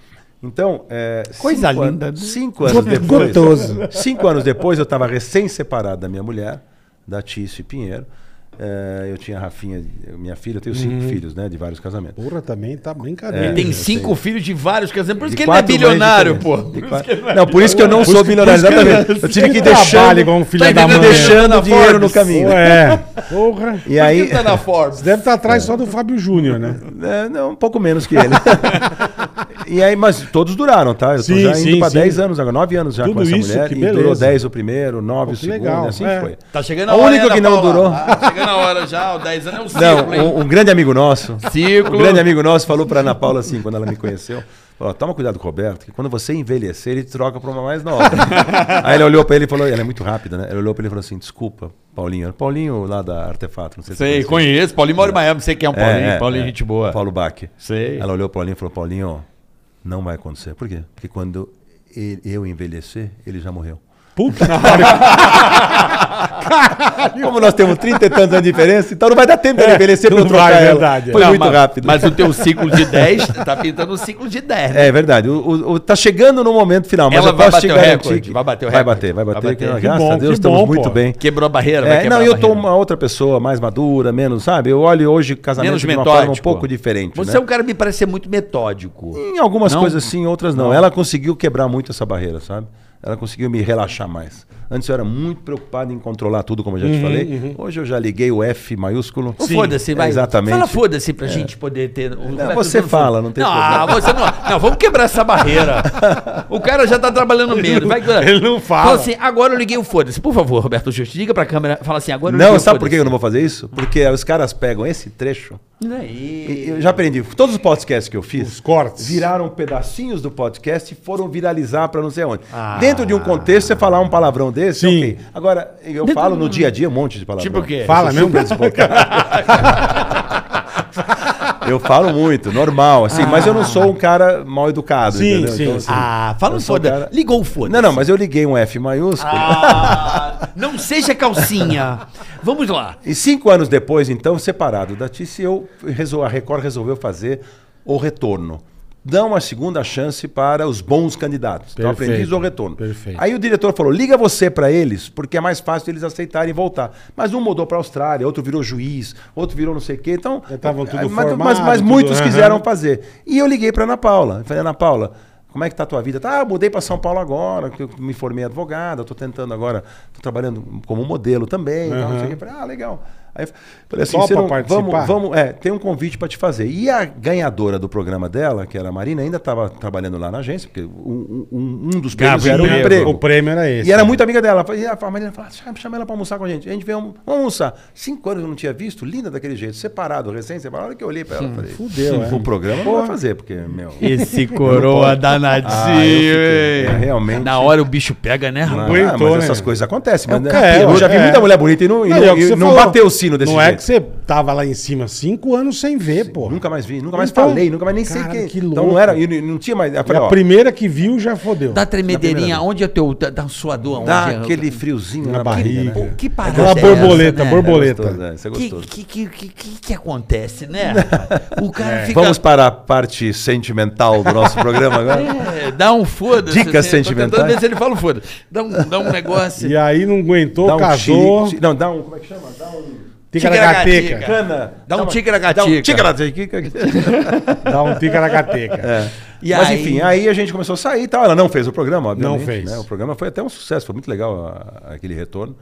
[SPEAKER 5] Então, eh,
[SPEAKER 6] Coisa
[SPEAKER 5] cinco an-
[SPEAKER 6] linda, né?
[SPEAKER 5] Cinco anos
[SPEAKER 6] Go-
[SPEAKER 5] depois.
[SPEAKER 6] gostoso.
[SPEAKER 5] Cinco anos depois, eu estava recém-separado da minha mulher, da Tício Pinheiro. Eh, eu tinha a Rafinha, minha filha, eu tenho cinco
[SPEAKER 4] Uhum.
[SPEAKER 5] filhos, né? De vários casamentos.
[SPEAKER 3] Porra, também tá brincadeira.
[SPEAKER 5] É.
[SPEAKER 4] Tem
[SPEAKER 5] eu
[SPEAKER 4] cinco filhos de vários casamentos. Por isso
[SPEAKER 5] De
[SPEAKER 4] que ele não é
[SPEAKER 5] quatro mães
[SPEAKER 4] bilionário, pô.
[SPEAKER 5] diferentes.
[SPEAKER 4] Por
[SPEAKER 5] De
[SPEAKER 4] isso
[SPEAKER 5] quatro-
[SPEAKER 4] que ele não é
[SPEAKER 5] Não, por isso que eu não sou bilionário. Exatamente. Eu tive que ir
[SPEAKER 3] Trabalha
[SPEAKER 5] deixando,
[SPEAKER 3] igual um filho
[SPEAKER 4] Tá
[SPEAKER 3] da mãe.
[SPEAKER 4] entendendo?
[SPEAKER 5] deixando
[SPEAKER 4] na
[SPEAKER 5] o dinheiro no
[SPEAKER 4] Forbes.
[SPEAKER 5] caminho.
[SPEAKER 3] É. Porra.
[SPEAKER 5] E
[SPEAKER 4] Por que
[SPEAKER 5] aí,
[SPEAKER 4] ele tá na Forbes.
[SPEAKER 3] Você deve estar atrás só do Fábio Júnior, né?
[SPEAKER 5] É, não, um pouco menos que ele. e aí, mas todos duraram, tá? Eu
[SPEAKER 3] Sim,
[SPEAKER 5] tô já
[SPEAKER 3] sim,
[SPEAKER 5] indo pra
[SPEAKER 3] sim.
[SPEAKER 5] 10 anos agora, 9 anos já
[SPEAKER 3] Tudo
[SPEAKER 5] com essa
[SPEAKER 3] isso,
[SPEAKER 5] mulher.
[SPEAKER 3] que
[SPEAKER 5] e
[SPEAKER 3] beleza.
[SPEAKER 5] durou 10 o primeiro, 9
[SPEAKER 3] Pô,
[SPEAKER 5] o
[SPEAKER 3] que
[SPEAKER 5] segundo,
[SPEAKER 3] legal,
[SPEAKER 5] e assim
[SPEAKER 3] é.
[SPEAKER 5] foi.
[SPEAKER 4] Tá chegando
[SPEAKER 5] O único
[SPEAKER 4] né,
[SPEAKER 5] que
[SPEAKER 4] da
[SPEAKER 5] não
[SPEAKER 4] Paula?
[SPEAKER 5] durou.
[SPEAKER 4] Ah, tá chegando a hora já. O 10 anos é um ciclo, hein?
[SPEAKER 5] Não, um, um grande amigo nosso.
[SPEAKER 4] Ciclo.
[SPEAKER 5] Um grande amigo nosso falou pra Ana Paula assim, quando ela me conheceu. Ó, toma cuidado com o Roberto, que quando você envelhecer, ele troca pra uma mais nova. Aí ele olhou pra ele e falou, ela é muito rápida, né? Ele olhou pra ele e falou assim, desculpa, Paulinho. Paulinho lá da Artefato, não sei se
[SPEAKER 4] Sei,
[SPEAKER 5] você conhece.
[SPEAKER 4] conheço. Paulinho mora em Miami. Sei quem é um Paulinho. Paulinho,
[SPEAKER 5] é.
[SPEAKER 4] gente boa.
[SPEAKER 5] Paulo Bach.
[SPEAKER 4] Sei.
[SPEAKER 5] Ela olhou pra Paulinho e falou: Paulinho, não vai acontecer. Por quê? Porque quando ele- eu envelhecer, ele já morreu.
[SPEAKER 3] Puta que
[SPEAKER 5] Como nós temos 30 e tantos anos de diferença, então não vai dar tempo
[SPEAKER 4] É,
[SPEAKER 5] dele envelhecer pra eu
[SPEAKER 3] não vai,
[SPEAKER 5] trocar ela.
[SPEAKER 3] verdade, é.
[SPEAKER 5] Foi
[SPEAKER 4] Não,
[SPEAKER 5] muito
[SPEAKER 4] mas-
[SPEAKER 5] rápido.
[SPEAKER 4] Mas o teu ciclo de 10 tá pintando um ciclo de 10, né?
[SPEAKER 5] É verdade. O, o- o- tá chegando no momento final, mas
[SPEAKER 4] Ela
[SPEAKER 5] eu
[SPEAKER 4] vai
[SPEAKER 5] posso
[SPEAKER 4] bater
[SPEAKER 5] te
[SPEAKER 4] o
[SPEAKER 5] garantir
[SPEAKER 4] recorde,
[SPEAKER 5] que-
[SPEAKER 4] vai bater o
[SPEAKER 5] Vai
[SPEAKER 4] recorde.
[SPEAKER 5] bater, vai
[SPEAKER 4] Vai
[SPEAKER 5] bater.
[SPEAKER 4] bater.
[SPEAKER 5] que-
[SPEAKER 4] Que
[SPEAKER 5] Graças
[SPEAKER 3] bom,
[SPEAKER 5] a Deus,
[SPEAKER 3] que
[SPEAKER 5] estamos
[SPEAKER 3] bom,
[SPEAKER 5] muito
[SPEAKER 3] pô.
[SPEAKER 5] bem.
[SPEAKER 4] Quebrou a barreira, vai
[SPEAKER 5] É,
[SPEAKER 4] quebrar
[SPEAKER 5] não,
[SPEAKER 4] a
[SPEAKER 5] e eu tô
[SPEAKER 4] barreira.
[SPEAKER 5] uma outra pessoa, mais madura, menos, sabe? Eu olho hoje casamento
[SPEAKER 4] Menos
[SPEAKER 5] de uma forma um
[SPEAKER 4] metódico.
[SPEAKER 5] pouco diferente.
[SPEAKER 4] Você
[SPEAKER 5] né?
[SPEAKER 4] é um cara que me parece ser muito metódico.
[SPEAKER 5] Em algumas
[SPEAKER 4] Não?
[SPEAKER 5] coisas sim, em outras não. Ela conseguiu quebrar muito essa barreira, sabe? Ela conseguiu me relaxar mais. Antes eu era muito preocupado em controlar tudo, como eu já
[SPEAKER 3] Uhum,
[SPEAKER 5] te falei. Hoje eu já liguei o F maiúsculo.
[SPEAKER 4] Ou Foda-se, vai.
[SPEAKER 5] Exatamente. É.
[SPEAKER 4] Fala foda-se pra gente poder ter. o-
[SPEAKER 5] Não, você fala, não tem
[SPEAKER 4] não,
[SPEAKER 5] problema.
[SPEAKER 4] ah, você não. Não, vamos quebrar essa barreira. O cara já tá trabalhando menos. Vai,
[SPEAKER 3] ele não fala.
[SPEAKER 4] assim, agora eu liguei o foda-se. Por favor, Roberto Justo, liga pra câmera. Fala assim, agora eu liguei
[SPEAKER 5] Não,
[SPEAKER 4] o
[SPEAKER 5] sabe por que eu
[SPEAKER 4] foda-se.
[SPEAKER 5] não vou fazer isso? Porque os caras pegam esse trecho.
[SPEAKER 4] é Aí.
[SPEAKER 5] e Eu já aprendi. Todos os podcasts que eu fiz.
[SPEAKER 3] Os cortes.
[SPEAKER 5] Viraram pedacinhos do podcast e foram viralizar pra não sei onde. Dentro de um contexto, você falar um palavrão desse,
[SPEAKER 3] Sim.
[SPEAKER 5] ok. Agora, eu falo no dia a dia um monte de palavrão.
[SPEAKER 4] Tipo o quê?
[SPEAKER 3] Fala mesmo.
[SPEAKER 5] Eu falo muito, normal, assim, mas eu não sou um cara mal educado,
[SPEAKER 3] Sim,
[SPEAKER 5] entendeu?
[SPEAKER 3] sim,
[SPEAKER 5] assim,
[SPEAKER 4] Ah, fala um
[SPEAKER 5] eu sou um
[SPEAKER 4] foda.
[SPEAKER 5] cara-
[SPEAKER 4] Ligou o foda-se.
[SPEAKER 5] Não, não, mas eu liguei um F maiúsculo.
[SPEAKER 4] Ah, não seja calcinha. Vamos lá.
[SPEAKER 5] E cinco anos depois, então, separado da Tice, eu resol... a Record resolveu fazer o retorno. Dá uma segunda chance para os bons candidatos. Então,
[SPEAKER 3] Perfeito,
[SPEAKER 5] aprendiz ou retorno.
[SPEAKER 3] perfeito.
[SPEAKER 5] Aí o diretor falou: liga você para eles, porque é mais fácil eles aceitarem voltar. Mas um mudou para a Austrália, outro virou juiz, outro virou não sei o quê. Então,
[SPEAKER 3] Já estavam tudo
[SPEAKER 5] mas, mas-
[SPEAKER 3] formado,
[SPEAKER 5] mas
[SPEAKER 3] tudo- né?
[SPEAKER 5] muitos
[SPEAKER 3] aham.
[SPEAKER 5] quiseram fazer. E eu liguei para Ana Paula. Falei, Ana Paula, como é que tá a tua vida? Tá, eu mudei para São Paulo agora, que eu me formei advogada, tô tentando agora, tô trabalhando como modelo também, e tal, não sei o quê. Falei, ah, legal. Aí eu falei assim,
[SPEAKER 3] Topa
[SPEAKER 5] você não,
[SPEAKER 3] participar?
[SPEAKER 5] vamos, vamos, é, tem um convite para te fazer. E a ganhadora do programa dela, que era a Marina, ainda estava trabalhando lá na agência, porque um, um- um dos prêmios era um
[SPEAKER 3] Gabriel,
[SPEAKER 5] emprego.
[SPEAKER 3] O prêmio era esse. né?
[SPEAKER 5] E era muito amiga dela. E a Marina falou: "Ah, chama ela pra almoçar com a gente. A gente veio almo- vamos almoçar. Cinco anos eu não tinha visto, linda daquele jeito, separado, recém-separado. A hora que eu olhei pra ela, eu falei:
[SPEAKER 3] fudeu, é.
[SPEAKER 5] O programa não vai fazer, porque, meu.
[SPEAKER 4] Esse coroa danadinho,
[SPEAKER 5] Ah, eu fiquei- é, realmente.
[SPEAKER 4] Na hora o bicho pega, né?
[SPEAKER 5] Ah,
[SPEAKER 4] rapaz?
[SPEAKER 3] aguentou,
[SPEAKER 5] mas essas
[SPEAKER 3] né?
[SPEAKER 5] coisas acontecem. Mas,
[SPEAKER 3] o
[SPEAKER 5] né,
[SPEAKER 3] capiroto,
[SPEAKER 5] eu já vi
[SPEAKER 3] é.
[SPEAKER 5] muita mulher bonita e não, e
[SPEAKER 3] Não,
[SPEAKER 5] não-
[SPEAKER 3] é o que
[SPEAKER 5] e
[SPEAKER 3] você
[SPEAKER 5] não
[SPEAKER 3] falou.
[SPEAKER 5] bateu o sino desse
[SPEAKER 3] Não
[SPEAKER 5] jeito.
[SPEAKER 3] é que você tava lá em cima cinco anos sem ver, pô.
[SPEAKER 5] Nunca mais vi, nunca mais
[SPEAKER 3] Então,
[SPEAKER 5] falei, nunca mais nem
[SPEAKER 3] cara,
[SPEAKER 5] sei quem.
[SPEAKER 3] que
[SPEAKER 5] Então
[SPEAKER 3] louco.
[SPEAKER 5] não era, e não, não tinha mais. Eu
[SPEAKER 3] E
[SPEAKER 5] falei,
[SPEAKER 3] a
[SPEAKER 5] ó,
[SPEAKER 3] primeira que viu já fodeu.
[SPEAKER 4] Dá
[SPEAKER 5] Na primeira
[SPEAKER 4] tremedeirinha. Onde é teu. Dá dá um suador?
[SPEAKER 5] dá
[SPEAKER 4] onde é-
[SPEAKER 5] aquele friozinho na,
[SPEAKER 3] Na
[SPEAKER 5] barriga.
[SPEAKER 3] barriga.
[SPEAKER 5] né?
[SPEAKER 4] Pô, que parada.
[SPEAKER 3] Aquela
[SPEAKER 4] é
[SPEAKER 3] borboleta,
[SPEAKER 4] né?
[SPEAKER 3] borboleta.
[SPEAKER 5] Gostoso, né? Isso é
[SPEAKER 4] Que,
[SPEAKER 5] gostoso.
[SPEAKER 4] que, que, que, que- que acontece, né? O cara fica.
[SPEAKER 5] É. Vamos para a parte sentimental do nosso programa agora?
[SPEAKER 4] É, dá um foda-se.
[SPEAKER 5] Dicas
[SPEAKER 4] eu tô tentando
[SPEAKER 5] sentimentais.
[SPEAKER 4] ver se ele fala um foda dá um, dá um negócio.
[SPEAKER 3] E aí não aguentou,
[SPEAKER 5] Dá um
[SPEAKER 3] casou.
[SPEAKER 5] xiri- Não, dá um. Como é que chama? Dá um.
[SPEAKER 3] Ticaracateca.
[SPEAKER 4] Ticaracateca.
[SPEAKER 5] Cana.
[SPEAKER 4] Dá um
[SPEAKER 5] uma-
[SPEAKER 4] ticaracatica.
[SPEAKER 5] Dá um ticaracatica.
[SPEAKER 3] Dá um
[SPEAKER 5] É.
[SPEAKER 3] ticaracateca.
[SPEAKER 4] E
[SPEAKER 5] Mas
[SPEAKER 4] aí-
[SPEAKER 5] enfim, aí a gente começou a sair e tal. Ela não fez o programa, obviamente.
[SPEAKER 3] Não fez.
[SPEAKER 5] né? O programa foi até um sucesso, foi muito legal a- aquele retorno.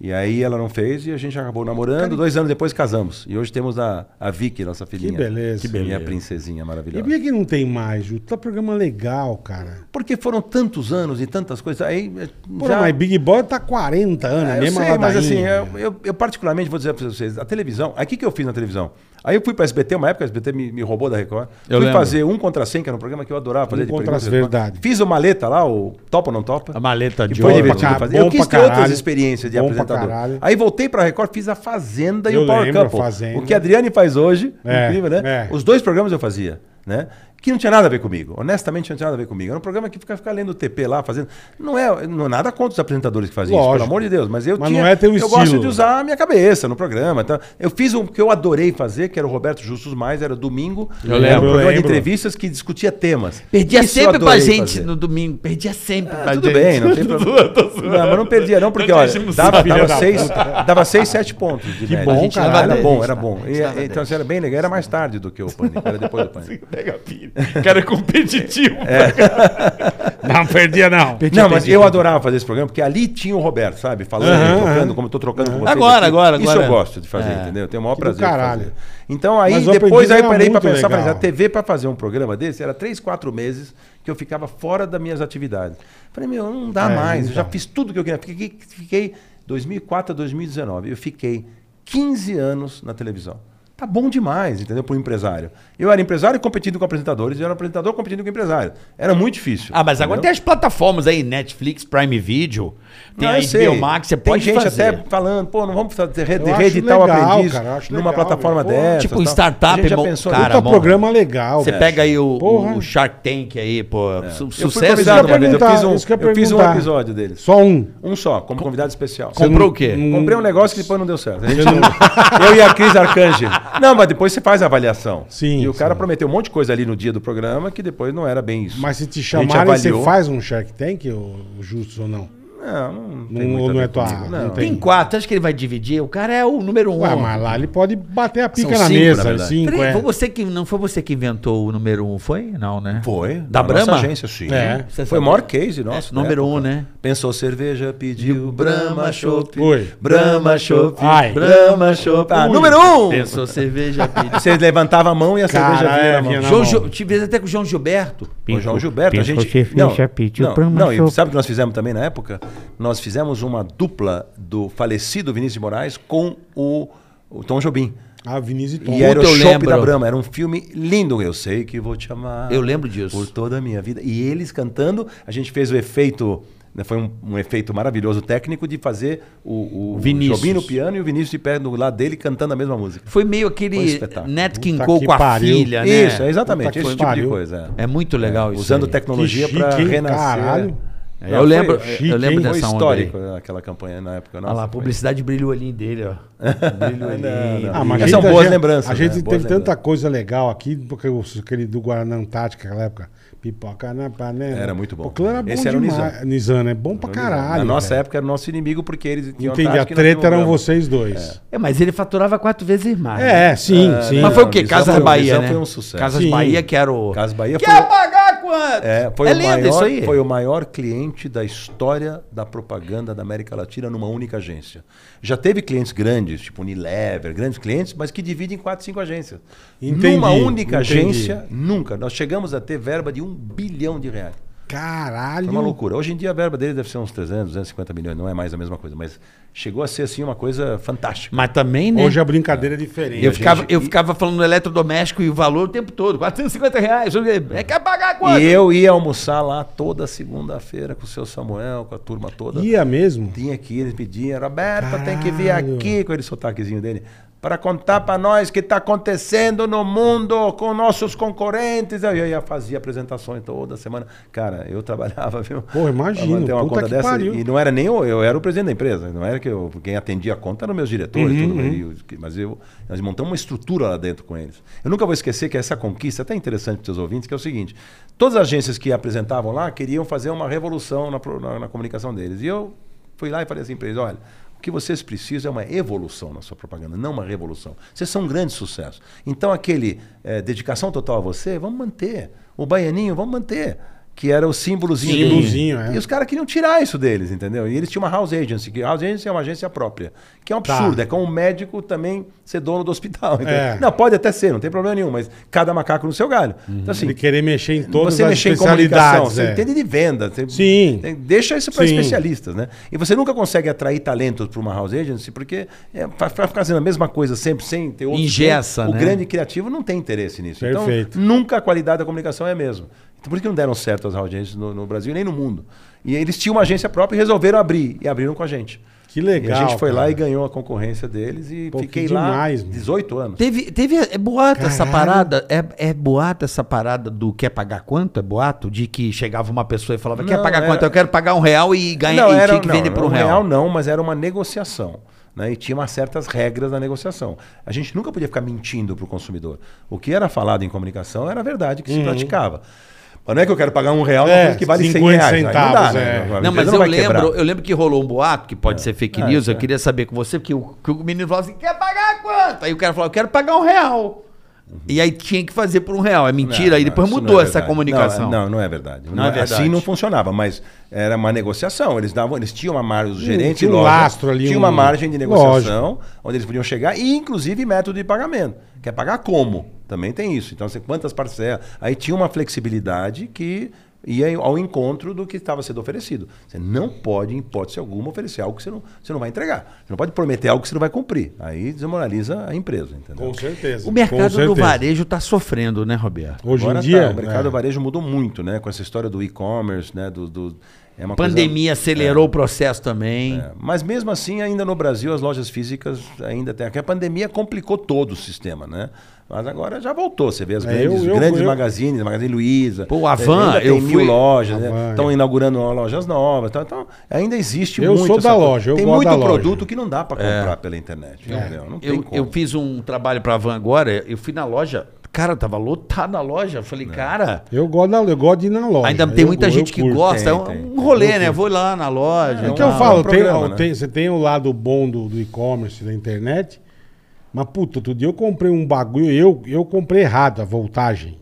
[SPEAKER 5] E aí ela não fez e a gente acabou namorando. Dois anos depois casamos. E hoje temos a, a Vicky, nossa filhinha.
[SPEAKER 3] beleza. Que
[SPEAKER 5] Minha
[SPEAKER 3] beleza.
[SPEAKER 5] princesinha
[SPEAKER 3] E
[SPEAKER 5] maravilhosa.
[SPEAKER 3] por que que não tem mais, Ju? Tá programa legal, cara.
[SPEAKER 5] Porque foram tantos anos e tantas coisas. Aí eh,
[SPEAKER 3] Pô, mas Big Brother tá 40 anos, é,
[SPEAKER 5] É, eu assim,
[SPEAKER 3] mesmo
[SPEAKER 5] é-
[SPEAKER 3] Tá um
[SPEAKER 5] sei, mas assim, eu, eu- eu particularmente vou dizer para vocês, a televisão, aqui que eu fiz na televisão, Aí eu fui para SBT, uma época a SBT me, me roubou da Record.
[SPEAKER 4] Eu
[SPEAKER 5] fui
[SPEAKER 4] lembro.
[SPEAKER 5] fazer um contra 100, que era um programa que eu adorava fazer
[SPEAKER 3] Um
[SPEAKER 5] de
[SPEAKER 3] contra
[SPEAKER 5] perguntas e
[SPEAKER 3] as
[SPEAKER 5] respostas.
[SPEAKER 3] verdade.
[SPEAKER 5] Fiz uma maleta lá, o Topa ou não Topa?
[SPEAKER 4] A maleta
[SPEAKER 5] Que
[SPEAKER 4] de
[SPEAKER 5] foi
[SPEAKER 3] Bom pra
[SPEAKER 4] ouro.
[SPEAKER 5] divertido
[SPEAKER 3] cá-
[SPEAKER 5] fazer. Eu
[SPEAKER 3] bom
[SPEAKER 5] quis
[SPEAKER 3] pra
[SPEAKER 5] ter outras
[SPEAKER 3] caralho.
[SPEAKER 5] experiências de
[SPEAKER 3] Bom pra
[SPEAKER 5] apresentador.
[SPEAKER 3] caralho.
[SPEAKER 5] Aí voltei pra Record, fiz a Fazenda e
[SPEAKER 3] Eu
[SPEAKER 5] o Power
[SPEAKER 3] lembro, a
[SPEAKER 5] Couple.
[SPEAKER 3] Fazenda.
[SPEAKER 5] O que a Adriane faz hoje,
[SPEAKER 3] É,
[SPEAKER 5] incrível, né?
[SPEAKER 3] é.
[SPEAKER 5] Os dois programas eu fazia, né? Que não tinha nada a ver comigo. Honestamente, não tinha nada a ver comigo. Era um programa que fica, fica lendo o TP lá, fazendo. Não é, não é nada contra os apresentadores que faziam isso,
[SPEAKER 3] Lógico.
[SPEAKER 5] pelo amor de Deus. Mas eu
[SPEAKER 3] Mas
[SPEAKER 5] tinha.
[SPEAKER 3] não é teu
[SPEAKER 5] eu
[SPEAKER 3] estilo.
[SPEAKER 5] gosto de usar a minha cabeça no programa. Então, eu fiz um que eu adorei fazer, que era o Roberto Justus Mais, era domingo.
[SPEAKER 4] Eu
[SPEAKER 5] Era
[SPEAKER 4] lembro, eu
[SPEAKER 5] um programa de
[SPEAKER 3] lembro.
[SPEAKER 5] entrevistas que discutia temas.
[SPEAKER 4] Perdia
[SPEAKER 5] Isso eu
[SPEAKER 4] sempre pra
[SPEAKER 5] adorei
[SPEAKER 4] gente
[SPEAKER 5] fazer.
[SPEAKER 4] no domingo. Perdia sempre
[SPEAKER 5] Ah,
[SPEAKER 4] pra
[SPEAKER 5] tudo
[SPEAKER 4] Tá gente.
[SPEAKER 5] bem, não tem problema. Não, mas não perdia não, porque
[SPEAKER 1] Tá
[SPEAKER 5] olha,
[SPEAKER 1] enchendo o
[SPEAKER 5] dava,
[SPEAKER 1] saco,
[SPEAKER 5] dava,
[SPEAKER 1] filha da
[SPEAKER 5] seis, dava seis, sete pontos de média.
[SPEAKER 3] bom,
[SPEAKER 5] A gente
[SPEAKER 3] caralho.
[SPEAKER 5] era bom, era
[SPEAKER 4] Estava
[SPEAKER 5] bom. E,
[SPEAKER 4] dez.
[SPEAKER 5] então assim, era bem legal, era mais tarde do que o Pânico, era depois do Pânico.
[SPEAKER 1] Pega a pilha. O cara é competitivo.
[SPEAKER 3] É. Não perdia, não.
[SPEAKER 5] Não, mas eu adorava fazer esse programa, porque ali tinha o Roberto, sabe? Falando, trocando, como eu tô trocando com vocês.
[SPEAKER 4] Agora,
[SPEAKER 5] aqui.
[SPEAKER 4] agora,
[SPEAKER 5] Isso
[SPEAKER 4] agora.
[SPEAKER 5] eu gosto de fazer, entendeu? Eu tenho o maior
[SPEAKER 3] É. Que do
[SPEAKER 5] prazer de
[SPEAKER 3] caralho.
[SPEAKER 5] fazer. Então aí
[SPEAKER 3] Mas o Aprendiz
[SPEAKER 5] depois aí
[SPEAKER 3] era
[SPEAKER 5] parei pra
[SPEAKER 3] muito
[SPEAKER 5] pensar, mas a
[SPEAKER 3] legal.
[SPEAKER 5] TV pra fazer um programa desse era três, quatro meses que eu ficava fora das minhas atividades. Falei, meu, não dá
[SPEAKER 3] É,
[SPEAKER 5] mais,
[SPEAKER 3] não
[SPEAKER 5] eu já
[SPEAKER 3] dá.
[SPEAKER 5] fiz tudo que eu queria. Fiquei, fiquei 2004 a 2019, eu fiquei 15 anos na televisão. Tá bom demais, entendeu? Para um empresário. Eu era empresário competindo com apresentadores, eu era apresentador competindo com empresário. Era muito difícil.
[SPEAKER 4] Ah, mas agora
[SPEAKER 5] entendeu?
[SPEAKER 4] tem as plataformas aí, Netflix, Prime Video, tem
[SPEAKER 5] Não,
[SPEAKER 4] a
[SPEAKER 5] Ah, eu sei.
[SPEAKER 4] HBO Max, você
[SPEAKER 5] Tem
[SPEAKER 4] pode
[SPEAKER 5] gente
[SPEAKER 4] fazer.
[SPEAKER 5] até falando, pô, não vamos fazer re-
[SPEAKER 3] Eu acho
[SPEAKER 5] reeditar o
[SPEAKER 3] legal,
[SPEAKER 5] aprendiz
[SPEAKER 3] cara, eu acho
[SPEAKER 5] numa
[SPEAKER 3] legal,
[SPEAKER 5] plataforma
[SPEAKER 3] velho.
[SPEAKER 5] dessa.
[SPEAKER 4] Tipo,
[SPEAKER 5] tal.
[SPEAKER 4] startup,
[SPEAKER 5] A gente já
[SPEAKER 4] bom,
[SPEAKER 5] pensou
[SPEAKER 4] cara,
[SPEAKER 5] nisso?
[SPEAKER 3] Puta
[SPEAKER 4] bom. né?
[SPEAKER 3] programa legal.
[SPEAKER 4] Você
[SPEAKER 3] velho.
[SPEAKER 4] pega aí o,
[SPEAKER 3] É. Porra.
[SPEAKER 4] o Shark Tank aí, pô, su-
[SPEAKER 5] É. Eu fui
[SPEAKER 4] sucesso.
[SPEAKER 5] convidado
[SPEAKER 4] né?
[SPEAKER 5] uma vez, eu
[SPEAKER 3] perguntar,
[SPEAKER 5] fiz um-
[SPEAKER 3] isso que eu ia
[SPEAKER 5] eu fiz um
[SPEAKER 3] perguntar.
[SPEAKER 5] episódio dele.
[SPEAKER 3] Só um.
[SPEAKER 5] Um só, como convidado especial.
[SPEAKER 4] Comprou o quê?
[SPEAKER 3] Hum.
[SPEAKER 5] Comprei um negócio que depois não deu certo. A gente- Eu e a Cris Arcanjo. Não, mas depois você faz a avaliação.
[SPEAKER 3] Sim,
[SPEAKER 5] E o cara
[SPEAKER 3] sim.
[SPEAKER 5] prometeu um monte de coisa ali no dia do programa que depois não era bem isso.
[SPEAKER 3] Mas se te
[SPEAKER 5] A gente
[SPEAKER 3] chamarem, você
[SPEAKER 5] avaliou.
[SPEAKER 3] faz um Shark Tank, ô, Justus, ou não?
[SPEAKER 5] Não, não,
[SPEAKER 3] Não-
[SPEAKER 5] tem muito
[SPEAKER 3] ou
[SPEAKER 5] a
[SPEAKER 3] não
[SPEAKER 5] ver
[SPEAKER 3] é tua
[SPEAKER 5] comigo.
[SPEAKER 3] água,
[SPEAKER 5] Não,
[SPEAKER 3] não tem.
[SPEAKER 4] Tem quatro, acho que ele vai dividir. O cara é o número um.
[SPEAKER 3] Ué, mas lá ele pode bater a pica
[SPEAKER 5] São
[SPEAKER 3] na
[SPEAKER 5] cinco,
[SPEAKER 3] mesa.
[SPEAKER 5] na verdade.
[SPEAKER 3] cinco,
[SPEAKER 4] Peraí,
[SPEAKER 3] é.
[SPEAKER 4] foi você que, não foi você que inventou o número um, foi? Não, né?
[SPEAKER 5] Foi.
[SPEAKER 4] Da
[SPEAKER 5] na nossa
[SPEAKER 4] Brahma?
[SPEAKER 5] agência, sim.
[SPEAKER 3] É.
[SPEAKER 4] Você
[SPEAKER 5] Foi
[SPEAKER 4] sabe?
[SPEAKER 5] o maior case
[SPEAKER 4] É,
[SPEAKER 5] nosso.
[SPEAKER 4] número
[SPEAKER 5] da
[SPEAKER 4] um,
[SPEAKER 5] época.
[SPEAKER 4] né?
[SPEAKER 5] Pensou cerveja, pediu Brahma Chopp.
[SPEAKER 3] Oi.
[SPEAKER 5] Brahma Chopp.
[SPEAKER 3] Ai.
[SPEAKER 4] Brahma, Chopp.
[SPEAKER 5] Ah, número um!
[SPEAKER 4] Pensou cerveja, pediu.
[SPEAKER 5] Você levantava a mão e a
[SPEAKER 3] Cara,
[SPEAKER 5] cerveja vinha
[SPEAKER 3] é,
[SPEAKER 5] na mão.
[SPEAKER 3] vinha na-
[SPEAKER 4] João
[SPEAKER 3] mão.
[SPEAKER 4] Gil- Tive até com o João Gilberto.
[SPEAKER 5] O João Gilberto, a gente.
[SPEAKER 6] cerveja, pediu
[SPEAKER 5] não,
[SPEAKER 6] Brahma
[SPEAKER 5] não, e
[SPEAKER 6] Chopp.
[SPEAKER 5] sabe o que nós fizemos também na época? Nós fizemos uma dupla do falecido Vinícius de Moraes com o, o Tom Jobim.
[SPEAKER 3] Ah, Vinícius e Tom.
[SPEAKER 5] E é- era o
[SPEAKER 4] eu
[SPEAKER 5] Shopping
[SPEAKER 4] lembro.
[SPEAKER 5] da Brahma. Era um filme lindo. Eu sei que vou te amar.
[SPEAKER 4] Eu lembro disso.
[SPEAKER 5] Por toda a minha vida. E eles cantando, a gente fez o efeito. né, Foi um, um efeito maravilhoso técnico de fazer o, o
[SPEAKER 4] Vinícius.
[SPEAKER 5] Jobim no piano e o Vinícius de pé do lado dele cantando a mesma música.
[SPEAKER 4] Foi meio
[SPEAKER 5] Foi um
[SPEAKER 4] aquele
[SPEAKER 5] espetáculo.
[SPEAKER 4] Nat King
[SPEAKER 3] Puta
[SPEAKER 4] Cole
[SPEAKER 3] que
[SPEAKER 4] com a
[SPEAKER 3] pariu.
[SPEAKER 4] filha, né?
[SPEAKER 5] Isso, é exatamente.
[SPEAKER 3] Puta
[SPEAKER 5] Esse
[SPEAKER 3] que
[SPEAKER 5] tipo de
[SPEAKER 3] pariu.
[SPEAKER 5] coisa.
[SPEAKER 4] É muito legal isso.
[SPEAKER 5] Usando
[SPEAKER 4] aí.
[SPEAKER 5] tecnologia
[SPEAKER 3] Que
[SPEAKER 5] para
[SPEAKER 3] chique, hein?
[SPEAKER 5] renascer.
[SPEAKER 3] Caralho.
[SPEAKER 4] É,
[SPEAKER 5] Não,
[SPEAKER 4] eu
[SPEAKER 5] foi
[SPEAKER 4] lembro,
[SPEAKER 3] chique,
[SPEAKER 4] eu lembro
[SPEAKER 3] hein?
[SPEAKER 5] Foi
[SPEAKER 4] dessa onda
[SPEAKER 5] histórico
[SPEAKER 4] aí.
[SPEAKER 5] né, aquela campanha na época.
[SPEAKER 4] Olha lá, a
[SPEAKER 5] Nossa, foi-
[SPEAKER 4] publicidade brilha o olhinho dele, ó. Brilha o olhinho.
[SPEAKER 5] não.
[SPEAKER 3] Ah, mas
[SPEAKER 5] Essas
[SPEAKER 3] a gente-
[SPEAKER 5] são boas
[SPEAKER 3] a gente-
[SPEAKER 5] lembranças,
[SPEAKER 3] A gente
[SPEAKER 5] né?
[SPEAKER 3] teve
[SPEAKER 5] Boas
[SPEAKER 3] tanta
[SPEAKER 5] lembranças.
[SPEAKER 3] coisa legal aqui, porque o- aquele do Guaraná Antártica, naquela época. Pipoca na panela.
[SPEAKER 5] Era muito bom.
[SPEAKER 3] O clã era bom
[SPEAKER 5] Esse era o
[SPEAKER 3] demais.
[SPEAKER 5] Nizam.
[SPEAKER 3] Nizam, é bom pra caralho.
[SPEAKER 5] Na nossa
[SPEAKER 3] velho.
[SPEAKER 5] época era nosso inimigo porque eles tinham
[SPEAKER 3] Entendi, a
[SPEAKER 5] tática e nós
[SPEAKER 3] treta
[SPEAKER 5] tínhamos
[SPEAKER 3] eram
[SPEAKER 5] Brahma.
[SPEAKER 3] vocês dois.
[SPEAKER 4] É, mas ele faturava quatro vezes mais. né?
[SPEAKER 3] É, sim, sim.
[SPEAKER 4] Mas foi o quê?
[SPEAKER 5] Visão
[SPEAKER 4] Casas
[SPEAKER 5] foi um-
[SPEAKER 4] Bahia,
[SPEAKER 5] Visão
[SPEAKER 4] né?
[SPEAKER 5] foi um sucesso.
[SPEAKER 4] Casas
[SPEAKER 3] Sim.
[SPEAKER 4] Bahia, que era o...
[SPEAKER 5] Casas Bahia
[SPEAKER 4] Quer
[SPEAKER 5] foi o-
[SPEAKER 4] pagar quanto?
[SPEAKER 5] É, foi, o
[SPEAKER 4] lindo
[SPEAKER 5] maior,
[SPEAKER 4] isso aí.
[SPEAKER 5] foi o maior cliente da história da propaganda da América Latina numa única agência. Já teve clientes grandes, tipo Unilever, grandes clientes, mas que dividem em quatro, cinco agências.
[SPEAKER 3] Entendi,
[SPEAKER 5] numa única
[SPEAKER 3] entendi.
[SPEAKER 5] agência, nunca. Nós chegamos a ter verba de um bilhão de reais.
[SPEAKER 3] Caralho.
[SPEAKER 5] Foi uma loucura. Hoje em dia a verba dele deve ser uns 300, 250 milhões, não é mais a mesma coisa, mas chegou a ser assim uma coisa fantástica.
[SPEAKER 4] Mas também, né?
[SPEAKER 3] Hoje a brincadeira é diferente.
[SPEAKER 4] eu,
[SPEAKER 5] gente-
[SPEAKER 4] ficava, eu ficava falando do eletrodoméstico e o valor o tempo todo. 450 reais. É, quer pagar quanto?
[SPEAKER 5] E eu ia almoçar lá toda segunda-feira com o seu Samuel, com a turma toda.
[SPEAKER 3] Ia mesmo?
[SPEAKER 5] Tinha que ir, eles pediam, Roberto, tem que vir
[SPEAKER 3] Caralho.
[SPEAKER 5] aqui com aquele sotaquezinho dele, para contar para nós o que está acontecendo no mundo com nossos concorrentes. Aí Eu ia fazer apresentações toda semana. Cara, eu trabalhava, viu?
[SPEAKER 3] Pô, imagino,
[SPEAKER 5] Pra manter uma
[SPEAKER 3] puta
[SPEAKER 5] conta
[SPEAKER 3] que
[SPEAKER 5] dessa.
[SPEAKER 3] pariu.
[SPEAKER 5] E não era nem eu, eu era o presidente da empresa. Não era que eu, quem atendia a conta eram meus diretores,
[SPEAKER 3] Uhum,
[SPEAKER 5] tudo, e os que- mas eu, nós montamos uma estrutura lá dentro com eles. Eu nunca vou esquecer que essa conquista é até interessante para os seus ouvintes, que é o seguinte: todas as agências que apresentavam lá queriam fazer uma revolução na, pro- na- na comunicação deles. E eu fui lá e falei assim para eles: olha. O que vocês precisam é uma evolução na sua propaganda, não uma revolução. Vocês são um grande sucesso. Então, aquele eh, dedicação total a você, vamos manter. O baianinho, vamos manter. que era o símbolozinho dele.
[SPEAKER 3] Símbolozinho, é.
[SPEAKER 5] E os caras queriam tirar isso deles, entendeu? E eles tinham uma house agency, que a house agency é uma agência própria, que é um
[SPEAKER 3] Tá.
[SPEAKER 5] absurdo, é como um médico também ser dono do hospital, entendeu?
[SPEAKER 3] É.
[SPEAKER 5] Não, pode até ser, não tem problema nenhum, mas cada macaco no seu galho. Então assim,
[SPEAKER 3] Ele querer mexer em todas
[SPEAKER 5] você
[SPEAKER 3] as
[SPEAKER 5] mexer em comunicação,
[SPEAKER 3] especialidades.
[SPEAKER 5] você
[SPEAKER 3] é.
[SPEAKER 5] entende de venda. você-
[SPEAKER 3] Sim.
[SPEAKER 5] tem- Deixa isso para
[SPEAKER 3] Sim.
[SPEAKER 5] especialistas, né? E você nunca consegue atrair talentos para uma house agency, porque é, para ficar fazendo a mesma coisa sempre, sem ter outro.
[SPEAKER 4] Engessa,
[SPEAKER 5] o
[SPEAKER 4] né?
[SPEAKER 5] grande criativo não tem interesse nisso.
[SPEAKER 3] Perfeito.
[SPEAKER 5] Então, nunca a qualidade da comunicação é a mesma. Então, por isso que não deram certo as house agencies no, no Brasil nem no mundo. E eles tinham uma agência própria e resolveram abrir. E abriram com a gente.
[SPEAKER 3] Que legal.
[SPEAKER 5] e a gente foi lá
[SPEAKER 3] cara.
[SPEAKER 5] e ganhou a concorrência deles e
[SPEAKER 3] Pô, que
[SPEAKER 5] fiquei
[SPEAKER 3] demais,
[SPEAKER 5] lá
[SPEAKER 3] mano.
[SPEAKER 5] 18 anos.
[SPEAKER 4] Teve, teve é boato essa
[SPEAKER 3] Caralho.
[SPEAKER 4] parada, é, é boato essa parada do quer pagar quanto? É boato? De que chegava uma pessoa e falava, quer
[SPEAKER 5] Não,
[SPEAKER 4] pagar
[SPEAKER 5] era-
[SPEAKER 4] quanto? Eu quero pagar um real e ganhar
[SPEAKER 5] Não,
[SPEAKER 4] e
[SPEAKER 5] era,
[SPEAKER 4] tinha que vender
[SPEAKER 5] não,
[SPEAKER 4] por um
[SPEAKER 5] um
[SPEAKER 4] real.
[SPEAKER 5] não, mas era uma negociação. Né? E tinha umas certas regras na negociação. A gente nunca podia ficar mentindo para o consumidor. O que era falado em comunicação era a verdade que se praticava. Mas não é que eu quero pagar um real, uma
[SPEAKER 3] Uhum. É,
[SPEAKER 5] coisa que vale 100
[SPEAKER 3] 50
[SPEAKER 5] reais. Aí não dá,
[SPEAKER 3] centavos,
[SPEAKER 5] né?
[SPEAKER 3] é.
[SPEAKER 5] A
[SPEAKER 3] Não,
[SPEAKER 5] empresa
[SPEAKER 4] Não, mas
[SPEAKER 5] não
[SPEAKER 4] eu
[SPEAKER 5] vai
[SPEAKER 4] lembro,
[SPEAKER 5] quebrar. É.
[SPEAKER 4] eu lembro que rolou um boato, que pode ser fake news, eu queria saber com você, porque o, que o menino falava assim, quer pagar quanto? Aí o cara falava, eu quero pagar um real. E aí tinha que fazer por um real, é mentira,
[SPEAKER 5] Uhum. Não,
[SPEAKER 4] aí
[SPEAKER 5] não,
[SPEAKER 4] depois
[SPEAKER 5] isso
[SPEAKER 4] mudou
[SPEAKER 5] não é
[SPEAKER 4] essa
[SPEAKER 5] verdade.
[SPEAKER 4] comunicação.
[SPEAKER 5] Não, não, não é verdade.
[SPEAKER 4] Não é verdade.
[SPEAKER 5] Assim não funcionava, mas era uma negociação. Eles davam, eles tinham uma margem, os gerentes
[SPEAKER 3] tinha um
[SPEAKER 5] loja,
[SPEAKER 3] lastro ali,
[SPEAKER 5] tinha
[SPEAKER 3] um-
[SPEAKER 5] uma margem de negociação onde eles podiam chegar e inclusive método de pagamento. Quer pagar como? Também tem isso. Então, você, quantas parcelas? Aí tinha uma flexibilidade que ia ao encontro do que estava sendo oferecido. Você não pode, em hipótese alguma, oferecer algo que você não, você não vai entregar. Você não pode prometer algo que você não vai cumprir. Aí desmoraliza a empresa, entendeu?
[SPEAKER 3] Com
[SPEAKER 4] O
[SPEAKER 3] certeza. com
[SPEAKER 4] mercado do
[SPEAKER 3] certeza.
[SPEAKER 4] varejo tá sofrendo, né, Roberto?
[SPEAKER 3] Hoje
[SPEAKER 5] Agora
[SPEAKER 3] em dia.
[SPEAKER 5] tá, o mercado
[SPEAKER 3] é.
[SPEAKER 5] varejo mudou muito, né? Com essa história do e-commerce, né? Do, do- é uma
[SPEAKER 4] Pandemia
[SPEAKER 5] coisa-
[SPEAKER 4] acelerou o processo também.
[SPEAKER 5] É, Mas mesmo assim, ainda no Brasil, as lojas físicas ainda tem. Porque a pandemia complicou todo o sistema, né? Mas agora já voltou. Você vê as
[SPEAKER 3] É,
[SPEAKER 5] grandes,
[SPEAKER 3] eu- eu-
[SPEAKER 5] grandes
[SPEAKER 3] eu-
[SPEAKER 5] magazines, Magazine Luiza.
[SPEAKER 4] Pô, a
[SPEAKER 5] eh,
[SPEAKER 4] Van,
[SPEAKER 5] ainda tem
[SPEAKER 4] eu
[SPEAKER 5] mil
[SPEAKER 4] fui-
[SPEAKER 5] lojas,
[SPEAKER 3] A Van,
[SPEAKER 5] né? Estão
[SPEAKER 3] é.
[SPEAKER 5] inaugurando lojas novas. Então, então, ainda existe
[SPEAKER 3] Eu
[SPEAKER 5] muito.
[SPEAKER 3] sou
[SPEAKER 5] essa
[SPEAKER 3] da
[SPEAKER 5] coisa.
[SPEAKER 3] loja, eu
[SPEAKER 5] Tem
[SPEAKER 3] gosto
[SPEAKER 5] muito
[SPEAKER 3] da loja. É.
[SPEAKER 5] produto que não dá para comprar pela internet. entendeu? Não tem
[SPEAKER 4] É. Eu,
[SPEAKER 5] como.
[SPEAKER 4] eu fiz um trabalho pra van agora, eu fui na loja, cara, tava lotada a loja. Eu falei, cara,
[SPEAKER 3] Eu gosto, da- eu gosto de ir na loja.
[SPEAKER 4] ainda tem
[SPEAKER 3] Eu
[SPEAKER 4] muita
[SPEAKER 3] go- eu
[SPEAKER 4] gente que
[SPEAKER 3] curto.
[SPEAKER 4] gosta, é um,
[SPEAKER 5] Tem, tem.
[SPEAKER 4] um rolê, né? Vou lá na loja.
[SPEAKER 5] É,
[SPEAKER 3] É
[SPEAKER 5] Não,
[SPEAKER 3] que eu
[SPEAKER 5] não,
[SPEAKER 3] falo,
[SPEAKER 5] é um
[SPEAKER 3] tem-
[SPEAKER 5] programa, né?
[SPEAKER 3] tem- você tem o lado bom do, do e-commerce, da internet. Mas, puta, outro dia eu comprei um bagulho, eu, eu comprei errado a voltagem.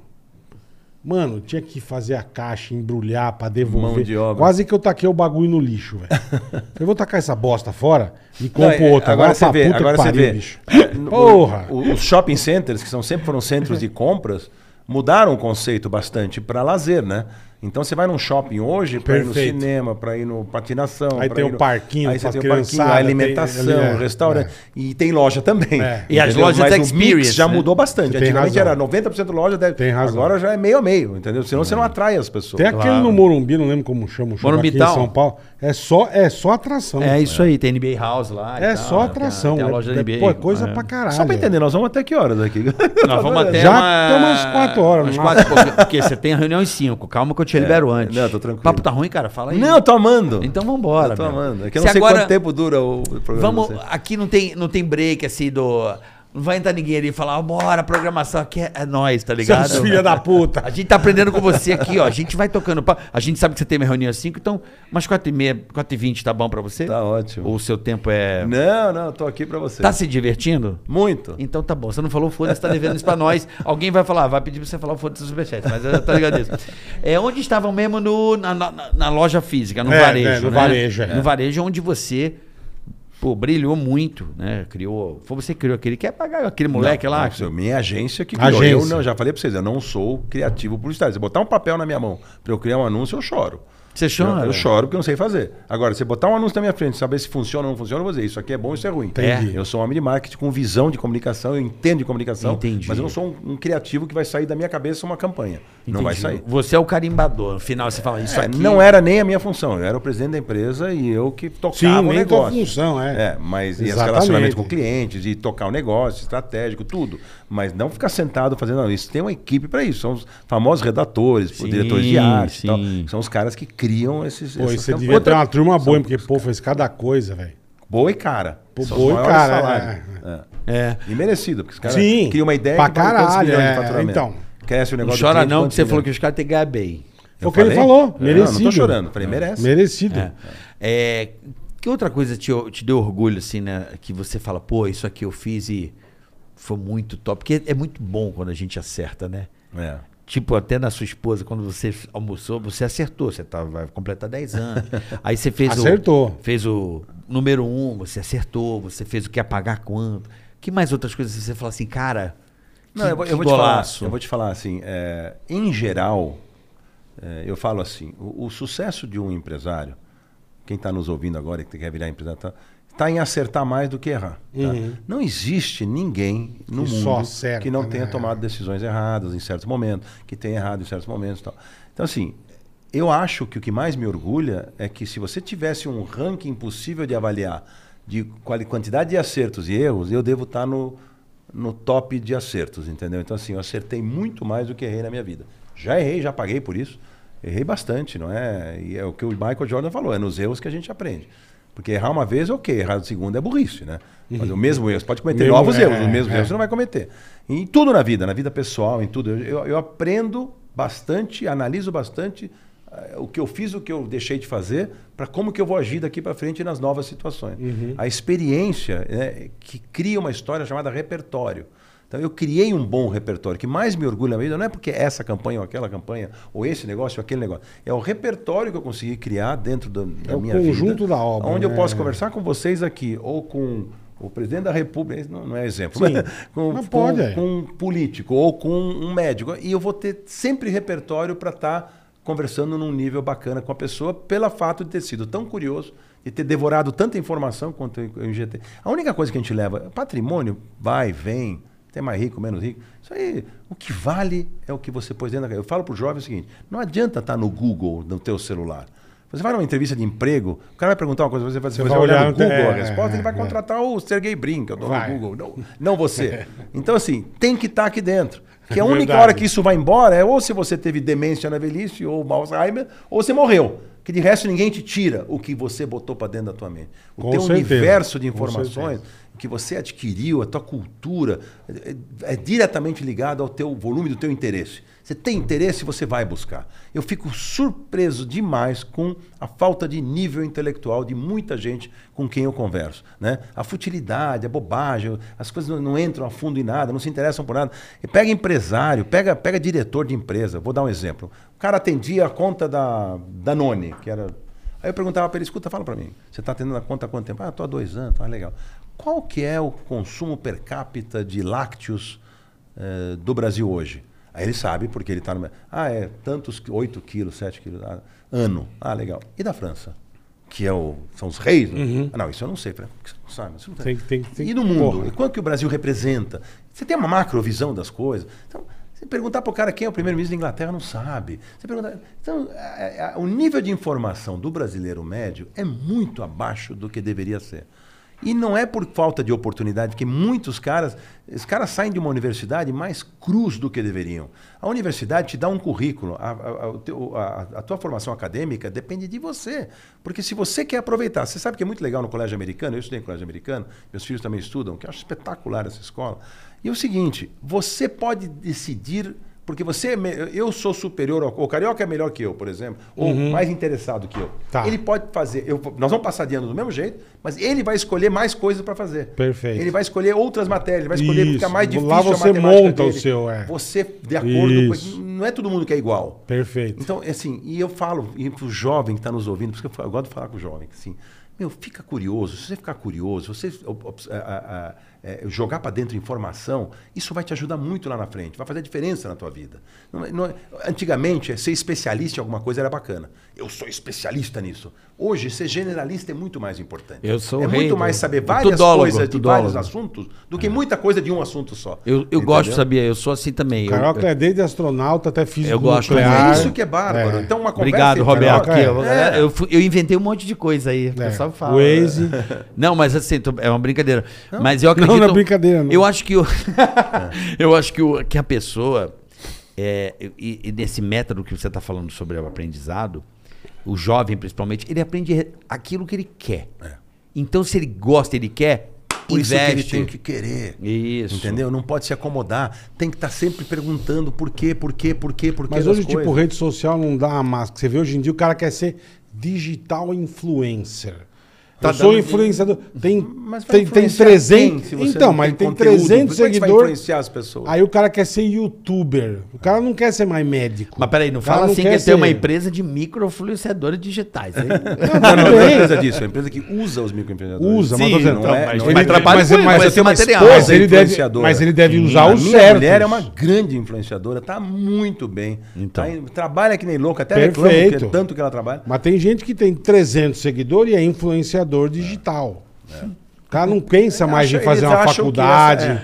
[SPEAKER 3] Mano, eu tinha que fazer a caixa, embrulhar pra devolver.
[SPEAKER 5] Mão de obra.
[SPEAKER 3] Quase que eu taquei o bagulho no lixo, velho. eu vou tacar essa bosta fora e
[SPEAKER 5] Não,
[SPEAKER 3] compro
[SPEAKER 5] é,
[SPEAKER 3] outra.
[SPEAKER 5] Agora
[SPEAKER 3] pra
[SPEAKER 5] você vê,
[SPEAKER 3] puta que
[SPEAKER 5] agora você
[SPEAKER 3] pariu,
[SPEAKER 5] vê. É,
[SPEAKER 3] bicho.
[SPEAKER 5] No-
[SPEAKER 3] Porra!
[SPEAKER 5] o- os shopping centers, que são, sempre foram centros de compras, mudaram o conceito bastante para lazer, né? Então você vai num shopping hoje para ir no
[SPEAKER 3] Perfeito.
[SPEAKER 5] cinema, para ir no patinação.
[SPEAKER 3] Aí
[SPEAKER 5] pra
[SPEAKER 3] tem
[SPEAKER 5] ir
[SPEAKER 3] o
[SPEAKER 5] no-
[SPEAKER 3] parquinho
[SPEAKER 5] aí
[SPEAKER 3] pra
[SPEAKER 5] você tem o parquinho,
[SPEAKER 3] criançada,
[SPEAKER 5] a
[SPEAKER 3] tem-
[SPEAKER 5] alimentação,
[SPEAKER 3] é,
[SPEAKER 5] o restaurante.
[SPEAKER 3] é.
[SPEAKER 5] E tem loja também.
[SPEAKER 3] É.
[SPEAKER 4] E as
[SPEAKER 5] entendeu?
[SPEAKER 4] lojas
[SPEAKER 5] Mas o
[SPEAKER 4] experience,
[SPEAKER 5] mix já
[SPEAKER 4] né?
[SPEAKER 5] mudou
[SPEAKER 3] Você
[SPEAKER 5] bastante.
[SPEAKER 3] tem
[SPEAKER 5] Antigamente
[SPEAKER 3] razão.
[SPEAKER 5] era 90% loja, deve-
[SPEAKER 3] Tem razão. É.
[SPEAKER 5] agora já é meio a meio, entendeu? Senão você não atrai as pessoas.
[SPEAKER 3] Tem aquele no Morumbi, não lembro como chama o shopping aqui em
[SPEAKER 4] Morumbital.
[SPEAKER 3] São Paulo. É só, é só atração.
[SPEAKER 4] É isso
[SPEAKER 5] né?
[SPEAKER 4] aí, tem NBA House lá. e
[SPEAKER 3] É
[SPEAKER 4] tal,
[SPEAKER 3] só
[SPEAKER 4] né?
[SPEAKER 3] atração.
[SPEAKER 4] Tem, tem a
[SPEAKER 3] é-
[SPEAKER 4] loja da
[SPEAKER 3] é,
[SPEAKER 4] NBA.
[SPEAKER 3] pô, é coisa
[SPEAKER 4] É.
[SPEAKER 3] pra caralho.
[SPEAKER 5] Só para entender, nós vamos até que horas aqui?
[SPEAKER 4] Nós vamos até
[SPEAKER 3] Já
[SPEAKER 4] uma...
[SPEAKER 3] tem umas quatro horas,
[SPEAKER 4] Umas
[SPEAKER 3] não
[SPEAKER 4] quatro, porque, porque você tem a reunião às cinco. Calma que eu te libero antes.
[SPEAKER 5] é? não, tô tranquilo.
[SPEAKER 4] Papo tá ruim, cara? Fala aí.
[SPEAKER 5] Não, eu tô amando.
[SPEAKER 4] Então vambora.
[SPEAKER 5] Eu tô
[SPEAKER 4] meu.
[SPEAKER 5] amando. É que eu
[SPEAKER 4] Se
[SPEAKER 5] não sei
[SPEAKER 4] agora-
[SPEAKER 5] quanto tempo dura o programa.
[SPEAKER 4] Vamos,
[SPEAKER 5] não sei.
[SPEAKER 4] aqui não tem, não tem break assim do... Não vai entrar ninguém ali e falar, bora, programação aqui é, é nós, tá ligado?
[SPEAKER 3] Seus filha da puta.
[SPEAKER 4] A gente tá aprendendo com você aqui, ó. A gente vai tocando. papo. A gente sabe que você tem uma reunião às 5, então umas 4h30, 4h20 tá bom pra você?
[SPEAKER 5] Tá ótimo.
[SPEAKER 4] Ou o seu tempo é.
[SPEAKER 5] Não, não, tô aqui pra você.
[SPEAKER 4] Tá se divertindo?
[SPEAKER 5] Muito.
[SPEAKER 4] Então tá bom, você não falou foda-se, tá devendo isso pra nós. Alguém vai falar, vai pedir pra você falar o foda-se do superchat, mas eu tô ligado nisso. É, onde estavam mesmo no, na, na- na loja física, no
[SPEAKER 3] É,
[SPEAKER 4] varejo.
[SPEAKER 3] né, no
[SPEAKER 4] né?
[SPEAKER 3] varejo, é.
[SPEAKER 4] No varejo, onde você pô, brilhou muito, né? Criou. Foi você que criou aquele. Quer pagar aquele moleque lá?
[SPEAKER 5] Não, senhor, minha agência que
[SPEAKER 3] Agência.
[SPEAKER 5] criou. Eu não, já falei pra vocês, eu não sou criativo publicitário. Se botar um papel na minha mão pra eu criar um anúncio, eu choro.
[SPEAKER 4] Você chora?
[SPEAKER 5] Eu, eu choro porque eu não sei fazer. Agora, se botar um anúncio na minha frente, saber se funciona ou não funciona, eu vou dizer, isso aqui é bom, isso é ruim.
[SPEAKER 3] Entendi.
[SPEAKER 5] Eu sou um homem de marketing com visão de comunicação, eu entendo de comunicação,
[SPEAKER 4] Entendi.
[SPEAKER 5] mas eu não sou um, um criativo que vai sair da minha cabeça uma campanha. Não vai
[SPEAKER 4] Entendi.
[SPEAKER 5] sair.
[SPEAKER 4] Você é o carimbador. No final você fala isso
[SPEAKER 5] É,
[SPEAKER 4] aqui.
[SPEAKER 5] não era nem a minha função. Eu era o presidente da empresa e eu que tocava
[SPEAKER 3] Sim,
[SPEAKER 5] o
[SPEAKER 3] nem
[SPEAKER 5] negócio.
[SPEAKER 3] tua função, é.
[SPEAKER 5] É, mas e
[SPEAKER 3] Exatamente.
[SPEAKER 5] as relacionamentos com clientes e tocar o negócio, estratégico, tudo. Mas não ficar sentado fazendo não, isso. Tem uma equipe para isso. São os famosos redatores,
[SPEAKER 4] Sim,
[SPEAKER 5] diretores de arte, e
[SPEAKER 4] sim.
[SPEAKER 5] tal. são os caras que criam esses.
[SPEAKER 3] Pô, e
[SPEAKER 5] essas
[SPEAKER 3] você
[SPEAKER 5] campanhas.
[SPEAKER 3] devia ter uma turma boa, hein? porque, pô, fez cada coisa, velho.
[SPEAKER 5] Boa e cara.
[SPEAKER 3] Pô,
[SPEAKER 5] São
[SPEAKER 3] boa e
[SPEAKER 5] os maiores
[SPEAKER 3] cara,
[SPEAKER 5] salários. É.
[SPEAKER 4] É.
[SPEAKER 5] E merecido, porque os caras
[SPEAKER 3] Sim,
[SPEAKER 5] criam uma ideia
[SPEAKER 3] pra
[SPEAKER 5] que vale quantos
[SPEAKER 3] caralho,
[SPEAKER 5] milhões
[SPEAKER 3] é,
[SPEAKER 5] de faturamento.
[SPEAKER 3] então.
[SPEAKER 5] Cresce o
[SPEAKER 4] Não
[SPEAKER 5] negócio. do
[SPEAKER 4] chora
[SPEAKER 5] cliente,
[SPEAKER 4] não, que
[SPEAKER 5] quantos
[SPEAKER 4] você falou que
[SPEAKER 5] milhões.
[SPEAKER 4] os caras têm que ganhar bem.
[SPEAKER 3] Foi o que ele
[SPEAKER 5] falei?
[SPEAKER 3] falou,
[SPEAKER 5] É,
[SPEAKER 3] merecido.
[SPEAKER 5] Não, não tô chorando. Falei, merece.
[SPEAKER 3] Merecido.
[SPEAKER 4] É, que outra coisa te, te deu orgulho, assim, né? Que você fala, pô, isso aqui eu fiz e foi muito top. Porque é muito bom quando a gente acerta, né?
[SPEAKER 5] É.
[SPEAKER 4] Tipo, até na sua esposa, quando você almoçou, você acertou. Você tá, vai completar 10 anos. Aí você fez
[SPEAKER 3] Acertou.
[SPEAKER 4] o. Fez o número 1, um, você acertou, você fez o que ia pagar quanto. Que mais outras coisas você fala assim, cara.
[SPEAKER 5] Não,
[SPEAKER 4] que-
[SPEAKER 5] eu, vou-
[SPEAKER 4] que
[SPEAKER 5] eu vou te falar,
[SPEAKER 4] golaço.
[SPEAKER 5] eu vou te falar assim, é, em geral, é, eu falo assim, o, o sucesso de um empresário, quem está nos ouvindo agora e que quer virar empresário, está em acertar mais do que errar. tá? Não existe ninguém no
[SPEAKER 3] Uhum. Que
[SPEAKER 5] mundo
[SPEAKER 3] só acerta,
[SPEAKER 5] que não
[SPEAKER 3] né?
[SPEAKER 5] tenha tomado decisões erradas em certos momentos, que tenha errado em certos momentos e tal. Então, assim, eu acho que o que mais me orgulha é que se você tivesse um ranking possível de avaliar de quali- quantidade de acertos e erros, eu devo estar no, no top de acertos, entendeu? Então, assim, eu acertei muito mais do que errei na minha vida. Já errei, já paguei por isso. Errei bastante, não é? E é o que o Michael Jordan falou, é nos erros que a gente aprende. Porque errar uma vez, ok, errar a segunda é burrice, né? Mas o mesmo erro, você pode cometer
[SPEAKER 3] Uhum. Mesmo-
[SPEAKER 5] novos
[SPEAKER 3] é,
[SPEAKER 5] erros, os mesmos
[SPEAKER 3] é.
[SPEAKER 5] erros você não vai cometer. Em tudo na vida, na vida pessoal, em tudo. Eu, eu- eu aprendo bastante, analiso bastante eh, o que eu fiz, o que eu deixei de fazer, para como que eu vou agir daqui para frente nas novas situações.
[SPEAKER 3] Uhum.
[SPEAKER 5] A experiência né, que cria uma história chamada repertório. Então eu criei um bom repertório. O que mais me orgulha mesmo não é porque essa campanha ou aquela campanha, ou esse negócio ou aquele negócio. É o repertório que eu consegui criar dentro da, da
[SPEAKER 3] É o
[SPEAKER 5] minha vida.
[SPEAKER 3] conjunto da obra,
[SPEAKER 5] Onde eu
[SPEAKER 3] né?
[SPEAKER 5] posso conversar com vocês aqui, ou com o presidente da República, esse não, não é exemplo,
[SPEAKER 3] Sim.
[SPEAKER 5] mas com,
[SPEAKER 3] Mas
[SPEAKER 5] com-
[SPEAKER 3] pode, é.
[SPEAKER 5] com um político ou com um médico. E eu vou ter sempre repertório para estar conversando num nível bacana com a pessoa, pelo fato de ter sido tão curioso, de ter devorado tanta informação quanto eu eu injetei. A única coisa que a gente leva é patrimônio, vai, vem, tem mais rico, menos rico. Isso aí, o que vale é o que você pôs dentro da cabeça. Eu falo para o jovem o seguinte, não adianta estar no Google, no teu celular. Você vai numa entrevista de emprego, o cara vai perguntar uma coisa, você vai, você
[SPEAKER 3] vai
[SPEAKER 5] vai olhar
[SPEAKER 3] olhar
[SPEAKER 5] no
[SPEAKER 3] no
[SPEAKER 5] Google
[SPEAKER 3] te-
[SPEAKER 5] a
[SPEAKER 3] é,
[SPEAKER 5] resposta, ele vai
[SPEAKER 3] é.
[SPEAKER 5] contratar o Sergei Brin, que é o dono
[SPEAKER 3] Vai.
[SPEAKER 5] do Google. Não, não você. Então, assim, tem que estar aqui dentro. Porque a única
[SPEAKER 3] É Verdade.
[SPEAKER 5] hora que isso vai embora é ou se você teve demência na velhice, ou Alzheimer, ou você morreu. Que de resto ninguém te tira o que você botou para dentro da tua mente. O
[SPEAKER 3] Com
[SPEAKER 5] teu
[SPEAKER 3] certeza.
[SPEAKER 5] um universo de
[SPEAKER 3] Com
[SPEAKER 5] informações
[SPEAKER 3] certeza.
[SPEAKER 5] que você adquiriu, a tua cultura, é, é diretamente ligado ao teu volume do teu interesse. Você tem interesse, você vai buscar. Eu fico surpreso demais com a falta de nível intelectual de muita gente com quem eu converso. Né? A futilidade, a bobagem, as coisas não, não entram a fundo em nada, não se interessam por nada. E pega empresário, pega, pega diretor de empresa. Vou dar um exemplo. O cara atendia a conta da Danone, que era Aí eu perguntava para ele, escuta, fala para mim, você está atendendo a conta há quanto tempo? Ah, estou há dois anos, tá legal. Qual que é o consumo per capita de lácteos eh, do Brasil hoje? Aí ele sabe, porque ele está no... Ah, é tantos, qui- 8 quilos, 7 quilos, ah, ano. Ah, legal. E da França? Que é o, são os reis? né? Ah, não, isso eu não sei. Falei, "Por que Você não sabe, Você não
[SPEAKER 3] Uhum. Tem que- tem que- tem
[SPEAKER 5] e
[SPEAKER 3] que-
[SPEAKER 5] no mundo?
[SPEAKER 3] porra.
[SPEAKER 5] E quanto que o Brasil representa? Você tem uma macrovisão das coisas? Então, você perguntar para o cara quem é o primeiro-ministro da Inglaterra, não sabe. Você perguntar... Então, a- a- o nível de informação do brasileiro médio é muito abaixo do que deveria ser. E não é por falta de oportunidade, porque muitos caras, os caras saem de uma universidade mais cruz do que deveriam. A universidade te dá um currículo, a, a- a- o teu- a- a tua formação acadêmica depende de você. Porque se você quer aproveitar, você sabe que é muito legal no colégio americano, eu estudei em colégio americano, meus filhos também estudam, que eu acho espetacular essa escola. E é o seguinte, você pode decidir, porque você é me- eu sou superior ao o carioca é melhor que eu, por exemplo, ou mais interessado que eu.
[SPEAKER 3] Uhum. Tá.
[SPEAKER 5] Ele pode fazer, eu vou- nós vamos passar de ano do mesmo jeito, mas ele vai escolher mais coisas para fazer.
[SPEAKER 3] Perfeito.
[SPEAKER 5] Ele vai escolher outras matérias, ele vai escolher
[SPEAKER 3] Isso.
[SPEAKER 5] ficar mais
[SPEAKER 3] Lá
[SPEAKER 5] difícil
[SPEAKER 3] você
[SPEAKER 5] matemática
[SPEAKER 3] monta o
[SPEAKER 5] dele.
[SPEAKER 3] seu, é.
[SPEAKER 5] Você de acordo
[SPEAKER 3] Isso.
[SPEAKER 5] com, não é todo mundo que é igual.
[SPEAKER 3] Perfeito.
[SPEAKER 5] Então, assim, e eu falo, e pro jovem que está nos ouvindo, por isso que eu, falo- eu gosto de falar com o jovem, que assim, meu, fica curioso. Se você ficar curioso, se você ob- obs- a- a- a- é, jogar para dentro informação, isso vai te ajudar muito lá na frente, vai fazer a diferença na tua vida. Não é- não é- antigamente, é, ser especialista em alguma coisa era bacana. Eu sou especialista nisso. Hoje, ser generalista é muito mais importante.
[SPEAKER 4] Eu sou o
[SPEAKER 5] É
[SPEAKER 4] rei
[SPEAKER 5] muito
[SPEAKER 4] do-
[SPEAKER 5] mais saber
[SPEAKER 4] do
[SPEAKER 5] várias
[SPEAKER 4] tudólogo,
[SPEAKER 5] coisas de
[SPEAKER 4] tudólogo.
[SPEAKER 5] vários assuntos do que muita coisa de um assunto só.
[SPEAKER 4] Eu, eu
[SPEAKER 5] Entendeu?
[SPEAKER 4] gosto, sabia? Eu sou assim também. Eu-
[SPEAKER 3] Carioca
[SPEAKER 4] eu-
[SPEAKER 3] é desde astronauta até físico
[SPEAKER 4] Eu gosto
[SPEAKER 3] nuclear.
[SPEAKER 5] É isso que é bárbaro. Então, uma conversa
[SPEAKER 4] Obrigado,
[SPEAKER 5] entre
[SPEAKER 4] Roberto. né?
[SPEAKER 3] carioca,
[SPEAKER 4] Aqui,
[SPEAKER 3] é.
[SPEAKER 4] eu,
[SPEAKER 5] É.
[SPEAKER 4] eu fui- eu inventei um monte de coisa aí. O pessoal fala.
[SPEAKER 3] Waze.
[SPEAKER 4] Não, mas assim, tô- é uma brincadeira. Mas eu
[SPEAKER 3] Não,
[SPEAKER 4] acredito.
[SPEAKER 3] não é brincadeira, não.
[SPEAKER 4] Eu acho que o- eu acho que, o- que a pessoa é, e, e nesse método que você está falando sobre o aprendizado, o jovem principalmente, ele aprende aquilo que ele quer. Então, se ele gosta, ele quer,
[SPEAKER 5] É. Por isso que
[SPEAKER 4] investe.
[SPEAKER 5] ele tem que querer.
[SPEAKER 4] Isso.
[SPEAKER 5] Entendeu? Não pode se acomodar. Tem que estar sempre perguntando por quê, por quê, por quê, por quê.
[SPEAKER 3] Mas
[SPEAKER 5] das
[SPEAKER 3] hoje, tipo,
[SPEAKER 5] coisas.
[SPEAKER 3] rede social não dá a máscara. Você vê hoje em dia, o cara quer ser digital influencer.
[SPEAKER 5] Tá
[SPEAKER 3] eu sou
[SPEAKER 5] dando
[SPEAKER 3] influenciador. Tem,
[SPEAKER 5] Mas vai
[SPEAKER 3] tem, tem
[SPEAKER 5] influenciar
[SPEAKER 3] 300.
[SPEAKER 5] quem se você
[SPEAKER 3] então,
[SPEAKER 5] não
[SPEAKER 3] mas tem,
[SPEAKER 5] conteúdo?
[SPEAKER 3] 300
[SPEAKER 5] Como é que você vai
[SPEAKER 3] seguidores.
[SPEAKER 5] influenciar as pessoas.
[SPEAKER 3] Aí o cara quer ser youtuber. O cara não quer ser mais médico.
[SPEAKER 4] Mas peraí, não
[SPEAKER 3] O cara
[SPEAKER 4] fala assim
[SPEAKER 3] quer
[SPEAKER 4] que
[SPEAKER 3] ser-
[SPEAKER 4] tem uma empresa de microinfluenciadores digitais. hein?
[SPEAKER 5] Não, não, não é
[SPEAKER 3] Também.
[SPEAKER 5] a empresa disso, é a empresa que usa os microempreendedores.
[SPEAKER 3] Usa, mas
[SPEAKER 4] Sim,
[SPEAKER 3] tô dizendo.
[SPEAKER 5] não
[SPEAKER 3] então,
[SPEAKER 5] é-
[SPEAKER 3] mas
[SPEAKER 5] não
[SPEAKER 3] ele-
[SPEAKER 5] é-
[SPEAKER 4] trabalha
[SPEAKER 3] mas
[SPEAKER 4] com
[SPEAKER 3] ele- mas
[SPEAKER 4] esse
[SPEAKER 3] eu tenho uma
[SPEAKER 4] material.
[SPEAKER 3] esposa,
[SPEAKER 4] Mas
[SPEAKER 5] é
[SPEAKER 3] ele deve,
[SPEAKER 5] influenciadora.
[SPEAKER 3] mas ele deve usar
[SPEAKER 5] a
[SPEAKER 3] o
[SPEAKER 5] minha
[SPEAKER 3] certo.
[SPEAKER 5] mulher é uma grande influenciadora, tá muito bem.
[SPEAKER 4] Então.
[SPEAKER 5] Tá indo- trabalha que nem louca, até
[SPEAKER 3] Perfeito.
[SPEAKER 5] reclama que é tanto que ela trabalha.
[SPEAKER 3] Mas tem gente que tem 300 seguidores e é influenciador digital. O cara não pensa mais
[SPEAKER 5] acha-
[SPEAKER 3] em fazer
[SPEAKER 5] eles
[SPEAKER 3] uma
[SPEAKER 5] acham que é assim,
[SPEAKER 3] faculdade.
[SPEAKER 5] essa-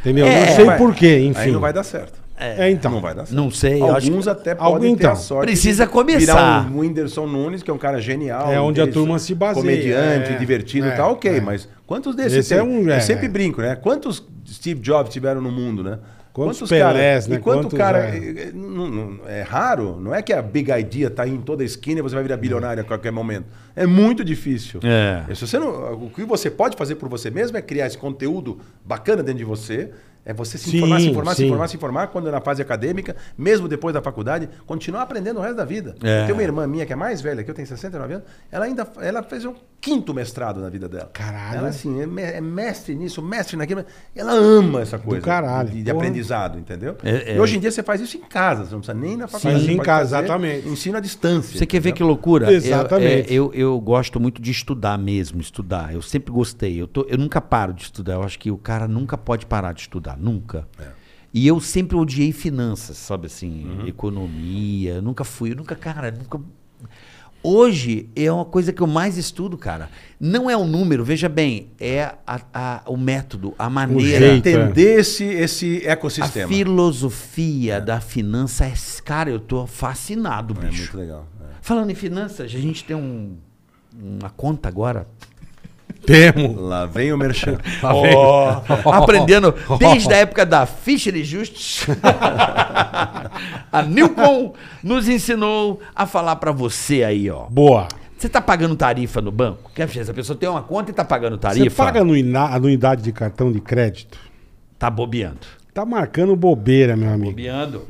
[SPEAKER 3] Entendeu?
[SPEAKER 4] É,
[SPEAKER 3] não sei
[SPEAKER 5] Vai.
[SPEAKER 3] porquê, enfim.
[SPEAKER 5] Aí não vai dar certo.
[SPEAKER 3] É, então.
[SPEAKER 5] Não vai dar certo.
[SPEAKER 4] Não sei, eu acho
[SPEAKER 5] Alguns
[SPEAKER 4] que...
[SPEAKER 5] até
[SPEAKER 3] Algum,
[SPEAKER 5] podem ter
[SPEAKER 3] então.
[SPEAKER 5] a sorte
[SPEAKER 4] Precisa
[SPEAKER 5] de
[SPEAKER 4] começar.
[SPEAKER 5] Virar um Whindersson Nunes, que é um cara genial.
[SPEAKER 3] É onde a
[SPEAKER 5] inteligente,
[SPEAKER 3] turma se baseia,
[SPEAKER 5] Comediante,
[SPEAKER 3] é.
[SPEAKER 5] divertido e
[SPEAKER 3] É,
[SPEAKER 5] tal, ok.
[SPEAKER 3] é.
[SPEAKER 5] Mas quantos desses
[SPEAKER 3] Esse
[SPEAKER 5] tem?
[SPEAKER 3] é um- é,
[SPEAKER 5] Eu sempre
[SPEAKER 3] é.
[SPEAKER 5] brinco, né? Quantos Steve Jobs tiveram no mundo, né?
[SPEAKER 3] Quantos
[SPEAKER 5] cara-
[SPEAKER 3] Pelés, né?
[SPEAKER 5] E quanto
[SPEAKER 3] Quantos,
[SPEAKER 5] cara...
[SPEAKER 3] é.
[SPEAKER 5] É, é, não- não- é raro. Não é que a big idea tá aí em toda a esquina e você vai virar bilionário a qualquer momento. É muito difícil.
[SPEAKER 4] É.
[SPEAKER 5] Se você não, o que você pode fazer por você mesmo é criar esse conteúdo bacana dentro de você. É você se
[SPEAKER 3] Sim,
[SPEAKER 5] informar, se informar, se
[SPEAKER 3] sim.
[SPEAKER 5] informar, se informar quando é na fase acadêmica, mesmo depois da faculdade, continuar aprendendo o resto da vida.
[SPEAKER 4] É.
[SPEAKER 5] Eu tenho uma irmã minha que é mais velha, que eu tenho 69 anos, ela ainda ela fez o quinto mestrado na vida dela.
[SPEAKER 3] Caralho.
[SPEAKER 5] Ela assim, é me- é mestre nisso, mestre naquilo. e Ela ama essa coisa.
[SPEAKER 3] caralho,
[SPEAKER 5] De, de
[SPEAKER 3] porra.
[SPEAKER 5] aprendizado, entendeu?
[SPEAKER 4] É, é.
[SPEAKER 5] E hoje em dia você faz isso em casa, você não precisa nem na faculdade.
[SPEAKER 3] Sim,
[SPEAKER 5] você
[SPEAKER 3] em
[SPEAKER 5] pode
[SPEAKER 3] casa,
[SPEAKER 5] fazer
[SPEAKER 3] exatamente.
[SPEAKER 5] Ensino à distância.
[SPEAKER 4] Você quer ver que
[SPEAKER 5] entendeu?
[SPEAKER 4] loucura? Eu-
[SPEAKER 3] Exatamente.
[SPEAKER 4] é, Eu, eu, gosto muito de estudar mesmo, estudar. Eu sempre gostei. Eu, tô- eu nunca paro de estudar. Eu acho que o cara nunca pode parar de estudar, nunca.
[SPEAKER 5] É.
[SPEAKER 4] E eu sempre odiei finanças, sabe assim,
[SPEAKER 5] Uhum.
[SPEAKER 4] economia. Eu nunca fui, eu nunca, cara, eu nunca. Hoje é uma coisa que eu mais estudo, cara. Não é o número, veja bem, é a- a- o método, a maneira.
[SPEAKER 3] jeito.
[SPEAKER 5] Entender esse, esse
[SPEAKER 4] A
[SPEAKER 5] ecossistema.
[SPEAKER 4] filosofia da finança é. Cara, eu tô fascinado,
[SPEAKER 5] É
[SPEAKER 4] bicho.
[SPEAKER 5] muito legal. é.
[SPEAKER 4] Falando em finanças, a gente tem um- uma conta agora.
[SPEAKER 3] Temo.
[SPEAKER 5] Lá vem o merchan.
[SPEAKER 4] Aprendendo desde a época da Fischer e Justus. a Nilcon nos ensinou a falar pra você aí, ó.
[SPEAKER 3] Boa.
[SPEAKER 4] Você tá pagando tarifa no banco? Quer dizer, essa pessoa tem uma conta e tá pagando tarifa?
[SPEAKER 3] Você paga anuina- anuidade de cartão de crédito?
[SPEAKER 4] Tá bobeando.
[SPEAKER 3] Tá marcando bobeira, meu amigo.
[SPEAKER 4] Bobeando.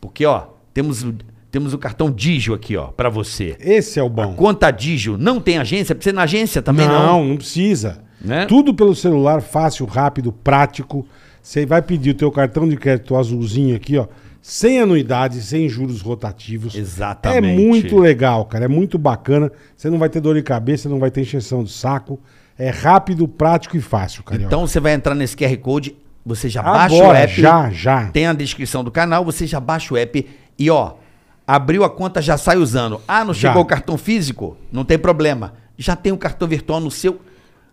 [SPEAKER 4] Porque, ó, temos, o- temos o cartão Digio aqui, ó, pra você.
[SPEAKER 3] Esse é o bom.
[SPEAKER 4] Conta Digio não tem agência? Precisa ir na agência também
[SPEAKER 3] não,
[SPEAKER 4] não?
[SPEAKER 3] não precisa.
[SPEAKER 4] Né?
[SPEAKER 3] Tudo pelo celular, fácil, rápido, prático. Você vai pedir o teu cartão de crédito azulzinho aqui, ó, sem anuidade, sem juros rotativos.
[SPEAKER 4] Exatamente.
[SPEAKER 3] É muito legal, cara, é muito bacana. Você não vai ter dor de cabeça, não vai ter encheção de saco. É rápido, prático e fácil, cara.
[SPEAKER 4] Então você vai entrar nesse QR Code, você já
[SPEAKER 3] Agora,
[SPEAKER 4] baixa o app.
[SPEAKER 3] já, já.
[SPEAKER 4] Tem a descrição do canal, você já baixa o app e ó, abriu a conta, já sai usando. Ah, não
[SPEAKER 3] Já.
[SPEAKER 4] chegou o cartão físico? Não tem problema. Já tem o cartão virtual no seu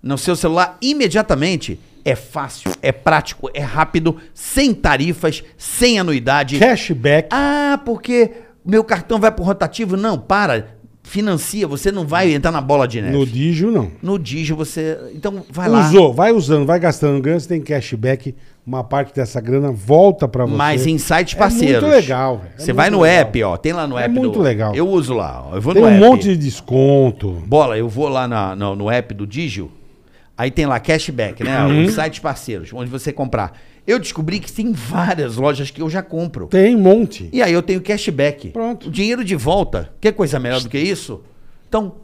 [SPEAKER 4] no seu celular imediatamente. É fácil, é prático, é rápido, sem tarifas, sem anuidade.
[SPEAKER 3] Cashback.
[SPEAKER 4] Ah, porque meu cartão vai pro rotativo? Não, para. Financia, você não vai entrar na bola de neve.
[SPEAKER 3] No Digio, não.
[SPEAKER 4] No Digio você. Então Ah, vai lá.
[SPEAKER 3] Usou, vai usando, vai gastando, ganha, você tem cashback, uma parte dessa grana volta pra você.
[SPEAKER 4] Mas em sites
[SPEAKER 3] É
[SPEAKER 4] parceiros.
[SPEAKER 3] muito legal, velho. É
[SPEAKER 4] Você
[SPEAKER 3] muito
[SPEAKER 4] vai no
[SPEAKER 3] legal.
[SPEAKER 4] app, ó. Tem lá no
[SPEAKER 3] É
[SPEAKER 4] app.
[SPEAKER 3] muito legal.
[SPEAKER 4] Eu uso lá, ó. Eu vou
[SPEAKER 3] Tem
[SPEAKER 4] no
[SPEAKER 3] um
[SPEAKER 4] app.
[SPEAKER 3] monte de desconto.
[SPEAKER 4] Bola, eu vou lá na- no, no app do Digio. Aí tem lá cashback, né?
[SPEAKER 3] Uhum.
[SPEAKER 4] Os sites parceiros, onde você comprar. Eu descobri que tem várias lojas que eu já compro.
[SPEAKER 3] Tem um monte.
[SPEAKER 4] E aí eu tenho cashback.
[SPEAKER 3] Pronto.
[SPEAKER 4] O dinheiro de volta. Que é coisa melhor do que isso? Então,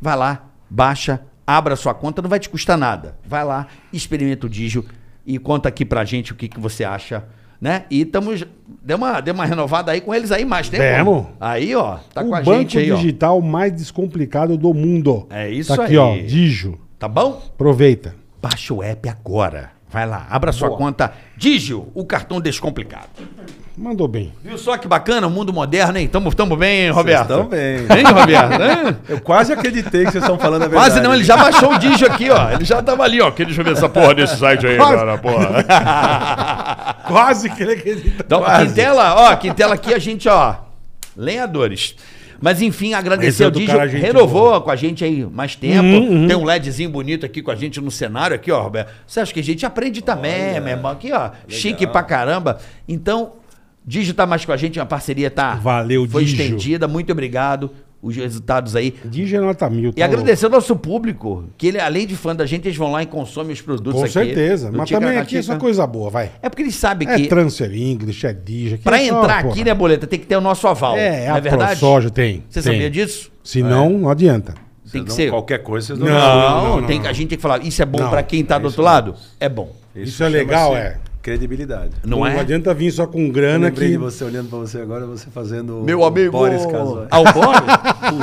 [SPEAKER 4] vai lá, baixa, abra sua conta, não vai te custar nada. Vai lá, experimenta o Digio e conta aqui pra gente o que, que você acha, né? E tamo, j- deu, uma, deu uma renovada aí com eles aí mais, né?
[SPEAKER 3] Demos.
[SPEAKER 4] irmão? Aí, ó, tá
[SPEAKER 3] o
[SPEAKER 4] com a
[SPEAKER 3] banco
[SPEAKER 4] gente aí, ó.
[SPEAKER 3] digital mais descomplicado do mundo.
[SPEAKER 4] É isso
[SPEAKER 3] tá aqui,
[SPEAKER 4] aí.
[SPEAKER 3] ó, Digio.
[SPEAKER 4] Tá bom?
[SPEAKER 3] Aproveita.
[SPEAKER 4] Baixa o app agora. Vai lá, abra sua conta Digio, o cartão descomplicado.
[SPEAKER 3] Mandou bem.
[SPEAKER 4] Viu só que bacana, o mundo moderno, hein? Tamo, tamo bem, hein, Roberto?
[SPEAKER 5] tão bem.
[SPEAKER 4] Hein, Roberto? né? Hã?
[SPEAKER 5] Eu quase acreditei que vocês estão falando a verdade.
[SPEAKER 4] Quase não, ele já baixou o Digio aqui, ó. Ele já tava ali, ó.
[SPEAKER 1] Que deixa eu ver essa porra desse site aí
[SPEAKER 4] Quase.
[SPEAKER 1] agora, porra.
[SPEAKER 5] Quase que ele acredita.
[SPEAKER 4] Então, Quintela, ó, Quintela aqui a gente, ó, lenhadores. Mas enfim,
[SPEAKER 3] Esse
[SPEAKER 4] agradecer
[SPEAKER 3] é
[SPEAKER 4] ao
[SPEAKER 3] do
[SPEAKER 4] Digio,
[SPEAKER 3] cara, gente
[SPEAKER 4] renovou com a gente aí mais tempo. Tem um LEDzinho bonito aqui com a gente no cenário aqui, ó, Roberto. Você acha que a gente aprende também, meu irmão? Aqui, ó, chique pra caramba. Então, Digio tá mais com a gente, a parceria tá...
[SPEAKER 3] Valeu,
[SPEAKER 4] Foi
[SPEAKER 3] Digio.
[SPEAKER 4] estendida, muito obrigado. Os resultados aí.
[SPEAKER 3] Digio é nota mil.
[SPEAKER 4] E
[SPEAKER 3] tá
[SPEAKER 4] agradecer ao nosso público, que ele, além de fã da gente, eles vão lá e consomem os produtos
[SPEAKER 3] louco. Com
[SPEAKER 4] aqui.
[SPEAKER 3] certeza.
[SPEAKER 4] do
[SPEAKER 3] Mas também aqui é
[SPEAKER 4] Ticaracatica.
[SPEAKER 3] só coisa boa, vai.
[SPEAKER 4] É porque eles sabem
[SPEAKER 3] É
[SPEAKER 4] que
[SPEAKER 3] transfer English, é Digio. aqui
[SPEAKER 4] pra
[SPEAKER 3] é só,
[SPEAKER 4] entrar
[SPEAKER 3] porra.
[SPEAKER 4] aqui, né, Boleta, tem que ter o nosso aval.
[SPEAKER 3] É,
[SPEAKER 4] não
[SPEAKER 3] a
[SPEAKER 4] é verdade?
[SPEAKER 3] ProSoja tem.
[SPEAKER 4] Você
[SPEAKER 3] tem.
[SPEAKER 4] sabia disso? É.
[SPEAKER 3] Se não, não adianta.
[SPEAKER 4] tem
[SPEAKER 5] Senão
[SPEAKER 4] que ser.
[SPEAKER 5] Qualquer coisa vocês
[SPEAKER 4] Não,
[SPEAKER 5] não.
[SPEAKER 3] Não, não,
[SPEAKER 4] tem-
[SPEAKER 3] não.
[SPEAKER 4] a gente tem que falar, isso é bom
[SPEAKER 3] Não,
[SPEAKER 4] pra quem tá do outro lado? É bom.
[SPEAKER 3] Isso é legal,
[SPEAKER 5] chama-se Credibilidade.
[SPEAKER 4] Não
[SPEAKER 3] Não
[SPEAKER 4] é?
[SPEAKER 3] adianta vir só com
[SPEAKER 5] Eu
[SPEAKER 3] grana
[SPEAKER 5] lembrei
[SPEAKER 3] que.
[SPEAKER 5] de você olhando pra você agora, você fazendo.
[SPEAKER 4] Meu
[SPEAKER 5] o
[SPEAKER 4] amigo-
[SPEAKER 5] Boris Casoy.
[SPEAKER 4] Ah, o Boris?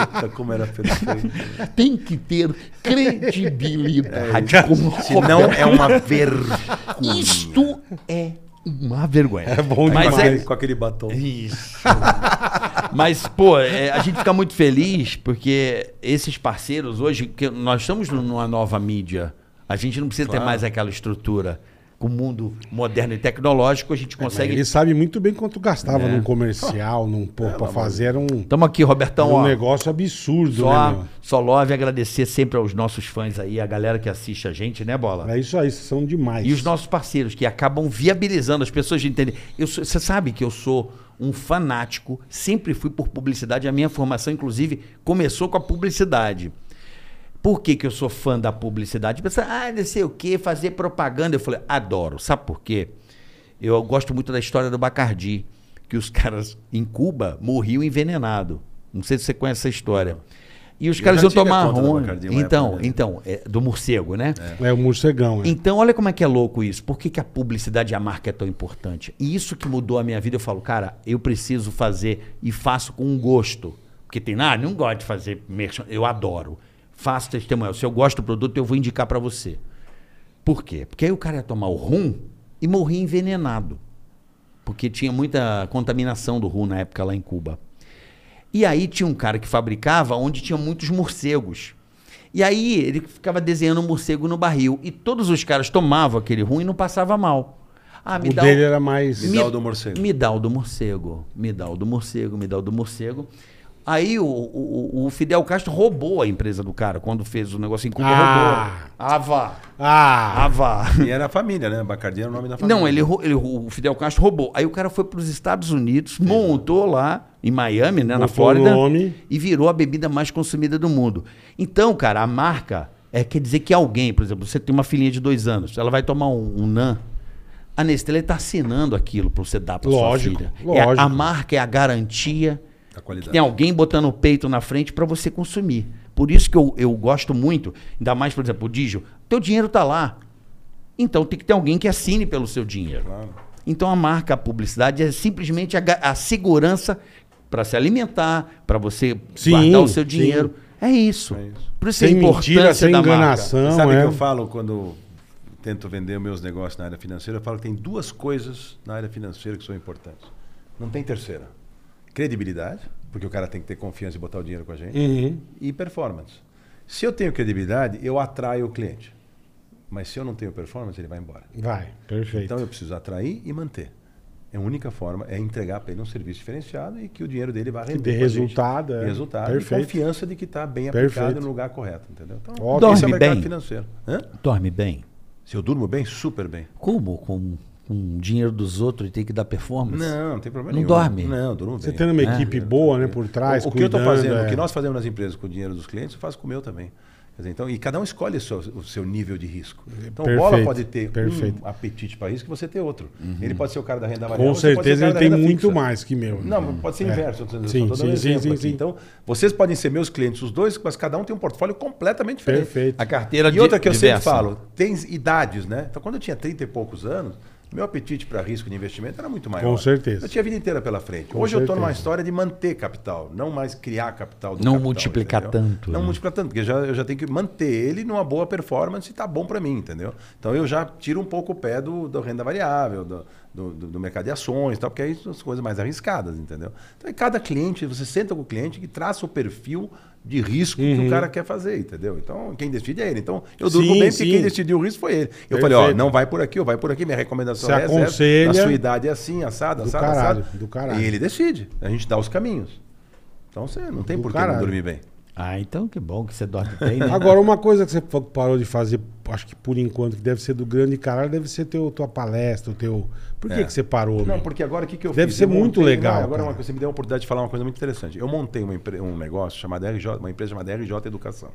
[SPEAKER 5] Puta, como era perfeito.
[SPEAKER 4] tem que ter credibilidade. como
[SPEAKER 5] Se não, é uma vergonha.
[SPEAKER 4] Isto é uma vergonha.
[SPEAKER 3] É bom
[SPEAKER 5] Com,
[SPEAKER 4] Mas
[SPEAKER 5] aquele-
[SPEAKER 4] é-
[SPEAKER 5] com aquele batom.
[SPEAKER 4] Mas, pô, é, a gente fica muito feliz porque esses parceiros hoje, que nós estamos numa nova mídia, a gente não precisa ter mais aquela estrutura. Com o mundo moderno e tecnológico, a gente consegue.
[SPEAKER 3] Ele sabe muito bem quanto gastava
[SPEAKER 4] É. tá
[SPEAKER 3] num comercial, num pô, pra fazer era um,
[SPEAKER 4] Estamos aqui,
[SPEAKER 5] Então,
[SPEAKER 4] Robertão.
[SPEAKER 3] um
[SPEAKER 4] ó,
[SPEAKER 3] negócio absurdo, né,
[SPEAKER 4] só,
[SPEAKER 3] meu?
[SPEAKER 4] só love agradecer sempre aos nossos fãs aí, a galera que assiste a gente, né, Bola?
[SPEAKER 3] É isso aí, vocês são demais.
[SPEAKER 4] E os nossos parceiros que acabam viabilizando as pessoas de entender. Eu sou- Você sabe que eu sou um fanático, sempre fui por publicidade. A minha formação, inclusive, começou com a publicidade. Por que, que eu sou fã da publicidade? Pensa, ah, não sei o que, fazer propaganda. Eu falei, adoro. Sabe por quê? Eu gosto muito da história do Bacardi, que os caras em Cuba morriam envenenado. Não sei se você conhece essa história. E os
[SPEAKER 5] Eu
[SPEAKER 4] caras
[SPEAKER 5] já
[SPEAKER 4] iam
[SPEAKER 5] tive a
[SPEAKER 4] tomar
[SPEAKER 5] conta do
[SPEAKER 4] rum.
[SPEAKER 5] Bacardi uma
[SPEAKER 4] Então,
[SPEAKER 5] época, né?
[SPEAKER 4] então, é, do morcego, né?
[SPEAKER 3] É o morcegão, é.
[SPEAKER 4] Então, olha como é que é louco isso. Por que, que a publicidade e a marca é tão importante? E isso que mudou a minha vida, eu falo, cara, eu preciso fazer e faço com gosto. Porque tem, ah, não gosto de fazer merchan, eu adoro. Faço testemunho. Se eu gosto do produto, eu vou indicar pra você. Por quê? Porque aí o cara ia tomar o rum e morria envenenado. Porque tinha muita contaminação do rum na época lá em Cuba. E aí tinha um cara que fabricava onde tinha muitos morcegos. E aí ele ficava desenhando um morcego no barril. E todos os caras tomavam aquele rum e não passava mal. Ah, me
[SPEAKER 3] o
[SPEAKER 4] dá
[SPEAKER 3] dele
[SPEAKER 4] um-
[SPEAKER 3] era mais.
[SPEAKER 5] Me dá o do morcego.
[SPEAKER 4] Me dá o do morcego. Me dá o do morcego, me dá o do morcego. Aí o, o- o Fidel Castro roubou a empresa do cara quando fez o negócio em Cuba.
[SPEAKER 3] Ah.
[SPEAKER 4] Roubou. Ava.
[SPEAKER 3] Ah!
[SPEAKER 4] Ava.
[SPEAKER 5] E era a família, né? Bacardi era o nome da família.
[SPEAKER 4] Não, ele, rou- ele rou- o Fidel Castro roubou. Aí o cara foi para os Estados Unidos, montou lá em Miami, né, na
[SPEAKER 3] Botou
[SPEAKER 4] Flórida,
[SPEAKER 3] o nome.
[SPEAKER 4] e virou a bebida mais consumida do mundo. Então, cara, a marca é, quer dizer que alguém, por exemplo, você tem uma filhinha de dois anos, ela vai tomar um, um NAN. A Nestlé está assinando aquilo para você dar para sua
[SPEAKER 3] Lógico,
[SPEAKER 4] filha. É a- a
[SPEAKER 3] lógico.
[SPEAKER 4] marca é a garantia
[SPEAKER 5] Da
[SPEAKER 4] que
[SPEAKER 5] qualidade.
[SPEAKER 4] tem alguém botando o peito na frente para você consumir. Por isso que eu, eu gosto muito, ainda mais, por exemplo, o Digio, teu dinheiro tá lá. Então tem que ter alguém que assine pelo seu dinheiro. Então a marca, a publicidade é simplesmente a, ga- a segurança para se alimentar, para você
[SPEAKER 3] Sim,
[SPEAKER 4] guardar o seu
[SPEAKER 3] sim.
[SPEAKER 4] dinheiro. É isso. Por isso
[SPEAKER 3] Sem
[SPEAKER 4] a importância
[SPEAKER 3] mentira, sem
[SPEAKER 4] da
[SPEAKER 3] enganação. Não,
[SPEAKER 5] Sabe o
[SPEAKER 3] é.
[SPEAKER 5] que eu falo quando tento vender meus negócios na área financeira? Eu falo que tem duas coisas na área financeira que são importantes. Não tem terceira. Credibilidade, porque o cara tem que ter confiança e botar o dinheiro com a gente.
[SPEAKER 3] Uhum.
[SPEAKER 5] E performance. Se eu tenho credibilidade, eu atraio o cliente. Mas se eu não tenho performance, ele vai embora.
[SPEAKER 3] Vai, perfeito.
[SPEAKER 5] Então eu preciso atrair e manter. É a única forma, é entregar para ele um serviçso diferenciado e que o dinheiro dele vá render.
[SPEAKER 3] dê
[SPEAKER 5] pra gente.
[SPEAKER 3] resultado, é.
[SPEAKER 5] Resultado.
[SPEAKER 3] Perfeito.
[SPEAKER 5] E confiança de que está bem aplicado
[SPEAKER 3] Perfeito.
[SPEAKER 5] no lugar correto, entendeu? Então,
[SPEAKER 3] Ótimo.
[SPEAKER 5] esse é o
[SPEAKER 4] Dorme
[SPEAKER 5] mercado
[SPEAKER 4] bem?
[SPEAKER 5] financeiro. Hã?
[SPEAKER 4] Dorme bem.
[SPEAKER 5] Se eu durmo bem, super bem.
[SPEAKER 4] Como? Com, com dinheiro dos outros e tem que dar performance?
[SPEAKER 5] Não, não tem problema
[SPEAKER 4] Não
[SPEAKER 5] nenhum.
[SPEAKER 4] dorme?
[SPEAKER 5] Não, durmo bem.
[SPEAKER 3] Você tendo uma equipe boa, né, por trás,
[SPEAKER 5] o, o que eu estou
[SPEAKER 3] cuidando,
[SPEAKER 5] fazendo,
[SPEAKER 3] é.
[SPEAKER 5] o que nós fazemos nas empresas com o dinheiro dos clientes, eu faço com o meu também. Quer dizer, então, e cada um escolhe o seu, o seu nível de risco. Então, o bola
[SPEAKER 3] Perfeito,
[SPEAKER 5] pode ter
[SPEAKER 3] perfeito.
[SPEAKER 5] um apetite para risco e você ter outro.
[SPEAKER 4] Uhum.
[SPEAKER 5] Ele pode ser o cara da renda
[SPEAKER 3] Com
[SPEAKER 5] variável. você pode ser o
[SPEAKER 3] certeza
[SPEAKER 5] cara
[SPEAKER 3] ele
[SPEAKER 5] da
[SPEAKER 3] tem
[SPEAKER 5] renda
[SPEAKER 3] muito
[SPEAKER 5] fixa.
[SPEAKER 3] mais que meu. né? É.
[SPEAKER 5] Não, pode ser inverso. eu tô dizendo,
[SPEAKER 3] Sim,
[SPEAKER 5] só tô
[SPEAKER 3] sim,
[SPEAKER 5] dando um
[SPEAKER 3] sim,
[SPEAKER 5] exemplo
[SPEAKER 3] sim,
[SPEAKER 5] aqui.
[SPEAKER 3] sim.
[SPEAKER 5] Então, vocês podem ser meus clientes, os dois, mas cada um tem um portfólio completamente diferente.
[SPEAKER 3] Perfeito.
[SPEAKER 4] A carteira
[SPEAKER 5] E outra que eu
[SPEAKER 4] diversa.
[SPEAKER 5] sempre falo, tem idades, né? Então, quando eu tinha 30 e poucos anos, meu apetite para risco de investimento era muito maior.
[SPEAKER 3] Com certeza.
[SPEAKER 5] Eu tinha a vida inteira pela frente.
[SPEAKER 3] Com
[SPEAKER 5] Hoje eu estou numa
[SPEAKER 3] certeza.
[SPEAKER 5] história de manter capital, não mais criar capital. Do
[SPEAKER 4] Não
[SPEAKER 5] capital,
[SPEAKER 4] multiplicar
[SPEAKER 5] entendeu?
[SPEAKER 4] tanto,
[SPEAKER 5] Não
[SPEAKER 4] né?
[SPEAKER 5] multiplicar tanto, porque já, eu já tenho que manter ele numa boa performance e tá bom para mim, entendeu? Então eu já tiro um pouco o pé do, da renda variável, do, do, do- do mercado de ações, e tal, porque aí são as coisas mais arriscadas, entendeu? Então é cada cliente, você senta com o cliente que traça o perfil de risco que o cara quer fazer, entendeu? Então quem decide é ele. Então eu durmo
[SPEAKER 3] Uhum. Sim,
[SPEAKER 5] bem porque
[SPEAKER 3] sim.
[SPEAKER 5] quem decidiu o risco foi ele. Eu
[SPEAKER 3] Perfeito.
[SPEAKER 5] falei, ó, não vai por aqui, ou vai por aqui, minha recomendação
[SPEAKER 3] Você
[SPEAKER 5] é essa, essa.
[SPEAKER 3] aconselha.
[SPEAKER 5] Na sua idade é assim, assado,
[SPEAKER 3] Do
[SPEAKER 5] assado,
[SPEAKER 3] caralho,
[SPEAKER 5] assado.
[SPEAKER 3] do caralho.
[SPEAKER 5] E ele decide. A gente dá os caminhos. Então você não tem
[SPEAKER 3] Do
[SPEAKER 5] por que
[SPEAKER 3] caralho.
[SPEAKER 5] não dormir bem.
[SPEAKER 4] Ah, então que bom que você dorme bem, né?
[SPEAKER 3] Agora, uma coisa que você fa- parou de fazer, acho que por enquanto, que deve ser do grande caralho, deve ser teu, tua palestra, o teu. Por que,
[SPEAKER 5] É.
[SPEAKER 3] que você parou?
[SPEAKER 5] Não,
[SPEAKER 3] meu?
[SPEAKER 5] porque agora o que, que eu
[SPEAKER 3] Deve
[SPEAKER 5] fiz?
[SPEAKER 3] ser
[SPEAKER 5] Eu
[SPEAKER 3] muito
[SPEAKER 5] montei-
[SPEAKER 3] legal,
[SPEAKER 5] Não, agora
[SPEAKER 3] cara.
[SPEAKER 5] uma coisa, você me deu a oportunidade de falar uma coisa muito interessante. Eu montei uma empre- um negócio chamado RJ, uma empresa chamada RJ Educação.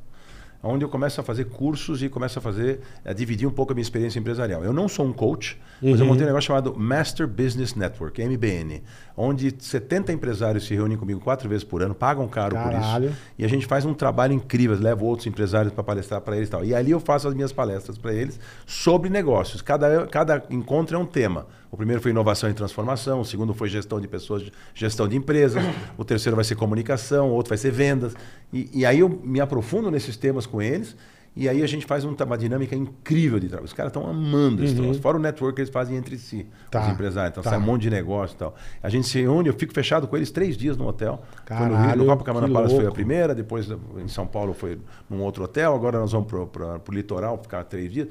[SPEAKER 5] onde eu começo a fazer cursos e começo a fazer, a dividir um pouco a minha experiência empresarial. Eu não sou um coach, mas
[SPEAKER 3] Uhum.
[SPEAKER 5] eu montei um negócio chamado Master Business Network, MBN, onde 70 empresários se reúnem comigo quatro vezes por ano, pagam caro por
[SPEAKER 3] Caralho.
[SPEAKER 5] isso. E a gente faz um trabalho incrível, leva outros empresários para palestrar para eles e tal. E ali eu faço as minhas palestras para eles sobre negócios. Cada, cada encontro é um tema. O primeiro foi inovação e transformação, o segundo foi gestão de pessoas, gestão de empresas, o terceiro vai ser comunicação, o outro vai ser vendas. E, e aí eu me aprofundo nesses temas com eles. E aí a gente faz um- uma dinâmica incrível de trabalho. Os caras estão amando esse troço. Fora o network que eles fazem entre si,
[SPEAKER 3] Uhum. Tá,
[SPEAKER 5] os empresários. Então
[SPEAKER 3] tá.
[SPEAKER 5] sai um monte de negócio e tal. A gente se reúne, eu fico fechado com eles três dias no hotel. Foi no Rio,
[SPEAKER 3] Caralho,
[SPEAKER 5] no Copacabana
[SPEAKER 3] que
[SPEAKER 5] Palace foi a
[SPEAKER 3] louco.
[SPEAKER 5] primeira, depois em São Paulo foi num outro hotel, agora nós vamos para o litoral, ficar três dias.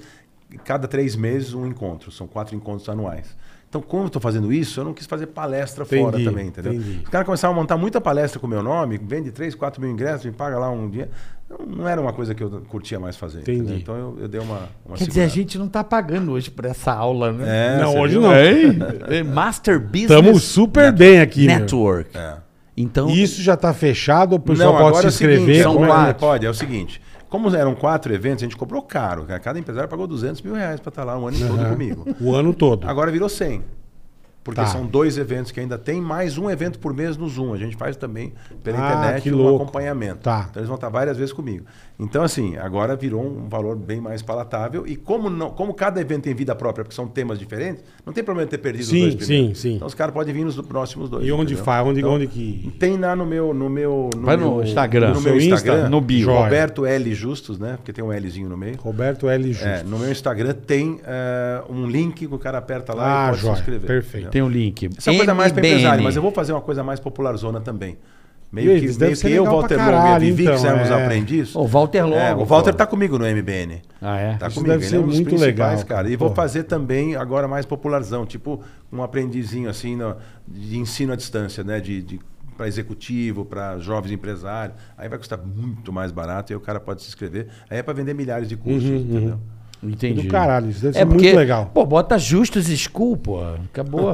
[SPEAKER 5] E Cada três meses um encontro, são quatro encontros anuais. Então, como eu estou fazendo isso, eu não quis fazer palestra fora
[SPEAKER 3] Entendi,
[SPEAKER 5] também, entendeu?
[SPEAKER 3] entendi.
[SPEAKER 5] Os caras começaram a montar muita palestra com o meu nome, vende três, quatro mil ingressos, me paga lá um dia. Não, não era uma coisa que eu curtia mais fazer.
[SPEAKER 3] Entendi.
[SPEAKER 5] entendeu? Então, eu, eu dei uma, uma
[SPEAKER 4] Quer dizer, a
[SPEAKER 5] segurada.
[SPEAKER 4] gente não tá pagando hoje por essa aula, né?
[SPEAKER 5] É,
[SPEAKER 3] não,
[SPEAKER 5] você
[SPEAKER 3] hoje
[SPEAKER 5] viu?
[SPEAKER 3] não.
[SPEAKER 4] É, Master Business
[SPEAKER 3] Estamos super bem aqui, meu.
[SPEAKER 4] Network.
[SPEAKER 5] É.
[SPEAKER 4] Então,
[SPEAKER 3] E Isso já tá fechado, o pessoal
[SPEAKER 5] não,
[SPEAKER 3] pode se
[SPEAKER 5] agora é o seguinte,
[SPEAKER 3] inscrever.
[SPEAKER 5] são
[SPEAKER 3] como é?
[SPEAKER 5] quatro. Pode, é o seguinte. Como eram quatro eventos, a gente cobrou caro. cara. Cada empresário pagou 200 mil reais para estar lá um ano todo comigo.
[SPEAKER 3] O ano todo.
[SPEAKER 5] Agora virou 100. Porque
[SPEAKER 3] Tá.
[SPEAKER 5] são dois eventos que ainda tem, mais um evento por mês no Zoom. A gente faz também pela
[SPEAKER 3] Ah, que
[SPEAKER 5] internet um
[SPEAKER 3] louco.
[SPEAKER 5] acompanhamento.
[SPEAKER 3] Tá.
[SPEAKER 5] Então eles vão estar várias vezes comigo. Então, assim, agora virou um valor bem mais palatável. E como, não, como cada evento tem vida própria, porque são temas diferentes, não tem problema ter perdido
[SPEAKER 3] Sim,
[SPEAKER 5] os dois primeiros.
[SPEAKER 3] sim, sim.
[SPEAKER 5] Então os caras podem vir nos próximos dois.
[SPEAKER 3] E onde
[SPEAKER 5] entendeu?
[SPEAKER 3] faz? Onde-
[SPEAKER 5] Então,
[SPEAKER 3] onde que-
[SPEAKER 5] Tem lá no meu. No meu no
[SPEAKER 4] Vai no
[SPEAKER 5] meu-
[SPEAKER 4] Instagram.
[SPEAKER 5] No
[SPEAKER 3] Seu
[SPEAKER 5] meu
[SPEAKER 3] Insta,
[SPEAKER 5] Instagram.
[SPEAKER 4] no bio.
[SPEAKER 3] Joia.
[SPEAKER 5] Roberto L. Justus, né? Porque tem um Lzinho no meio.
[SPEAKER 3] Roberto L. Justo.
[SPEAKER 5] É, no meu Instagram tem eh, um link que o cara aperta lá
[SPEAKER 3] Ah,
[SPEAKER 5] e pode
[SPEAKER 3] joia,
[SPEAKER 5] se inscrever.
[SPEAKER 3] perfeito.
[SPEAKER 5] entendeu?
[SPEAKER 4] tem o link.
[SPEAKER 5] Essa é uma coisa mais pra
[SPEAKER 4] MBN.
[SPEAKER 5] empresário, mas eu vou fazer uma coisa mais popular zona também. Meio
[SPEAKER 3] Ih,
[SPEAKER 5] que,
[SPEAKER 3] isso deve
[SPEAKER 5] meio
[SPEAKER 3] ser
[SPEAKER 5] que eu,
[SPEAKER 3] legal pra
[SPEAKER 5] Walter Longo e a
[SPEAKER 3] caralho,
[SPEAKER 5] Vivi
[SPEAKER 3] então,
[SPEAKER 5] quisermos
[SPEAKER 3] é.
[SPEAKER 5] aprender isso.
[SPEAKER 4] O Walter Longo.
[SPEAKER 5] É, o Walter tá comigo no MBN.
[SPEAKER 4] Ah, é?
[SPEAKER 5] Tá
[SPEAKER 3] Isso
[SPEAKER 5] comigo,
[SPEAKER 3] deve
[SPEAKER 5] ele
[SPEAKER 3] ser
[SPEAKER 5] é um dos
[SPEAKER 3] muito
[SPEAKER 5] principais,
[SPEAKER 3] legal,
[SPEAKER 5] cara.
[SPEAKER 3] cara.
[SPEAKER 5] E vou
[SPEAKER 3] Pô.
[SPEAKER 5] fazer também agora mais popularzão, tipo um aprendizinho assim no- de ensino à distância, né? De, para executivo, para jovens empresários. Aí vai custar muito mais barato e o cara pode se inscrever. Aí é para vender milhares de cursos,
[SPEAKER 3] Uhum,
[SPEAKER 5] entendeu?
[SPEAKER 4] Entendi.
[SPEAKER 3] Do caralho, isso deve
[SPEAKER 4] É
[SPEAKER 3] ser
[SPEAKER 4] porque,
[SPEAKER 3] muito legal.
[SPEAKER 4] pô, bota Justus School, pô. Acabou.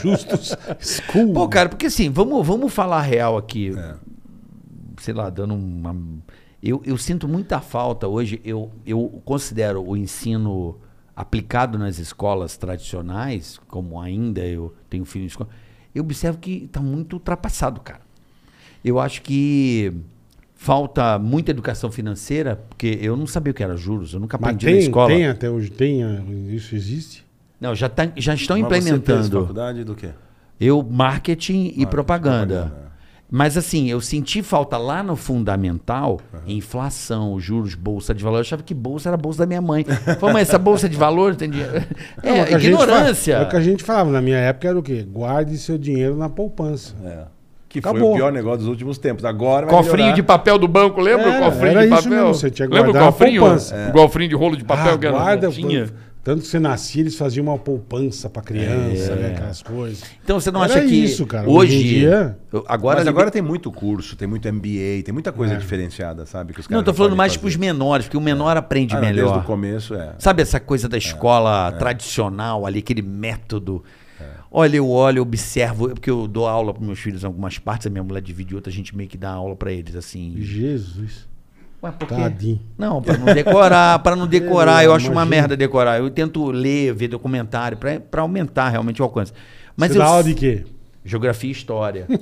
[SPEAKER 3] Justus School.
[SPEAKER 4] pô, cara, porque assim, vamos, vamos falar real aqui.
[SPEAKER 3] É.
[SPEAKER 4] Sei lá, dando uma... Eu, eu sinto muita falta hoje, eu, eu considero o ensino aplicado nas escolas tradicionais, como ainda eu tenho filho em escola, eu observo que está muito ultrapassado, cara. Eu acho que falta muita educação financeira, porque eu não sabia o que era juros, eu nunca
[SPEAKER 3] Mas
[SPEAKER 4] aprendi na
[SPEAKER 3] tem,
[SPEAKER 4] escola.
[SPEAKER 3] tem até hoje, tem, ah, isso existe?
[SPEAKER 4] Não, já, tá- já estão
[SPEAKER 5] Mas você fez
[SPEAKER 4] implementando.
[SPEAKER 5] faculdade do quê?
[SPEAKER 4] Eu, marketing, e propaganda.
[SPEAKER 5] propaganda,
[SPEAKER 4] Mas assim, eu senti falta lá no fundamental, inflação, juros, bolsa de valor. Eu achava que bolsa era a bolsa da minha mãe. Falei, mas essa bolsa é de valor tem dinheiro.
[SPEAKER 3] Não,
[SPEAKER 4] É,
[SPEAKER 3] o que a gente
[SPEAKER 4] ignorância.
[SPEAKER 3] fa- é o que a gente falava na minha época era o quê? Guarde seu dinheiro na poupança.
[SPEAKER 5] É. Que foi
[SPEAKER 3] Acabou.
[SPEAKER 5] o pior negócio dos últimos tempos. Agora vai
[SPEAKER 6] Cofrinho
[SPEAKER 5] melhorar.
[SPEAKER 6] de papel do banco, lembra
[SPEAKER 3] É,
[SPEAKER 6] o cofrinho
[SPEAKER 3] era
[SPEAKER 6] de
[SPEAKER 3] isso
[SPEAKER 6] papel?
[SPEAKER 3] mesmo, você tinha que
[SPEAKER 6] lembra o
[SPEAKER 3] guardar a
[SPEAKER 6] cofrinho? É.
[SPEAKER 3] poupança.
[SPEAKER 6] O cofrinho de rolo de papel
[SPEAKER 3] Ah,
[SPEAKER 6] que era
[SPEAKER 3] guarda,
[SPEAKER 6] tinha.
[SPEAKER 3] Tanto que você nascia, eles faziam uma poupança pra criança,
[SPEAKER 5] É.
[SPEAKER 3] né? Aquelas coisas.
[SPEAKER 4] Então você não
[SPEAKER 3] Era
[SPEAKER 4] acha que
[SPEAKER 3] isso, cara.
[SPEAKER 4] hoje
[SPEAKER 3] Hoje em dia-
[SPEAKER 4] agora, É.
[SPEAKER 5] Mas agora tem muito curso, tem muito MBA, tem muita coisa diferenciada, sabe? Que os
[SPEAKER 4] não
[SPEAKER 5] caras
[SPEAKER 4] eu tô
[SPEAKER 5] já
[SPEAKER 4] falando
[SPEAKER 5] podem
[SPEAKER 4] mais
[SPEAKER 5] fazer.
[SPEAKER 4] para os menores, porque o menor aprende
[SPEAKER 5] Ah, não,
[SPEAKER 4] melhor.
[SPEAKER 5] Desde o começo, é.
[SPEAKER 4] Sabe essa coisa da escola tradicional ali, aquele método? Olha, eu olho, eu observo, porque eu dou aula para meus filhos em algumas partes, a minha mulher divide outra, a gente meio que dá aula para eles, assim.
[SPEAKER 3] Jesus.
[SPEAKER 4] Ué, por quê?
[SPEAKER 3] Tadinho. É,
[SPEAKER 4] Não, para não decorar, para não decorar, eu
[SPEAKER 3] Eu
[SPEAKER 4] acho uma
[SPEAKER 3] imagino.
[SPEAKER 4] merda decorar. Eu tento ler, ver documentário, para aumentar realmente o alcance. Mas eu
[SPEAKER 3] Mas você dá aula de quê?
[SPEAKER 4] Geografia e História.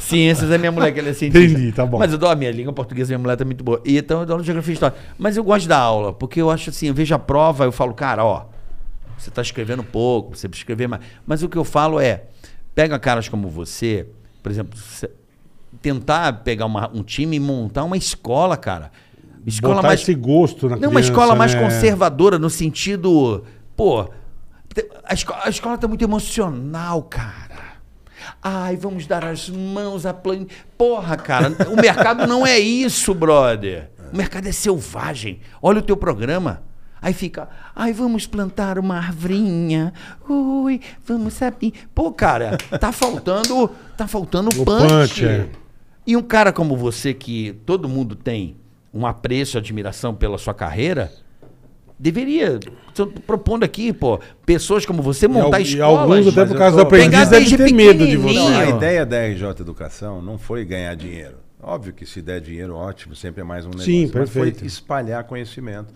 [SPEAKER 4] Ciências é minha mulher, que ela é cientista.
[SPEAKER 3] Entendi, tá bom.
[SPEAKER 4] Mas eu dou a minha língua portuguesa, minha mulher tá muito boa. E então eu dou aula de Geografia e História. Mas eu gosto da aula, porque eu acho assim, eu vejo a prova, eu falo, cara, ó, você tá escrevendo pouco, você precisa escrever mais. Mas o que eu falo é, pega caras como você, por exemplo, você- tentar pegar uma- um time e montar uma escola, cara. Escola
[SPEAKER 3] Botar
[SPEAKER 4] mais
[SPEAKER 3] esse gosto na
[SPEAKER 4] não, uma
[SPEAKER 3] criança,
[SPEAKER 4] escola mais
[SPEAKER 3] né?
[SPEAKER 4] conservadora, no sentido. Pô, te- a, esco a escola tá muito emocional, cara. Ai, vamos dar as mãos a plan... Porra, cara, o mercado não é isso, brother. O mercado é selvagem. Olha o teu programa. Aí fica, ai, vamos plantar uma arvrinha. Ui, vamos saber. Pô, cara, tá faltando, tá faltando
[SPEAKER 3] O
[SPEAKER 4] punch.
[SPEAKER 3] punch, é.
[SPEAKER 4] E um cara como você, que todo mundo tem um apreço, admiração pela sua carreira, deveria. Estou propondo aqui, pô, pessoas como você montar
[SPEAKER 3] e, al- e
[SPEAKER 4] escolas.
[SPEAKER 3] alguns até
[SPEAKER 5] mas
[SPEAKER 3] por
[SPEAKER 5] eu
[SPEAKER 3] causa
[SPEAKER 5] tô-
[SPEAKER 3] do aprendiz
[SPEAKER 4] Pegar
[SPEAKER 3] devem
[SPEAKER 4] desde
[SPEAKER 3] ter medo de você.
[SPEAKER 4] pequenininho.
[SPEAKER 5] Não, a
[SPEAKER 4] Sim, ó.
[SPEAKER 5] ideia da RJ Educação não foi ganhar dinheiro. Óbvio que se der dinheiro, ótimo, sempre é mais um negócio.
[SPEAKER 3] Sim,
[SPEAKER 5] Mas
[SPEAKER 3] perfeito.
[SPEAKER 5] foi espalhar conhecimento.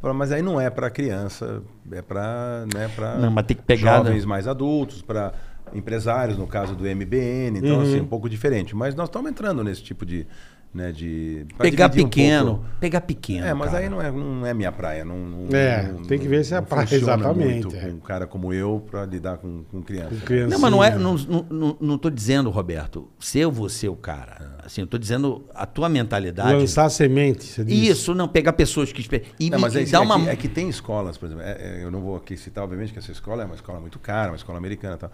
[SPEAKER 5] Pra- Mas aí não é para criança, é para né, pra
[SPEAKER 4] Não, mas tem que pegar,
[SPEAKER 5] jovens
[SPEAKER 4] né?
[SPEAKER 5] mais adultos, para empresários, no caso do MBN. Então,
[SPEAKER 3] Uhum.
[SPEAKER 5] assim, um pouco diferente. Mas nós estamos entrando nesse tipo de... Né, de pra
[SPEAKER 4] Pegar
[SPEAKER 5] dividir um
[SPEAKER 4] pequeno.
[SPEAKER 5] pouco.
[SPEAKER 4] pegar pequeno.
[SPEAKER 5] É, mas
[SPEAKER 4] cara.
[SPEAKER 5] aí não é, não é minha praia. Não, não-
[SPEAKER 3] É,
[SPEAKER 5] não-
[SPEAKER 3] tem que ver se é a
[SPEAKER 5] não
[SPEAKER 3] praia,
[SPEAKER 5] funciona
[SPEAKER 3] exatamente,
[SPEAKER 5] muito
[SPEAKER 3] é.
[SPEAKER 5] com um cara como eu para lidar com, com criança.
[SPEAKER 3] Com criança.
[SPEAKER 4] Não, mas não é.
[SPEAKER 3] Sim.
[SPEAKER 4] Não, não, não, não tô dizendo, Roberto, ser você o cara.
[SPEAKER 5] É.
[SPEAKER 4] Assim, eu tô dizendo a tua mentalidade.
[SPEAKER 3] Lançar semente, você disse.
[SPEAKER 4] Isso, não, pegar pessoas que. espe- E,
[SPEAKER 5] Não, mas
[SPEAKER 4] e
[SPEAKER 5] é,
[SPEAKER 4] dar
[SPEAKER 5] é,
[SPEAKER 4] uma.
[SPEAKER 5] que, é que tem escolas, por exemplo. é- é, eu não vou aqui citar, obviamente, que essa escola é uma escola muito cara, uma escola americana e tal.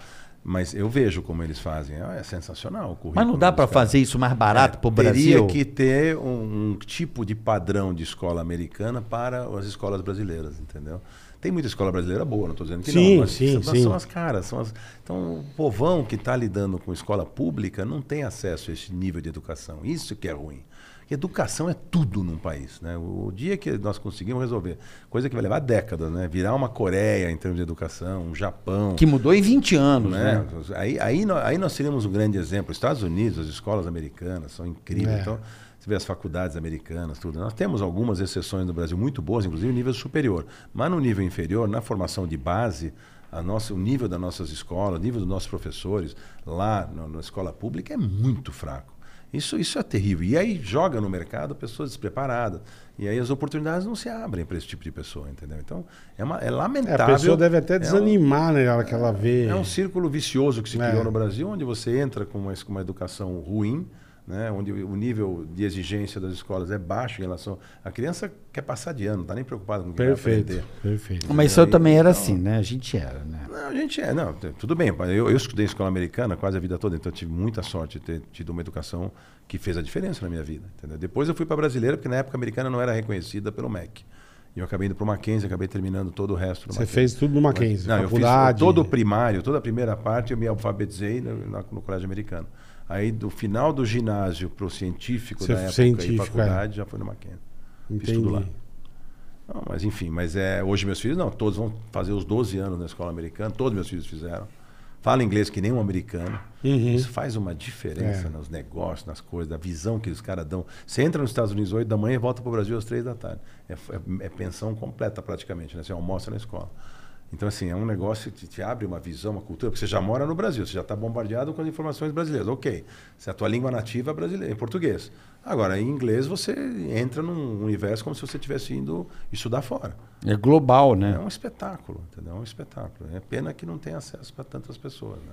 [SPEAKER 5] Mas eu vejo como eles fazem. É, é sensacional o currículo.
[SPEAKER 4] Mas não dá
[SPEAKER 5] dos
[SPEAKER 4] para
[SPEAKER 5] caras.
[SPEAKER 4] fazer isso mais barato pro Brasil?
[SPEAKER 5] É, Teria que ter um, um tipo de padrão de escola americana para as escolas brasileiras, entendeu? Tem muita escola brasileira boa, não estou dizendo que
[SPEAKER 3] Sim,
[SPEAKER 5] não. mas
[SPEAKER 3] sim,
[SPEAKER 5] são,
[SPEAKER 3] sim.
[SPEAKER 5] são as caras. São as... Então, o povão que está lidando com escola pública não tem acesso a esse nível de educação. Isso que é ruim. Educação é tudo num país. Né? O o dia que nós conseguimos resolver, coisa que vai levar décadas, né? virar uma Coreia em termos de educação, um Japão,
[SPEAKER 4] Que mudou em 20 anos,
[SPEAKER 5] né?
[SPEAKER 4] né?
[SPEAKER 5] Aí, aí, nó- aí nós teríamos um grande exemplo. Os Estados Unidos, as escolas americanas são incríveis.
[SPEAKER 3] É.
[SPEAKER 5] Então, você vê as faculdades americanas, tudo. Nós temos algumas exceções no Brasil muito boas, inclusive no nível superior. Mas no nível inferior, na formação de base, a nossa, o nível das nossas escolas, o nível dos nossos professores, lá no- na escola pública, é muito fraco. Isso, isso é terrível. E aí joga no mercado pessoas despreparadas. E aí as oportunidades não se abrem para esse tipo de pessoa, entendeu? Então, é, uma, é
[SPEAKER 3] É, a
[SPEAKER 4] tá,
[SPEAKER 5] lamentável.
[SPEAKER 3] pessoa deve até
[SPEAKER 5] É um-
[SPEAKER 3] desanimar, né, na hora que ela vê.
[SPEAKER 5] é um círculo vicioso que se criou
[SPEAKER 3] É.
[SPEAKER 5] no Brasil, onde você entra com uma, es- com uma educação ruim, né? onde o nível de exigência das escolas é baixo em relação. A criança quer passar de ano, não está nem preocupada com o que vai
[SPEAKER 3] Perfeito,
[SPEAKER 5] aprender.
[SPEAKER 3] perfeito.
[SPEAKER 4] Mas isso eu também
[SPEAKER 5] então.
[SPEAKER 4] era assim, né? A gente era, né?
[SPEAKER 5] Não, a gente é, não, t- tudo bem. mas Eu, eu estudei escola americana quase a vida toda, então eu tive muita sorte de ter tido uma educação que fez a diferença na minha vida. entendeu? Depois eu fui para brasileira, porque na época a americana não era reconhecida pelo MEC. E eu acabei indo para o Mackenzie, acabei terminando todo o resto do
[SPEAKER 3] Você
[SPEAKER 5] Mackenzie.
[SPEAKER 3] fez tudo no Mackenzie,
[SPEAKER 5] Não, eu fiz
[SPEAKER 3] faculdade.
[SPEAKER 5] todo o primário, toda a primeira parte eu me alfabetizei no, na- no colégio americano. Aí do final do ginásio pro científico
[SPEAKER 3] Você é
[SPEAKER 5] da época
[SPEAKER 3] científico,
[SPEAKER 5] e faculdade já foi no Mackenzie. Fiz tudo lá.
[SPEAKER 3] Entendi.
[SPEAKER 5] Não, mas enfim, mas é, hoje meus filhos não, todos vão fazer os 12 anos na escola americana, todos meus filhos fizeram. Fala inglês que nem um americano.
[SPEAKER 3] Uhum.
[SPEAKER 5] Isso faz uma diferença
[SPEAKER 3] É.
[SPEAKER 5] nos negócios, nas coisas, na visão que os caras dão. Você entra nos Estados Unidos 8 da manhã e volta para o Brasil às 3 da tarde. É, é- é pensão completa praticamente, né? Você almoça na escola. Então, assim, é um negócio que te abre uma visão, uma cultura, porque você já mora no Brasil, você já está bombardeado com as informações brasileiras. Ok, se a tua língua nativa é brasileira, é português. Agora, em inglês, você entra num universo como se você estivesse indo estudar fora.
[SPEAKER 4] É global, né?
[SPEAKER 5] É um espetáculo, entendeu? É um espetáculo. É pena que não tem acesso para tantas pessoas, né?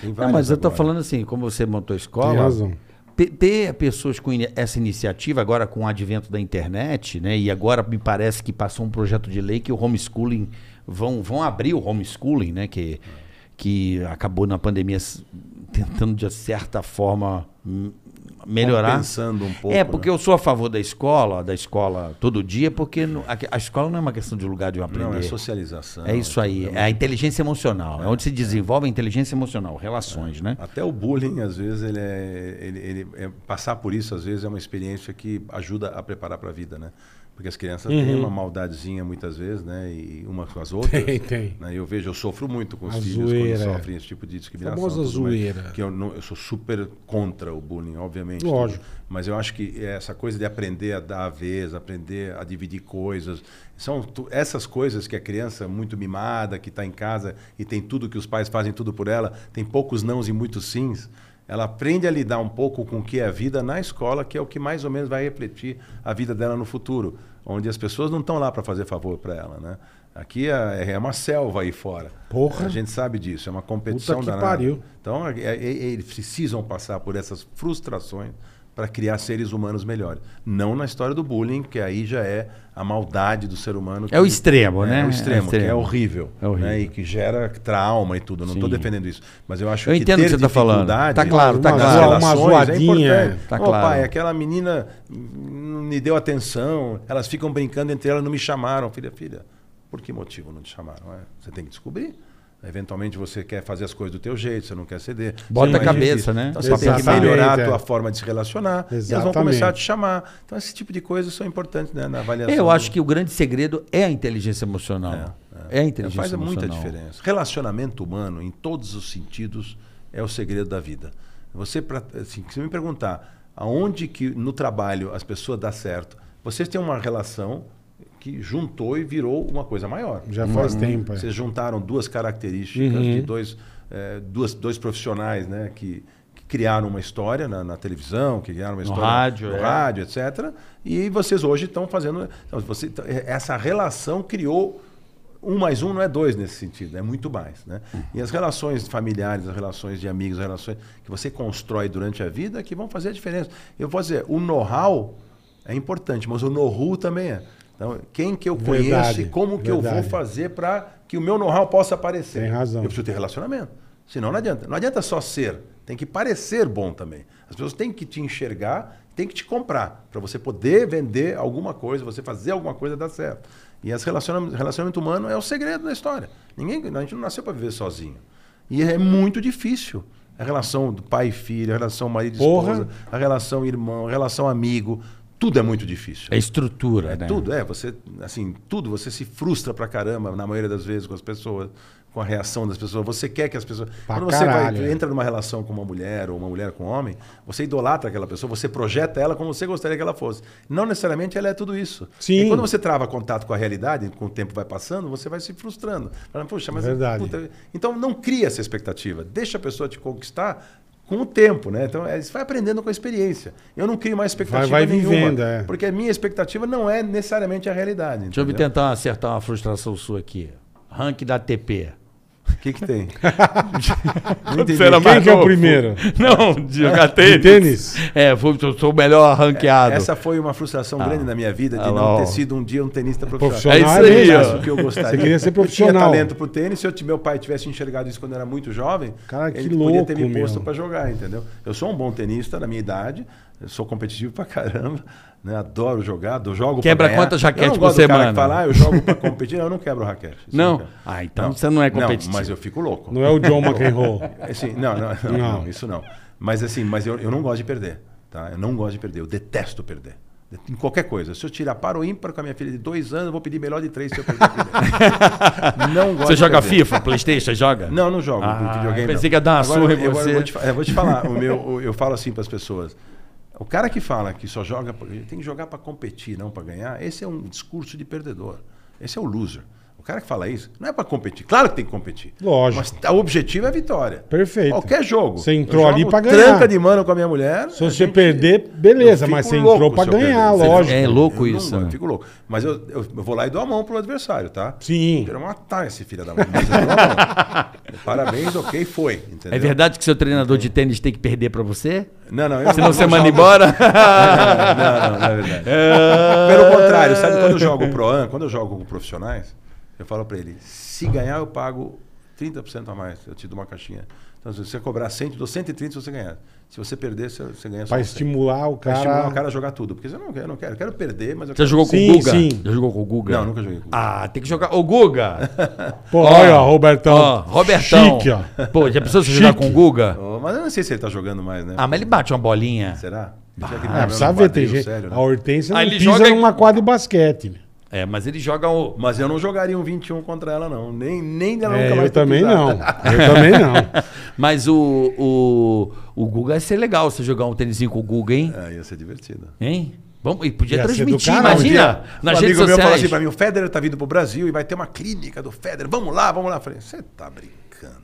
[SPEAKER 5] Tem
[SPEAKER 4] Não,
[SPEAKER 5] várias
[SPEAKER 4] É, mas eu tô
[SPEAKER 5] agora.
[SPEAKER 4] falando assim, como você montou a
[SPEAKER 3] Tem
[SPEAKER 4] escola,
[SPEAKER 3] razão.
[SPEAKER 4] pe- ter pessoas com ini- essa iniciativa agora com o advento da internet, né? E agora me parece que passou um projeto de lei que o homeschooling vão vão abrir o homeschooling, né, que que acabou na pandemia s- tentando de certa forma hum, melhorar.
[SPEAKER 5] Compensando um pouco,
[SPEAKER 4] É, porque
[SPEAKER 5] né?
[SPEAKER 4] eu sou a favor da escola, da escola todo dia, porque no- a, a escola não é uma questão de lugar de eu aprender.
[SPEAKER 5] Não, é socialização.
[SPEAKER 4] É isso aí, é a inteligência emocional. É onde se desenvolve a inteligência emocional, relações, né?
[SPEAKER 5] Até o bullying, às vezes, ele é, ele, ele é- passar por isso, às vezes, é uma experiência que ajuda a preparar para a vida, né? Porque as crianças têm uma maldadezinha muitas vezes, né? E umas com as outras.
[SPEAKER 3] Uhum. Tem, tem.
[SPEAKER 5] né? Eu vejo, eu sofro muito com os
[SPEAKER 3] A
[SPEAKER 5] filhos
[SPEAKER 3] zoeira,
[SPEAKER 5] quando
[SPEAKER 3] é.
[SPEAKER 5] sofrem esse tipo de discriminação.
[SPEAKER 3] Famosa
[SPEAKER 5] tudo mais.
[SPEAKER 3] zoeira.
[SPEAKER 5] Que eu, não- eu sou super contra o bullying, obviamente.
[SPEAKER 3] Lógico.
[SPEAKER 5] Mas eu acho que essa coisa de aprender a dar a vez, aprender a dividir coisas, são tu- essas coisas que a criança muito mimada, que está em casa e tem tudo que os pais fazem tudo por ela, tem poucos nãos e muitos sims, ela aprende a lidar um pouco com o que é a vida na escola, que é o que mais ou menos vai refletir a vida dela no futuro, onde as pessoas não estão lá para fazer favor para ela, né? Aqui é é uma selva aí fora.
[SPEAKER 3] Porra.
[SPEAKER 5] A gente sabe disso, é uma competição
[SPEAKER 3] que
[SPEAKER 5] danada.
[SPEAKER 3] pariu.
[SPEAKER 5] Então, é- é- eles precisam passar por essas frustrações para criar seres humanos melhores. Não na história do bullying, que aí já é a maldade do ser humano.
[SPEAKER 4] É o extremo, né?
[SPEAKER 5] É o
[SPEAKER 4] É o
[SPEAKER 5] extremo, que é
[SPEAKER 4] extremo.
[SPEAKER 5] horrível. né?
[SPEAKER 4] É horrível.
[SPEAKER 5] E que gera trauma e tudo. Eu Não estou defendendo isso. Mas eu acho
[SPEAKER 4] Eu
[SPEAKER 5] que
[SPEAKER 4] entendo o
[SPEAKER 5] ter
[SPEAKER 4] que você tá falando.
[SPEAKER 5] dificuldade
[SPEAKER 4] Tá claro, tá
[SPEAKER 5] nas
[SPEAKER 4] claro.
[SPEAKER 3] Uma
[SPEAKER 5] relações
[SPEAKER 3] zoadinha,
[SPEAKER 5] É importante.
[SPEAKER 4] tá
[SPEAKER 5] Ô,
[SPEAKER 4] claro.
[SPEAKER 5] pai, aquela menina não me deu atenção, elas ficam brincando entre elas, não me chamaram. Filha, filha, por que motivo não te chamaram? É, você tem que descobrir. Eventualmente você quer fazer as coisas do teu jeito, você não quer ceder.
[SPEAKER 4] Bota
[SPEAKER 5] Sim,
[SPEAKER 4] a
[SPEAKER 5] é
[SPEAKER 4] cabeça,
[SPEAKER 5] difícil.
[SPEAKER 4] né?
[SPEAKER 5] Então você tem que
[SPEAKER 3] Exatamente,
[SPEAKER 5] melhorar a
[SPEAKER 3] é.
[SPEAKER 5] tua forma de se relacionar. E elas vão
[SPEAKER 3] Exatamente.
[SPEAKER 5] começar a te chamar. Então esse tipo de coisas são importantes né, na avaliação.
[SPEAKER 4] É, Eu
[SPEAKER 5] do-
[SPEAKER 4] acho que o grande segredo é a inteligência emocional. É, a inteligência
[SPEAKER 5] Faz
[SPEAKER 4] emocional.
[SPEAKER 5] muita diferença. Relacionamento humano, em todos os sentidos, é o segredo da vida. Você, pra- assim, se me perguntar aonde que no trabalho as pessoas dá certo, vocês têm uma relação que juntou e virou uma coisa maior.
[SPEAKER 3] Já faz tempo, é.
[SPEAKER 5] Vocês juntaram duas características de dois, eh, duas, dois profissionais né, que, que criaram uma história na, na televisão, que criaram uma história
[SPEAKER 4] rádio,
[SPEAKER 5] no
[SPEAKER 4] é.
[SPEAKER 5] rádio, etc. E vocês hoje estão fazendo. então, você- essa relação criou um mais um não é dois nesse sentido, é muito mais. Né? E as relações familiares, as relações de amigos, as relações que você constrói durante a vida que vão fazer a diferença. Eu vou dizer, o know-how é importante, mas o know-how também é. Então, quem que eu conheço
[SPEAKER 3] Verdade,
[SPEAKER 5] e como que eu vou
[SPEAKER 3] verdade.
[SPEAKER 5] fazer para que o meu know-how possa aparecer?
[SPEAKER 3] Tem razão.
[SPEAKER 5] Eu preciso ter relacionamento. Senão não adianta. Não adianta só ser, tem que parecer bom também. As pessoas têm que te enxergar, têm que te comprar, para você poder vender alguma coisa, você fazer alguma coisa dar certo. E as relacionamento, relacionamento humano é o segredo da história. Ninguém, a gente não nasceu para viver sozinho. E é muito difícil. A relação do pai e filho, a relação marido e
[SPEAKER 3] Porra.
[SPEAKER 5] esposa, a relação irmão, a relação amigo, tudo é muito difícil.
[SPEAKER 4] É estrutura,
[SPEAKER 5] É
[SPEAKER 4] né?
[SPEAKER 5] tudo, é. Você, assim, tudo. Você se frustra pra caramba, na maioria das vezes, com as pessoas, com a reação das pessoas. Você quer que as pessoas.
[SPEAKER 3] Pra
[SPEAKER 5] Quando você vai-
[SPEAKER 3] caralho, é.
[SPEAKER 5] entra numa relação com uma mulher ou uma mulher com um homem, você idolatra aquela pessoa, você projeta ela como você gostaria que ela fosse. Não necessariamente ela é tudo isso.
[SPEAKER 3] Sim.
[SPEAKER 5] E quando você trava contato com a realidade, com o tempo vai passando, você vai se frustrando. Fala, Puxa, mas.
[SPEAKER 3] Verdade.
[SPEAKER 5] puta, então não cria essa expectativa. Deixa a pessoa te conquistar. Com o tempo, né? Então, é, você vai aprendendo com a experiência. Eu não crio mais expectativa
[SPEAKER 3] vai
[SPEAKER 5] nenhuma.
[SPEAKER 3] vivendo, é.
[SPEAKER 5] Porque a minha expectativa não é necessariamente a realidade.
[SPEAKER 4] Deixa eu me
[SPEAKER 5] entendeu?
[SPEAKER 4] tentar acertar uma frustração sua aqui. Rank da TP.
[SPEAKER 5] O que, que tem?
[SPEAKER 3] Quem que é o primeiro?
[SPEAKER 4] Não, É, de jogar
[SPEAKER 3] De
[SPEAKER 4] tênis.
[SPEAKER 3] tênis?
[SPEAKER 4] É, fui- eu sou o melhor ranqueado.
[SPEAKER 5] Essa foi uma frustração grande na minha vida de
[SPEAKER 4] Ah lá,
[SPEAKER 5] não
[SPEAKER 4] ó.
[SPEAKER 5] ter sido um dia um tenista profissional.
[SPEAKER 3] Profissional. né?
[SPEAKER 4] É isso aí,
[SPEAKER 5] Eu
[SPEAKER 4] ó.
[SPEAKER 5] faço o que eu gostaria.
[SPEAKER 3] Você queria ser
[SPEAKER 5] Eu
[SPEAKER 3] profissional.
[SPEAKER 5] tinha talento pro tênis. Se eu, t- meu pai tivesse enxergado isso quando eu era muito jovem,
[SPEAKER 3] Cara, que
[SPEAKER 5] ele podia ter
[SPEAKER 3] louco,
[SPEAKER 5] me posto
[SPEAKER 3] meu.
[SPEAKER 5] para jogar, entendeu? Eu sou um bom tenista na minha idade, eu sou competitivo pra caramba, né? Adoro jogar, do- jogo pra
[SPEAKER 4] Quebra
[SPEAKER 5] ganhar.
[SPEAKER 4] quantas raquetes
[SPEAKER 5] Eu não gosto
[SPEAKER 4] por
[SPEAKER 5] do cara
[SPEAKER 4] semana?
[SPEAKER 5] que fala, "Ah, eu jogo pra competir. Não, eu não quebro raquete. Isso
[SPEAKER 4] Não?
[SPEAKER 5] eu quebro.
[SPEAKER 4] Ah, então você não é competitivo.
[SPEAKER 5] mas eu fico louco.
[SPEAKER 3] Não é o John McEnroe.
[SPEAKER 5] Assim, não, não, não,
[SPEAKER 3] Não.
[SPEAKER 5] não, isso não. Mas assim, mas eu, eu não gosto de perder. Tá? Eu não gosto de perder, eu detesto perder. De- Em qualquer coisa. Se eu tirar par ou ímpar com a minha filha de dois anos, eu vou pedir melhor de três se eu perder. primeiro. não gosto
[SPEAKER 4] Você
[SPEAKER 5] de
[SPEAKER 4] joga
[SPEAKER 5] perder.
[SPEAKER 4] FIFA, Playstation, joga?
[SPEAKER 5] Não, não jogo
[SPEAKER 4] Ah,
[SPEAKER 5] videogame.
[SPEAKER 4] pensei
[SPEAKER 5] não.
[SPEAKER 4] que ia dar uma
[SPEAKER 5] Agora,
[SPEAKER 4] surra em
[SPEAKER 5] eu- agora
[SPEAKER 4] você.
[SPEAKER 5] Eu vou te, fa- eu vou te falar, o meu, o- eu falo assim para as pessoas. O cara que fala que só joga, pra- tem que jogar para competir, não para ganhar, esse é um discurso de perdedor. Esse é o loser. O cara que fala isso, não é para competir. Claro que tem que competir.
[SPEAKER 3] Lógico.
[SPEAKER 5] Mas tá- o objetivo é a vitória.
[SPEAKER 3] Perfeito.
[SPEAKER 5] Qualquer jogo.
[SPEAKER 3] Você
[SPEAKER 5] Eu
[SPEAKER 3] entrou
[SPEAKER 5] jogo
[SPEAKER 3] ali pra ganhar.
[SPEAKER 5] Tranca de mano com a minha mulher.
[SPEAKER 3] Se
[SPEAKER 5] a
[SPEAKER 3] você
[SPEAKER 5] gente-
[SPEAKER 3] perder, beleza,
[SPEAKER 5] eu
[SPEAKER 3] mas
[SPEAKER 5] fico
[SPEAKER 3] você
[SPEAKER 5] louco
[SPEAKER 3] entrou pra
[SPEAKER 5] se eu
[SPEAKER 3] ganhar,
[SPEAKER 5] perder.
[SPEAKER 3] lógico.
[SPEAKER 4] É louco
[SPEAKER 5] Eu não-
[SPEAKER 4] isso,
[SPEAKER 5] Eu
[SPEAKER 4] né?
[SPEAKER 5] fico louco. Mas eu, eu vou lá e dou a mão pro adversário, tá?
[SPEAKER 3] Sim.
[SPEAKER 5] Quero matar tá, esse filho da mãe. mas eu dou a mão. Parabéns, ok, foi. Entendeu?
[SPEAKER 4] É verdade que seu treinador de tênis tem que perder pra você?
[SPEAKER 5] Não, não. eu-
[SPEAKER 4] Senão
[SPEAKER 5] eu
[SPEAKER 4] você manda
[SPEAKER 5] jogo-
[SPEAKER 4] embora?
[SPEAKER 5] Não, não, não é verdade. Pelo contrário, sabe quando eu jogo pro An, quando eu jogo com profissionais, eu falo pra ele, se ganhar eu pago 30% a mais, eu te dou uma caixinha. Então, se você cobrar 100, eu dou 130 se você ganhar. Se você perder, você, você ganha só
[SPEAKER 3] Pra
[SPEAKER 5] 100.
[SPEAKER 3] estimular o
[SPEAKER 5] Pra estimular o
[SPEAKER 3] cara.
[SPEAKER 5] cara a jogar tudo. Porque eu não quero, eu não quero. Eu quero perder, mas eu
[SPEAKER 4] Você
[SPEAKER 5] quero...
[SPEAKER 4] jogou com
[SPEAKER 3] Sim,
[SPEAKER 4] o Guga?
[SPEAKER 3] sim.
[SPEAKER 4] Já jogou com o Guga?
[SPEAKER 3] É.
[SPEAKER 5] Não, nunca joguei com
[SPEAKER 4] Ah, tem que jogar. Ô, Guga!
[SPEAKER 3] Pô,
[SPEAKER 4] Ó,
[SPEAKER 3] olha, ó,
[SPEAKER 5] Então,
[SPEAKER 3] Robertão.
[SPEAKER 4] Ó, Robertão.
[SPEAKER 3] Chique,
[SPEAKER 5] Ah,
[SPEAKER 3] ó.
[SPEAKER 4] Pô, já precisou se jogar
[SPEAKER 3] Chique.
[SPEAKER 4] com o Guga?
[SPEAKER 5] Oh, mas eu não sei se ele tá jogando mais, né?
[SPEAKER 4] Ah, mas ele bate uma bolinha.
[SPEAKER 5] Será?
[SPEAKER 3] Ah,
[SPEAKER 5] um
[SPEAKER 3] precisa ver, tem gente.
[SPEAKER 5] né?
[SPEAKER 3] A Hortência não
[SPEAKER 4] Ah, ele
[SPEAKER 3] pisa
[SPEAKER 4] joga-
[SPEAKER 3] numa quadra de basquete. né?
[SPEAKER 4] É, mas ele joga o.
[SPEAKER 5] Mas eu não jogaria um 21 contra ela, não. Nem, nem dela
[SPEAKER 3] É,
[SPEAKER 5] nunca mais
[SPEAKER 3] eu
[SPEAKER 5] ter
[SPEAKER 3] também
[SPEAKER 5] pisado.
[SPEAKER 3] não. Eu também não.
[SPEAKER 4] Mas o, o, o Guga ia ser legal você jogar um tênisinho com o Guga, hein?
[SPEAKER 5] Ah, ia ser divertido.
[SPEAKER 4] Hein? Vamos, e podia
[SPEAKER 3] Ia ser do
[SPEAKER 4] transmitir,
[SPEAKER 3] caralho.
[SPEAKER 4] imagina!
[SPEAKER 5] um
[SPEAKER 4] Nas redes
[SPEAKER 5] amigo meu falou
[SPEAKER 4] sociais.
[SPEAKER 5] assim pra mim, o Federer tá vindo pro Brasil e vai ter uma clínica do Federer. Vamos lá, vamos lá. Eu falei, você tá brincando.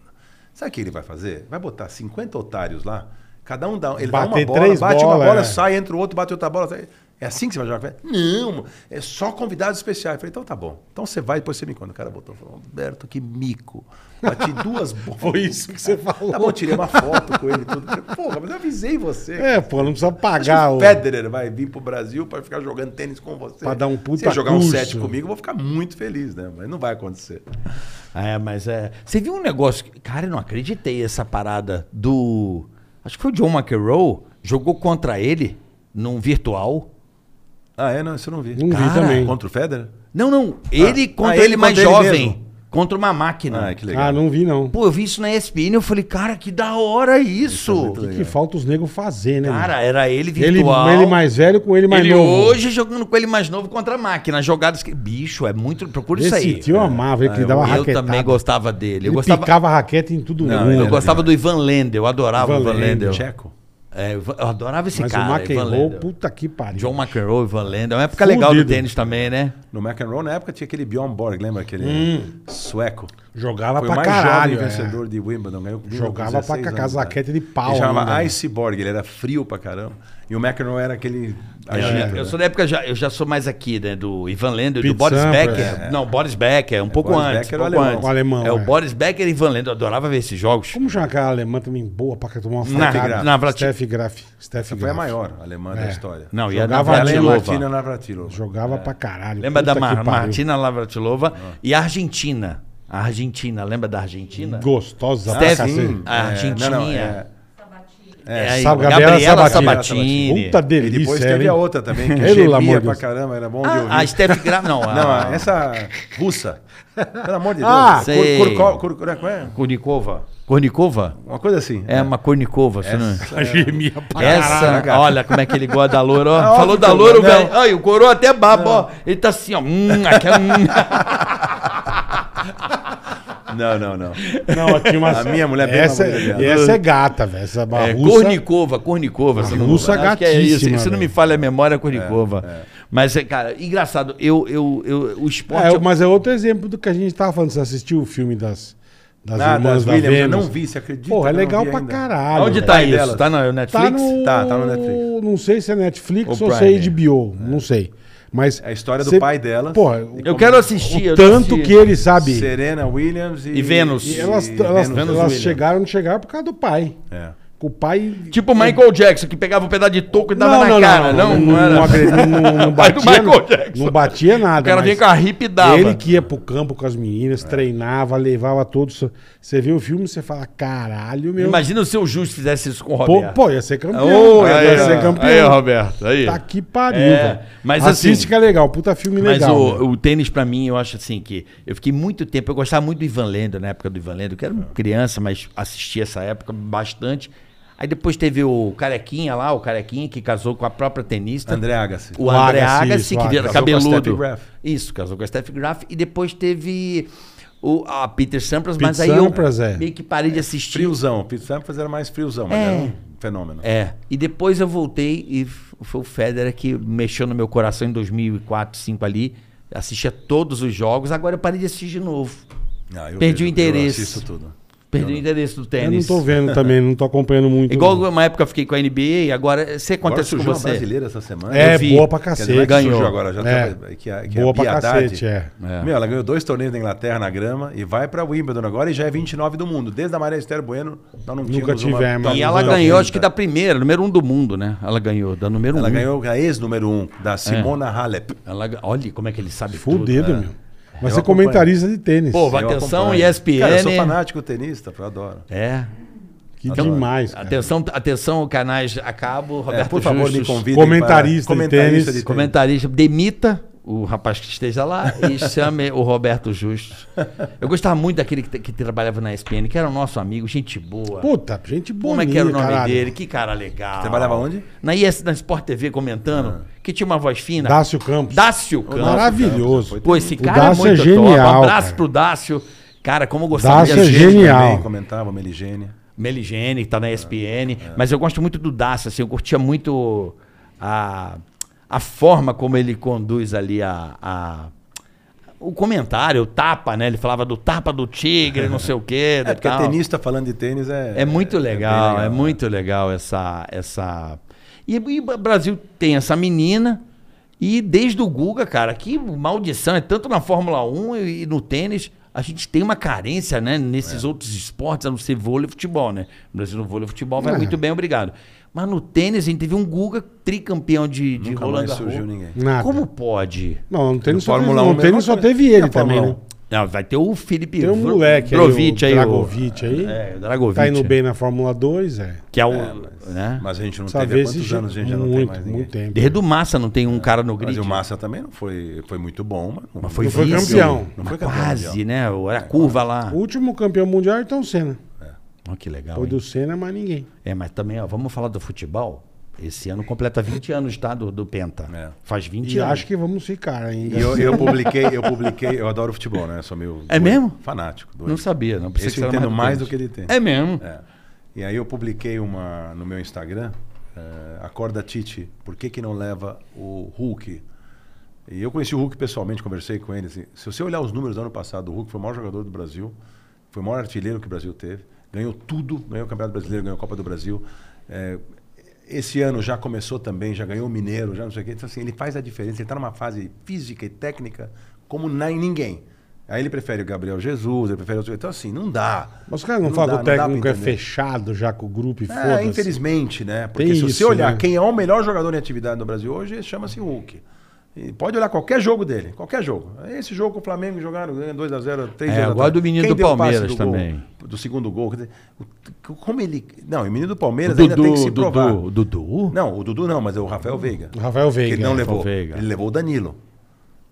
[SPEAKER 5] Sabe o que ele vai fazer? Vai botar 50 otários lá, cada um dá, ele dá
[SPEAKER 3] Bater
[SPEAKER 5] uma bola,
[SPEAKER 3] três
[SPEAKER 5] bate
[SPEAKER 3] bolas,
[SPEAKER 5] uma bola,
[SPEAKER 3] é.
[SPEAKER 5] sai, entra o outro, bate outra bola. sai. É assim que você vai jogar? com ele? Não, é só convidados especiais. Eu falei, então tá bom. Então você vai, depois você me conta. O cara botou, falou, Roberto, que mico. Bati duas bolas.
[SPEAKER 3] Foi isso que você falou.
[SPEAKER 5] Tá bom, tirei uma foto com ele e tudo. Eu Falei, Porra, mas eu avisei você.
[SPEAKER 3] É, pô, não precisa
[SPEAKER 5] Acho
[SPEAKER 3] pagar
[SPEAKER 5] que
[SPEAKER 3] o.
[SPEAKER 5] o Federer vai vir pro Brasil pra ficar jogando tênis com você.
[SPEAKER 3] Pra dar um puta
[SPEAKER 5] Se ele jogar
[SPEAKER 3] curso.
[SPEAKER 5] um set comigo, eu vou ficar muito feliz, né? Mas não vai acontecer.
[SPEAKER 4] É, mas é. Você viu um negócio. que- Cara, eu não acreditei essa parada do. Acho que foi o John McEnroe. Jogou contra ele num virtual.
[SPEAKER 5] Ah, é? Não, isso eu não vi.
[SPEAKER 3] Não vi
[SPEAKER 4] Cara,
[SPEAKER 3] também.
[SPEAKER 5] Contra o Federer?
[SPEAKER 4] Não, não. Ele
[SPEAKER 5] Ah,
[SPEAKER 4] contra
[SPEAKER 5] ah,
[SPEAKER 4] ele,
[SPEAKER 5] ele
[SPEAKER 4] mais
[SPEAKER 5] contra ele
[SPEAKER 4] jovem.
[SPEAKER 5] mesmo.
[SPEAKER 4] contra uma máquina.
[SPEAKER 5] Ah, que legal.
[SPEAKER 3] Ah, não vi, não.
[SPEAKER 4] Pô, eu vi isso na ESPN e eu falei, cara, que da hora isso.
[SPEAKER 5] muito
[SPEAKER 3] O que falta os negros fazer, né?
[SPEAKER 4] Cara, era ele
[SPEAKER 3] meu? é ele,
[SPEAKER 4] virtual.
[SPEAKER 3] ele mais velho com ele mais
[SPEAKER 4] Ele
[SPEAKER 3] novo.
[SPEAKER 4] hoje jogando com ele mais novo contra a máquina. Jogadas que. Bicho, é muito. Procura isso
[SPEAKER 3] Esse
[SPEAKER 4] aí.
[SPEAKER 3] tio eu amava, ele que dava
[SPEAKER 4] eu
[SPEAKER 3] raquetada.
[SPEAKER 4] também gostava dele. Eu
[SPEAKER 3] Ele
[SPEAKER 4] gostava,
[SPEAKER 3] picava raqueta em tudo
[SPEAKER 5] Não,
[SPEAKER 3] mundo.
[SPEAKER 5] ele
[SPEAKER 4] eu gostava do Ivan Lendel, eu adorava o
[SPEAKER 3] Ivan
[SPEAKER 4] Ivan Lendel.
[SPEAKER 5] Tcheco.
[SPEAKER 4] É, eu eu adorava esse
[SPEAKER 3] Mas
[SPEAKER 4] cara.
[SPEAKER 3] o
[SPEAKER 4] Ivan
[SPEAKER 3] McEnroe,
[SPEAKER 4] Lendel.
[SPEAKER 3] puta que pariu.
[SPEAKER 4] John McEnroe, Ivan Lendel. É uma época legal do
[SPEAKER 3] Fudido.
[SPEAKER 4] tênis também, né?
[SPEAKER 5] No McEnroe, na época, tinha aquele Bjorn Borg, lembra? Aquele Hum. sueco.
[SPEAKER 3] Jogava
[SPEAKER 5] Foi o
[SPEAKER 3] pra
[SPEAKER 5] mais
[SPEAKER 3] caralho.
[SPEAKER 5] jovem
[SPEAKER 3] é.
[SPEAKER 5] vencedor de Wimbledon. Ganhou Wimbledon
[SPEAKER 3] Jogava
[SPEAKER 5] com
[SPEAKER 3] pra
[SPEAKER 5] 16
[SPEAKER 3] cá,
[SPEAKER 5] anos, né?
[SPEAKER 3] casaquete de pau
[SPEAKER 5] Ele chamava
[SPEAKER 3] ainda.
[SPEAKER 5] Ice Borg, ele era frio pra caramba. E o McEnroe era aquele agito,
[SPEAKER 4] É, Eu
[SPEAKER 5] né?
[SPEAKER 4] sou da época, já, eu já sou mais aqui, né? Do Ivan Lendl e
[SPEAKER 3] Pete
[SPEAKER 4] do Boris
[SPEAKER 3] Sampras.
[SPEAKER 4] Becker. Não, Boris Becker, um pouco
[SPEAKER 5] Boris
[SPEAKER 4] antes.
[SPEAKER 5] Becker é o
[SPEAKER 4] um pouco
[SPEAKER 5] alemão.
[SPEAKER 4] antes.
[SPEAKER 3] O alemão,
[SPEAKER 4] é,
[SPEAKER 3] é.
[SPEAKER 4] o Boris Becker e Ivan Lendl. Eu adorava ver esses jogos.
[SPEAKER 3] Como chama aquela alemã também boa pra cá, tomar uma
[SPEAKER 4] Na-
[SPEAKER 3] facada?
[SPEAKER 4] na Vrat-
[SPEAKER 3] Steph Graf. Steph
[SPEAKER 5] Foi a
[SPEAKER 3] Graf.
[SPEAKER 5] maior alemã da história.
[SPEAKER 4] Não, e a
[SPEAKER 3] Jogava
[SPEAKER 5] Ela e a
[SPEAKER 4] Navratilova.
[SPEAKER 5] Martina Navratilova.
[SPEAKER 3] Jogava pra caralho.
[SPEAKER 4] Lembra
[SPEAKER 3] puta
[SPEAKER 4] da Mar-
[SPEAKER 3] que pariu.
[SPEAKER 4] Martina Lavratilova
[SPEAKER 5] Ah.
[SPEAKER 4] e a Argentina. A Argentina, lembra da Argentina?
[SPEAKER 3] Gostosa pra
[SPEAKER 4] Steph-
[SPEAKER 3] cacete.
[SPEAKER 4] a Argentininha.
[SPEAKER 3] é-
[SPEAKER 4] É, aí,
[SPEAKER 3] Sabe,
[SPEAKER 4] Gabriela,
[SPEAKER 3] Gabriela
[SPEAKER 4] Sabatini.
[SPEAKER 5] Sabatini.
[SPEAKER 3] Puta
[SPEAKER 5] E
[SPEAKER 3] delícia,
[SPEAKER 5] depois
[SPEAKER 3] ela,
[SPEAKER 5] teve
[SPEAKER 3] hein?
[SPEAKER 5] a outra também, que é
[SPEAKER 3] Pelo amor
[SPEAKER 5] gemia
[SPEAKER 3] de
[SPEAKER 5] pra
[SPEAKER 3] Deus.
[SPEAKER 5] caramba, era bom de ouvir.
[SPEAKER 4] Ah, a Ah. Steph Graf, não. A,
[SPEAKER 5] Não, essa russa. Pelo amor de Deus.
[SPEAKER 3] Ah,
[SPEAKER 5] Cur-
[SPEAKER 4] sei.
[SPEAKER 5] Kurko- Kur- como é que é?
[SPEAKER 4] Kornikova. Kornikova?
[SPEAKER 5] Uma coisa assim.
[SPEAKER 4] É uma Kornikova, se não...
[SPEAKER 3] Ela gemia pra
[SPEAKER 4] Essa,
[SPEAKER 5] cara.
[SPEAKER 4] olha como é que ele gosta da loura, ó.
[SPEAKER 5] Ah,
[SPEAKER 4] Falou
[SPEAKER 5] óbvio
[SPEAKER 4] da
[SPEAKER 5] que eu
[SPEAKER 4] loura, o
[SPEAKER 5] gosto,
[SPEAKER 4] velho.
[SPEAKER 5] não.
[SPEAKER 4] Ai, o coroa até baba, ó. Ele tá assim, ó. Hum, aquela, hum.
[SPEAKER 5] Não, não, não.
[SPEAKER 3] Não, ó, tinha umas...
[SPEAKER 5] A minha mulher é bem
[SPEAKER 3] essa,
[SPEAKER 5] mais bonita.
[SPEAKER 3] E essa é gata, velho. Essa
[SPEAKER 4] É,
[SPEAKER 3] barruça.
[SPEAKER 4] Kornikova, Kornikova. se não-
[SPEAKER 3] russa
[SPEAKER 4] acho que é isso.
[SPEAKER 3] gatíssima,
[SPEAKER 4] Se não me
[SPEAKER 3] velho.
[SPEAKER 4] falha a memória, é Kornikova. Mas, é, cara, engraçado. Eu, eu, eu, o esporte...
[SPEAKER 3] É, mas é outro exemplo do que a gente tava falando. Você assistiu o filme das, das
[SPEAKER 5] Nada,
[SPEAKER 3] irmãs
[SPEAKER 5] Ah, Williams,
[SPEAKER 3] da
[SPEAKER 5] eu
[SPEAKER 3] Vênus.
[SPEAKER 5] não vi, você acredita?
[SPEAKER 3] Porra, é
[SPEAKER 5] Eu não
[SPEAKER 3] legal
[SPEAKER 5] vi
[SPEAKER 3] pra
[SPEAKER 5] ainda.
[SPEAKER 3] caralho.
[SPEAKER 4] Onde
[SPEAKER 3] velho.
[SPEAKER 4] tá
[SPEAKER 5] Pai
[SPEAKER 4] isso?
[SPEAKER 5] delas.
[SPEAKER 4] Tá no
[SPEAKER 3] Tá
[SPEAKER 4] Netflix?
[SPEAKER 3] no...
[SPEAKER 5] Tá, tá no Netflix.
[SPEAKER 3] Não sei se é Netflix
[SPEAKER 4] Ou
[SPEAKER 3] ou se
[SPEAKER 4] Prime.
[SPEAKER 3] é HBO. Não sei. Mas...
[SPEAKER 5] É a história do
[SPEAKER 3] cê-
[SPEAKER 5] pai dela.
[SPEAKER 3] Porra,
[SPEAKER 4] Eu quero assistir. eu não
[SPEAKER 3] o tanto
[SPEAKER 4] assisti.
[SPEAKER 3] que ele sabe...
[SPEAKER 5] Serena Williams e,
[SPEAKER 4] E Vênus.
[SPEAKER 3] E elas,
[SPEAKER 5] e
[SPEAKER 3] elas,
[SPEAKER 5] Vênus.
[SPEAKER 3] elas
[SPEAKER 4] Williams.
[SPEAKER 3] chegaram, não chegaram por causa do pai.
[SPEAKER 5] É.
[SPEAKER 3] O pai.
[SPEAKER 4] Tipo o Michael Jackson, que pegava um pedaço de toco e dava na cara. Não, não, era.
[SPEAKER 3] agredi- não- não
[SPEAKER 4] Pai do
[SPEAKER 3] batia,
[SPEAKER 4] Michael Jackson.
[SPEAKER 3] não batia nada.
[SPEAKER 4] o cara
[SPEAKER 3] mas
[SPEAKER 4] vinha com a hip e dava. É.
[SPEAKER 3] Ele que ia pro campo com as meninas, treinava, levava todos. Você vê o filme, você fala, caralho, meu.
[SPEAKER 4] Imagina se o Justo fizesse isso com o
[SPEAKER 3] pô,
[SPEAKER 4] Roberto.
[SPEAKER 3] pô, ia ser campeão.
[SPEAKER 4] Ô,
[SPEAKER 3] ia
[SPEAKER 4] aí,
[SPEAKER 3] ser
[SPEAKER 4] ó.
[SPEAKER 3] campeão.
[SPEAKER 1] Aí, Roberto, aí.
[SPEAKER 3] tá que pariu,
[SPEAKER 4] É,
[SPEAKER 3] velho.
[SPEAKER 4] mas
[SPEAKER 3] Assiste
[SPEAKER 4] assim-
[SPEAKER 3] que é legal, puta filme
[SPEAKER 4] Mas
[SPEAKER 3] legal.
[SPEAKER 4] o,
[SPEAKER 3] velho.
[SPEAKER 4] o tênis, pra mim, eu acho assim que. Eu fiquei muito tempo. Eu gostava muito do Ivan Lendo, na época do Ivan Lendo, que era um criança, mas assisti essa época bastante. Aí depois teve o Carequinha lá, o Carequinha, que casou com a própria tenista. né?
[SPEAKER 5] André Agassi.
[SPEAKER 4] O André
[SPEAKER 3] Agassi,
[SPEAKER 4] Agassi,
[SPEAKER 3] isso,
[SPEAKER 4] que vira
[SPEAKER 5] Agassi. Casou com a
[SPEAKER 4] cabeludo.
[SPEAKER 5] Steffi Graf.
[SPEAKER 4] Isso, casou com a Steph Graf. E depois teve o, a Peter Sampras, mas
[SPEAKER 3] Pete
[SPEAKER 4] aí
[SPEAKER 3] Sampras,
[SPEAKER 4] eu
[SPEAKER 3] é.
[SPEAKER 4] meio que parei de assistir.
[SPEAKER 5] Friozão. Pete Sampras era mais friozão, mas
[SPEAKER 4] É.
[SPEAKER 5] era um fenômeno.
[SPEAKER 4] É. E depois eu voltei e f- foi o Federer que mexeu no meu coração em 2004, 2005 ali. Assistia todos os jogos, agora eu parei de assistir de novo.
[SPEAKER 5] Ah, eu
[SPEAKER 4] Perdi o interesse.
[SPEAKER 5] Eu assisto tudo.
[SPEAKER 4] Perdi o interesse do
[SPEAKER 3] eu não
[SPEAKER 4] tênis.
[SPEAKER 3] tô vendo também, não tô acompanhando muito.
[SPEAKER 4] Igual
[SPEAKER 3] não.
[SPEAKER 4] uma época eu fiquei com a NBA e agora você
[SPEAKER 5] Agora
[SPEAKER 4] acontece com
[SPEAKER 5] surgiu uma
[SPEAKER 4] você.
[SPEAKER 5] brasileira essa semana.
[SPEAKER 3] É,
[SPEAKER 4] eu vi.
[SPEAKER 3] boa pra
[SPEAKER 5] Quer dizer, não
[SPEAKER 3] cacete.
[SPEAKER 5] é que surgiu
[SPEAKER 4] Ganhou.
[SPEAKER 5] agora, já
[SPEAKER 3] É.
[SPEAKER 5] tá- que a- que a
[SPEAKER 3] Boa pra
[SPEAKER 5] Bia Haddad-
[SPEAKER 3] cacete, é.
[SPEAKER 5] Meu, ela ganhou dois torneios da Inglaterra na grama e vai pra Wimbledon agora e já é 29 do mundo. Desde a Maria Esther Bueno, nós não
[SPEAKER 3] Nunca
[SPEAKER 5] tínhamos uma-
[SPEAKER 3] tivemos. né?
[SPEAKER 5] nós
[SPEAKER 4] E
[SPEAKER 5] não
[SPEAKER 4] ela
[SPEAKER 5] tínhamos
[SPEAKER 4] ganhou,
[SPEAKER 5] uma
[SPEAKER 4] acho que da
[SPEAKER 5] quinta.
[SPEAKER 4] primeira, número um do mundo, né? Ela ganhou, da número
[SPEAKER 5] Ela
[SPEAKER 4] um.
[SPEAKER 5] ganhou a ex número um, da Simona Halep.
[SPEAKER 4] Ela ga- Olha como é que ele sabe tudo.
[SPEAKER 5] né?
[SPEAKER 3] Fudido, meu. Mas
[SPEAKER 5] Eu
[SPEAKER 3] você é
[SPEAKER 5] acompanho.
[SPEAKER 3] comentarista de tênis.
[SPEAKER 4] Pô, vai-
[SPEAKER 5] Eu
[SPEAKER 4] Atenção,
[SPEAKER 5] acompanho.
[SPEAKER 4] ESPN.
[SPEAKER 5] Cara, eu sou fanático tenista, eu adoro.
[SPEAKER 4] É.
[SPEAKER 5] Tá
[SPEAKER 3] que demais. cara.
[SPEAKER 4] Atenção, atenção, canais a cabo, Roberto
[SPEAKER 5] É, por favor, me
[SPEAKER 4] Justus.
[SPEAKER 5] convidem.
[SPEAKER 3] Comentarista de
[SPEAKER 5] para- comentarista
[SPEAKER 3] tênis.
[SPEAKER 5] de tênis.
[SPEAKER 4] comentarista, demita o rapaz que esteja lá e chame o Roberto Justo. Eu gostava muito daquele que, que trabalhava na ESPN, que era o nosso amigo, gente boa.
[SPEAKER 3] Puta, gente bonita,
[SPEAKER 4] Como é que era o nome
[SPEAKER 3] caralho.
[SPEAKER 4] dele? Que cara legal.
[SPEAKER 5] Trabalhava onde?
[SPEAKER 4] Na, IS, na Sport TV comentando, que tinha uma voz fina.
[SPEAKER 3] Ah. Dácio Campos.
[SPEAKER 4] Dácio Campos.
[SPEAKER 3] Maravilhoso.
[SPEAKER 4] Pô, esse
[SPEAKER 3] O
[SPEAKER 4] cara
[SPEAKER 3] Dácio
[SPEAKER 4] é
[SPEAKER 3] é
[SPEAKER 4] muito
[SPEAKER 3] genial,
[SPEAKER 4] Um abraço
[SPEAKER 3] cara.
[SPEAKER 4] pro Dácio. Cara, como eu gostava
[SPEAKER 3] Dácio
[SPEAKER 4] de
[SPEAKER 3] é
[SPEAKER 4] assistir.
[SPEAKER 3] genial.
[SPEAKER 5] Também comentava, Meligênia.
[SPEAKER 4] Meligene, que tá
[SPEAKER 5] Ah,
[SPEAKER 4] na
[SPEAKER 5] é.
[SPEAKER 4] ESPN. Mas eu gosto muito do Daça, assim, eu curtia muito a, a forma como ele conduz ali a, a- o comentário, o tapa, né? Ele falava do tapa do tigre, não sei o quê.
[SPEAKER 5] É,
[SPEAKER 4] do
[SPEAKER 5] porque
[SPEAKER 4] tal.
[SPEAKER 5] tenista falando de tênis é...
[SPEAKER 4] É muito
[SPEAKER 5] bem né?
[SPEAKER 4] legal, é, muito legal essa. essa... E, e o Brasil tem essa menina. E desde o Guga, cara, que maldição, é tanto na Fórmula 1 e, e no tênis, a gente tem uma carência, né, nesses outros esportes, a não ser vôlei e futebol, né? O Brasil no vôlei e futebol vai muito bem, obrigado. Mas no tênis a gente teve um Guga tricampeão de, de
[SPEAKER 5] Nunca
[SPEAKER 4] Roland
[SPEAKER 5] mais
[SPEAKER 4] Garros.
[SPEAKER 5] surgiu ninguém.
[SPEAKER 3] Nada.
[SPEAKER 4] Como pode?
[SPEAKER 3] Não, no tênis,
[SPEAKER 5] No
[SPEAKER 3] só teve,
[SPEAKER 5] Fórmula
[SPEAKER 3] no
[SPEAKER 5] 1
[SPEAKER 3] tênis
[SPEAKER 5] mesma
[SPEAKER 3] só
[SPEAKER 5] coisa.
[SPEAKER 3] teve
[SPEAKER 5] E
[SPEAKER 3] ele
[SPEAKER 5] a Fórmula
[SPEAKER 3] também, né?
[SPEAKER 5] 1?
[SPEAKER 4] Não, vai ter o Felipe
[SPEAKER 3] Tem um
[SPEAKER 4] Vro-
[SPEAKER 3] moleque
[SPEAKER 4] Drovic
[SPEAKER 3] aí, o
[SPEAKER 4] aí,
[SPEAKER 3] Dragovic aí.
[SPEAKER 4] É, o Dragovic.
[SPEAKER 3] Tá indo bem na Fórmula 2, é.
[SPEAKER 4] Que é o.
[SPEAKER 5] mas,
[SPEAKER 4] né?
[SPEAKER 5] mas a gente não
[SPEAKER 3] Essa
[SPEAKER 5] teve há
[SPEAKER 3] vez
[SPEAKER 5] quantos
[SPEAKER 3] já-
[SPEAKER 5] anos, a gente já não
[SPEAKER 3] muito,
[SPEAKER 5] tem mais ninguém.
[SPEAKER 3] muito tempo.
[SPEAKER 4] Desde o Massa não tem um cara no grid.
[SPEAKER 5] Mas o É, Massa também não foi, foi muito bom, mas, não-
[SPEAKER 4] Mas foi
[SPEAKER 5] não
[SPEAKER 3] foi
[SPEAKER 4] vice,
[SPEAKER 3] campeão.
[SPEAKER 5] Não
[SPEAKER 4] mas
[SPEAKER 5] foi campeão
[SPEAKER 4] quase,
[SPEAKER 5] mundial.
[SPEAKER 4] né? Olha a curva lá.
[SPEAKER 3] O último campeão mundial é Ayrton Senna.
[SPEAKER 4] Olha que legal.
[SPEAKER 3] Foi
[SPEAKER 4] hein?
[SPEAKER 3] do Senna, mas ninguém.
[SPEAKER 4] É, mas também, ó, vamos falar do futebol. Esse ano completa 20 anos, tá? Do, do Penta.
[SPEAKER 5] É.
[SPEAKER 4] Faz 20
[SPEAKER 3] E
[SPEAKER 4] anos.
[SPEAKER 3] acho que vamos ficar ainda.
[SPEAKER 5] E eu, eu publiquei, eu publiquei, eu adoro futebol, né? Eu sou meio
[SPEAKER 4] É
[SPEAKER 5] doido,
[SPEAKER 4] mesmo?
[SPEAKER 5] fanático. doido.
[SPEAKER 4] Não sabia, não precisa
[SPEAKER 5] Esse eu entendo mais do que
[SPEAKER 4] ele
[SPEAKER 5] ele tem.
[SPEAKER 4] É mesmo.
[SPEAKER 5] É. E aí eu publiquei uma no meu Instagram, eh, Acorda Tite, por que, que não leva o Hulk? E eu conheci o Hulk pessoalmente, conversei com ele. assim, se você olhar os números do ano passado, o Hulk foi o maior jogador do Brasil, foi o maior artilheiro que o Brasil teve, ganhou tudo, ganhou o Campeonato Brasileiro, ganhou a Copa do Brasil. Eh, esse ano já começou também, já ganhou o Mineiro, já não sei o quê. Então, assim, ele faz a diferença, ele está numa fase física e técnica como na- ninguém. Aí ele prefere o Gabriel Jesus, ele prefere outro. Então, assim, não dá.
[SPEAKER 3] Mas os caras não, falam que
[SPEAKER 5] dá,
[SPEAKER 3] o
[SPEAKER 5] dá pra
[SPEAKER 3] técnico é
[SPEAKER 5] entender.
[SPEAKER 3] fechado já com o grupo e
[SPEAKER 5] É,
[SPEAKER 3] foda-se.
[SPEAKER 5] infelizmente, né? Porque
[SPEAKER 3] Tem
[SPEAKER 5] se você
[SPEAKER 3] isso,
[SPEAKER 5] olhar
[SPEAKER 3] né?
[SPEAKER 5] quem é o melhor jogador em atividade no Brasil hoje, chama-se Hulk. E pode olhar qualquer jogo dele, qualquer jogo. Esse jogo com o Flamengo jogaram 2x0, 3x0.
[SPEAKER 4] É, agora do menino do Palmeiras também.
[SPEAKER 5] do segundo gol. quer dizer, o- Como ele. Não, e o menino do Palmeiras ainda tem
[SPEAKER 4] Dudu,
[SPEAKER 5] que se provar.
[SPEAKER 4] Dudu, Dudu.
[SPEAKER 5] Não, o Dudu não, mas é o Rafael Veiga.
[SPEAKER 3] O Rafael Veiga,
[SPEAKER 5] Que Ele não
[SPEAKER 3] é,
[SPEAKER 5] levou.
[SPEAKER 4] Rafael Veiga.
[SPEAKER 5] Ele levou o Danilo.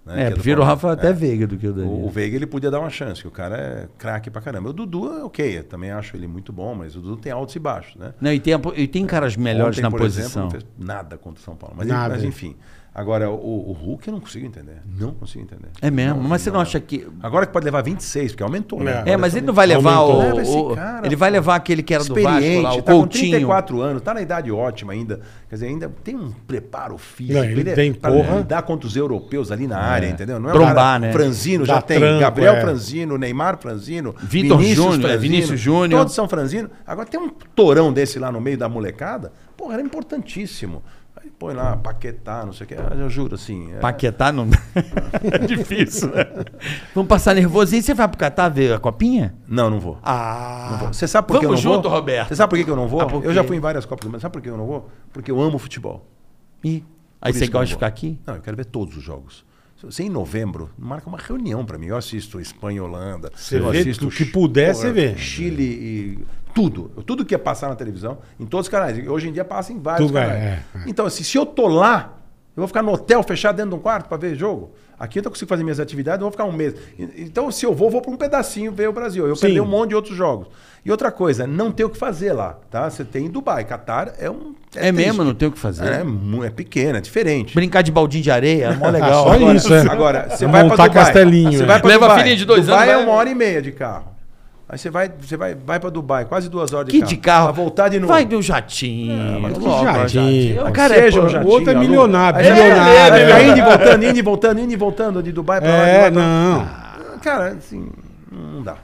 [SPEAKER 5] né, que
[SPEAKER 4] é,
[SPEAKER 5] do
[SPEAKER 4] prefiro o
[SPEAKER 5] Palmeiras.
[SPEAKER 4] Rafa até
[SPEAKER 5] É.
[SPEAKER 4] Veiga do que o
[SPEAKER 5] O,
[SPEAKER 4] Danilo.
[SPEAKER 5] o Veiga ele podia dar uma chance, que o cara é craque pra caramba. O Dudu é ok, eu também acho ele muito bom, mas o Dudu tem altos e baixos, né?
[SPEAKER 4] Não, e tem, a po- e tem caras melhores
[SPEAKER 5] Ontem,
[SPEAKER 4] na
[SPEAKER 5] por
[SPEAKER 4] posição.
[SPEAKER 5] Exemplo, não fez nada contra o São Paulo. Mas,
[SPEAKER 3] Nada.
[SPEAKER 5] mas enfim. Agora, o, o Hulk eu não consigo entender. Não consigo entender.
[SPEAKER 4] É mesmo,
[SPEAKER 5] Não,
[SPEAKER 4] mas você não acha que.
[SPEAKER 5] Agora que pode levar 26, porque aumentou, né?
[SPEAKER 3] É.
[SPEAKER 5] Agora
[SPEAKER 4] É, mas ele
[SPEAKER 5] também-
[SPEAKER 4] não vai levar
[SPEAKER 3] Aumentou.
[SPEAKER 4] o.
[SPEAKER 5] Leva esse
[SPEAKER 4] o-
[SPEAKER 5] cara,
[SPEAKER 4] ele vai
[SPEAKER 5] pô.
[SPEAKER 4] levar aquele que era do Vasco
[SPEAKER 5] Experiente,
[SPEAKER 4] lá, o
[SPEAKER 5] tá com
[SPEAKER 4] Coutinho.
[SPEAKER 5] 34 anos, tá na idade ótima ainda. Quer dizer, ainda tem um preparo físico.
[SPEAKER 3] Não, ele
[SPEAKER 5] é-
[SPEAKER 3] tem
[SPEAKER 5] pra
[SPEAKER 3] porra.
[SPEAKER 5] lidar contra os europeus ali na área, entendeu? Não é
[SPEAKER 4] Trombar,
[SPEAKER 5] um cara-
[SPEAKER 4] né?
[SPEAKER 5] Franzino
[SPEAKER 3] Dá
[SPEAKER 5] já tem.
[SPEAKER 3] tranco,
[SPEAKER 5] Gabriel
[SPEAKER 3] é.
[SPEAKER 5] Franzino, Neymar Franzino,
[SPEAKER 4] Vitor Júnior, é, Vinícius Júnior.
[SPEAKER 5] Todos são Franzino. Agora tem um torão desse lá no meio da molecada. Porra, era importantíssimo. Aí põe lá, Paquetá, não sei o que. Eu juro, assim. é-
[SPEAKER 4] Paquetá não. é difícil, né? Vamos passar nervosinho. Você vai pro Catar ver a copinha?
[SPEAKER 5] Não, não vou.
[SPEAKER 4] Ah.
[SPEAKER 5] Não vou. Você sabe por que eu não
[SPEAKER 4] Vamos
[SPEAKER 5] vou?
[SPEAKER 4] junto, Roberto.
[SPEAKER 5] Você sabe por que que eu não vou?
[SPEAKER 4] Ah, por
[SPEAKER 5] eu já
[SPEAKER 4] quê?
[SPEAKER 5] fui em várias Copas do Mundo. Sabe por que eu não vou? Porque eu amo futebol.
[SPEAKER 4] Ih, aí
[SPEAKER 5] Por
[SPEAKER 4] você
[SPEAKER 5] isso que eu
[SPEAKER 4] gosta de
[SPEAKER 5] não
[SPEAKER 4] ficar
[SPEAKER 5] vou.
[SPEAKER 4] aqui?
[SPEAKER 5] Não, eu quero ver todos os jogos. Se você em novembro, marca uma reunião pra mim. Eu assisto Espanha e Holanda.
[SPEAKER 3] Você
[SPEAKER 5] eu
[SPEAKER 3] vê
[SPEAKER 5] assisto
[SPEAKER 3] o que
[SPEAKER 5] Ch-
[SPEAKER 3] puder, você vê.
[SPEAKER 5] Chile e tudo. Tudo que ia passar na televisão, em todos os canais. E Hoje em dia passa em vários
[SPEAKER 3] Tudo,
[SPEAKER 5] canais.
[SPEAKER 3] é, é.
[SPEAKER 5] Então, assim, se eu tô lá, eu vou ficar no hotel fechado dentro de um quarto pra ver jogo. Aqui eu não consigo fazer minhas atividades, eu vou ficar um mês. E- Então, se eu vou, eu vou pra um pedacinho ver o Brasil. Eu
[SPEAKER 3] Sim.
[SPEAKER 5] perdi um monte de outros jogos. E outra coisa, não tem o que fazer lá, tá? Você tem em Dubai. Catar é um.
[SPEAKER 4] É, mesmo,
[SPEAKER 5] triste.
[SPEAKER 4] não tem o que fazer.
[SPEAKER 5] É, mu- é pequena, é diferente.
[SPEAKER 4] Brincar de baldinho de areia, é mó legal.
[SPEAKER 3] Só
[SPEAKER 5] Agora,
[SPEAKER 3] isso, é.
[SPEAKER 5] Agora, você
[SPEAKER 3] É
[SPEAKER 5] vai
[SPEAKER 3] montar
[SPEAKER 5] pra Dubai.
[SPEAKER 3] castelinho,
[SPEAKER 5] Você
[SPEAKER 3] é.
[SPEAKER 5] vai pra
[SPEAKER 6] Leva a
[SPEAKER 5] Dubai.
[SPEAKER 6] filhinha de dois
[SPEAKER 5] Dubai
[SPEAKER 6] anos,
[SPEAKER 5] é
[SPEAKER 6] vai-
[SPEAKER 5] uma hora e meia de carro. Aí você vai, você vai, vai pra Dubai, quase duas horas de
[SPEAKER 4] Que
[SPEAKER 5] carro.
[SPEAKER 4] de carro.
[SPEAKER 5] Pra voltar de novo. Ah,
[SPEAKER 4] Vai do jatinho.
[SPEAKER 3] Que
[SPEAKER 4] logo,
[SPEAKER 3] jardim.
[SPEAKER 4] jatinho.
[SPEAKER 3] pô.
[SPEAKER 4] Cara,
[SPEAKER 5] Seja
[SPEAKER 4] é,
[SPEAKER 5] um
[SPEAKER 4] pô,
[SPEAKER 5] jatinho,
[SPEAKER 3] o outro é
[SPEAKER 5] aluga.
[SPEAKER 3] milionário,
[SPEAKER 5] É,
[SPEAKER 3] bilionário.
[SPEAKER 5] é, fica indo e voltando, indo e voltando, indo e voltando de Dubai pra lá.
[SPEAKER 3] É,
[SPEAKER 5] de lá
[SPEAKER 3] não.
[SPEAKER 5] pra lá. Cara, assim, não dá.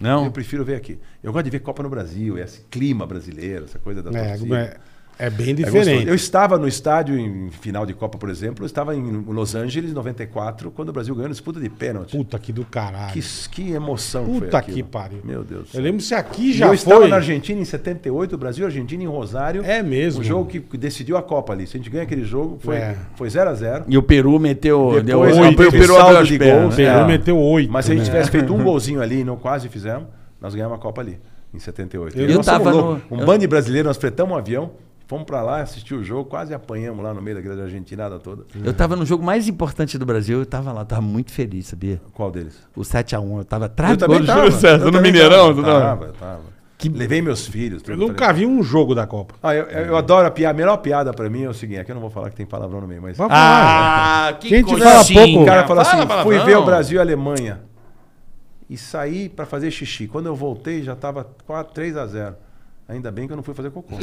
[SPEAKER 5] Eu
[SPEAKER 4] Não?
[SPEAKER 5] prefiro ver aqui. Eu gosto de ver Copa no Brasil, é esse clima brasileiro, essa coisa da torcida.
[SPEAKER 3] É, é- é bem
[SPEAKER 5] É gostoso.
[SPEAKER 3] diferente.
[SPEAKER 5] eu estava no estádio em final de Copa, por exemplo, eu estava em Los Angeles, 94, quando o Brasil ganhou a disputa de pênalti.
[SPEAKER 3] Puta que do caralho.
[SPEAKER 5] Que, que emoção que foi
[SPEAKER 3] Puta
[SPEAKER 5] aquilo.
[SPEAKER 3] que pariu.
[SPEAKER 5] Meu Deus. do
[SPEAKER 3] Eu
[SPEAKER 5] céu.
[SPEAKER 3] lembro se aqui
[SPEAKER 5] E
[SPEAKER 3] já
[SPEAKER 5] eu estava
[SPEAKER 3] foi.
[SPEAKER 5] na Argentina em 78, Brasil e Argentina em Rosário.
[SPEAKER 3] É mesmo.
[SPEAKER 5] Um jogo que decidiu a Copa ali. Se a gente ganha aquele jogo, foi
[SPEAKER 3] É.
[SPEAKER 5] 0x0. Foi 0 a 0.
[SPEAKER 4] E o Peru meteu. Deu,
[SPEAKER 5] Depois,
[SPEAKER 4] o
[SPEAKER 3] oito,
[SPEAKER 4] Peru
[SPEAKER 5] um, saldo
[SPEAKER 4] abriu as
[SPEAKER 5] de
[SPEAKER 4] pernas,
[SPEAKER 5] gols, É.
[SPEAKER 4] né?
[SPEAKER 3] Peru É. meteu oito.
[SPEAKER 5] Mas se a gente
[SPEAKER 3] né?
[SPEAKER 5] tivesse feito um golzinho ali, não quase fizemos, nós ganhamos a Copa ali, em 78.
[SPEAKER 3] Eu
[SPEAKER 5] E nós
[SPEAKER 4] tava
[SPEAKER 5] somos loucos.
[SPEAKER 4] no-
[SPEAKER 5] Um
[SPEAKER 4] eu-
[SPEAKER 5] bando de brasileiro, nós fretamos um avião, fomos pra lá, assistir o jogo, quase apanhamos lá no meio daquela argentinada toda.
[SPEAKER 4] Eu tava no jogo mais importante do Brasil, eu tava lá, tava muito feliz, sabia?
[SPEAKER 5] Qual deles?
[SPEAKER 4] O 7x1, eu tava atrás do gol do
[SPEAKER 5] tava,
[SPEAKER 4] Júlio Ah, César,
[SPEAKER 5] eu
[SPEAKER 4] no
[SPEAKER 5] também
[SPEAKER 4] Mineirão. tu
[SPEAKER 5] Tava,
[SPEAKER 4] tava?
[SPEAKER 5] tava. tava. Levei meus filhos.
[SPEAKER 3] Eu
[SPEAKER 5] tudo.
[SPEAKER 3] nunca vi um jogo da Copa.
[SPEAKER 5] Ah, eu, eu- eu adoro a piada. A melhor piada pra mim é o seguinte: aqui eu não vou falar que tem palavrão no meio, mas.
[SPEAKER 3] Vamos falar.
[SPEAKER 4] Ah, que
[SPEAKER 3] Quem tiver
[SPEAKER 4] coxinha.
[SPEAKER 3] há pouco-
[SPEAKER 5] o cara fala assim:
[SPEAKER 6] palavrão.
[SPEAKER 5] fui ver o Brasil e a Alemanha. E saí pra fazer xixi. Quando eu voltei, já tava 4, 3 a 0. Ainda bem que eu não fui fazer cocô.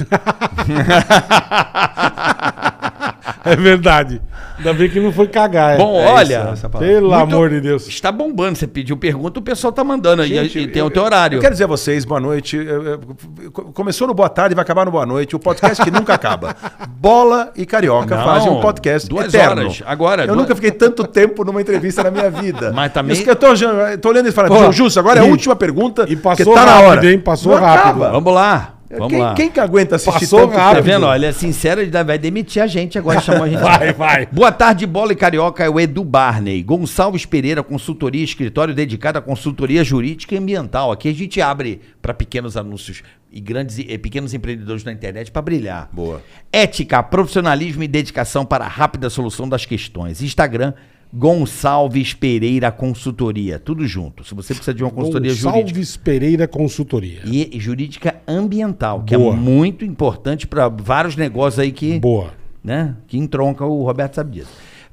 [SPEAKER 3] É verdade. Ainda bem que não foi cagar. é.
[SPEAKER 4] Bom,
[SPEAKER 5] É
[SPEAKER 4] olha,
[SPEAKER 5] isso, essa palavra.
[SPEAKER 3] Pelo
[SPEAKER 4] muito-
[SPEAKER 3] amor de Deus.
[SPEAKER 4] está bombando. Você pediu pergunta, o pessoal tá mandando aí,
[SPEAKER 5] Gente,
[SPEAKER 4] e, tem
[SPEAKER 5] eu-
[SPEAKER 4] o teu horário.
[SPEAKER 5] Eu quero dizer a vocês, boa noite. Eu- eu- eu- Começou no Boa Tarde, vai acabar no Boa Noite. O podcast que nunca acaba. Bola e Carioca
[SPEAKER 4] Não,
[SPEAKER 5] fazem um podcast
[SPEAKER 4] duas
[SPEAKER 5] eterno.
[SPEAKER 4] horas, agora,
[SPEAKER 5] Eu
[SPEAKER 4] duas-
[SPEAKER 5] nunca fiquei tanto tempo numa entrevista na minha vida.
[SPEAKER 4] Mas também-
[SPEAKER 5] Isso que eu tô, eu tô olhando e falando,
[SPEAKER 3] Ó,
[SPEAKER 5] Justo, agora é
[SPEAKER 3] e-
[SPEAKER 5] a última pergunta
[SPEAKER 3] e passou
[SPEAKER 5] que tá na
[SPEAKER 3] rápido,
[SPEAKER 5] hora.
[SPEAKER 3] hein? Passou
[SPEAKER 5] Não
[SPEAKER 3] rápido.
[SPEAKER 5] acaba. É,
[SPEAKER 4] Vamos lá. Vamos
[SPEAKER 5] quem,
[SPEAKER 4] lá.
[SPEAKER 5] quem que aguenta assistir
[SPEAKER 3] Passou
[SPEAKER 5] tanto
[SPEAKER 3] rápido.
[SPEAKER 4] Tá
[SPEAKER 5] tempo?
[SPEAKER 4] vendo? Olha, sincero, ele vai demitir a gente agora, chamou a gente.
[SPEAKER 3] Vai, vai.
[SPEAKER 4] Boa tarde, bola e carioca. É o Edu Barney. Gonçalves Pereira, consultoria, escritório dedicado à consultoria jurídica e ambiental. Aqui a gente abre para pequenos anúncios e grandes e pequenos empreendedores na internet para brilhar.
[SPEAKER 5] Boa.
[SPEAKER 4] Ética, profissionalismo e dedicação para a rápida solução das questões. Instagram. Gonçalves Pereira Consultoria, tudo junto. Se você precisa de uma consultoria jurídica.
[SPEAKER 3] Um Salves Pereira Consultoria.
[SPEAKER 4] E jurídica ambiental, que
[SPEAKER 3] Boa.
[SPEAKER 4] é muito importante para vários negócios aí que,
[SPEAKER 3] Boa.
[SPEAKER 4] né, que entronca, o Roberto sabe disso.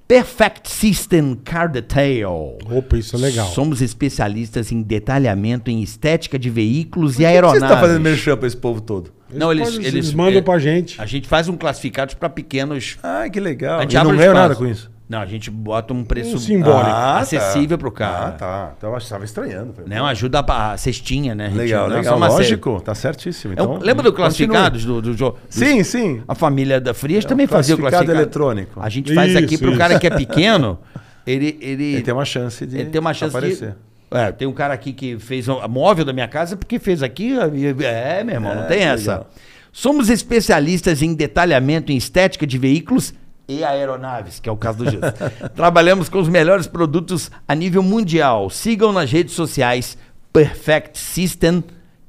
[SPEAKER 4] Perfect System Car Detail.
[SPEAKER 3] Opa, isso é legal.
[SPEAKER 4] Somos especialistas em detalhamento em estética de veículos e
[SPEAKER 5] Por que que Você
[SPEAKER 4] aeronaves.
[SPEAKER 5] está fazendo merchan para esse povo todo?
[SPEAKER 4] Não, eles,
[SPEAKER 3] podem-
[SPEAKER 4] eles,
[SPEAKER 3] eles mandam
[SPEAKER 4] é,
[SPEAKER 3] pra gente.
[SPEAKER 4] A gente faz um classificado para pequenos.
[SPEAKER 5] Ah, que legal.
[SPEAKER 4] A
[SPEAKER 5] E
[SPEAKER 4] gente abre
[SPEAKER 5] não
[SPEAKER 4] um
[SPEAKER 5] ganho
[SPEAKER 4] espaço.
[SPEAKER 5] nada com isso.
[SPEAKER 4] Não, a gente bota um preço
[SPEAKER 3] Um simbólico.
[SPEAKER 5] Ah, tá.
[SPEAKER 4] acessível pro cara.
[SPEAKER 5] Ah, tá. Então eu estava estranhando. Falei,
[SPEAKER 4] Não, ajuda a, a cestinha, né? A gente
[SPEAKER 5] Legal,
[SPEAKER 4] lança
[SPEAKER 5] legal.
[SPEAKER 4] uma série.
[SPEAKER 5] Lógico, tá certíssimo.
[SPEAKER 4] É um-
[SPEAKER 5] Então,
[SPEAKER 4] lembra do
[SPEAKER 5] continue.
[SPEAKER 4] classificados do, do, jogo?
[SPEAKER 5] Sim, sim.
[SPEAKER 4] A família da Frias
[SPEAKER 5] É um
[SPEAKER 4] também fazia o
[SPEAKER 5] classificado
[SPEAKER 4] classificado.
[SPEAKER 5] eletrônico.
[SPEAKER 4] A gente faz aqui
[SPEAKER 3] Isso,
[SPEAKER 4] pro
[SPEAKER 3] isso.
[SPEAKER 4] cara que é pequeno, ele, ele,
[SPEAKER 5] Ele tem uma chance de
[SPEAKER 4] ele tem uma chance
[SPEAKER 5] aparecer.
[SPEAKER 4] de... É, tem um cara aqui que fez um móvel da minha casa porque fez aqui... É, meu irmão, não tem essa. Somos especialistas em detalhamento em estética de veículos e aeronaves, que é o caso do Jesus. Trabalhamos com os melhores produtos a nível mundial. Sigam nas redes sociais Perfect System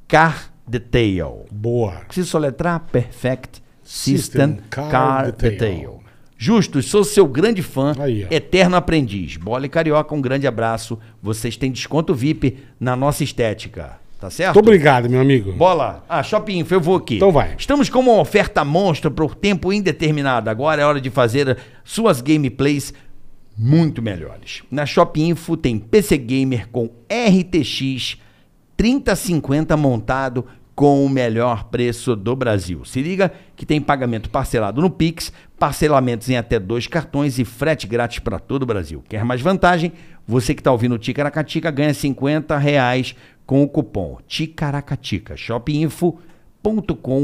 [SPEAKER 4] Car Detail.
[SPEAKER 3] Boa.
[SPEAKER 4] Preciso soletrar Perfect System,
[SPEAKER 3] System Car
[SPEAKER 4] Car,
[SPEAKER 3] Detail.
[SPEAKER 4] Detail. Justus, sou seu grande fã,
[SPEAKER 3] Aí, ó.
[SPEAKER 4] eterno aprendiz. Bola e Carioca, um grande abraço. Vocês têm desconto VIP na nossa estética, tá certo?
[SPEAKER 3] Muito obrigado, meu amigo.
[SPEAKER 4] Bola. Ah, Shopping Info, eu vou aqui.
[SPEAKER 3] Então vai.
[SPEAKER 4] Estamos com uma oferta monstra por tempo indeterminado. Agora é hora de fazer suas gameplays muito melhores. Na Shopping Info tem PC Gamer com RTX 3050 montado com o melhor preço do Brasil. Se liga que tem pagamento parcelado no Pix, parcelamentos em até dois cartões e frete grátis para todo o Brasil. Quer mais vantagem? Você que está ouvindo o Ticaracatica ganha R$ 50 reais com o cupom Ticaracatica.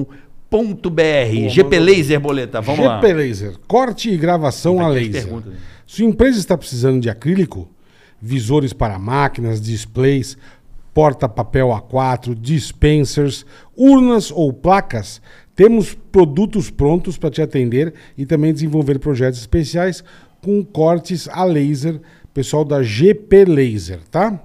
[SPEAKER 4] Shopinfo.com.br. GP um Laser Boleta, Tá, vamos lá.
[SPEAKER 3] GP Laser, corte e gravação a
[SPEAKER 4] ter as
[SPEAKER 3] laser.
[SPEAKER 4] perguntas, né?
[SPEAKER 3] Sua empresa está precisando de acrílico, visores para máquinas, displays, porta-papel A4, dispensers, urnas ou placas. Temos produtos prontos para te atender e também desenvolver projetos especiais com cortes a laser. Pessoal da GP Laser, tá?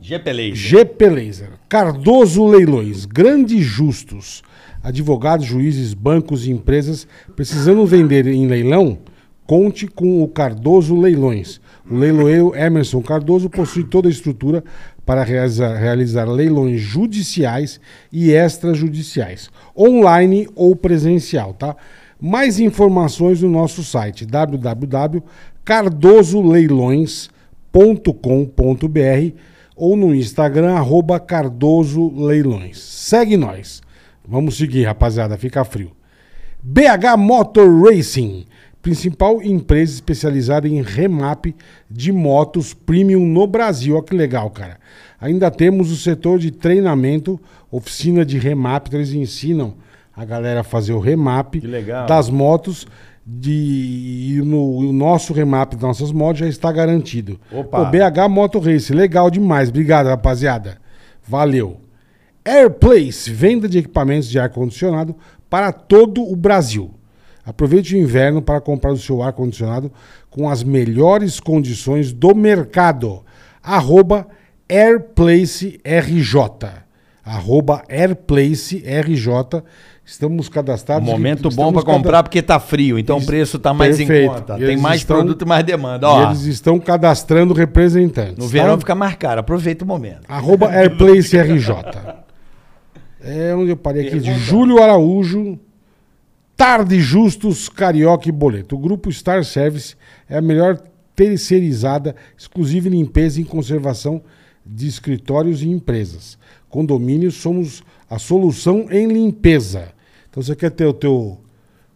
[SPEAKER 4] GP Laser.
[SPEAKER 3] GP Laser. Cardoso Leilões. Grande Justos. Advogados, juízes, bancos e empresas precisando vender em leilão, conte com o Cardoso Leilões. O leiloeiro Emerson Cardoso possui toda a estrutura para realizar, realizar leilões judiciais e extrajudiciais, online ou presencial, tá? Mais informações no nosso site www.cardosoleilões.com.br ou no Instagram, arroba Cardoso Leilões. Segue nós. Vamos seguir, rapaziada, fica frio. BH Motor Racing, principal empresa especializada em remap de motos premium no Brasil. Olha que legal, cara. Ainda temos o setor de treinamento, oficina de remap, então eles ensinam a galera a fazer o remap
[SPEAKER 5] legal.
[SPEAKER 3] das motos. De, e no, e o nosso remap das nossas motos já está garantido.
[SPEAKER 5] Opa.
[SPEAKER 3] Pô, BH Moto Race, legal demais. Obrigado, rapaziada. Valeu. Airplace, venda de equipamentos de ar-condicionado para todo o Brasil. Aproveite o inverno para comprar o seu ar-condicionado com as melhores condições do mercado. Arroba AirplaceRJ. Arroba AirplaceRJ. Estamos cadastrados.
[SPEAKER 4] Um Momento
[SPEAKER 3] estamos
[SPEAKER 4] bom para
[SPEAKER 3] cada-
[SPEAKER 4] comprar porque tá frio, então
[SPEAKER 3] Isso,
[SPEAKER 4] o preço tá mais em
[SPEAKER 3] perfeito.
[SPEAKER 4] conta.
[SPEAKER 3] E
[SPEAKER 4] Tem
[SPEAKER 3] eles
[SPEAKER 4] mais
[SPEAKER 3] estão-
[SPEAKER 4] produto e mais demanda.
[SPEAKER 3] E
[SPEAKER 4] Ó,
[SPEAKER 3] eles estão cadastrando representantes.
[SPEAKER 4] no
[SPEAKER 3] tá?
[SPEAKER 4] verão fica mais caro, aproveita o momento.
[SPEAKER 3] Arroba Airplace RJ. É onde eu parei aqui. De Júlio Araújo. Tarde Justos, Carioca e Boleto. O grupo Star Service é a melhor terceirizada, exclusiva em limpeza e conservação de escritórios e empresas. Condomínios somos a solução em limpeza. Então você quer ter o teu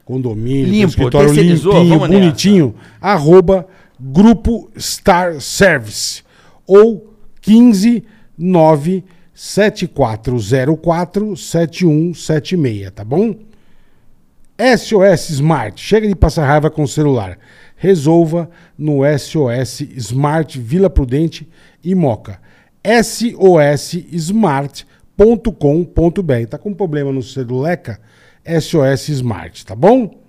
[SPEAKER 3] condomínio,
[SPEAKER 4] Limpo,
[SPEAKER 3] teu escritório
[SPEAKER 4] terceirizou,
[SPEAKER 3] limpinho,
[SPEAKER 4] vamos nessa.
[SPEAKER 3] bonitinho, arroba Grupo Star Service ou 15 9 7404 7176, tá bom? SOS Smart. Chega de passar raiva com o celular. Resolva no SOS Smart Vila Prudente e Moca. SOS Smart SOS.com.br. Tá com problema no celuleca? SOS Smart, tá bom?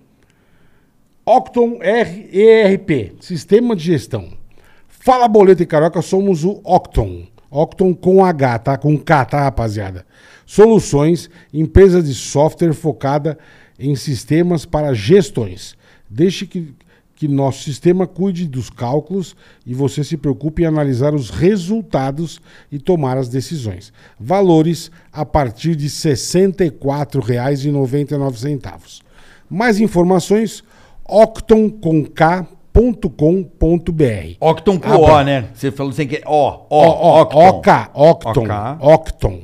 [SPEAKER 3] Octon R- ERP, Sistema de Gestão. Fala Boleto e Carioca, somos o Octon. Octon com H, tá? Com K, tá, rapaziada? Soluções, empresa de software focada em sistemas para gestões. Deixe que, que nosso sistema cuide dos cálculos e você se preocupe em analisar os resultados e tomar as decisões. Valores a partir de R$ 64,99. Mais informações, octonconk.com.br.
[SPEAKER 4] Octon com
[SPEAKER 3] Ah,
[SPEAKER 4] O,
[SPEAKER 3] bom.
[SPEAKER 4] né? Você falou sem que. Ó, ó, Octon.
[SPEAKER 3] Oca, Octon,
[SPEAKER 4] Ok.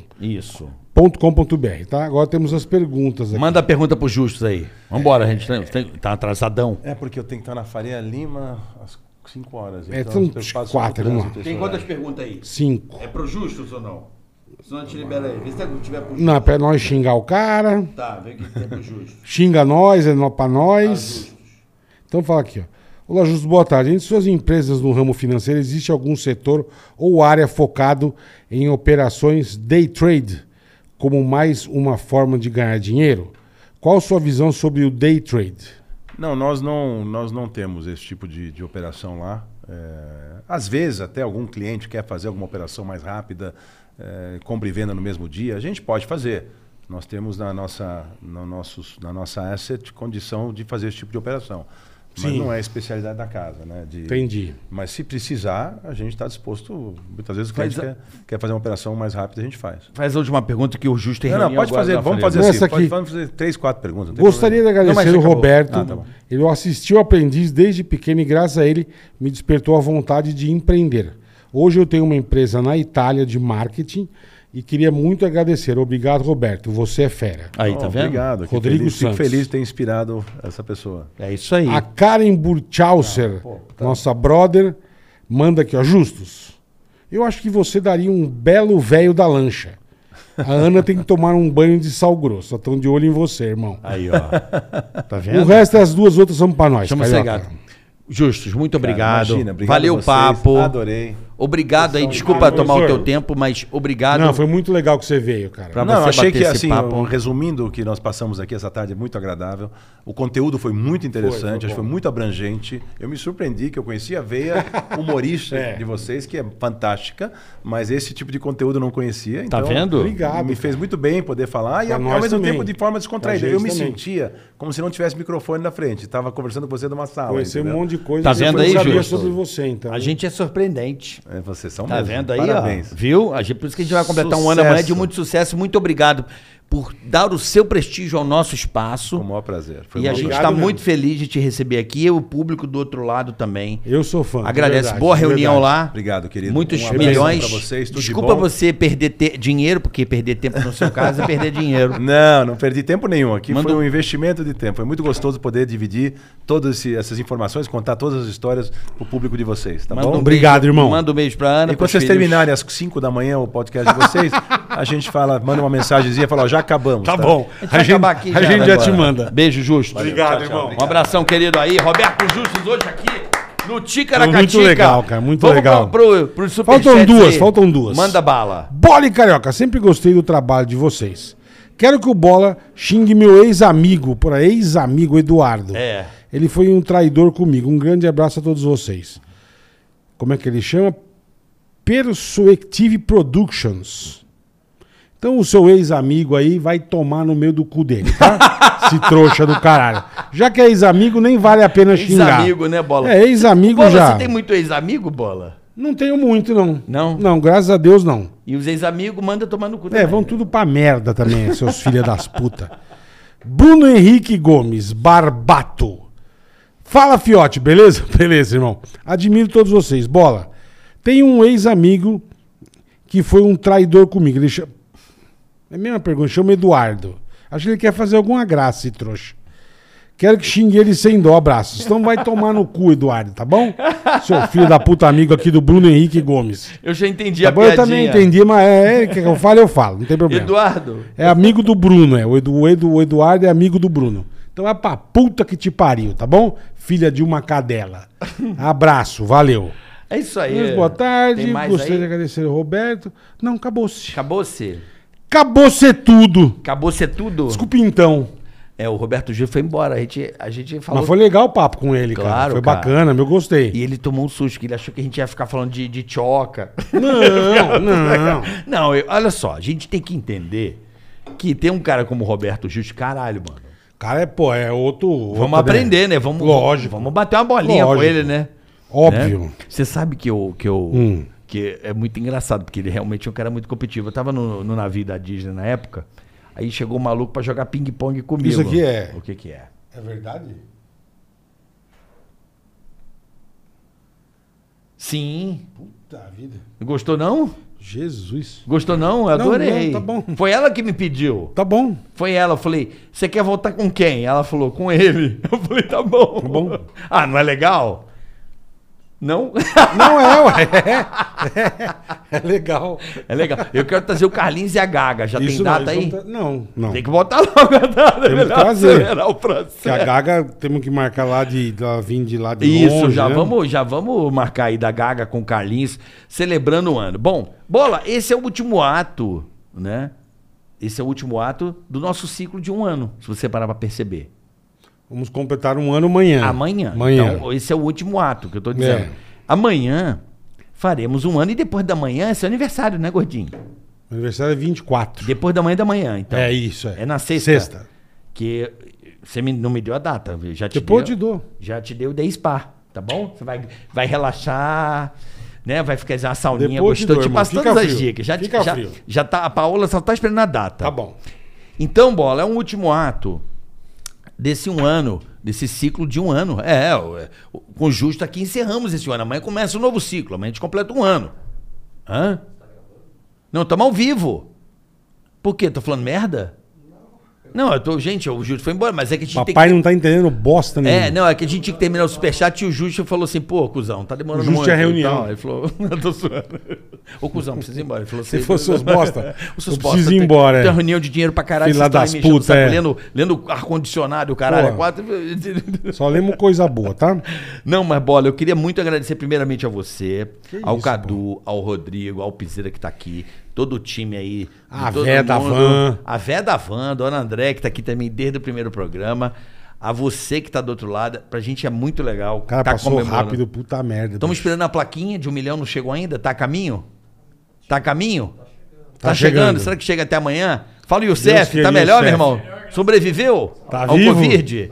[SPEAKER 3] Octon.com.br,
[SPEAKER 4] Isso.
[SPEAKER 3] tá? Agora temos as perguntas aqui.
[SPEAKER 4] Manda a pergunta pro Justus aí. Vambora, a gente tá, tem- tá atrasadão.
[SPEAKER 5] É porque eu tenho que estar na Faria Lima às 5 horas.
[SPEAKER 3] É,
[SPEAKER 5] então
[SPEAKER 3] são
[SPEAKER 5] eu passo
[SPEAKER 3] quatro,
[SPEAKER 5] no
[SPEAKER 3] vamos
[SPEAKER 5] trânsito
[SPEAKER 3] lá.
[SPEAKER 5] esse horário.
[SPEAKER 4] perguntas aí? É
[SPEAKER 3] Cinco.
[SPEAKER 4] pro Justus ou não? Senão a gente libera aí. Vê se tiver pro
[SPEAKER 3] Não, é pra nós xingar o cara,
[SPEAKER 4] Tá, vê que tem pro Justus.
[SPEAKER 3] xinga nós, é nó pra nós. Então fala aqui, ó. Olá, Justo, boa tarde. Entre suas empresas no ramo financeiro, existe algum setor ou área focado em operações day trade, como mais uma forma de ganhar dinheiro? Qual sua visão sobre o day trade?
[SPEAKER 5] Não, nós não, nós não temos esse tipo de, de operação lá. É, às vezes, até algum cliente quer fazer alguma operação mais rápida, é, compra e venda no mesmo dia, a gente pode fazer. Nós temos na nossa, no nossos, na nossa asset condição de fazer esse tipo de operação. Mas
[SPEAKER 3] Sim.
[SPEAKER 5] não é a especialidade da casa, né? De-
[SPEAKER 3] Entendi.
[SPEAKER 5] Mas se precisar, a gente está disposto. Muitas vezes o cliente
[SPEAKER 4] Faz a-
[SPEAKER 5] quer, quer fazer uma operação mais rápida, a gente faz.
[SPEAKER 4] Faz a última pergunta que o Justus tem
[SPEAKER 5] Não, não,
[SPEAKER 4] reunião
[SPEAKER 5] pode
[SPEAKER 4] agora
[SPEAKER 5] fazer,
[SPEAKER 4] na
[SPEAKER 5] vamos
[SPEAKER 4] Faria
[SPEAKER 5] fazer
[SPEAKER 4] Lima.
[SPEAKER 5] assim.
[SPEAKER 3] Nessa aqui.
[SPEAKER 5] Pode, vamos fazer três, quatro perguntas. não tem
[SPEAKER 3] Gostaria de
[SPEAKER 5] problema. Não, mas
[SPEAKER 3] agradecer o
[SPEAKER 5] acabou.
[SPEAKER 3] Roberto.
[SPEAKER 5] Ah, tá bom.
[SPEAKER 3] Ele é um assistiu Aprendiz desde pequeno e, graças a ele, me despertou a vontade de empreender. Hoje eu tenho uma empresa na Itália de marketing e queria muito agradecer. Obrigado, Roberto. Você é fera.
[SPEAKER 4] Aí, tá
[SPEAKER 5] Oh,
[SPEAKER 4] vendo?
[SPEAKER 5] Obrigado. que
[SPEAKER 3] Rodrigo
[SPEAKER 5] feliz,
[SPEAKER 3] Santos.
[SPEAKER 5] Fico feliz de ter inspirado essa pessoa.
[SPEAKER 4] É isso aí.
[SPEAKER 3] A Karen
[SPEAKER 5] Ah,
[SPEAKER 3] Burchauser,
[SPEAKER 5] tá.
[SPEAKER 3] nossa brother, manda aqui, ó. Justus, eu acho que você daria um belo véio da lancha. A Ana tem que tomar um banho de sal grosso. Só estão de olho em você, irmão.
[SPEAKER 4] Aí, ó. Tá
[SPEAKER 3] O
[SPEAKER 4] vendo?
[SPEAKER 3] resto, as duas outras são pra nós.
[SPEAKER 4] Chama
[SPEAKER 3] Carioca.
[SPEAKER 4] Segado. Justus, muito obrigado.
[SPEAKER 5] Ah, imagina, obrigado
[SPEAKER 4] Valeu
[SPEAKER 5] a
[SPEAKER 4] o
[SPEAKER 5] vocês,
[SPEAKER 4] papo.
[SPEAKER 5] adorei.
[SPEAKER 4] Obrigado aí. Desculpa
[SPEAKER 3] Valeu,
[SPEAKER 4] tomar o
[SPEAKER 3] professor.
[SPEAKER 4] teu tempo, mas obrigado.
[SPEAKER 3] Não, foi muito legal que você veio, cara.
[SPEAKER 4] Pra
[SPEAKER 5] Não,
[SPEAKER 4] você
[SPEAKER 5] achei
[SPEAKER 4] bater
[SPEAKER 5] que
[SPEAKER 4] esse
[SPEAKER 5] assim,
[SPEAKER 4] papo.
[SPEAKER 5] eu- resumindo o que nós passamos aqui essa tarde, é muito agradável. O conteúdo foi muito interessante, acho que foi muito abrangente. Eu me surpreendi que eu conhecia a veia humorista
[SPEAKER 3] É.
[SPEAKER 5] de vocês, que é fantástica, mas esse tipo de conteúdo eu não conhecia.
[SPEAKER 4] Tá
[SPEAKER 5] então,
[SPEAKER 4] vendo?
[SPEAKER 3] Obrigado,
[SPEAKER 5] Me fez muito bem poder falar e
[SPEAKER 3] Pra
[SPEAKER 5] ao,
[SPEAKER 3] nós
[SPEAKER 5] ao mesmo
[SPEAKER 3] também.
[SPEAKER 5] tempo de forma descontraída.
[SPEAKER 3] Pra
[SPEAKER 5] Eu
[SPEAKER 3] gente
[SPEAKER 5] me
[SPEAKER 3] também.
[SPEAKER 5] sentia como se não tivesse microfone na frente. Estava conversando com você numa sala.
[SPEAKER 3] Conhecer um
[SPEAKER 5] entendeu?
[SPEAKER 3] monte de coisa
[SPEAKER 4] Tá
[SPEAKER 3] que eu
[SPEAKER 4] vendo
[SPEAKER 3] não
[SPEAKER 4] aí,
[SPEAKER 3] sabia
[SPEAKER 4] Justo?
[SPEAKER 3] sobre você, então.
[SPEAKER 4] A gente é surpreendente.
[SPEAKER 5] É, vocês são
[SPEAKER 4] Tá
[SPEAKER 5] mesmo.
[SPEAKER 4] vendo aí,
[SPEAKER 5] Parabéns.
[SPEAKER 4] ó? Viu? A gente, por isso que a gente vai completar um ano
[SPEAKER 5] Sucesso.
[SPEAKER 4] amanhã de muito sucesso. Muito obrigado por dar o seu prestígio ao nosso espaço.
[SPEAKER 5] Foi o maior prazer. Foi
[SPEAKER 4] e a
[SPEAKER 5] um
[SPEAKER 4] gente tá
[SPEAKER 5] prazer.
[SPEAKER 4] está
[SPEAKER 3] mesmo.
[SPEAKER 4] muito feliz de te receber aqui. E o público do outro lado também.
[SPEAKER 3] Eu sou fã. de
[SPEAKER 4] Agradece.
[SPEAKER 3] verdade,
[SPEAKER 4] Boa
[SPEAKER 3] de
[SPEAKER 4] reunião
[SPEAKER 3] verdade.
[SPEAKER 4] lá.
[SPEAKER 5] Obrigado, querido.
[SPEAKER 4] Muitos
[SPEAKER 5] Um abraço
[SPEAKER 4] milhões.
[SPEAKER 5] pra vocês, tudo de
[SPEAKER 4] Desculpa
[SPEAKER 5] bom.
[SPEAKER 4] você perder te- dinheiro, porque perder tempo no seu caso é perder dinheiro.
[SPEAKER 5] Não, não perdi tempo nenhum. Aqui
[SPEAKER 4] Manda
[SPEAKER 5] foi
[SPEAKER 4] um-
[SPEAKER 5] um investimento de tempo. Foi muito gostoso poder dividir todas esse- essas informações, contar todas as histórias pro público de vocês, tá
[SPEAKER 4] Manda
[SPEAKER 5] bom?
[SPEAKER 4] um
[SPEAKER 3] Obrigado,
[SPEAKER 4] beijo-
[SPEAKER 3] irmão.
[SPEAKER 4] Manda um beijo pra Ana.
[SPEAKER 5] E quando
[SPEAKER 4] pros
[SPEAKER 5] vocês
[SPEAKER 4] filhos.
[SPEAKER 5] terminarem às 5 da manhã o podcast de vocês, a gente fala, manda uma mensagenzinha e fala, ó, já acabamos.
[SPEAKER 3] Tá bom.
[SPEAKER 4] A gente
[SPEAKER 3] A
[SPEAKER 4] vai
[SPEAKER 3] gente,
[SPEAKER 4] acabar aqui
[SPEAKER 3] a
[SPEAKER 4] já,
[SPEAKER 3] gente
[SPEAKER 4] né,
[SPEAKER 3] já
[SPEAKER 4] agora.
[SPEAKER 3] te manda.
[SPEAKER 4] Beijo, Justo.
[SPEAKER 3] Obrigado, irmão.
[SPEAKER 4] Um abração, querido aí. Roberto Justus hoje aqui no Ticaracatica.
[SPEAKER 3] É Muito legal, cara, muito
[SPEAKER 4] Vamos
[SPEAKER 3] legal.
[SPEAKER 4] Pro, pro, pro
[SPEAKER 3] Faltam
[SPEAKER 4] superchats
[SPEAKER 3] duas, faltam duas.
[SPEAKER 4] Manda bala.
[SPEAKER 3] Bola e Carioca, sempre gostei do trabalho de vocês. Quero que o Bola xingue meu ex-amigo, por aí, ex-amigo Eduardo.
[SPEAKER 4] É.
[SPEAKER 3] Ele foi um traidor comigo. Um grande abraço a todos vocês. Como é que ele chama? Persuective Productions. Então o seu ex-amigo aí vai tomar no meio do cu dele, tá? Se trouxa do caralho. Já que é ex-amigo, nem vale a pena xingar.
[SPEAKER 4] Ex-amigo, né, Bola?
[SPEAKER 3] É, ex-amigo
[SPEAKER 4] Bola,
[SPEAKER 3] já.
[SPEAKER 4] você tem muito ex-amigo, Bola?
[SPEAKER 3] Não tenho muito, não.
[SPEAKER 4] Não?
[SPEAKER 3] Não, graças a Deus, não.
[SPEAKER 4] E os ex-amigos manda tomar no cu
[SPEAKER 3] É,
[SPEAKER 4] também.
[SPEAKER 3] vão tudo pra merda também, seus filha das puta. Bruno Henrique Gomes, Barbato. Fala, Fiote, beleza? Beleza, irmão. Admiro todos vocês. Bola. Tem um ex-amigo que foi um traidor comigo. Ele chama... É a mesma pergunta, chama Eduardo. Acho que ele quer fazer alguma graça, esse trouxa. Quero que xingue ele sem dó, abraços. Então vai tomar no cu, Eduardo, tá bom? Seu filho da puta amigo aqui do Bruno Henrique Gomes.
[SPEAKER 4] Eu já entendi
[SPEAKER 3] Tá
[SPEAKER 4] a
[SPEAKER 3] bom, eu
[SPEAKER 4] piadinha.
[SPEAKER 3] também entendi, mas é, é, quer que eu falo, eu falo, não tem problema.
[SPEAKER 4] Eduardo,
[SPEAKER 3] É amigo do Bruno, é. O, Edu, o Edu- o Eduardo é amigo do Bruno. Então é pra puta que te pariu, tá bom? Filha de uma cadela. Abraço, valeu.
[SPEAKER 4] é isso aí.
[SPEAKER 3] Boa tarde,
[SPEAKER 4] Tem mais
[SPEAKER 3] gostaria de
[SPEAKER 4] aí?
[SPEAKER 3] agradecer ao Roberto. Não, acabou-se.
[SPEAKER 4] Acabou-se.
[SPEAKER 3] Acabou ser tudo.
[SPEAKER 4] Acabou ser tudo.
[SPEAKER 3] Desculpa então.
[SPEAKER 4] É, o Roberto Gil foi embora. A gente, a gente falou.
[SPEAKER 3] Mas foi legal o papo com ele, cara.
[SPEAKER 4] Claro,
[SPEAKER 3] Foi
[SPEAKER 4] cara.
[SPEAKER 3] bacana, eu gostei.
[SPEAKER 4] E ele tomou um susto, que ele achou que a gente ia ficar falando de, de choca.
[SPEAKER 3] Não, não.
[SPEAKER 4] Não, eu- olha só, a gente tem que entender que tem um cara como o Roberto Gil de caralho, mano.
[SPEAKER 3] Cara, é, pô, é outro.
[SPEAKER 4] Vamos aprender, né? Vamos,
[SPEAKER 3] Lógico.
[SPEAKER 4] Vamos bater uma bolinha
[SPEAKER 3] Lógico.
[SPEAKER 4] com ele, né?
[SPEAKER 3] Óbvio.
[SPEAKER 4] Né? Você sabe que eu. Que eu
[SPEAKER 3] Hum.
[SPEAKER 4] que é muito engraçado, porque ele realmente é um cara muito competitivo. Eu tava no, no navio da Disney na época, aí chegou um maluco pra jogar ping-pong comigo.
[SPEAKER 3] Isso aqui é-
[SPEAKER 4] O que que é?
[SPEAKER 3] É verdade?
[SPEAKER 4] Sim.
[SPEAKER 3] Puta vida.
[SPEAKER 4] Gostou não?
[SPEAKER 3] Jesus.
[SPEAKER 4] Gostou não? Eu
[SPEAKER 3] Não,
[SPEAKER 4] adorei.
[SPEAKER 3] não, tá bom.
[SPEAKER 4] Foi ela que me pediu.
[SPEAKER 3] Tá bom.
[SPEAKER 4] Foi ela, eu falei, você quer voltar com quem? Ela falou, com ele. Eu falei, tá bom. Tá
[SPEAKER 3] bom.
[SPEAKER 4] Ah, não é legal? Não?
[SPEAKER 3] Não é, ué. É, é legal.
[SPEAKER 4] É legal. Eu quero trazer o Carlinhos e a Gaga. Já tem
[SPEAKER 3] não,
[SPEAKER 4] data aí?
[SPEAKER 3] isso Não, tá- não.
[SPEAKER 4] Tem
[SPEAKER 3] não.
[SPEAKER 4] que botar logo a data.
[SPEAKER 3] que
[SPEAKER 4] melhor
[SPEAKER 3] trazer.
[SPEAKER 4] acelerar o processo.
[SPEAKER 3] Que a Gaga temos que marcar lá de. Ela vir de lá de
[SPEAKER 4] Isso,
[SPEAKER 3] longe,
[SPEAKER 4] já,
[SPEAKER 3] né?
[SPEAKER 4] vamos, já vamos marcar aí da Gaga com o Carlinhos, celebrando o ano. Bom, Bola, esse é o último ato, né? Esse é o último ato do nosso ciclo de um ano, se você parar pra perceber.
[SPEAKER 3] Vamos completar um ano amanhã.
[SPEAKER 4] Amanhã.
[SPEAKER 3] Amanhã.
[SPEAKER 4] Então, esse é o último ato que eu tô dizendo.
[SPEAKER 3] É.
[SPEAKER 4] Amanhã faremos um ano e depois da manhã é seu aniversário, né, gordinho?
[SPEAKER 3] Meu aniversário é 24.
[SPEAKER 4] Depois da manhã é da manhã, então.
[SPEAKER 3] É isso, é.
[SPEAKER 4] É na sexta.
[SPEAKER 3] Sexta.
[SPEAKER 4] Que você me- não me deu a data, eu já te
[SPEAKER 3] Depois
[SPEAKER 4] dei,
[SPEAKER 3] eu te dou.
[SPEAKER 4] Já te dei o day spa, tá bom? Você vai, vai relaxar, né? Vai ficar uma sauninha
[SPEAKER 3] Depois eu te
[SPEAKER 4] gostosa.
[SPEAKER 3] dou,
[SPEAKER 4] Te,
[SPEAKER 3] irmão.
[SPEAKER 4] passo
[SPEAKER 3] Fica
[SPEAKER 4] todas as
[SPEAKER 3] frio.
[SPEAKER 4] dicas. Já, te-
[SPEAKER 3] Fica
[SPEAKER 4] já,
[SPEAKER 3] frio.
[SPEAKER 4] já tá, a Paola só tá esperando a data.
[SPEAKER 3] Tá bom.
[SPEAKER 4] Então, bola, é um último ato desse um ano, desse ciclo de um ano. É, o- é, o- com o justo aqui encerramos esse ano. Amanhã começa um novo ciclo, amanhã a gente completa um ano. Hã? Não, estamos ao vivo. Por quê? Tô falando merda? Não, eu tô. Gente, o Justo foi embora, mas é que a gente tem
[SPEAKER 3] Papai
[SPEAKER 4] que.
[SPEAKER 3] não tá entendendo bosta nenhuma.
[SPEAKER 4] É, não, é que a gente tinha que terminar o superchat e o Justo falou assim, pô, cuzão, tá demorando
[SPEAKER 3] O Justo
[SPEAKER 4] muito.
[SPEAKER 3] é reunião.
[SPEAKER 4] Então, ele falou, eu tô suando. Ô, cuzão, precisa ir embora. Ele falou
[SPEAKER 3] Se
[SPEAKER 4] assim,
[SPEAKER 3] fosse os bosta,
[SPEAKER 4] os seus
[SPEAKER 3] eu
[SPEAKER 4] bosta,
[SPEAKER 3] preciso ir
[SPEAKER 4] tem-
[SPEAKER 3] embora, é.
[SPEAKER 4] Tem uma reunião de dinheiro pra caralho, vocês
[SPEAKER 3] Fila
[SPEAKER 4] estão aí
[SPEAKER 3] das
[SPEAKER 4] me enchendo o
[SPEAKER 3] puta,
[SPEAKER 4] saco,
[SPEAKER 3] é.
[SPEAKER 4] lendo, lendo ar-condicionado, caralho,
[SPEAKER 3] Pô.
[SPEAKER 4] é quatro...
[SPEAKER 3] Só lembro coisa boa, tá?
[SPEAKER 4] Não, mas bola, eu queria muito agradecer primeiramente a você, ao
[SPEAKER 3] isso,
[SPEAKER 4] Cadu, ao Rodrigo, ao Piseira que tá aqui, todo o time aí. de
[SPEAKER 3] A
[SPEAKER 4] todo
[SPEAKER 3] véia da
[SPEAKER 4] mundo.
[SPEAKER 3] van.
[SPEAKER 4] A Vé da Van, Dona André que tá aqui também desde o primeiro programa, a você que tá do outro lado, pra gente é muito legal.
[SPEAKER 3] Cara,
[SPEAKER 4] tá
[SPEAKER 3] passou rápido, puta merda.
[SPEAKER 4] Estamos
[SPEAKER 3] bicho.
[SPEAKER 4] esperando a plaquinha de um milhão, não chegou ainda? Tá a caminho? Tá a caminho? Tá,
[SPEAKER 3] Tá
[SPEAKER 4] chegando.
[SPEAKER 3] chegando.
[SPEAKER 4] Será que chega até amanhã? Fala,
[SPEAKER 3] Deus
[SPEAKER 4] Youssef,
[SPEAKER 3] queria,
[SPEAKER 4] tá melhor,
[SPEAKER 3] Youssef.
[SPEAKER 4] meu irmão? Sobreviveu
[SPEAKER 3] Tá
[SPEAKER 4] ao
[SPEAKER 3] vivo?
[SPEAKER 4] Covid?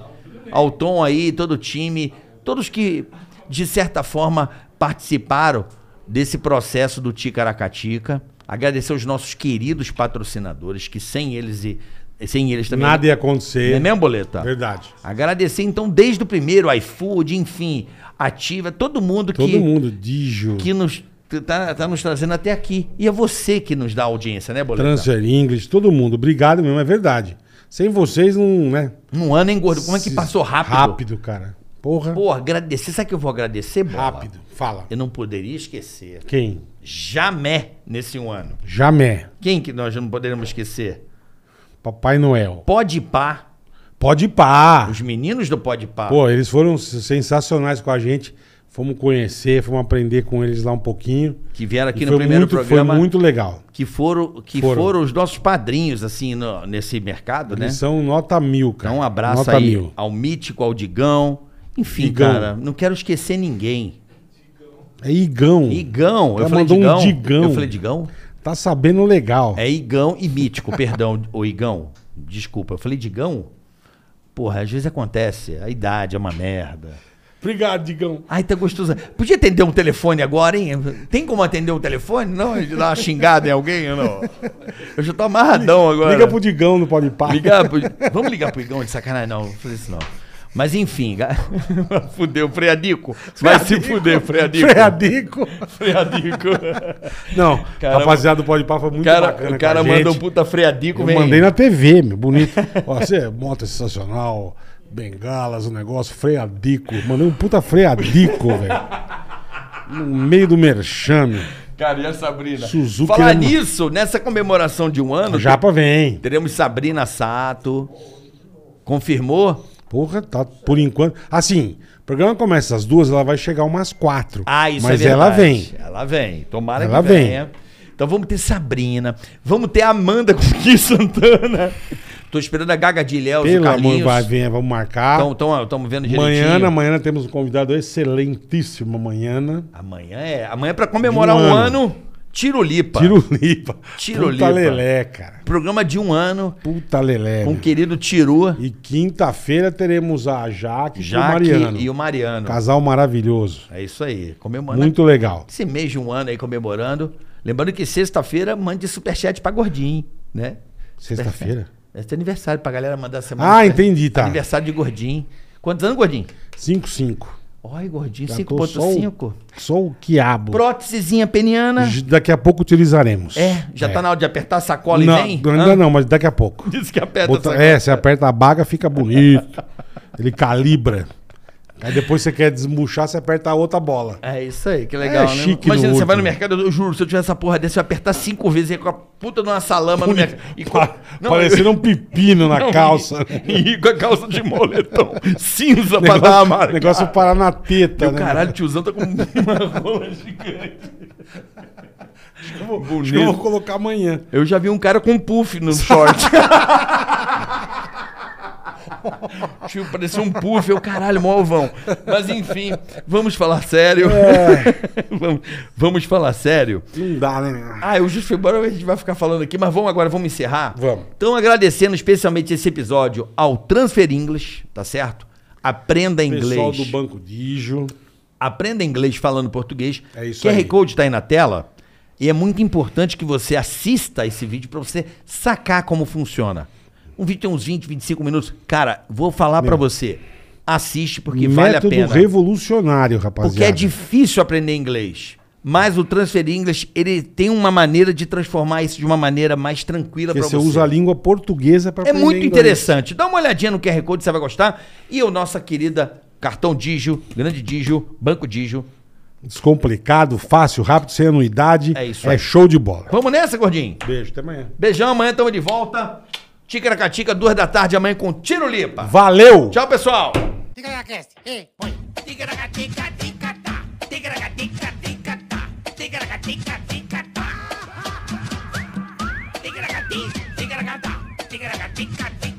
[SPEAKER 4] Ao Tom aí, todo o time, todos que, de certa forma, participaram desse processo do Ticaracatica. Agradecer aos nossos queridos patrocinadores, que sem eles e sem eles também.
[SPEAKER 3] Nada ia
[SPEAKER 4] Não
[SPEAKER 3] acontecer.
[SPEAKER 4] é mesmo, Boleta?
[SPEAKER 3] Verdade.
[SPEAKER 4] Agradecer, então, desde o primeiro, iFood, enfim, Ativa, todo mundo
[SPEAKER 3] Todo
[SPEAKER 4] que,
[SPEAKER 3] mundo, Dijo,
[SPEAKER 4] que nos tá, tá nos trazendo até aqui. E é você que nos dá audiência, né, Boleta?
[SPEAKER 3] Transfer English, todo mundo. Obrigado mesmo, é verdade. Sem vocês não, né?
[SPEAKER 4] Num ano, hein, gordo? Como é que
[SPEAKER 3] Se-
[SPEAKER 4] passou rápido?
[SPEAKER 3] Rápido, cara. Porra.
[SPEAKER 4] Pô, agradecer. Sabe que eu vou agradecer, Bola?
[SPEAKER 3] Rápido. Fala.
[SPEAKER 4] Eu não poderia esquecer.
[SPEAKER 3] Quem?
[SPEAKER 4] Jamé nesse um ano.
[SPEAKER 3] Jamé.
[SPEAKER 4] Quem que nós não poderíamos esquecer?
[SPEAKER 3] Papai Noel.
[SPEAKER 4] Pode Pá.
[SPEAKER 3] Pode pá.
[SPEAKER 4] Os meninos do Pode Pá.
[SPEAKER 3] Pô, eles foram sensacionais com a gente. Fomos conhecer, fomos aprender com eles lá um pouquinho.
[SPEAKER 4] que vieram aqui
[SPEAKER 3] E
[SPEAKER 4] no
[SPEAKER 3] foi
[SPEAKER 4] primeiro
[SPEAKER 3] muito,
[SPEAKER 4] programa.
[SPEAKER 3] Foi muito legal.
[SPEAKER 4] Que foram, que
[SPEAKER 3] Foram.
[SPEAKER 4] foram. os nossos padrinhos, assim, no- nesse mercado, né?
[SPEAKER 3] Eles são nota mil, cara.
[SPEAKER 4] Então, um abraço
[SPEAKER 3] nota
[SPEAKER 4] aí
[SPEAKER 3] mil.
[SPEAKER 4] ao Mítico, ao Digão. Enfim,
[SPEAKER 3] Igão.
[SPEAKER 4] cara, não quero esquecer ninguém.
[SPEAKER 3] É Igão.
[SPEAKER 4] Igão,
[SPEAKER 3] Ela
[SPEAKER 4] eu falei
[SPEAKER 3] mandou um
[SPEAKER 4] Digão.
[SPEAKER 3] Digão.
[SPEAKER 4] Eu falei Digão?
[SPEAKER 3] Tá sabendo legal.
[SPEAKER 4] É Igão e Mítico, perdão, ô Igão. Desculpa, eu falei Digão? Porra, às vezes acontece. A idade é uma merda.
[SPEAKER 3] Obrigado, Digão.
[SPEAKER 4] Ai, tá gostoso. Podia atender um telefone agora, hein? Tem como atender um telefone? Não? Dar uma xingada em alguém ou não? Eu já tô amarradão agora.
[SPEAKER 3] Liga pro Digão no Pode Pá.
[SPEAKER 4] Ligar pro... Vamos ligar pro Igão de sacanagem? Não, não fazer isso não. Mas enfim, ga- fudeu, freadico. Vai se fuder, freadico.
[SPEAKER 3] Freadico.
[SPEAKER 4] Freadico.
[SPEAKER 3] Não,
[SPEAKER 4] Cara,
[SPEAKER 3] rapaziada do Pode Pá foi muito
[SPEAKER 4] O cara,
[SPEAKER 3] bacana.
[SPEAKER 4] o cara
[SPEAKER 3] com a
[SPEAKER 4] manda um
[SPEAKER 3] gente.
[SPEAKER 4] puta freadico,
[SPEAKER 3] Eu
[SPEAKER 4] vem.
[SPEAKER 3] mandei na TV, meu, bonito. Ó, você, moto é sensacional, bengalas, o negócio, freadico. Mandei um puta freadico, velho. No meio do merchame.
[SPEAKER 4] Cara, e a Sabrina?
[SPEAKER 3] Suzuki né,
[SPEAKER 4] Falar
[SPEAKER 3] era uma-
[SPEAKER 4] nisso, nessa comemoração de um ano,
[SPEAKER 3] O Japa vem.
[SPEAKER 4] teremos Sabrina Sato. Confirmou?
[SPEAKER 3] Porra, tá por enquanto. Assim, o programa começa às duas, ela vai chegar umas quatro.
[SPEAKER 4] Ah, isso
[SPEAKER 3] Mas
[SPEAKER 4] é verdade.
[SPEAKER 3] ela vem.
[SPEAKER 4] Ela vem. Tomara
[SPEAKER 3] Ela
[SPEAKER 4] que
[SPEAKER 3] vem.
[SPEAKER 4] venha. Então vamos ter Sabrina, vamos ter Amanda com Gui Santana. Tô esperando a Gaga de Léo, o
[SPEAKER 3] Pelo amor,
[SPEAKER 4] Carlinhos.
[SPEAKER 3] vai, vem, vamos marcar.
[SPEAKER 4] Estamos vendo direitinho.
[SPEAKER 3] Amanhã, amanhã temos um convidado excelentíssimo. Amanhã,
[SPEAKER 4] Amanhã é. Amanhã é pra comemorar
[SPEAKER 3] De um
[SPEAKER 4] um
[SPEAKER 3] ano.
[SPEAKER 4] ano. Tirolipa.
[SPEAKER 3] Tirulipa.
[SPEAKER 4] Tirulipa.
[SPEAKER 3] Puta lelé, cara.
[SPEAKER 4] Programa de um ano
[SPEAKER 3] Puta lelé.
[SPEAKER 4] com o
[SPEAKER 3] meu.
[SPEAKER 4] querido Tiru,
[SPEAKER 3] E quinta-feira teremos a Jaque, e o
[SPEAKER 4] Jaque
[SPEAKER 3] Mariano.
[SPEAKER 4] e o Mariano.
[SPEAKER 3] Casal maravilhoso.
[SPEAKER 4] É isso aí. Comemorando.
[SPEAKER 3] Muito legal.
[SPEAKER 4] Esse mês de um ano aí comemorando. Lembrando que sexta-feira mande superchat pra gordinho, né?
[SPEAKER 3] Sexta-feira?
[SPEAKER 4] É seu aniversário pra galera mandar semana.
[SPEAKER 3] Ah,
[SPEAKER 4] super-
[SPEAKER 3] entendi, tá.
[SPEAKER 4] Aniversário de gordinho. Quantos anos, gordinho?
[SPEAKER 3] 5-5.
[SPEAKER 4] Oi, gordinho,
[SPEAKER 3] Já tô só o-
[SPEAKER 4] 5.5.
[SPEAKER 3] Só o quiabo.
[SPEAKER 4] Prótesezinha peniana.
[SPEAKER 3] J- Daqui a pouco utilizaremos.
[SPEAKER 4] Ah. É, já tá na hora de apertar a sacola
[SPEAKER 3] Não,
[SPEAKER 4] e vem?
[SPEAKER 3] ainda não, mas daqui a pouco.
[SPEAKER 4] Diz que aperta
[SPEAKER 3] Bota-
[SPEAKER 4] a sacola.
[SPEAKER 3] é, você aperta a baga, fica bonito. Ele calibra. Aí depois você quer desmurchar, você aperta a outra bola.
[SPEAKER 4] É isso aí, que legal,
[SPEAKER 3] É
[SPEAKER 4] né?
[SPEAKER 3] chique
[SPEAKER 4] Imagina,
[SPEAKER 3] no
[SPEAKER 4] você vai no
[SPEAKER 3] último.
[SPEAKER 4] mercado, eu juro, se eu tivesse essa porra dessa, eu ia apertar cinco vezes ia com a puta de uma salama no mercado. E com-
[SPEAKER 3] Pa-
[SPEAKER 4] Não,
[SPEAKER 3] Parecendo um pepino na
[SPEAKER 4] não,
[SPEAKER 3] calça.
[SPEAKER 4] E, e com a calça de moletom cinza pra dar a
[SPEAKER 3] negócio,
[SPEAKER 4] marca.
[SPEAKER 3] negócio parar na
[SPEAKER 4] Meu
[SPEAKER 3] teta, né?
[SPEAKER 4] caralho, tiozão tá com uma rola gigante.
[SPEAKER 3] Acho que eu vou colocar amanhã.
[SPEAKER 4] Eu já vi um cara com um puff no short. Tio, parecia um puff. Eu, caralho, mó ovão. Mas enfim, vamos falar sério.
[SPEAKER 3] É.
[SPEAKER 4] vamos, vamos falar sério.
[SPEAKER 3] Não dá, né?
[SPEAKER 4] Ah, o Justo Embora a gente vai ficar falando aqui, mas vamos agora, vamos encerrar?
[SPEAKER 3] Vamos.
[SPEAKER 4] Então, agradecendo especialmente esse episódio ao Transfer English, tá certo? Aprenda inglês.
[SPEAKER 3] Pessoal do Banco Dijo.
[SPEAKER 4] Aprenda inglês falando português.
[SPEAKER 3] É isso
[SPEAKER 4] QR
[SPEAKER 3] aí.
[SPEAKER 4] Code está aí na tela. E é muito importante que você assista esse vídeo para você sacar como funciona. Um vídeo tem uns 20, 25 minutos. Cara, vou falar para você. Assiste porque vale a
[SPEAKER 3] Método
[SPEAKER 4] pena.
[SPEAKER 3] revolucionário, rapaziada.
[SPEAKER 4] Porque é difícil aprender inglês. Mas o Transfer English, ele tem uma maneira de transformar isso de uma maneira mais tranquila
[SPEAKER 3] Porque
[SPEAKER 4] para
[SPEAKER 3] você
[SPEAKER 4] você.
[SPEAKER 3] usa a língua portuguesa para
[SPEAKER 4] É muito interessante. Dá uma olhadinha no QR Code, você vai gostar. E o nossa querida cartão Digio, grande Digio, Banco Digio.
[SPEAKER 3] Descomplicado, fácil, rápido, sem anuidade.
[SPEAKER 4] É isso
[SPEAKER 3] É
[SPEAKER 4] aí.
[SPEAKER 3] show de bola.
[SPEAKER 4] Vamos nessa, gordinho?
[SPEAKER 3] Beijo, até amanhã.
[SPEAKER 4] Beijão, amanhã estamos de volta. Ticaracatica, duas da tarde, amanhã com Tiro Lipa.
[SPEAKER 3] Valeu!
[SPEAKER 4] Tchau, pessoal.
[SPEAKER 2] Ticaracast, ei, põe. Ticaracatica, ticatá. Ticaracatica, ticatá. Ticaracatica, ticatá. Ticaracati, ticaracatá. Ticaracatica, ticatá.